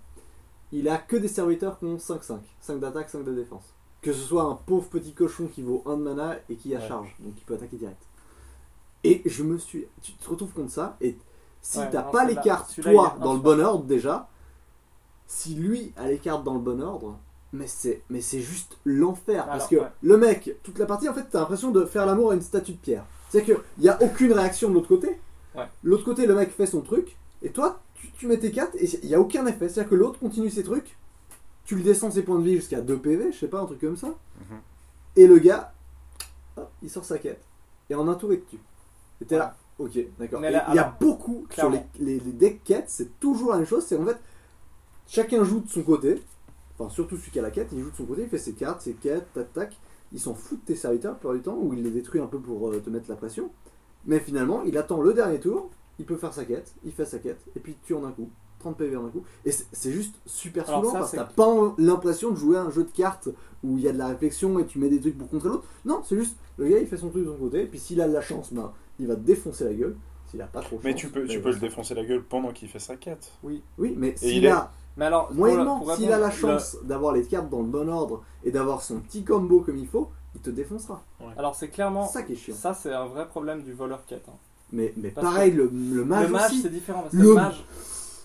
S5: il a que des serviteurs qui ont 5-5, 5 d'attaque, 5 de défense. Que ce soit un pauvre petit cochon qui vaut 1 de mana et qui a
S4: Ouais.
S5: charge, donc il peut attaquer direct. Et je me suis. Tu te retrouves contre ça et si
S10: Ouais,
S5: t'as
S10: non,
S5: pas les
S10: celui-là-
S5: cartes,
S10: celui-là,
S5: toi,
S10: il est
S5: dans le
S10: insupportable.
S5: bon ordre déjà, si lui a les cartes dans le bon ordre, mais c'est, mais c'est juste l'enfer. Parce
S10: Alors,
S5: que
S10: ouais.
S5: le mec, toute la partie, en fait, t'as l'impression de faire l'amour à une statue de pierre. C'est-à-dire qu'il n'y a aucune réaction de l'autre côté.
S10: Ouais.
S5: L'autre côté, le mec fait son truc, et toi, tu, tu mets tes cartes, et il n'y a aucun effet. C'est-à-dire que l'autre continue ses trucs, tu le descends ses points de vie jusqu'à 2 PV, je sais pas, un truc comme ça.
S4: Mhm.
S5: Et le gars, hop, il sort sa quête. Et en un tour, il te tue. Et t'es là, ok, d'accord.
S10: Mais
S5: Et
S10: là,
S5: Il y a
S10: alors,
S5: beaucoup, sur les,
S10: clairement.
S5: les, les deck quêtes, c'est toujours la même chose. C'est en fait, chacun joue de son côté. Enfin, surtout celui qui a la quête, il joue de son côté, il fait ses cartes, ses quêtes, tac, tac. Il s'en fout de tes serviteurs la plupart du temps, ou il les détruit un peu pour euh, te mettre la pression. Mais finalement, il attend le dernier tour, il peut faire sa quête, il fait sa quête, et puis tu en un coup. 30 PV en un coup. Et c'est c'est juste super
S10: Alors
S5: saoulant
S10: ça,
S5: parce que
S10: c'est-
S5: t'as pas l'impression de jouer à un jeu de cartes où il y a de la réflexion et tu mets des trucs pour contrer l'autre. Non, c'est juste le gars il fait son truc de son côté, et puis s'il a de la chance, ben, il va te défoncer la gueule. S'il a pas trop
S4: Mais
S5: chance,
S4: tu peux, tu
S5: ben,
S4: peux le défoncer la gueule pendant qu'il fait sa quête.
S5: Oui, mais s'il
S4: il est-
S5: a,
S10: Mais alors, pour-
S5: moyennement,
S10: pour
S5: s'il a
S10: répondre,
S5: la chance d'avoir les cartes dans le bon ordre et d'avoir son petit combo comme il faut, il te défoncera.
S10: le- alors, c'est clairement.
S5: ça qui est chiant.
S10: Ça, c'est un vrai problème du voleur quête. hein.
S5: Mais, mais
S10: Parce
S5: pareil, le, le mage,
S10: Le mage,
S5: aussi.
S10: c'est différent parce que
S5: Le-
S10: le mage.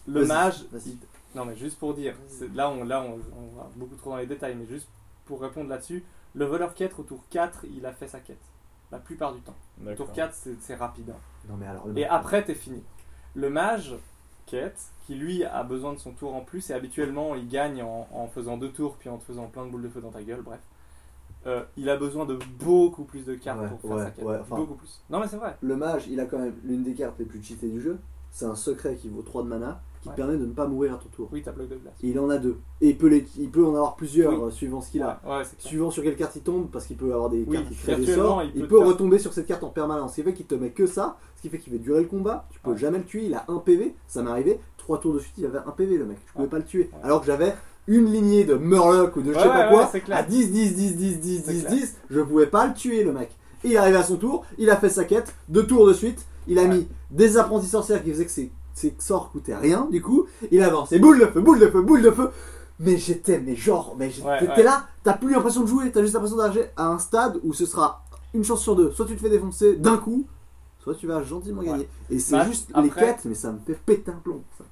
S10: Le
S5: Vas-y,
S10: mage.
S5: vas-y.
S10: il- Non, mais juste pour dire, c'est- là, on, là on, on va beaucoup trop dans les détails, mais juste pour répondre là-dessus, le voleur quête au tour 4, il a fait sa quête. La plupart du temps.
S4: D'accord.
S10: Tour 4, c'est c'est rapide. hein.
S5: Non mais alors, le
S10: Et
S5: mage,
S10: après, t'es fini. Le mage, quête, qui lui a besoin de son tour en plus, et habituellement il gagne en, en faisant deux tours, puis en te faisant plein de boules de feu dans ta gueule, bref. Euh, il a besoin de beaucoup plus de cartes
S5: Ouais,
S10: pour faire
S5: ouais,
S10: sa quête.
S5: ouais, enfin-
S10: Beaucoup plus. Non, mais c'est vrai.
S5: le mage, il a quand même l'une des cartes les plus cheatées du jeu. C'est un secret qui vaut 3 de mana, qui
S10: Ouais.
S5: permet de ne pas mourir à ton tour.
S10: Oui, t'as bloc de glace.
S5: Et il en a deux. Et il peut, les, il peut en avoir plusieurs
S10: Oui.
S5: euh, suivant ce qu'il a.
S10: Ouais, ouais, c'est clair.
S5: Suivant sur quelle carte il tombe, parce qu'il peut avoir des
S10: Oui,
S5: cartes qui créent des
S10: virtuellement,
S5: sorts,
S10: il
S5: il
S10: peut
S5: peut,
S10: te faire-
S5: retomber sur cette carte en permanence. Ce qui fait qu'il te met que ça, ce qui fait qu'il fait durer le combat, tu peux
S10: Ouais.
S5: jamais le tuer, il a un PV, ça m'est arrivé, trois tours de suite, il avait un PV le mec, je pouvais
S10: Ouais.
S5: pas le tuer.
S10: Ouais.
S5: Alors que j'avais une lignée de Murloc ou de je sais
S10: Ouais,
S5: pas
S10: ouais, ouais,
S5: quoi,
S10: c'est clair.
S5: à 10, 10, 10, 10, 10,
S10: C'est
S5: 10,
S10: clair.
S5: 10, je pouvais pas le tuer le mec. Et il est arrivé à son tour, il a fait sa quête, deux tours de suite, il a
S10: Ouais.
S5: mis des apprentis sorcières qui faisaient que ses, ses sorts coûtaient rien, du coup, il avançait, boule de feu, boule de feu, boule de feu. Mais j'étais, mais genre, mais j'étais
S10: Ouais,
S5: t'es
S10: ouais.
S5: là, t'as plus l'impression de jouer, t'as juste l'impression d'arriver à un stade où ce sera une chance sur deux, soit tu te fais défoncer d'un coup, soit tu vas gentiment
S10: Ouais.
S5: gagner. Et c'est
S10: Bah,
S5: juste les
S10: après-
S5: quêtes, mais ça me fait péter un plomb. ça.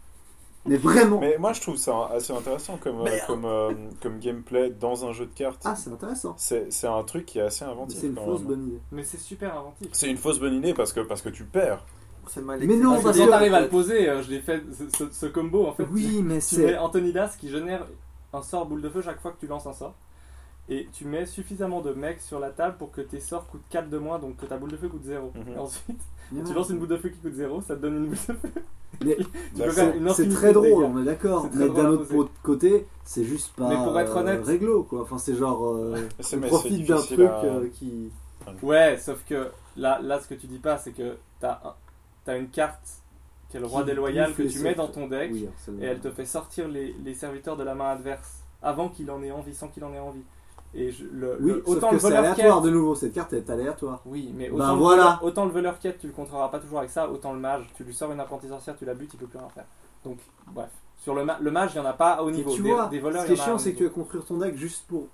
S5: Mais vraiment,
S4: Mais moi je trouve ça assez intéressant comme, euh, comme, euh, comme gameplay dans un jeu de cartes.
S5: hein. ah, c'est intéressant.
S4: C'est c'est un truc qui est assez
S5: Mais
S4: inventif.
S5: C'est une
S4: quand
S5: fausse
S4: même.
S5: bonne idée.
S10: Mais c'est super inventif.
S4: C'est une fausse bonne idée parce que, parce que tu perds.
S6: C'est mal
S5: Mais
S6: écrit.
S5: non,
S6: Ah,
S5: parce
S10: Quand
S5: que-
S10: t'arrives à le poser, euh, je l'ai fait ce, ce- ce combo en fait.
S5: Oui, mais
S10: Tu mets
S5: c'est.
S10: Antonidas qui génère un sort boule de feu chaque fois que tu lances un sort. Et tu mets suffisamment de mecs sur la table pour que tes sorts coûtent 4 de moins, donc que ta boule de feu coûte 0.
S4: Mhm.
S10: Et ensuite,
S5: *laughs*
S10: tu lances une boule de feu qui coûte 0, ça te donne une boule de feu.
S5: Mais-
S10: tu peux
S4: D'accord.
S10: faire une
S5: Bah, C'est
S10: infinité
S5: très
S10: de dégâts.
S5: drôle, on est d'accord.
S10: C'est très
S5: Mais
S10: drôle à
S5: d'un autre
S10: poser.
S5: côté, c'est juste pas.
S10: Mais pour être
S5: euh,
S10: honnête-
S5: réglo, quoi. Enfin, c'est genre. euh,
S4: C'est-
S5: on
S4: mais c'est
S5: profite d'un
S4: difficile
S5: truc
S4: à-
S5: euh, qui.
S10: Ouais, sauf que là, là ce que tu dis pas, c'est que t'as un- t'as une carte qui est le roi
S5: Qui
S10: des loyales
S5: bouffe
S10: que
S5: les
S10: tu mets
S5: sorts.
S10: dans ton deck.
S5: Oui, alors, ça-
S10: et elle te fait sortir les, les serviteurs de la main adverse avant qu'il en ait envie, sans qu'il en ait envie. Et je- le,
S5: Oui,
S10: le-
S5: sauf
S10: Euh, autant
S5: que
S10: le
S5: c'est
S10: voleur quête.
S5: aléatoire de nouveau, cette carte est aléatoire.
S10: Oui, mais
S5: Ben
S10: autant, le
S5: voilà.
S10: voleur- autant le voleur quête, tu le contreras pas toujours avec ça, autant le mage, tu lui sors une apprentie sorcière, tu la butes, il peut plus rien faire. Donc, bref. Sur le, ma- le mage, il y en a pas au
S5: Et
S10: niveau.
S5: tu
S10: des,
S5: vois,
S10: des voleurs,
S5: ce qui est
S10: il y en a
S5: chiant,
S10: au
S5: c'est que tu
S10: niveau.
S5: vas construire ton deck juste pour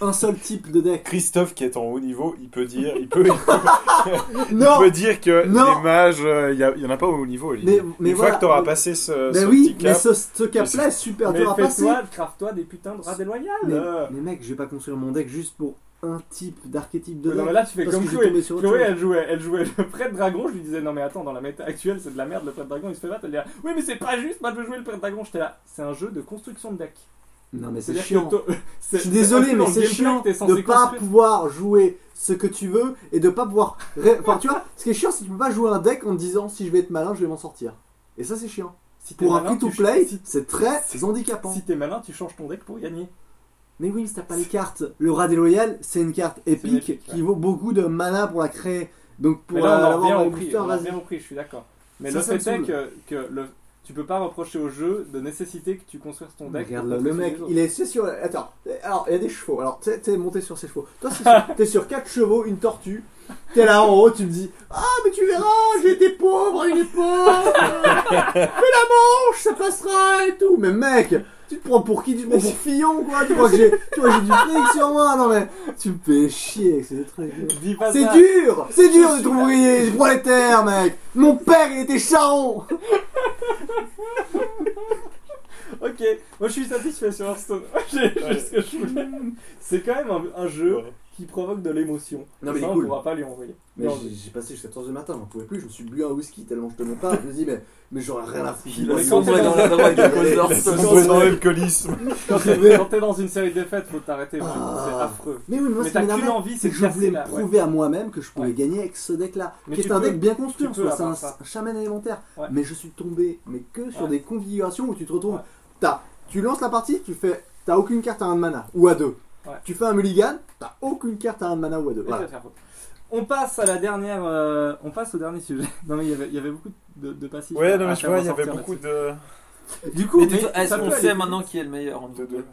S5: un seul type
S4: *laughs*
S5: de deck.
S4: Christophe qui est en haut niveau, il peut dire, il
S5: *laughs*
S4: peut, il peut, il
S5: Non
S4: peut dire que
S5: Non.
S4: les mages, euh, il y, a- il y en a pas au haut niveau. Olivier.
S5: Mais- mais
S4: Une
S5: voilà,
S4: fois que t'auras
S5: mais-
S4: passé ce,
S5: Ben
S4: ce
S5: oui,
S4: petit
S5: mais
S4: cap,
S5: ce, ce cap-là est super
S3: Mais
S5: dur à passer.
S3: fais-toi, crave-toi des putains de bras
S5: Mais,
S3: déloyales.
S5: mais mec, je vais pas construire mon deck juste pour un type d'archétype de
S3: Non,
S5: deck.
S3: mais là, tu fais
S5: parce
S3: comme
S5: que j'ai
S3: Chloé.
S5: tombé sur autre
S3: Chloé,
S5: chose.
S3: elle jouait, elle jouait le prêtre dragon. Je lui disais, non, mais attends, dans la méta actuelle, c'est de la merde. Le prêtre dragon, il se fait battre. Elle dit, oui, mais c'est pas juste. Moi, je veux jouer le prêtre dragon. J'étais là, c'est un jeu de construction de deck.
S5: Non mais c'est
S3: C'est-à-dire
S5: chiant.
S3: que t'o- *laughs* c'est-
S5: Je suis
S3: c'est
S5: désolé,
S3: inclus
S5: mais
S3: dans le
S5: c'est
S3: gameplay
S5: chiant
S3: que t'es
S5: de
S3: censé
S5: pas
S3: construire.
S5: pouvoir jouer ce que tu veux et de pas pouvoir. ré- Enfin, tu vois, ce qui est chiant, c'est que tu peux pas jouer un deck en te disant si je vais être malin, je vais m'en sortir. Et ça, c'est chiant.
S3: Si t'es
S5: Pour un
S3: malin, tu
S5: free-to-play,
S3: ch-
S5: c'est très handicapant.
S3: Si t'es malin, tu changes ton deck pour gagner.
S5: Mais oui, mais si t'as pas les cartes, le rat des loyales, c'est une carte épique,
S3: une épique,
S5: qui vaut beaucoup de mana pour la créer. Donc pour
S3: Mais là,
S5: la-
S3: on en revient
S5: l'avoir,
S3: au
S5: bah,
S3: prix,
S5: putain,
S3: on en
S5: vas-y.
S3: revient au prix, je suis d'accord. Mais
S5: Ça,
S3: le
S5: ça me
S3: fait est
S5: saoule.
S3: que, que le, tu peux pas reprocher au jeu de nécessiter que tu construises ton deck.
S5: Regarde
S3: pour
S5: le, le
S3: construire
S5: mec,
S3: les autres.
S5: il est c'est sur. Attends, alors il y a des chevaux. Alors t'es t'es monté sur ces chevaux. Toi,
S3: *laughs*
S5: c'est sur- t'es sur quatre chevaux, une tortue. T'es là en haut, tu me dis Ah, mais tu verras, j'ai été pauvre à une époque.
S3: *laughs*
S5: Fais la manche, ça passera et tout. Mais mec, tu te prends pour qui Tu te
S3: *laughs*
S5: prends pour Fillon, quoi. Tu crois que j'ai tu crois que j'ai du fric sur moi Non, mais tu me fais chier avec ces trucs.
S3: Dis pas
S5: C'est
S3: ça.
S5: dur, c'est dur de
S3: suis
S5: trouver les prolétaires, mec. Mon père, il était charron.
S3: Ok, moi je suis satisfait sur Hearthstone. *laughs* J'ai j'ai ce que je voulais. C'est quand même un, un jeu
S4: Ouais.
S3: qui provoque de l'émotion. Non,
S5: Non, mais
S3: mais
S5: il est
S3: on
S5: cool.
S3: pourra pas lui envoyer.
S5: Mais
S3: Non,
S5: j'ai- j'ai passé jusqu'à 14 du matin, j'en pouvais plus, je me suis bu un whisky tellement je tenais pas, je me dis mais, mais j'aurais rien à foutre.
S3: a son doigt dans
S6: la drogue à cause
S4: complètement alcoolisme.
S3: Quand t'es quand t'es dans une série de fêtes, faut t'arrêter.
S5: Ah.
S3: putain, C'est affreux.
S5: Mais oui, mais moi
S3: mais
S5: ce qui
S3: t'as qu'une
S5: m'énervait,
S3: envie,
S5: c'est
S3: c'est
S5: que
S3: de
S5: je voulais
S3: casser
S5: me
S3: là. ouais.
S5: prouver à moi-même que je pouvais
S3: Ouais.
S5: gagner avec ce deck-là,
S3: Mais
S5: qui
S3: tu
S5: est un
S3: peux-
S5: deck bien construit,
S3: tu
S5: en
S3: peux
S5: soi, c'est
S3: avoir
S5: un
S3: ça.
S5: un chaman élémentaire.
S3: Ouais.
S5: Mais je suis tombé, mais que sur
S3: Ouais.
S5: des configurations où tu te retrouves,
S3: Ouais.
S5: t'as, tu lances la partie, tu fais, t'as aucune carte à un de mana, ou à deux.
S3: Ouais.
S5: Tu fais un mulligan, t'as aucune carte à un de mana ou à deux.
S3: Et ça
S5: Voilà.
S3: va faire faute. On passe à la dernière. euh, on passe au dernier sujet. *laughs* Non mais il y avait, il y avait beaucoup de, de passifs. à-
S4: Ouais, non,
S3: à
S4: mais je
S3: faire
S4: vois, il y avait
S3: ressortir
S4: beaucoup
S3: là-dessus.
S4: de.
S3: Du coup, mais ça
S6: on
S3: peut
S6: sait
S3: aller.
S6: maintenant qui est le meilleur en
S4: de, de...
S6: deux.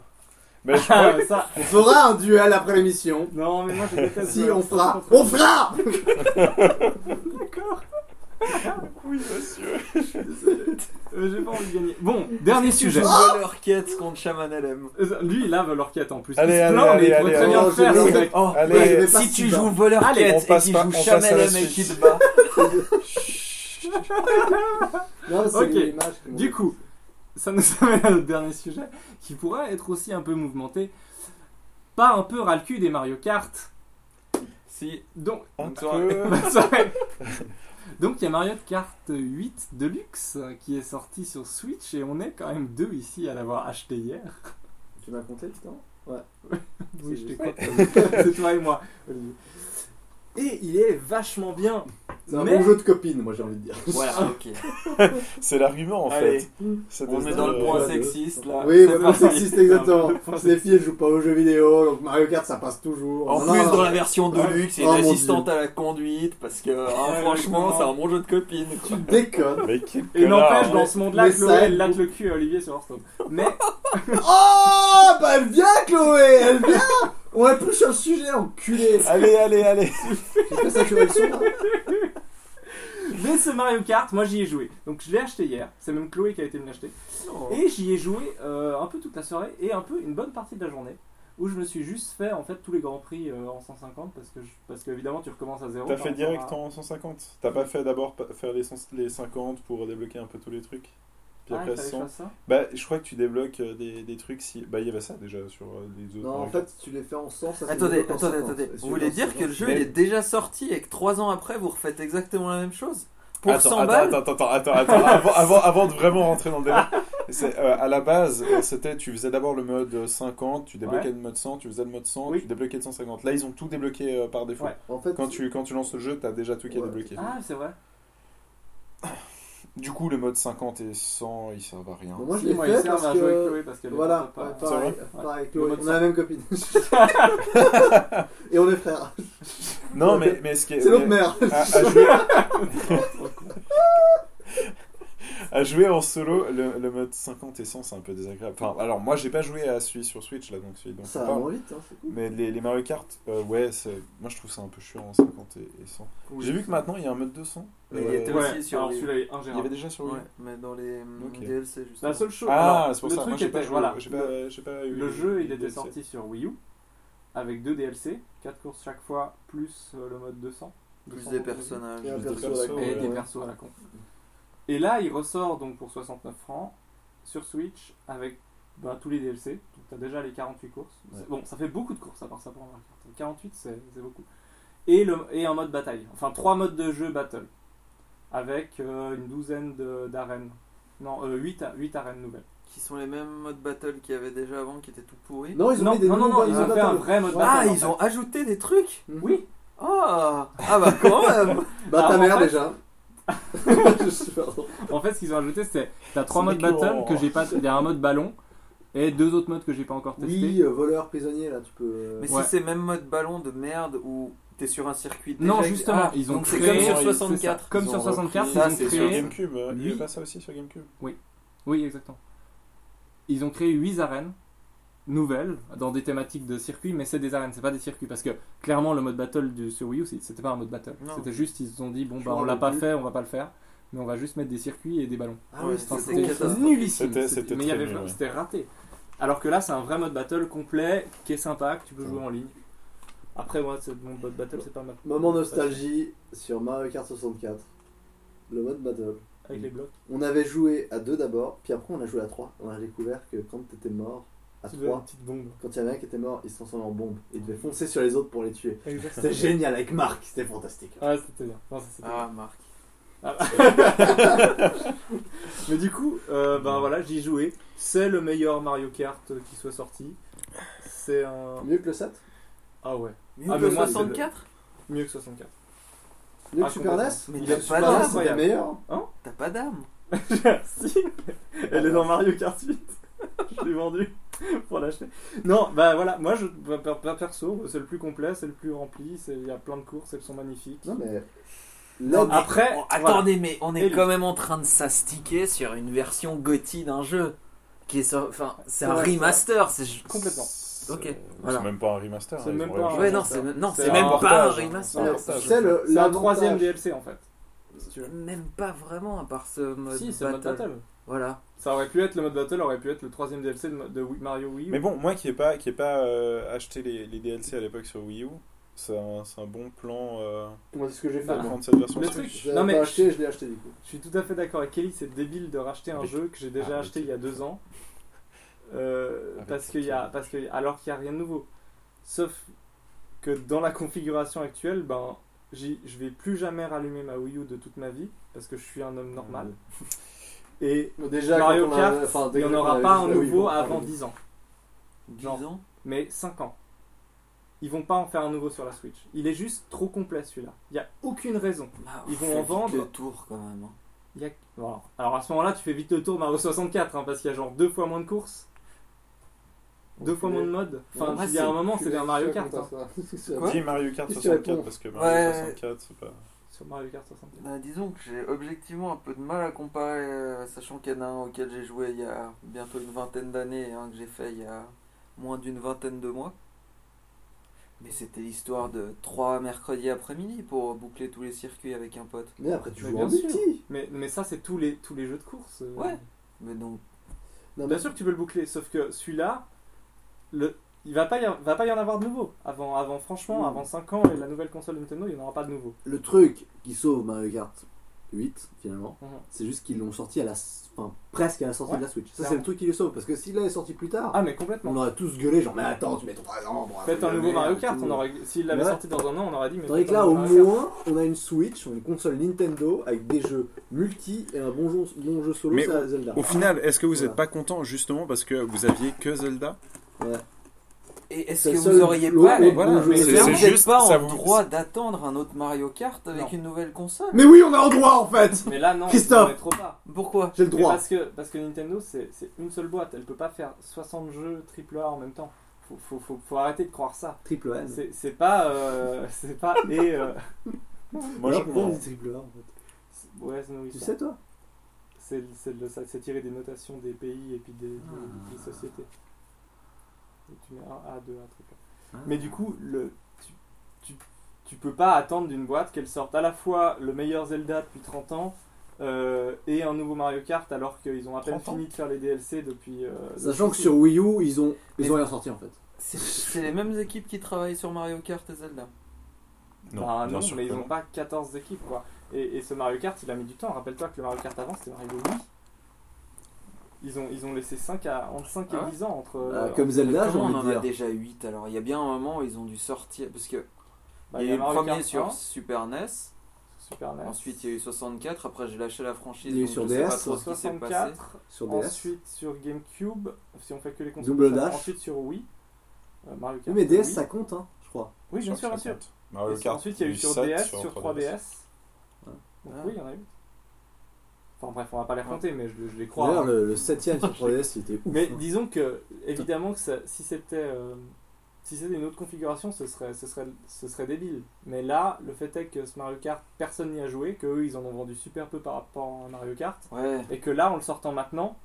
S4: Mais je crois
S3: Ah, ça.
S5: On fera un duel après l'émission.
S3: Non mais
S5: *laughs*
S3: moi je déteste.
S5: Si
S3: euh,
S5: on
S3: ça,
S5: fera,
S3: contre-
S5: on fera
S4: oui, monsieur.
S3: Euh, J'ai pas envie de gagner. Bon, dernier sujet.
S6: Voleur quête contre Shaman LM.
S3: Euh, Lui, il a leur quête en plus.
S4: Allez,
S3: il se
S4: allez,
S3: plaint,
S4: allez,
S3: mais il pourrait
S4: allez,
S3: très bien
S5: allez.
S3: le faire,
S5: Oh,
S3: ce
S5: j'ai
S3: mec.
S6: Oh,
S4: Allez,
S5: Ouais, je vais pas
S6: si tu
S5: si bas.
S6: joues voleur
S3: Allez,
S6: quête
S4: on
S6: et
S4: passe
S6: qu'il
S4: pas-
S6: joue
S4: on passe à
S6: Shaman
S4: la
S6: LM et
S4: suite.
S6: qu'il te bat,
S5: Non, c'est
S3: Ok.
S5: l'image que mon-
S3: Du coup, ça nous *laughs* amène à notre dernier sujet, qui pourrait être aussi un peu mouvementé. Pas un peu ras le cul des Mario Kart.
S6: si
S3: Donc, *laughs* bah,
S4: Un
S6: Bonne soirée.
S4: peu.
S3: Bonne soirée. Donc il y a Mario Kart 8 Deluxe euh, qui est sorti sur Switch et on est quand même deux ici à l'avoir acheté hier.
S5: Tu m'as compté le temps
S3: Oui, je t'ai compté. *laughs* C'est toi et moi. Olivier. Et il est vachement bien.
S5: C'est un
S3: Mais-
S5: bon jeu de copine, moi j'ai envie de dire.
S6: Voilà, ok.
S4: C'est l'argument en
S6: Allez.
S4: fait. C'est
S6: On
S4: de-
S6: est dans le
S4: de-
S6: point
S5: euh,
S6: sexiste là.
S5: Oui,
S6: C'est
S5: mais
S6: pas
S5: bon, sexiste,
S6: possible.
S5: exactement. *laughs* Parce que Les filles, elles jouent pas aux jeux vidéo, donc Mario Kart, ça passe toujours.
S6: En
S5: Non,
S6: plus,
S5: non,
S6: dans
S5: non.
S6: la version de luxe, il y a
S5: Oh,
S6: une
S5: mon
S6: assistante à la conduite parce que ah,
S3: Ouais,
S6: franchement,
S3: exactement.
S6: c'est un bon jeu de copine. quoi.
S5: Déconne.
S4: *laughs* Mais quel
S3: Et n'empêche,
S4: connard.
S3: dans ce monde-là,
S5: Mais
S3: Chloé,
S5: ça aide
S3: elle latte le cul à Olivier sur
S5: *laughs*
S3: Hearthstone. Mais
S5: Oh Bah, elle vient, Chloé Elle vient On est plus sur le sujet, enculé
S4: Allez, allez, allez.
S5: J'ai pas saturé le son, là.
S3: Mais ce Mario Kart, moi j'y ai joué. Donc je l'ai acheté hier. C'est même Chloé qui a été me l'acheter.
S4: Oh.
S3: Et j'y ai joué euh, un peu toute la soirée et un peu une bonne partie de la journée. Où je me suis juste fait en fait tous les grands prix euh, en 150 parce que je- parce que évidemment tu recommences à zéro.
S4: T'as
S3: par
S4: fait
S3: rapport à-
S4: direct hein, en 150. T'as pas fait d'abord pa- faire les, 100 les 50 pour débloquer un peu tous les trucs Puis
S3: Ah, il
S4: après
S3: fallait que je
S4: 100.
S3: fasse ça
S4: Bah, je crois que tu débloques euh, des, des trucs si. Bah, il y avait ça déjà sur euh, les autres.
S5: Non, en
S4: Mario
S5: fait, tu les fais en sens. ça, c'est
S6: Attendez,
S5: mieux qu'en
S6: attendez,
S5: 50.
S6: attendez.
S5: Et
S6: Vous voulez
S5: celui-là,
S6: dire
S5: c'est
S6: que le jeu il
S4: Mais-
S6: est déjà sorti et que 3 ans après vous refaites exactement la même chose Pour
S4: attends,
S6: 100
S4: attends,
S6: balles
S4: Attends, attends, attends, attends, avant, avant, avant de vraiment rentrer dans le débat. C'est, euh, à la base, euh, c'était tu faisais d'abord le mode 50, tu débloquais
S3: Ouais.
S4: le mode 100, tu faisais le mode 100,
S3: Oui.
S4: tu débloquais le 150. Là, ils ont tout débloqué euh, par défaut.
S3: Ouais.
S5: En fait,
S4: Quand, tu, quand tu lances le jeu, t'as déjà tout qui est
S5: Ouais.
S4: débloqué.
S3: Ah, c'est vrai.
S4: Du coup, le mode 50 et 100, il servent à rien.
S5: Bon, moi, je
S3: Si,
S5: l'ai
S3: moi, il
S5: fait
S3: sert à
S5: parce
S3: jouer avec
S5: que...
S3: Chloé parce qu'elle est
S5: Voilà,
S3: pas-
S5: ouais, pareil,
S4: va
S5: pareil, Chloé,
S3: Le mode
S5: on a la même
S10: *laughs*
S5: copine. Et on est frères.
S4: Non, mais, mais ce qui est.
S5: C'est l'autre
S4: mais-
S5: mère.
S4: à, à jouer... *laughs* à jouer en solo, le, le mode 50 et 100, c'est un peu désagréable. Enfin, alors, moi, j'ai pas joué à celui sur Switch, là, donc celui dont
S5: Ça
S4: on
S5: va
S4: parle.
S5: moins vite, hein, c'est cool.
S4: Mais les, les Mario Kart, euh, ouais, c'est- moi je trouve ça un peu chiant en 50 et, et 100. J'ai vu que maintenant il y a un mode 200.
S6: Mais il
S4: Euh,
S6: était
S3: Ouais,
S6: aussi sur
S3: alors
S6: les-
S3: celui-là est
S4: il y avait
S3: ingérable.
S4: déjà sur Wii.
S6: Ouais, mais dans les mm,
S4: Ok.
S6: DLC justement.
S3: La seule chose.
S4: Ah,
S3: alors,
S4: c'est pour
S3: le
S4: ça.
S3: Truc
S4: Moi j'ai
S3: était,
S4: pas joué.
S3: voilà,
S4: j'ai
S3: le,
S4: pas, j'ai pas eu
S3: le jeu il était
S4: DLC.
S3: sorti sur Wii U.
S10: avec deux DLC, 4 courses chaque fois, plus euh, le mode 200.
S6: Plus des
S10: 200, on va dire.
S6: personnages.
S5: Et un
S4: Plus de
S5: perso à la
S4: perso,
S5: con.
S10: et
S4: ouais.
S10: des persos à la con. Et là, il ressort donc pour 69 francs sur Switch avec bah, tous les DLC. Donc t'as déjà les 48 courses.
S4: Ouais.
S10: Bon, ça fait beaucoup de courses à part ça pour un Mario Kart. 48, c'est c'est beaucoup. Et, le, et un mode bataille. Enfin, trois modes de jeu battle. Avec euh, une douzaine de- d'arènes. Non, 8, arènes nouvelles.
S6: Qui sont les mêmes modes battle qu'il y avait déjà avant, qui étaient tout pourris.
S5: Non, ils ont
S10: non,
S5: mis des
S10: non, non,
S5: nouveaux
S10: non, ils
S5: modes
S10: ont
S5: de
S10: fait un
S5: *laughs* bataille.
S10: vrai mode
S5: Ouais.
S6: Ah,
S10: battle.
S6: ils ont ajouté des trucs
S10: Oui,
S6: Ah Ah bah quand même
S3: Bah, ta
S10: Alors, en
S3: mère
S10: fait- *laughs*
S3: déjà. Je suis- pardon.
S10: en fait, ce qu'ils ont ajouté, c'est t'as trois
S4: C'est
S10: modes
S4: déclin.
S10: battle que j'ai pas. Il y a un mode ballon et deux autres modes que j'ai pas encore testé.
S5: Oui, euh, voleur, prisonnier, là, tu peux. euh,
S6: Mais
S10: Ouais.
S6: si c'est même mode ballon de merde où t'es sur un circuit déjà
S10: Non,
S6: ex-
S10: justement,
S6: Ah,
S10: ils ont
S6: donc c'est
S10: créé-
S6: comme sur
S4: c'est
S6: 64.
S10: Comme
S6: Ils
S10: sur
S6: ont
S10: 64,
S6: repris-
S10: ils
S6: ça,
S10: ont
S6: c'est
S4: Sur
S10: créé.
S4: GameCube, euh, il y
S10: Oui.
S4: avait pas ça aussi sur GameCube
S10: Oui, exactement. Ils ont créé 8 arènes nouvelles dans des thématiques de circuits, mais c'est des arènes, c'est pas des circuits. Parce que clairement, le mode battle du, sur Wii U, c'est- c'était pas un mode battle.
S6: Non.
S10: C'était juste, ils se sont dit, bon,
S5: Je
S10: bah, on
S5: m'en
S10: l'a pas
S5: rappelle
S10: fait, on va pas le faire, mais on va juste mettre des circuits et des ballons.
S5: Ah oui,
S6: Ouais,
S5: c'est
S10: Enfin,
S6: c'était
S5: con,
S10: c'était
S5: ça.
S6: catastrophique.
S10: nullissime.
S4: C'était-
S10: C'était-
S4: c'était
S10: mais il y
S4: très
S10: avait
S4: nul,
S10: vraiment-
S4: ouais.
S10: c'était raté. Alors que là, c'est un vrai mode battle complet qui est sympa, que tu peux jouer en ligne. Après, moi, c'est- mon mode battle, c'est pas ma.
S5: Moment nostalgie sur Mario Kart 64. Le mode battle.
S10: Avec les blocs.
S5: On avait joué à deux d'abord, puis après on a joué à trois. On a découvert que quand t'étais mort, à
S10: Tu devais
S5: trois,
S10: avoir une petite bombe.
S5: quand il y en a un qui était mort, il se transformait en bombe. Il devait foncer sur les autres pour les tuer.
S10: Exactement.
S5: C'était génial avec Marc, c'était fantastique.
S10: Ah, c'était bien. Non, ça, c'était
S6: Ah, Marc.
S10: Mais du coup, euh, ben voilà, j'y jouais. C'est le meilleur Mario Kart euh, qui soit sorti. C'est un.
S5: Mieux que le 7
S10: Ah ouais,
S6: Mais
S10: Ah, mais moi, c'est le-
S6: 64
S10: mieux que 64. *laughs*
S5: Mieux
S10: Ah,
S5: que Super NES
S6: Mais
S10: Il
S6: t'as
S10: est
S5: Super
S6: pas
S10: super
S5: NES,
S6: d'âme
S10: incroyable.
S5: c'était meilleur.
S6: T'as pas d'âme
S10: Ah, si, elle est dans Mario Kart 8. *laughs* Je l'ai vendu pour l'acheter. Non, bah voilà, moi, je, bah, per- per- perso, c'est le plus complet, c'est le plus rempli. c'est- Il y a plein de courses, elles sont magnifiques.
S5: Non mais. Là,
S10: mais- Après,
S6: Oh,
S10: voilà.
S6: attendez, mais on est
S10: Et le-
S6: quand même en train de s'astiquer sur une version gothi d'un jeu qui est, sur- enfin, c'est un
S10: Ouais,
S6: remaster. C'est
S10: Complètement.
S4: C'est-
S6: Ok,
S4: C'est
S6: voilà.
S4: même pas un remaster.
S10: C'est
S4: hein, ils
S10: même
S4: ont
S10: pas un
S4: réussi.
S6: Ouais, non, c'est même, non,
S10: C'est
S6: c'est
S10: un
S6: même pas un
S10: portage, hein.
S6: remaster.
S10: Ouais,
S5: c'est-
S4: ça, je
S5: c'est le
S10: C'est un
S5: l'avantage-
S10: troisième DLC en fait. Si, tu veux.
S6: Même pas vraiment, à part ce mode
S10: si c'est le
S6: battle.
S10: mode battle.
S6: Voilà.
S10: Ça aurait pu être le mode battle, aurait pu être le troisième DLC de, mo- de Wii- Mario Wii. U.
S4: Mais bon, moi qui n'ai pas, qui ai pas euh, acheté les, les DLC à l'époque sur Wii U, c'est un, c'est un bon plan euh,
S5: Moi, c'est ce que j'ai
S4: de
S5: fait.
S10: Bah,
S5: moi.
S4: prendre cette version
S10: le
S4: Switch.
S10: truc,
S5: Je l'avais
S10: non, mais-
S5: pas acheté, je l'ai acheté du coup.
S10: Je suis tout à fait d'accord avec Kelly, c'est débile de racheter un
S4: Avec-
S10: jeu que j'ai déjà
S4: Ah,
S10: acheté
S4: avec-
S10: il y a deux
S4: *laughs*
S10: ans, euh,
S4: Avec
S10: parce qu'il y a, parce que, alors qu'il n'y a rien de nouveau. Sauf que dans la configuration actuelle, ben, j'y- je vais plus jamais rallumer ma Wii U de toute ma vie, parce que je suis un homme normal.
S4: Ah
S10: *laughs* Et
S5: Bon, Déjà,
S10: Mario
S5: quand on a-
S10: Kart,
S5: enfin, dès
S10: il n'y en
S5: qu'on
S10: aura
S5: avait
S10: pas
S5: joué
S10: un
S5: à Wii,
S10: nouveau
S5: bon, ah
S10: avant
S5: oui.
S10: 10 ans, Non.
S6: Disons.
S10: mais 5 ans. Ils vont pas en faire un nouveau sur la Switch. Il est juste trop complet celui-là. Il n'y a aucune raison.
S6: Bah,
S10: Ils
S6: on
S10: vont
S6: fait
S10: en
S6: vite
S10: vendre.
S6: Le tour quand même. hein.
S10: Il y a- voilà. Alors à ce moment-là, tu fais vite le tour Mario 64, hein, parce qu'il y a genre deux fois moins de courses, deux fois moins de modes. Enfin,
S6: Ouais,
S10: il y a
S6: c'est-
S10: un moment,
S5: Tu
S10: c'est
S5: l'as
S10: vers Mario
S5: fait
S10: Kart.
S5: comme
S10: hein.
S5: *laughs* ça.
S6: Quoi
S4: Dis Mario Kart
S5: Qu'est-ce que tu réponds
S4: 64 parce que Mario
S6: Ouais.
S4: 64, c'est pas.
S10: Sur Mario Kart 64.
S6: Bah, disons que j'ai objectivement un peu de mal à comparer, euh, sachant qu'il y en a un auquel j'ai joué il y a bientôt une vingtaine d'années et un que j'ai fait il y a moins d'une vingtaine de mois. Mais c'était l'histoire de trois mercredis après-midi pour boucler tous les circuits avec un pote.
S5: Mais après, tu
S10: Mais
S5: joues
S10: bien
S5: en
S10: sûr.
S5: multi.
S10: Mais, mais ça, c'est tous les, tous les jeux de course. euh.
S6: Ouais. Mais
S5: Non,
S6: donc,
S5: mais
S10: Bien sûr que tu peux le boucler, sauf que celui-là, le... il va pas, y avoir- va pas y en avoir de nouveau. Avant, avant franchement,
S3: Hmm.
S10: avant 5 ans et la nouvelle console Nintendo, il n'y en aura pas de nouveau.
S3: Le truc qui sauve Mario Kart 8, finalement,
S10: Mhm.
S3: c'est juste qu'ils l'ont sorti à la, s- enfin, presque à la sortie
S10: Ouais,
S3: de la Switch. Ça,
S10: clairement.
S3: c'est le truc qui le sauve. Parce que s'il l'avait sorti plus tard,
S10: Ah, mais complètement.
S3: on aurait tous gueulé, genre, mais attends, tu mets ton présent. bon,
S10: Faites
S3: la
S10: un nouveau
S3: merde,
S10: Mario
S3: et
S10: Kart,
S3: tout.
S10: on aurait... s'il l'avait
S3: Ouais.
S10: sorti dans un an, on aurait dit. Mais
S3: Tandis que
S10: faites un
S3: là, au
S10: nouveau Mario Kart.
S3: moins, on a une Switch, une console Nintendo avec des jeux multi et un bon jeu, bon jeu solo,
S4: Mais
S3: c'est la Zelda.
S4: Au final, est-ce que vous
S3: Voilà.
S4: n'êtes pas content justement parce que vous aviez que Zelda
S6: et est-ce
S3: C'est
S6: que
S3: le seul
S6: vous auriez
S3: lot-
S6: pas
S3: lot-
S6: les...
S3: lot- lot-
S4: mais
S3: lot-
S6: Mais
S4: c'est-
S3: lot-
S6: vous
S4: c'est
S6: n'êtes
S4: juste,
S6: pas
S4: ça
S6: en
S4: vous-
S6: droit d'attendre un autre Mario Kart avec
S10: Non.
S6: une nouvelle console
S3: Mais oui, on a le droit en fait
S10: Mais là, non,
S3: Christophe.
S10: on est trop bas.
S6: Pourquoi
S3: J'ai le
S10: Mais
S3: droit.
S10: Parce que, parce que Nintendo, c'est c'est une seule boîte. Elle peut pas faire 60 jeux AAA en même temps. Faut, faut, faut, faut arrêter de croire ça.
S3: Triple S.
S10: C'est c'est pas. euh, *laughs* c'est
S3: *laughs*
S10: pas. Et. euh,
S4: Moi, je-
S3: Alors, pourquoi on dit triple A en fait
S10: c'est- ouais, c'est- oui,
S3: Tu
S10: ça.
S3: sais, toi
S10: C'est c'est le- ça- c'est tiré des notations des pays et puis des, des-
S3: Ah.
S10: des sociétés. Et tu mets 1 A, 2 A, AAA.
S3: Ah.
S10: Mais du coup, le, tu, tu, tu peux pas attendre d'une boîte qu'elle sorte à la fois le meilleur Zelda depuis 30 ans euh, et un nouveau Mario Kart alors qu'ils ont à peine fini de faire les DLC depuis. euh,
S5: Sachant que
S10: depuis-
S5: sur Wii U, ils ont, ils
S6: Mais-
S5: ont rien sorti en fait.
S6: C'est- C'est les mêmes équipes qui travaillent sur Mario Kart et Zelda.
S4: Non,
S10: Bah,
S4: bien
S10: non,
S4: sûr
S10: mais
S4: que
S10: ils
S4: non.
S10: n'ont pas 14 équipes quoi. Et, et ce Mario Kart, il a mis du temps. Rappelle-toi que le Mario Kart avant, c'était Mario Wii. Ils ont, ils ont laissé 5 à, entre 5
S6: Ah
S10: et
S6: ouais
S10: 10 ans entre. euh,
S5: Bah, comme Zelda, j'ai
S6: Comment
S5: envie
S6: on en
S5: de
S6: a
S5: dire.
S6: déjà 8 alors Il y a bien un moment où ils ont dû sortir. Parce que
S10: bah,
S6: il y a eu le
S10: Mario
S6: premier
S10: Kart
S6: sur
S10: 1,
S6: Super NES,
S10: Super E NES.
S6: ensuite il y a eu 64, après j'ai lâché la franchise.
S5: Il y a eu
S6: donc
S5: sur
S6: je sais pas
S5: DS,
S6: trop ce qui s'est passé.
S10: 64.
S5: Sur DS.
S10: Ensuite sur GameCube, si on fait que les consoles.
S5: E Double
S10: ça va.
S5: Dash.
S10: Ensuite sur Wii. euh, Mario Kart.
S5: Oui, mais DS,
S10: Wii.
S5: ça compte, hein, je crois.
S10: Oui, bien sûr, bien sûr. Et
S4: Mario
S10: sur-
S4: Kart.
S10: ensuite, il y a eu
S4: Bah du
S10: sur
S4: 7,
S10: DS, sur 3DS.
S5: Ouais.
S10: Donc,
S6: Ah.
S10: oui, il y en a eu. Enfin bref, on va pas les raconter, mais je, je les crois.
S5: D'ailleurs, le, 7 septième sur 3DS, il était ouf. *laughs*
S10: Mais
S5: hein.
S10: disons que, évidemment, que ça- si c'était euh, si c'était une autre configuration, ce serait, ce, serait, ce serait débile. Mais là, le fait est que ce Mario Kart, personne n'y a joué, qu'eux, ils en ont vendu super peu par rapport à Mario Kart,
S6: Ouais.
S10: et que là, en le sortant maintenant,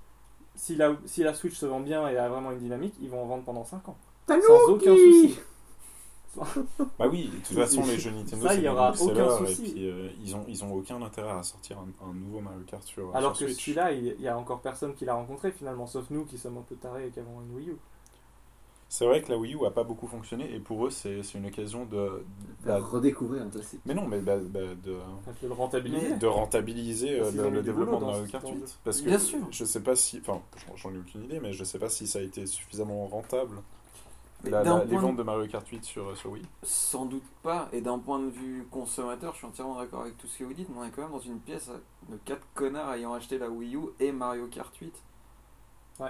S10: si la, si la Switch se vend bien et a vraiment une dynamique, ils vont en vendre pendant 5 ans. Sans aucun souci.
S4: Bah oui, de toute façon, les jeux Nintendo,
S10: Ça,
S4: c'est
S10: il y
S4: des
S10: aura
S4: best-sellers,
S10: aucun souci.
S4: Et puis, euh, ils, ont, ils ont aucun intérêt à sortir un, un nouveau Mario Kart sur,
S10: Alors
S4: sur
S10: que
S4: Switch.
S10: celui-là, il il y a encore personne qui l'a rencontré finalement, sauf nous qui sommes un peu tarés et qui avons une Wii U.
S4: C'est vrai que la Wii U a pas beaucoup fonctionné et pour eux, c'est c'est une occasion de.
S5: Faire
S4: bah,
S5: redécouvrir un *laughs* classique.
S4: mais non, mais bah, bah, de,
S10: Enfin, de le rentabiliser.
S4: de rentabiliser euh,
S10: Parce qu'ils ont
S4: le,
S10: mis
S4: le
S10: du
S4: développement de
S10: boulot dans
S4: Mario
S10: ce-
S4: Kart
S10: dans
S4: 8. Parce que
S6: Bien sûr.
S4: je sais pas si. Enfin, j'en- j'en ai aucune idée, mais je sais pas si ça a été suffisamment rentable.
S6: Mais
S4: la-
S6: d'un
S4: la- les
S6: point de-
S4: ventes de Mario Kart 8 sur, sur Wii.
S6: Sans doute pas, et d'un point de vue consommateur, je suis entièrement d'accord avec tout ce que vous dites, mais on est quand même dans une pièce de quatre connards ayant acheté la Wii U et Mario Kart 8.
S10: Ouais.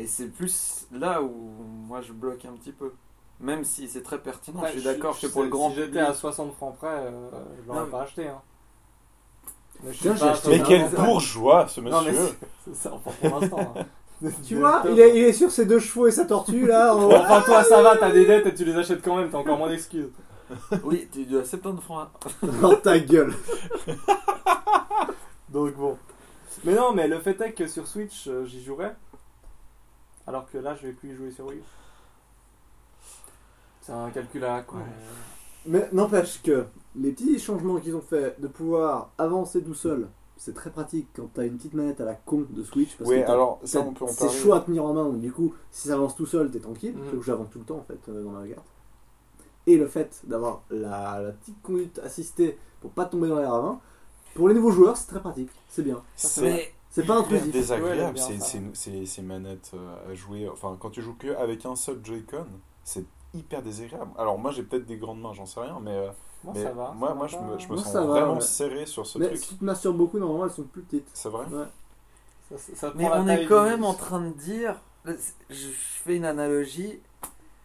S6: Et c'est plus là où moi je bloque un petit peu. Même si c'est très pertinent,
S10: Après,
S6: je suis d'accord que pour le
S10: si
S6: grand
S10: j'étais
S6: public.
S10: à 60 francs près, euh, je
S6: Non,
S10: l'aurais
S6: mais-
S10: pas acheté. Hein. Mais je suis
S5: Tiens, j'ai
S10: pas
S5: acheté-
S4: Mais
S10: totalement-
S4: quel bourgeois, ce
S10: Non, mais
S4: monsieur
S10: c'est- c'est enfin, pour l'instant. hein.
S5: Tu
S10: De-
S5: vois,
S10: de-
S5: il est, il est sur ses deux chevaux et sa tortue là. en-
S10: Enfin, toi, ça va, t'as des dettes et tu les achètes quand même, t'as encore moins d'excuses.
S6: Oui, tu dois 70 francs.
S5: *laughs* Dans ta gueule.
S10: Donc bon. Mais non, mais le fait est que sur Switch, euh, j'y jouerais. Alors que là, je vais plus y jouer sur Wii. U. C'est un calcul à quoi
S5: Mais n'empêche que les petits changements qu'ils ont fait de pouvoir avancer tout seul, c'est très pratique quand t'as une petite manette à la con de Switch. Parce
S4: Oui,
S5: que t'as-
S4: alors ça, on peut en
S5: c'est
S4: parler. Mm.
S5: chaud à tenir en main, donc du coup, si ça avance tout seul, t'es tranquille.
S10: Mhm.
S5: C'est où j'avance tout le temps en fait euh, dans la regarde. Et le fait d'avoir la, la petite conduite assistée pour pas tomber dans les ravins, pour les nouveaux joueurs, c'est très pratique. C'est bien.
S4: C'est-
S5: C'est pas
S4: hyper
S5: intrusif.
S10: Ouais,
S4: désagréable
S10: bien,
S4: ces,
S10: ça.
S4: ces- ces- ces manettes euh, à jouer. Enfin, quand tu joues que avec un seul Joy-Con, c'est hyper désagréable. Alors, moi, j'ai peut-être des grandes mains, j'en sais rien, mais, euh,
S10: Moi,
S4: mais
S10: ça va.
S4: moi, moi
S10: ça m'a
S4: je me,
S10: pas-
S4: je me
S5: Moi,
S4: sens
S5: ça va,
S4: vraiment
S5: ouais.
S4: serré sur ce
S5: Mais
S4: truc.
S5: si tu te masturbes beaucoup, normalement, elles sont plus petites.
S4: C'est vrai
S10: hein. Ça- ça- ça
S6: Mais
S10: prend la
S6: on
S10: taille
S6: est quand
S10: du-
S6: même en train de dire. Je fais une analogie.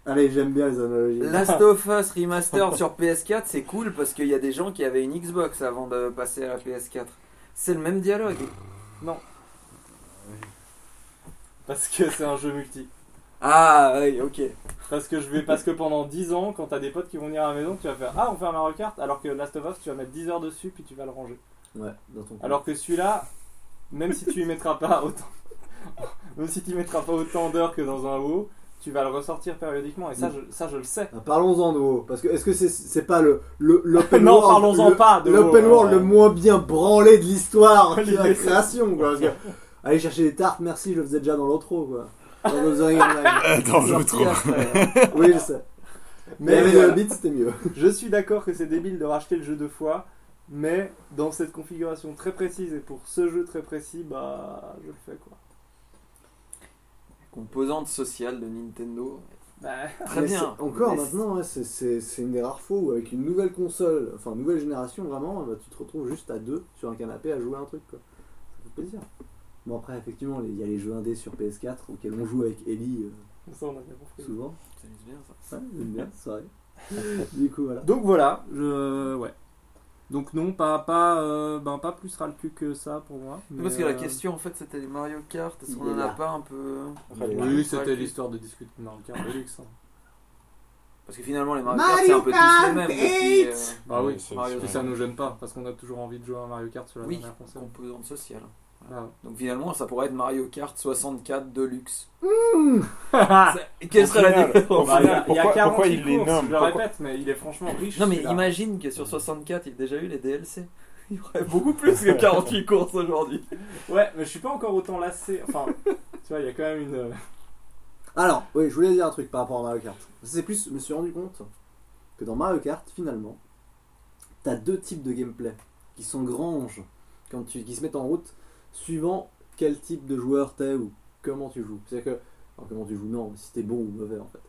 S5: Allez, j'aime bien les analogies.
S6: Last of Us
S10: *laughs*
S6: Remastered sur PS4, c'est cool parce qu'il y a des gens qui avaient une Xbox avant de passer à la PS4. C'est le même dialogue.
S10: Parce que c'est un jeu multi.
S6: Ah, oui, ok.
S10: Parce que je vais parce que pendant 10 ans, quand t'as des potes qui vont venir à la maison, tu vas faire Ah, on fait un Mario Kart, alors que Last of Us, tu vas mettre 10 heures dessus, puis tu vas le ranger.
S5: Ouais, dans ton
S10: Alors que celui-là, même si tu y mettras pas autant, *laughs* même si tu y mettras pas autant d'heures que dans un WoW, tu vas le ressortir périodiquement, et ça, je, ça, je le sais.
S5: Ah, Parlons-en de WoW, parce que est-ce que c'est c'est pas le le-
S4: *laughs*
S5: l'open
S10: non,
S5: world,
S10: parlons-en
S5: le-
S10: pas de hein.
S5: l'open
S10: WoW.
S5: world le moins bien branlé de l'histoire de la
S10: L'idée, c'est-
S5: création quoi. Parce que, allez chercher des tartes, merci, je le faisais déjà dans l'outro quoi. Dans Elden Ring Online.
S4: Dans
S6: C'est sorti après.
S5: Oui, je sais. Mais
S10: Mais
S6: euh,
S5: avec le
S10: voilà.
S5: beat, c'était mieux.
S10: Euh, Je suis d'accord que c'est débile de racheter le jeu deux fois, mais dans cette configuration très précise et pour ce jeu très précis, bah je le fais quoi.
S6: *laughs* Composante sociale de Nintendo.
S10: Bah,
S6: Très
S5: Mais
S6: bien.
S5: c'est- Encore
S6: Mais
S5: maintenant, ouais, c'est- c'est c'est une des rares fois où avec une nouvelle console, enfin nouvelle génération vraiment, bah, tu te retrouves juste à deux sur un canapé à jouer à un truc quoi. Ça fait plaisir. Bon après effectivement il y a les jeux indés sur PS4 auxquels on joue avec Ellie euh,
S10: ça on a bien compris.
S5: souvent.
S6: Ça use bien, ça.
S5: Ouais, j'aime bien, c'est vrai. du coup voilà.
S3: Donc voilà, je. Ouais. Donc non, pas, pas, euh, ben, pas plus ras le cul que ça pour
S5: hein,
S3: moi. mais,
S6: Parce que la
S3: euh,
S6: question en fait c'était les Mario Kart. Est-ce qu'on
S5: Il est
S6: en a
S5: là.
S6: pas un peu. hein
S3: Oui,
S6: Ouais,
S3: c'était
S6: ok.
S3: l'histoire de discuter de Mario Kart Deluxe. hein.
S6: Parce que finalement les Mario,
S5: Mario
S6: Kart c'est un peu tous les
S5: Kart
S6: mêmes.
S5: eight.
S6: depuis, euh,
S3: Bah oui,
S4: c'est-
S6: Mario
S4: c'est-
S3: et ça nous gêne pas parce qu'on a toujours envie de jouer à Mario Kart sur la
S6: Oui.
S3: dernière console.
S6: Composante sociale.
S3: Ah.
S6: Donc finalement ça pourrait être Mario Kart 64 Deluxe.
S10: Ah,
S6: Et Quelle serait la
S4: final,
S6: différence
S4: au final,
S10: il y a
S4: pourquoi-
S10: 40
S4: pourquoi il les
S10: courses,
S4: nomme
S10: Je le
S4: Pourquoi-
S10: répète, mais il est franchement riche.
S6: Non mais
S10: celui-là.
S6: imagine que sur 64 il a déjà eu les DLC. *laughs* Il y aurait beaucoup plus que 48 courses aujourd'hui.
S10: Ouais, mais je suis pas encore autant lassé.
S5: *laughs*
S10: Enfin, tu vois, il y a quand même une.
S5: Alors, oui, je voulais dire un truc par rapport à Mario Kart. C'est plus, je me suis rendu compte que dans Mario Kart, finalement, t'as deux types de gameplay qui sont granges, quand tu, qui se mettent en route, suivant quel type de joueur t'es ou comment tu joues. C'est-à-dire que, alors, comment tu joues, non, mais si t'es bon ou mauvais en fait.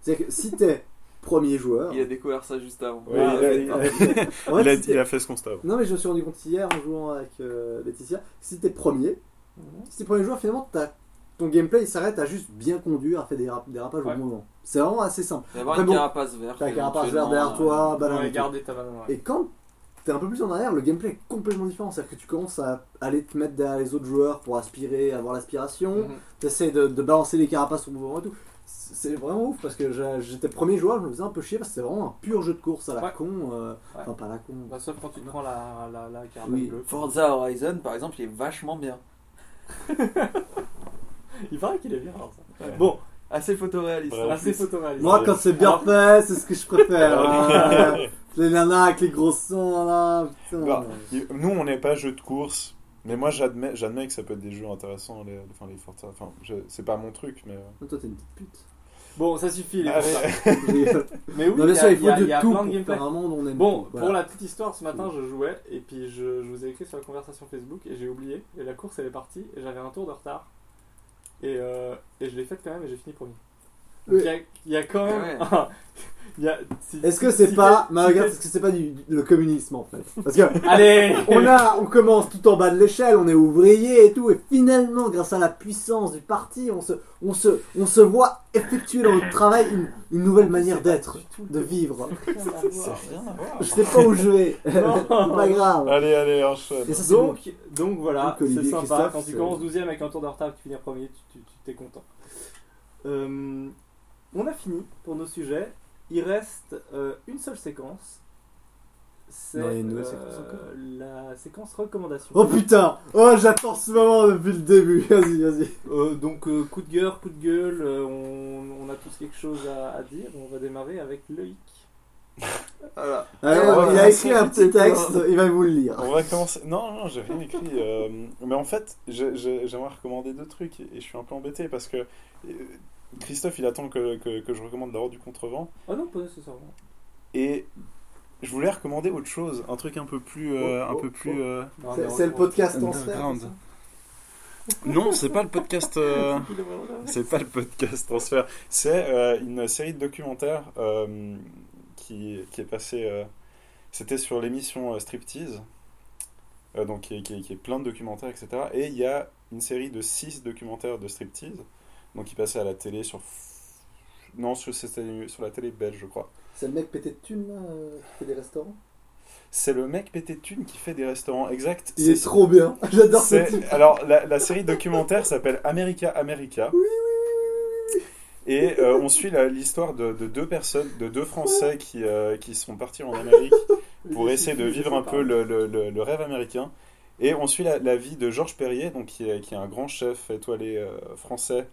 S5: C'est-à-dire que si t'es premier joueur,
S6: Il a découvert ça juste avant.
S4: Ouais, il, a, il a-
S5: en fait,
S4: *laughs* il a-
S5: si t'es-
S4: il a fait ce constat.
S5: Non, mais je me suis rendu compte hier en jouant avec euh, Laetitia, si t'es premier,
S10: Mhm.
S5: si t'es premier joueur, finalement, t'as- ton gameplay il s'arrête à juste bien conduire, à faire des, rap- des dérapages
S10: Ouais.
S5: au moment. C'est vraiment assez simple.
S6: Il y avoir
S5: Après,
S6: une
S5: bon,
S6: carapace verte.
S5: T'as un carapace vert
S6: éventuellement,
S5: derrière toi,
S10: On
S5: ballon.
S10: va
S5: et tout.
S10: garder ta banane. euh, ouais.
S5: Et quand t'es un peu plus en arrière, le gameplay est complètement différent. C'est-à-dire que tu commences à aller te mettre derrière les autres joueurs pour aspirer, avoir l'aspiration.
S10: Mhm.
S5: T'essayes de, de balancer les carapaces au mouvement et tout. C'est c'est vraiment ouf parce que j'a- j'étais premier joueur, je me faisais un peu chier parce que c'était vraiment un pur jeu de course à la
S10: Ouais.
S5: con. euh,
S10: Ouais.
S5: Enfin, pas à la con.
S10: Bah, sauf quand tu te prends la, la, la carapace
S5: Oui.
S6: euh,
S10: bleue.
S6: Forza Horizon, par exemple, il est vachement bien.
S10: Il paraît qu'il est bien. alors, ça.
S6: Bon, assez photoréaliste.
S4: Bravo. En
S10: Assez photoréaliste.
S5: Moi, quand c'est bien fait, c'est ce que je préfère. hein. les nanas avec les gros sons, là. putain.
S4: Bah, il- Nous, on n'est pas jeu de course, mais moi, j'admets, j'admets que ça peut être des jeux intéressants, les, enfin, les Forza. Enfin, je- c'est pas mon truc, mais. euh,
S5: Oh, Toi, t'es une petite pute. *laughs*
S10: Bon, ça suffit. les
S4: ah,
S10: gars.
S4: mais-
S10: Mais oui,
S5: non, bien
S10: y a-
S5: sûr, il
S10: y
S5: faut
S10: a-
S5: de
S10: y a
S5: tout
S10: plein de
S5: pour
S10: gameplay.
S5: faire un monde où on aime
S10: Bon,
S5: tout,
S10: pour
S5: voilà.
S10: la petite histoire, ce matin, je jouais et puis je, je vous ai écrit sur la conversation Facebook et j'ai oublié. Et la course, elle est partie et j'avais un tour de retard. Et, euh, et je l'ai faite quand même et j'ai fini premier. Donc
S5: Oui. Ah
S10: il y a- il y, a quand même. *laughs* il y a- si-
S5: Est-ce que c'est
S10: si
S5: pas,
S10: t'es-
S5: ma
S10: si
S5: regarde,
S10: t'es-
S5: est-ce que c'est pas du, du- le communisme en fait
S10: *laughs*
S5: Parce que
S10: Allez
S5: on a, on commence tout en bas de l'échelle, on est ouvrier et tout, et finalement, grâce à la puissance du parti, on se, on se, on se voit effectuer dans notre travail une, une nouvelle manière d'être, de vivre.
S3: *laughs*
S5: Je sais pas où je vais, *laughs* c'est pas
S4: *laughs*
S5: grave.
S4: Allez, allez, enchaîne.
S5: Et ça, c'est bon.
S10: Euh, Donc, donc voilà,
S5: Donc, Olivier
S10: c'est sympa.
S5: Christophe,
S10: Quand tu
S5: c'est-
S10: commences 12ème avec un tour de retard et que tu finis premier, tu, tu, tu- t'es content. Euh, on a fini pour nos sujets. Il reste euh, une seule séquence. C'est
S5: Non, il y a une nouvelle
S10: euh,
S5: séquence encore.
S10: la séquence recommandation.
S5: Oh putain Oh j'attends ce moment depuis le début, *laughs* vas-y, vas-y.
S10: Euh, donc euh, coup de gueule, coup de gueule, euh, on, on a tous quelque chose à, à dire. On va démarrer avec Loïc.
S6: hein. Voilà.
S5: Alors,
S4: ouais,
S5: Euh, il a
S4: ouais,
S5: écrit un petit texte, il va vous le lire.
S4: On va commencer. Non, non, j'ai rien écrit. euh, mais en fait, j'ai- j'ai- j'aimerais recommander deux trucs et, et je suis un peu embêté parce que euh, Christophe, il attend que, que- que je recommande d'abord du contrevent
S10: Oh non, pas nécessairement.
S4: et je voulais recommander autre chose, un truc un peu plus,
S9: Oh,
S4: euh, un peu plus. euh,
S10: Non,
S5: C'est-
S10: mais on-
S5: C'est le
S10: on-
S5: podcast en sphère.
S9: Underground. Non, c'est pas le podcast. euh,
S4: C'est pas le podcast transfert. C'est euh, une série de documentaires euh, qui, qui est passée. euh, C'était sur l'émission euh, Striptease. Euh, donc, qui est, qui est- qui est plein de documentaires, etc. Et il y a une série de 6 documentaires de Striptease. Donc, qui passaient à la télé sur. Non, sur, c'était sur la télé belge, je crois.
S5: C'est le mec pété de thunes là, euh, qui fait des restaurants
S4: C'est le mec pété de thunes qui fait des restaurants. Exact.
S5: Il est
S4: C'est-
S5: trop bien, *laughs* j'adore ce
S4: C'est-
S5: type.
S4: Alors, la, la série documentaire s'appelle America America. Et euh, on suit la- l'histoire de, de deux personnes, de deux Français qui, euh, qui sont partis en Amérique pour essayer de vivre un peu le, le- le- le rêve américain. Et on suit la, la vie de Georges Perrier, donc qui, est, qui est un grand chef étoilé euh, français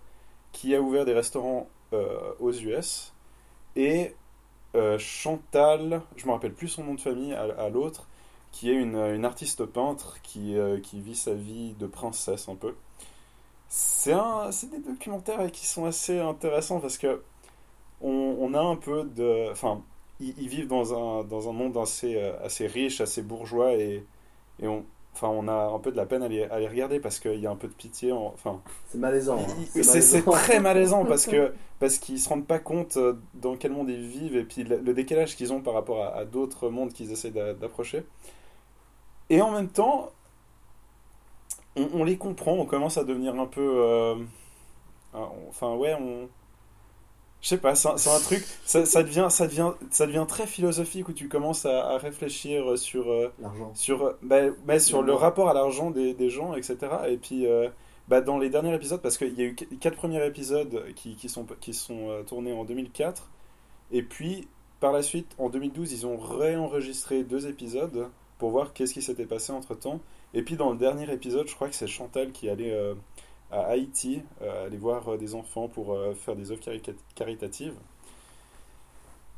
S4: qui a ouvert des restaurants euh, aux US. Et euh, Chantal, je me rappelle plus son nom de famille, à, à l'autre, qui est une, une artiste peintre qui, euh, qui vit sa vie de princesse un peu. C'est un- c'est des documentaires qui sont assez intéressants parce que on, on a un peu de. Enfin, ils, ils vivent dans un, dans un monde assez, euh, assez riche, assez bourgeois et, et on, enfin, on a un peu de la peine à les, à les regarder parce qu'il y a un peu de pitié. en- Enfin,
S5: C'est malaisant. hein.
S4: il- il- C'est c'est
S5: malaisant.
S4: très malaisant parce
S5: *laughs*
S4: que parce qu'ils se rendent pas compte euh, dans quel monde ils vivent et puis le, le décalage qu'ils ont par rapport à, à d'autres mondes qu'ils essaient d'a- d'approcher. Et en même temps, on, on les comprend, on commence à devenir un peu, euh, ah, on- enfin ouais, on, je sais pas, c'est un, c'est un truc, ça, ça devient ça devient ça devient très philosophique où tu commences à, à réfléchir sur euh,
S5: L'argent.
S4: sur, bah, bah, sur le rapport à l'argent des, des gens, etc. Et puis, euh, bah, dans les derniers épisodes, parce qu'il y a eu qu- quatre premiers épisodes qui, qui sont, qui sont euh, tournés en 2004, et puis, par la suite, en 2012, ils ont réenregistré deux épisodes pour voir qu'est-ce qui s'était passé entre-temps. Et puis, dans le dernier épisode, je crois que c'est Chantal qui allait euh, à Haïti, euh, aller voir euh, des enfants pour euh, faire des œuvres carica- caritatives.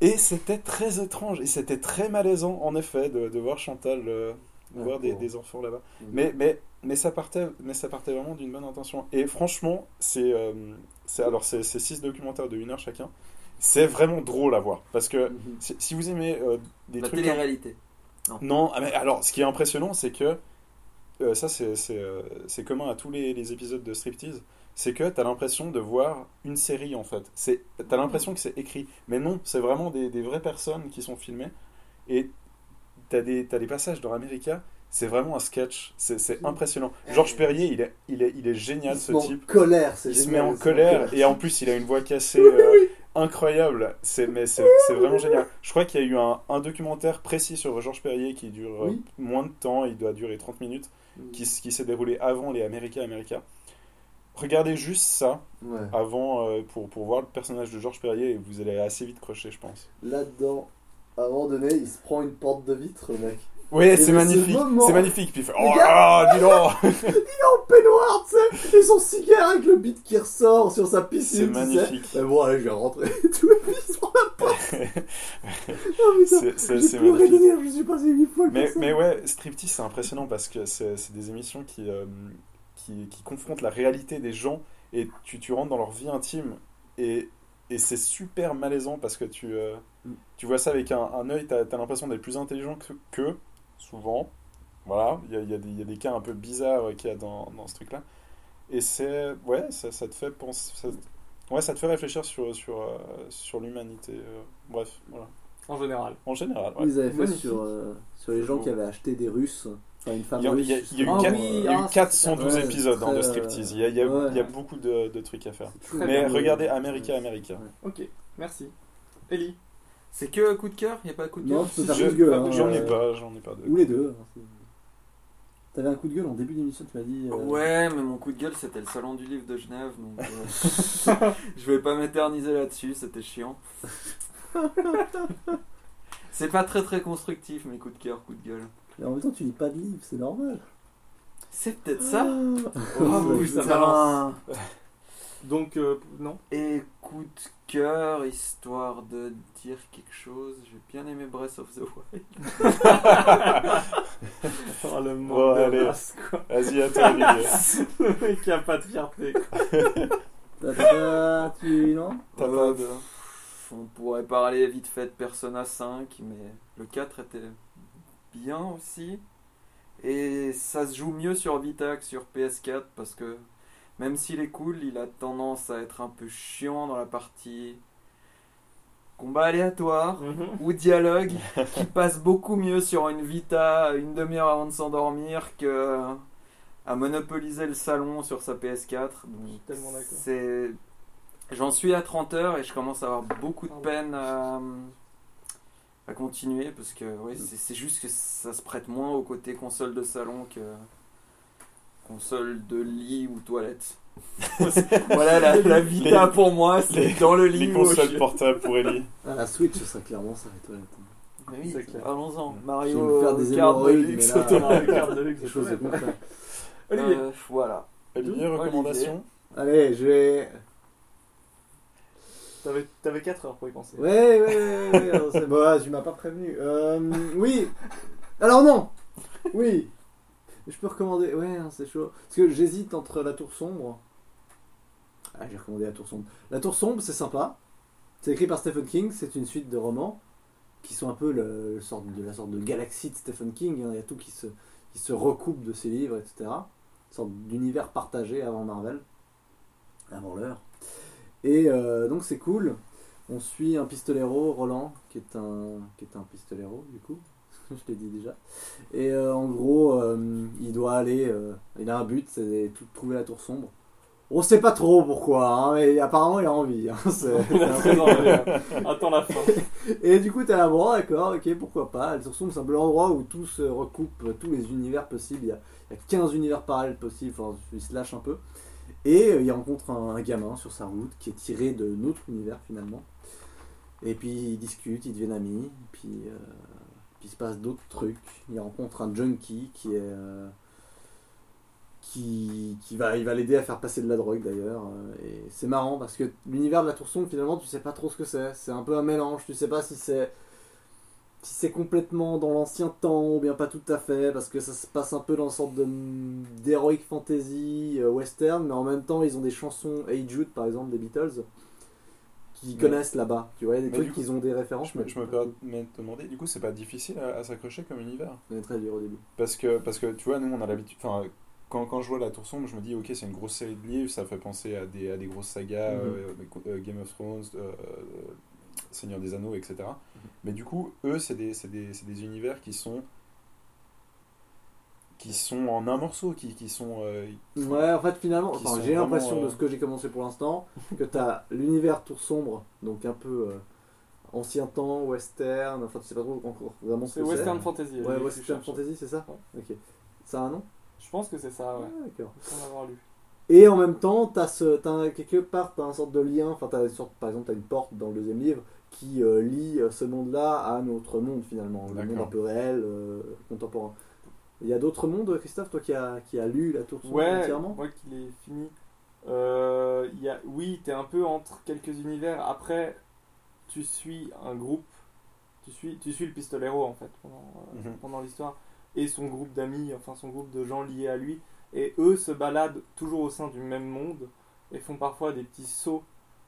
S4: Et c'était très étrange, et c'était très malaisant, en effet, de, de voir Chantal... euh, ou voir des, des enfants là-bas.
S6: Mm-hmm.
S4: Mais, mais, mais, ça partait, mais ça partait vraiment d'une bonne intention. Et franchement, c'est euh, c'est- alors c'est c'est six documentaires de une heure chacun. C'est vraiment drôle à voir. Parce que
S6: Mhm.
S4: si, si vous aimez euh, des
S6: La
S4: trucs.
S6: télé-réalité.
S4: Non, ah, mais alors, ce qui est impressionnant, c'est que euh, ça, c'est c'est, euh, c'est commun à tous les, les épisodes de Striptease, c'est que t'as l'impression de voir une série en fait. C'est- T'as l'impression que c'est écrit, mais non, c'est vraiment des, des vraies personnes qui sont filmées. Et t'as des, t'as des passages dans America, c'est vraiment un sketch, c'est c'est impressionnant. Georges Perrier, il est, il est, il est génial
S11: Il se
S4: ce
S11: met en
S4: type.
S11: colère, c'est
S4: Il se met
S11: génial,
S4: en
S11: c'est
S4: colère et en plus il a une voix cassée euh, incroyable. C'est mais c'est c'est vraiment génial. Je crois qu'il y a eu un, un documentaire précis sur Georges Perrier qui dure euh,
S11: Oui.
S4: moins de temps, il doit durer 30 minutes, qui, s- qui s'est déroulé avant les Américains Américains. Regardez juste ça
S11: Ouais.
S4: avant euh, pour, pour voir le personnage de Georges Perrier et vous allez assez vite crocher, je pense.
S11: Là-dedans, à un moment donné, il se prend une porte de vitre, le mec.
S4: Oui,
S11: Et
S4: c'est
S11: le
S4: magnifique,
S11: moment-
S4: c'est magnifique. Puis il fait Oh
S11: Regarde.
S4: là, là, dis
S11: *laughs*
S4: donc
S11: En peignoir, tu sais, et son cigare avec le bit qui ressort sur sa
S4: C'est
S11: piscine, tu sais.
S4: magnifique.
S11: Mais bon, allez, je vais
S5: *laughs*
S11: rentrer. Tout le monde sur la
S4: *laughs*
S11: porte. Oh putain,
S4: C'est- c'est-
S11: j'ai
S4: C'est
S11: pleuré de
S4: magnifique.
S11: rire, je suis passé une fois
S4: Mais, mais ouais, Striptease, c'est impressionnant parce que c'est c'est des émissions qui, euh, qui, qui confrontent la réalité des gens et tu, tu rentres dans leur vie intime et, et c'est super malaisant parce que tu, euh, tu vois ça avec un, un œil, t'as as, l'impression d'être plus intelligent que, qu'eux, souvent. Voilà, il y a, il y a des- il y a des cas un peu bizarres euh, qu'il y a dans, dans ce truc-là. Et c'est. Ouais, ça, ça te fait penser. ça- ouais, ça te fait réfléchir sur, sur, euh, sur l'humanité. euh, bref, voilà.
S10: en général.
S4: En général, ouais.
S5: Ils avaient fait
S10: Magnifique.
S5: sur, euh, sur les gens qui avaient acheté des Russes, enfin une femme
S4: Il y a,
S5: russe.
S4: il y a- il y a eu,
S5: Ah
S4: quatre-
S5: oui,
S4: il y a eu
S5: ah,
S4: 412
S5: ouais, c'est
S4: épisodes hein,
S5: très,
S4: de
S5: euh,
S4: striptease. Il y a, il y a-
S5: ouais.
S4: il y a beaucoup de, de trucs à faire.
S5: c'est
S10: Très
S5: très
S4: Mais
S5: bien.
S4: regardez America, America.
S10: Ok, merci. Ellie,
S6: C'est que coup de cœur Il n'y a pas de coup de
S5: Non,
S6: cœur
S5: tu peux
S4: Je-
S5: faire coup de gueule. hein,
S4: J'en ai
S5: euh,
S4: pas, j'en ai pas de.
S5: Ou les deux. hein, c'est- T'avais un coup de gueule en début d'émission, tu m'as dit. euh,
S6: Ouais, mais mon coup de gueule, c'était le salon du livre de Genève, donc euh, *laughs* je vais pas m'éterniser là-dessus, c'était chiant. C'est pas très très constructif mes coups de cœur, coups de gueule.
S5: Mais en même temps, tu lis pas de livres, c'est normal.
S6: C'est peut-être ça.
S5: Ah.
S10: Oh, oui, ça balance. donc euh, non
S6: Et coup de cœur, histoire de dire quelque chose, j'ai bien aimé Breath of the Wild.
S10: Oh le
S4: Oh,
S10: monde de
S4: allez.
S10: race, quoi.
S4: Vas-y, à toi,
S5: *laughs*
S4: Olivier.
S10: Le mec a pas de fierté. *laughs*
S5: T'as pas. tu. Non
S4: T'as
S6: Euh,
S4: pas de-
S6: pff, On pourrait parler vite fait de Persona 5, mais le 4 était bien aussi. Et ça se joue mieux sur Vita que sur PS4 parce que même s'il est cool, il a tendance à être un peu chiant dans la partie combat aléatoire ou dialogue qui passe beaucoup mieux sur une Vita une demi-heure avant de s'endormir que euh, à monopoliser le salon sur sa PS4. Donc,
S10: Je suis tellement d'accord.
S6: C'est J'en suis à 30 heures et je commence à avoir beaucoup de
S10: Pardon.
S6: peine à, à continuer parce que ouais, c'est c'est juste que ça se prête moins au côté console de salon que console de lit ou
S4: *laughs*
S6: toilette. voilà la, la Vita
S4: Les-
S6: pour moi, c'est dans le lit
S4: Les
S6: ou au
S4: consoles
S6: chien.
S4: portables pour Ellie.
S5: Ah, la Switch, ce serait clairement ça, les toilettes. hein.
S6: Mais Bah oui,
S10: C'est clair.
S6: allons-en.
S4: Ah,
S5: J'aime
S6: Mario
S5: faire des
S6: Kart de
S4: *laughs*
S5: hémorroïdes,
S6: luxe.
S5: mais là-
S10: Non, regarde, Deluxe,
S5: Quelque
S10: c'est
S5: chose de
S10: pas mal.
S5: contraire.
S10: Olivier,
S6: Euh, voilà.
S4: Olivier, recommandation
S5: Allez, je vais.
S10: t'avais, t'avais 4 heures pour y penser. *laughs*
S5: Ouais, ouais, ouais, ouais, ouais, on sait- bah, tu m'as pas prévenu. Euh, oui. Alors non. Oui. Je peux recommander. Ouais, hein, c'est chaud. Parce que j'hésite entre la tour sombre. Ah, j'ai recommandé la tour sombre. La tour sombre, c'est sympa. C'est écrit par Stephen King. C'est une suite de romans qui sont un peu le, le sorte de la sorte de galaxie de Stephen King. hein. Il y a tout qui se qui se recoupe de ses livres, etc. Une sorte d'univers partagé avant Marvel, avant l'heure. Et euh, donc c'est cool. On suit un pistolero, Roland, qui est un, qui est un pistolero, du coup. *laughs* Je l'ai dit déjà. Et euh, en gros, euh, il doit aller. euh, il a un but, c'est de tout- trouver la tour sombre. On sait pas trop pourquoi, hein, mais apparemment il a envie. hein, *laughs* c'est-
S10: Il a très envie, hein. Attends la fin.
S5: *laughs* et du coup, t'es là, bon, d'accord, ok, pourquoi pas. Elles se ressemblent, c'est un peu l'endroit où tout se recoupe, euh, tous les univers possibles. Il y a, il y a 15 univers parallèles possibles, enfin, il se lâche un peu. Et euh, il rencontre un, un gamin sur sa route qui est tiré de notre univers finalement. Et puis ils discutent, ils deviennent amis, puis, euh, puis il se passe d'autres trucs. Il rencontre un junkie qui est. euh, qui, qui va, il va l'aider à faire passer de la drogue d'ailleurs. euh, Et c'est marrant parce que l'univers de la tour sombre, finalement, tu sais pas trop ce que c'est. C'est un peu un mélange. Tu sais pas si c'est si c'est complètement dans l'ancien temps ou bien pas tout à fait, parce que ça se passe un peu dans une sorte de d'heroic fantasy euh, western, mais en même temps ils ont des chansons Hey Jude par exemple des Beatles qui
S4: Mais-
S5: connaissent là-bas, tu vois, il y a
S4: Mais
S5: des
S4: du
S5: trucs
S4: coup,
S5: qu'ils ont des références.
S4: Je me, je me permets de demander, du coup, c'est pas difficile à, à s'accrocher comme univers
S5: On est très dur au début.
S4: Parce que, parce que tu vois, nous, on a l'habitude. Enfin, quand, quand je vois La Tour Sombre, je me dis, ok, c'est une grosse série de livres, ça fait penser à des, à des grosses sagas,
S5: Mhm.
S4: euh, euh, Game of Thrones, euh, euh, Seigneur des Anneaux, etc.
S10: Mhm.
S4: Mais du coup, eux, c'est des, c'est des, c'est des univers qui sont. qui sont en un morceau, qui, qui sont. euh,
S5: Ouais, en fait, finalement,
S4: Qui
S5: enfin,
S4: sont
S5: j'ai
S4: vraiment,
S5: l'impression
S4: euh,
S5: de ce que j'ai commencé
S4: *laughs*
S5: pour l'instant que t'as l'univers tour sombre, donc un peu euh, ancien temps, western, enfin, tu sais pas trop encore vraiment ce
S10: C'est
S5: que c'est.
S10: Western Fantasy.
S5: Ouais,
S10: euh, que tu
S5: western
S10: cherches.
S5: fantasy, c'est ça Ok. Ça a un nom
S10: Je pense que c'est ça, ouais.
S5: Ah, d'accord.
S10: Sans l'avoir lu.
S5: Et en même temps, t'as ce, t'as un- quelque part, t'as un sorte de lien. Enfin, t'as une sorte, par exemple, t'as une porte dans le deuxième livre qui euh, lie euh, ce monde-là à notre monde finalement, le
S4: D'accord.
S5: monde un peu réel, euh, contemporain. Il y a d'autres mondes, Christophe, toi qui as qui a lu la Tour Sombre
S10: Ouais,
S5: entièrement.
S10: moi qui l'ai fini. Euh, il y a, oui, t'es un peu entre quelques univers. Après, tu suis un groupe. Tu suis, tu suis le pistolero en fait pendant, euh,
S4: Mhm.
S10: pendant l'histoire. Et son groupe d'amis, enfin son groupe de gens liés à lui. Et eux se baladent toujours au sein du même monde. Et font parfois des petits sauts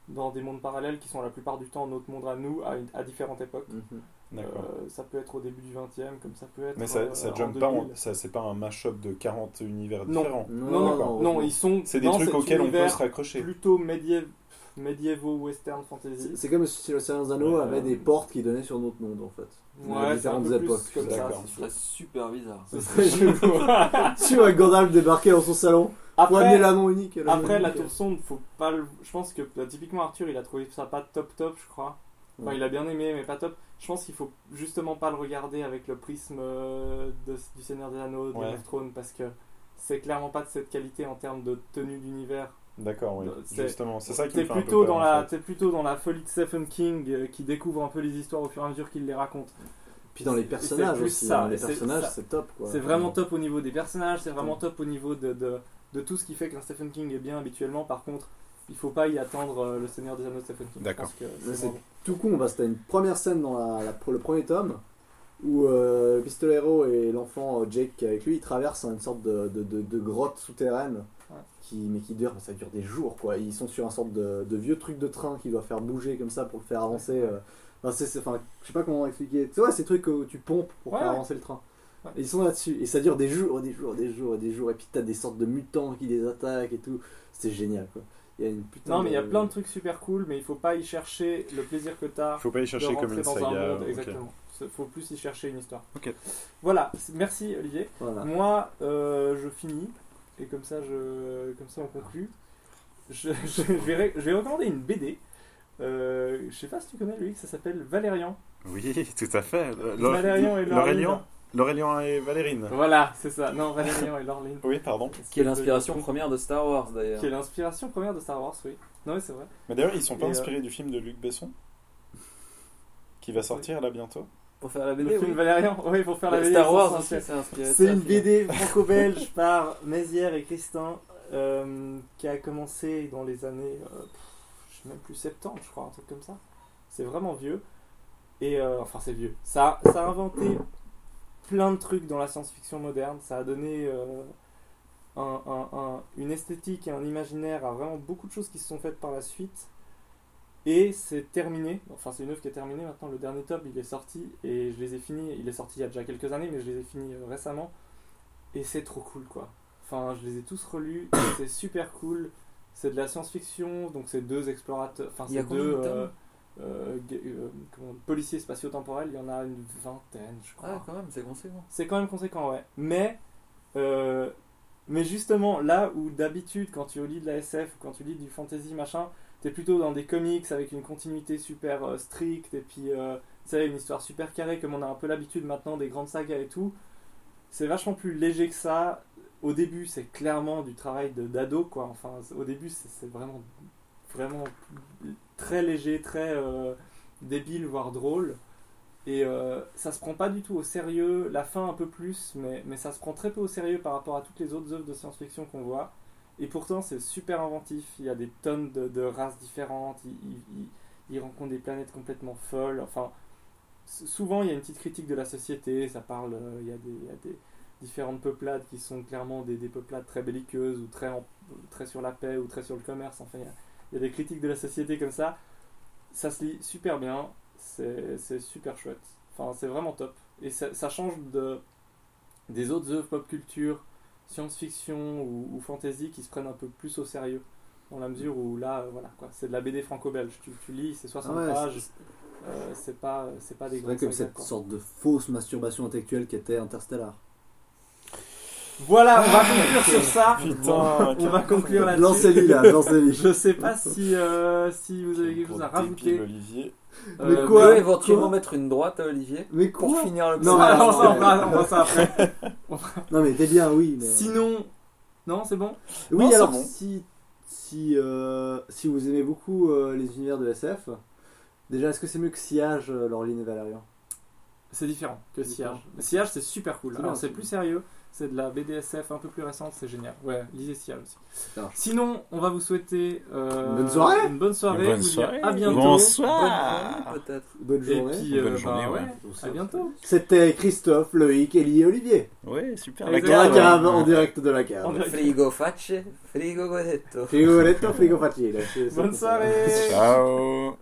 S10: dans des mondes parallèles qui sont la plupart du temps notre monde à nous, à, une- à différentes époques.
S5: Mhm.
S4: D'accord.
S10: Euh, ça peut être au début du 20e, comme ça peut être.
S4: Mais ça,
S10: euh,
S4: ça
S10: en
S4: jump pas, en-
S10: 2000.
S4: ça, c'est pas un mash-up de 40 univers
S10: Non.
S4: différents.
S10: Non, non,
S4: D'accord.
S10: Non, ils sont.
S4: C'est des
S10: dans
S4: trucs
S10: cet
S4: auxquels on peut
S10: univers
S4: se raccrocher.
S10: plutôt médiév- médiévaux western
S5: C'est-
S10: fantasy.
S5: C'est comme si le Seigneur des Anneaux
S4: Ouais,
S5: avait
S4: euh,
S5: des portes qui donnaient sur notre monde en
S10: *laughs*
S5: fait.
S10: Ouais, c'est un
S5: différentes
S10: peu plus
S5: époques,
S10: comme ça. *laughs*
S4: d'accord.
S6: Ce
S10: c'est sûr.
S6: serait super bizarre.
S5: Ce *laughs* serait chelou. tu vois Gandalf débarquer dans son salon pour amener
S10: Après,
S5: l'anneau unique. l'anneau
S10: après la
S5: unique.
S10: tour sombre, faut pas le- je pense que bah, typiquement Arthur, il a trouvé ça pas top top, je crois. Enfin,
S5: Ouais.
S10: il a bien aimé, mais pas top. Je pense qu'il faut justement pas le regarder avec le prisme euh, de- du Seigneur des Anneaux, de
S4: Ouais.
S10: Game of Thrones, parce que c'est clairement pas de cette qualité en termes de tenue d'univers.
S4: D'accord, oui.
S10: Euh, c'est-
S4: Justement, c'est ça qui me
S10: T'es
S4: fait un peu
S10: plutôt,
S4: peur,
S10: dans
S4: en
S10: la,
S4: fait.
S10: t'es plutôt dans la folie de Stephen King euh, qui découvre un peu les histoires au fur et à mesure qu'il les raconte.
S5: Puis dans les
S10: c'est-
S5: personnages
S10: c'est plus
S5: aussi.
S10: ça,
S5: hein, les
S10: c'est-
S5: personnages,
S10: ça-
S5: c'est top quoi.
S10: C'est vraiment top au niveau des personnages, c'est vraiment top au niveau de, de, de tout ce qui fait qu'un Stephen King est bien habituellement. Par contre, il faut pas y attendre euh, le Seigneur des Anneaux de Stephen King.
S4: D'accord.
S10: Je pense que
S5: Mais
S10: c'est
S5: c'est
S10: bon.
S5: tout con, parce que t'as une première scène dans la, la- pour le premier tome où euh, le Pistolero et l'enfant euh, Jake qui est avec lui, ils traversent une sorte de, de- de- de grotte souterraine,
S10: Ouais.
S5: qui, mais qui dure, ça dure des jours quoi. Ils sont sur un sorte de, de vieux truc de train qui doit faire bouger comme ça pour le faire avancer. euh. Enfin, c'est, c'est- enfin, je sais pas comment expliquer. Tu vois, ces trucs où tu pompes pour
S10: Ouais,
S5: faire
S10: ouais.
S5: avancer le train.
S10: Ouais.
S5: Et Ils sont là-dessus et ça dure des jours, des jours, des jours, des jours. Et puis t'as des sortes de mutants qui les attaquent et tout. C'est génial quoi. Il y a une putain
S10: Non, mais il y a
S5: de-
S10: plein de trucs super cool, mais il faut pas y chercher le plaisir que t'as
S4: Faut pas y
S10: de
S4: chercher comme
S10: rentrer
S4: une
S10: dans
S4: saga.
S10: un monde.
S4: ok.
S10: Exactement. C'est- Faut plus y chercher une histoire.
S4: Ok.
S10: Voilà, C'est- merci Olivier.
S5: Voilà.
S10: Moi, euh, je finis, et comme ça, je, comme ça on conclut. Je, *laughs* je- je vais, ré- je vais recommander une BD. Euh, je sais pas si tu connais lui, ça s'appelle Valérian.
S4: Oui, *laughs* tout à fait. Le- le-
S10: Valérian et
S4: L'Aurélien
S10: Laureline.
S4: L'Aurélien et Valérine.
S10: Voilà, c'est ça. Non, Valérian et Laureline.
S4: Oui, pardon.
S6: Qui est l'inspiration première de Star Wars d'ailleurs.
S10: Qui est l'inspiration première de Star Wars, oui. Non, mais c'est vrai.
S4: Mais d'ailleurs, ils sont pas
S10: Et, euh,
S4: inspirés du film de Luc Besson qui va sortir là bientôt.
S6: Pour faire la
S10: Le
S6: BD,
S10: film
S6: oui.
S10: Valérian, oui, pour faire la
S6: Mais
S10: BD,
S6: Star
S10: ils
S6: Wars
S10: sont
S6: aussi,
S10: inspirés.
S6: c'est inspiré. de
S10: C'est
S6: ça,
S10: une
S6: finalement.
S10: BD franco-belge par Mézières et Christin euh, qui a commencé dans les années, euh, pff, je sais même plus, 70, je crois, un truc comme ça. C'est vraiment vieux. Et euh, enfin, c'est vieux. Ça, ça a inventé plein de trucs dans la science-fiction moderne. Ça a donné euh, un- un- un- une esthétique et un imaginaire à vraiment beaucoup de choses qui se sont faites par la suite. Et c'est terminé, enfin c'est une œuvre qui est terminée maintenant, le dernier tome il est sorti et je les ai finis, il est sorti il y a déjà quelques années mais je les ai finis euh, récemment et c'est trop cool quoi. Enfin je les ai tous relus, c'est super cool, c'est de la science-fiction donc c'est deux explorateurs, enfin
S6: Il y a
S10: c'est
S6: combien de
S10: deux
S6: tomes
S10: euh, ga- euh, comment- policiers spatio-temporels, il y en a une vingtaine je crois.
S6: Ah, quand même, c'est conséquent.
S10: C'est quand même conséquent, ouais. Mais, euh, mais justement, là où d'habitude, quand tu lis de la SF, ou quand tu lis du fantasy, machin, t'es plutôt dans des comics avec une continuité super euh, stricte, et puis, euh, tu sais, une histoire super carrée, comme on a un peu l'habitude maintenant des grandes sagas et tout. C'est vachement plus léger que ça. Au début, c'est clairement du travail de- d'ado, quoi. Enfin, c'est- au début, c'est c'est vraiment, vraiment très léger, très euh, débile, voire drôle. Et euh, ça se prend pas du tout au sérieux, la fin un peu plus, mais, mais ça se prend très peu au sérieux par rapport à toutes les autres œuvres de science-fiction qu'on voit. Et pourtant, c'est super inventif, il y a des tonnes de, de races différentes, il, il- il- il rencontre des planètes complètement folles, enfin, souvent il y a une petite critique de la société, ça parle, euh, il y a des, il y a des différentes peuplades qui sont clairement des, des peuplades très belliqueuses ou très, en- très sur la paix ou très sur le commerce, enfin il y a- il y a des critiques de la société comme ça, ça se lit super bien, c'est c'est super chouette. Enfin, c'est vraiment top. Et ça, ça change de, des autres œuvres pop culture, science-fiction ou, ou fantasy qui se prennent un peu plus au sérieux. Dans la mesure où là, euh, voilà, quoi, c'est de la BD franco-belge. Tu, tu lis, c'est 60
S5: Ah ouais,
S10: pages, euh, c'est pas, c'est pas des
S5: C'est vrai
S10: grandes
S5: comme
S10: sagas,
S5: cette
S10: quoi.
S5: sorte de fausse masturbation intellectuelle qui était Interstellar.
S10: Voilà, on va conclure sur ça.
S4: Putain,
S10: On *laughs* va conclure là-dessus.
S5: Lancez-lui là, lancez-lui.
S10: Je sais *laughs* pas si, euh, si vous avez quelque
S4: Pour
S10: chose à
S4: dépile,
S10: rajouter.
S4: Olivier.
S5: Mais
S6: Euh,
S5: quoi
S6: peut éventuellement mettre une droite à Olivier
S5: Mais
S6: pour
S5: quoi
S6: finir le
S5: Non,
S6: petit-
S5: mais-
S10: Ah, on s'en va- on va ça après.
S5: *laughs* Non mais t'es bien, oui. Mais... euh,
S10: Sinon, non, c'est bon.
S5: Oui,
S4: Non, c'est
S5: alors
S4: bon.
S5: si si euh, si vous aimez beaucoup euh, les univers de SF, déjà est-ce que c'est mieux que Sillage, euh, Laureline et Valérian
S10: C'est différent que Sillage. Sillage, c'est super cool.
S5: C'est
S10: Alors,
S5: bien,
S10: c'est
S5: c'est
S10: plus sérieux. C'est de la BDSF un peu plus récente. C'est génial. Ouais, lisez Sillage aussi.
S5: marche.
S10: Sinon, on va vous souhaiter euh,
S5: Une bonne soirée.
S10: Une bonne soirée.
S4: Bonne
S10: vous dire
S4: soirée.
S10: À bientôt.
S4: Bonsoir.
S6: peut-être.
S5: Bonne
S10: Et
S5: journée.
S10: puis, euh,
S4: Bonne
S10: bah,
S4: journée, ouais.
S10: À bientôt.
S5: C'était Christophe, Loïc, Elie et Olivier.
S4: Ouais, super.
S10: Exactement.
S5: La
S10: Ouais.
S5: cave en direct de la
S10: En
S5: cave.
S10: direct.
S6: Frigo face, frigo godetto.
S5: Frigoletto, frigo facile.
S10: Bonne soirée.
S4: Ciao.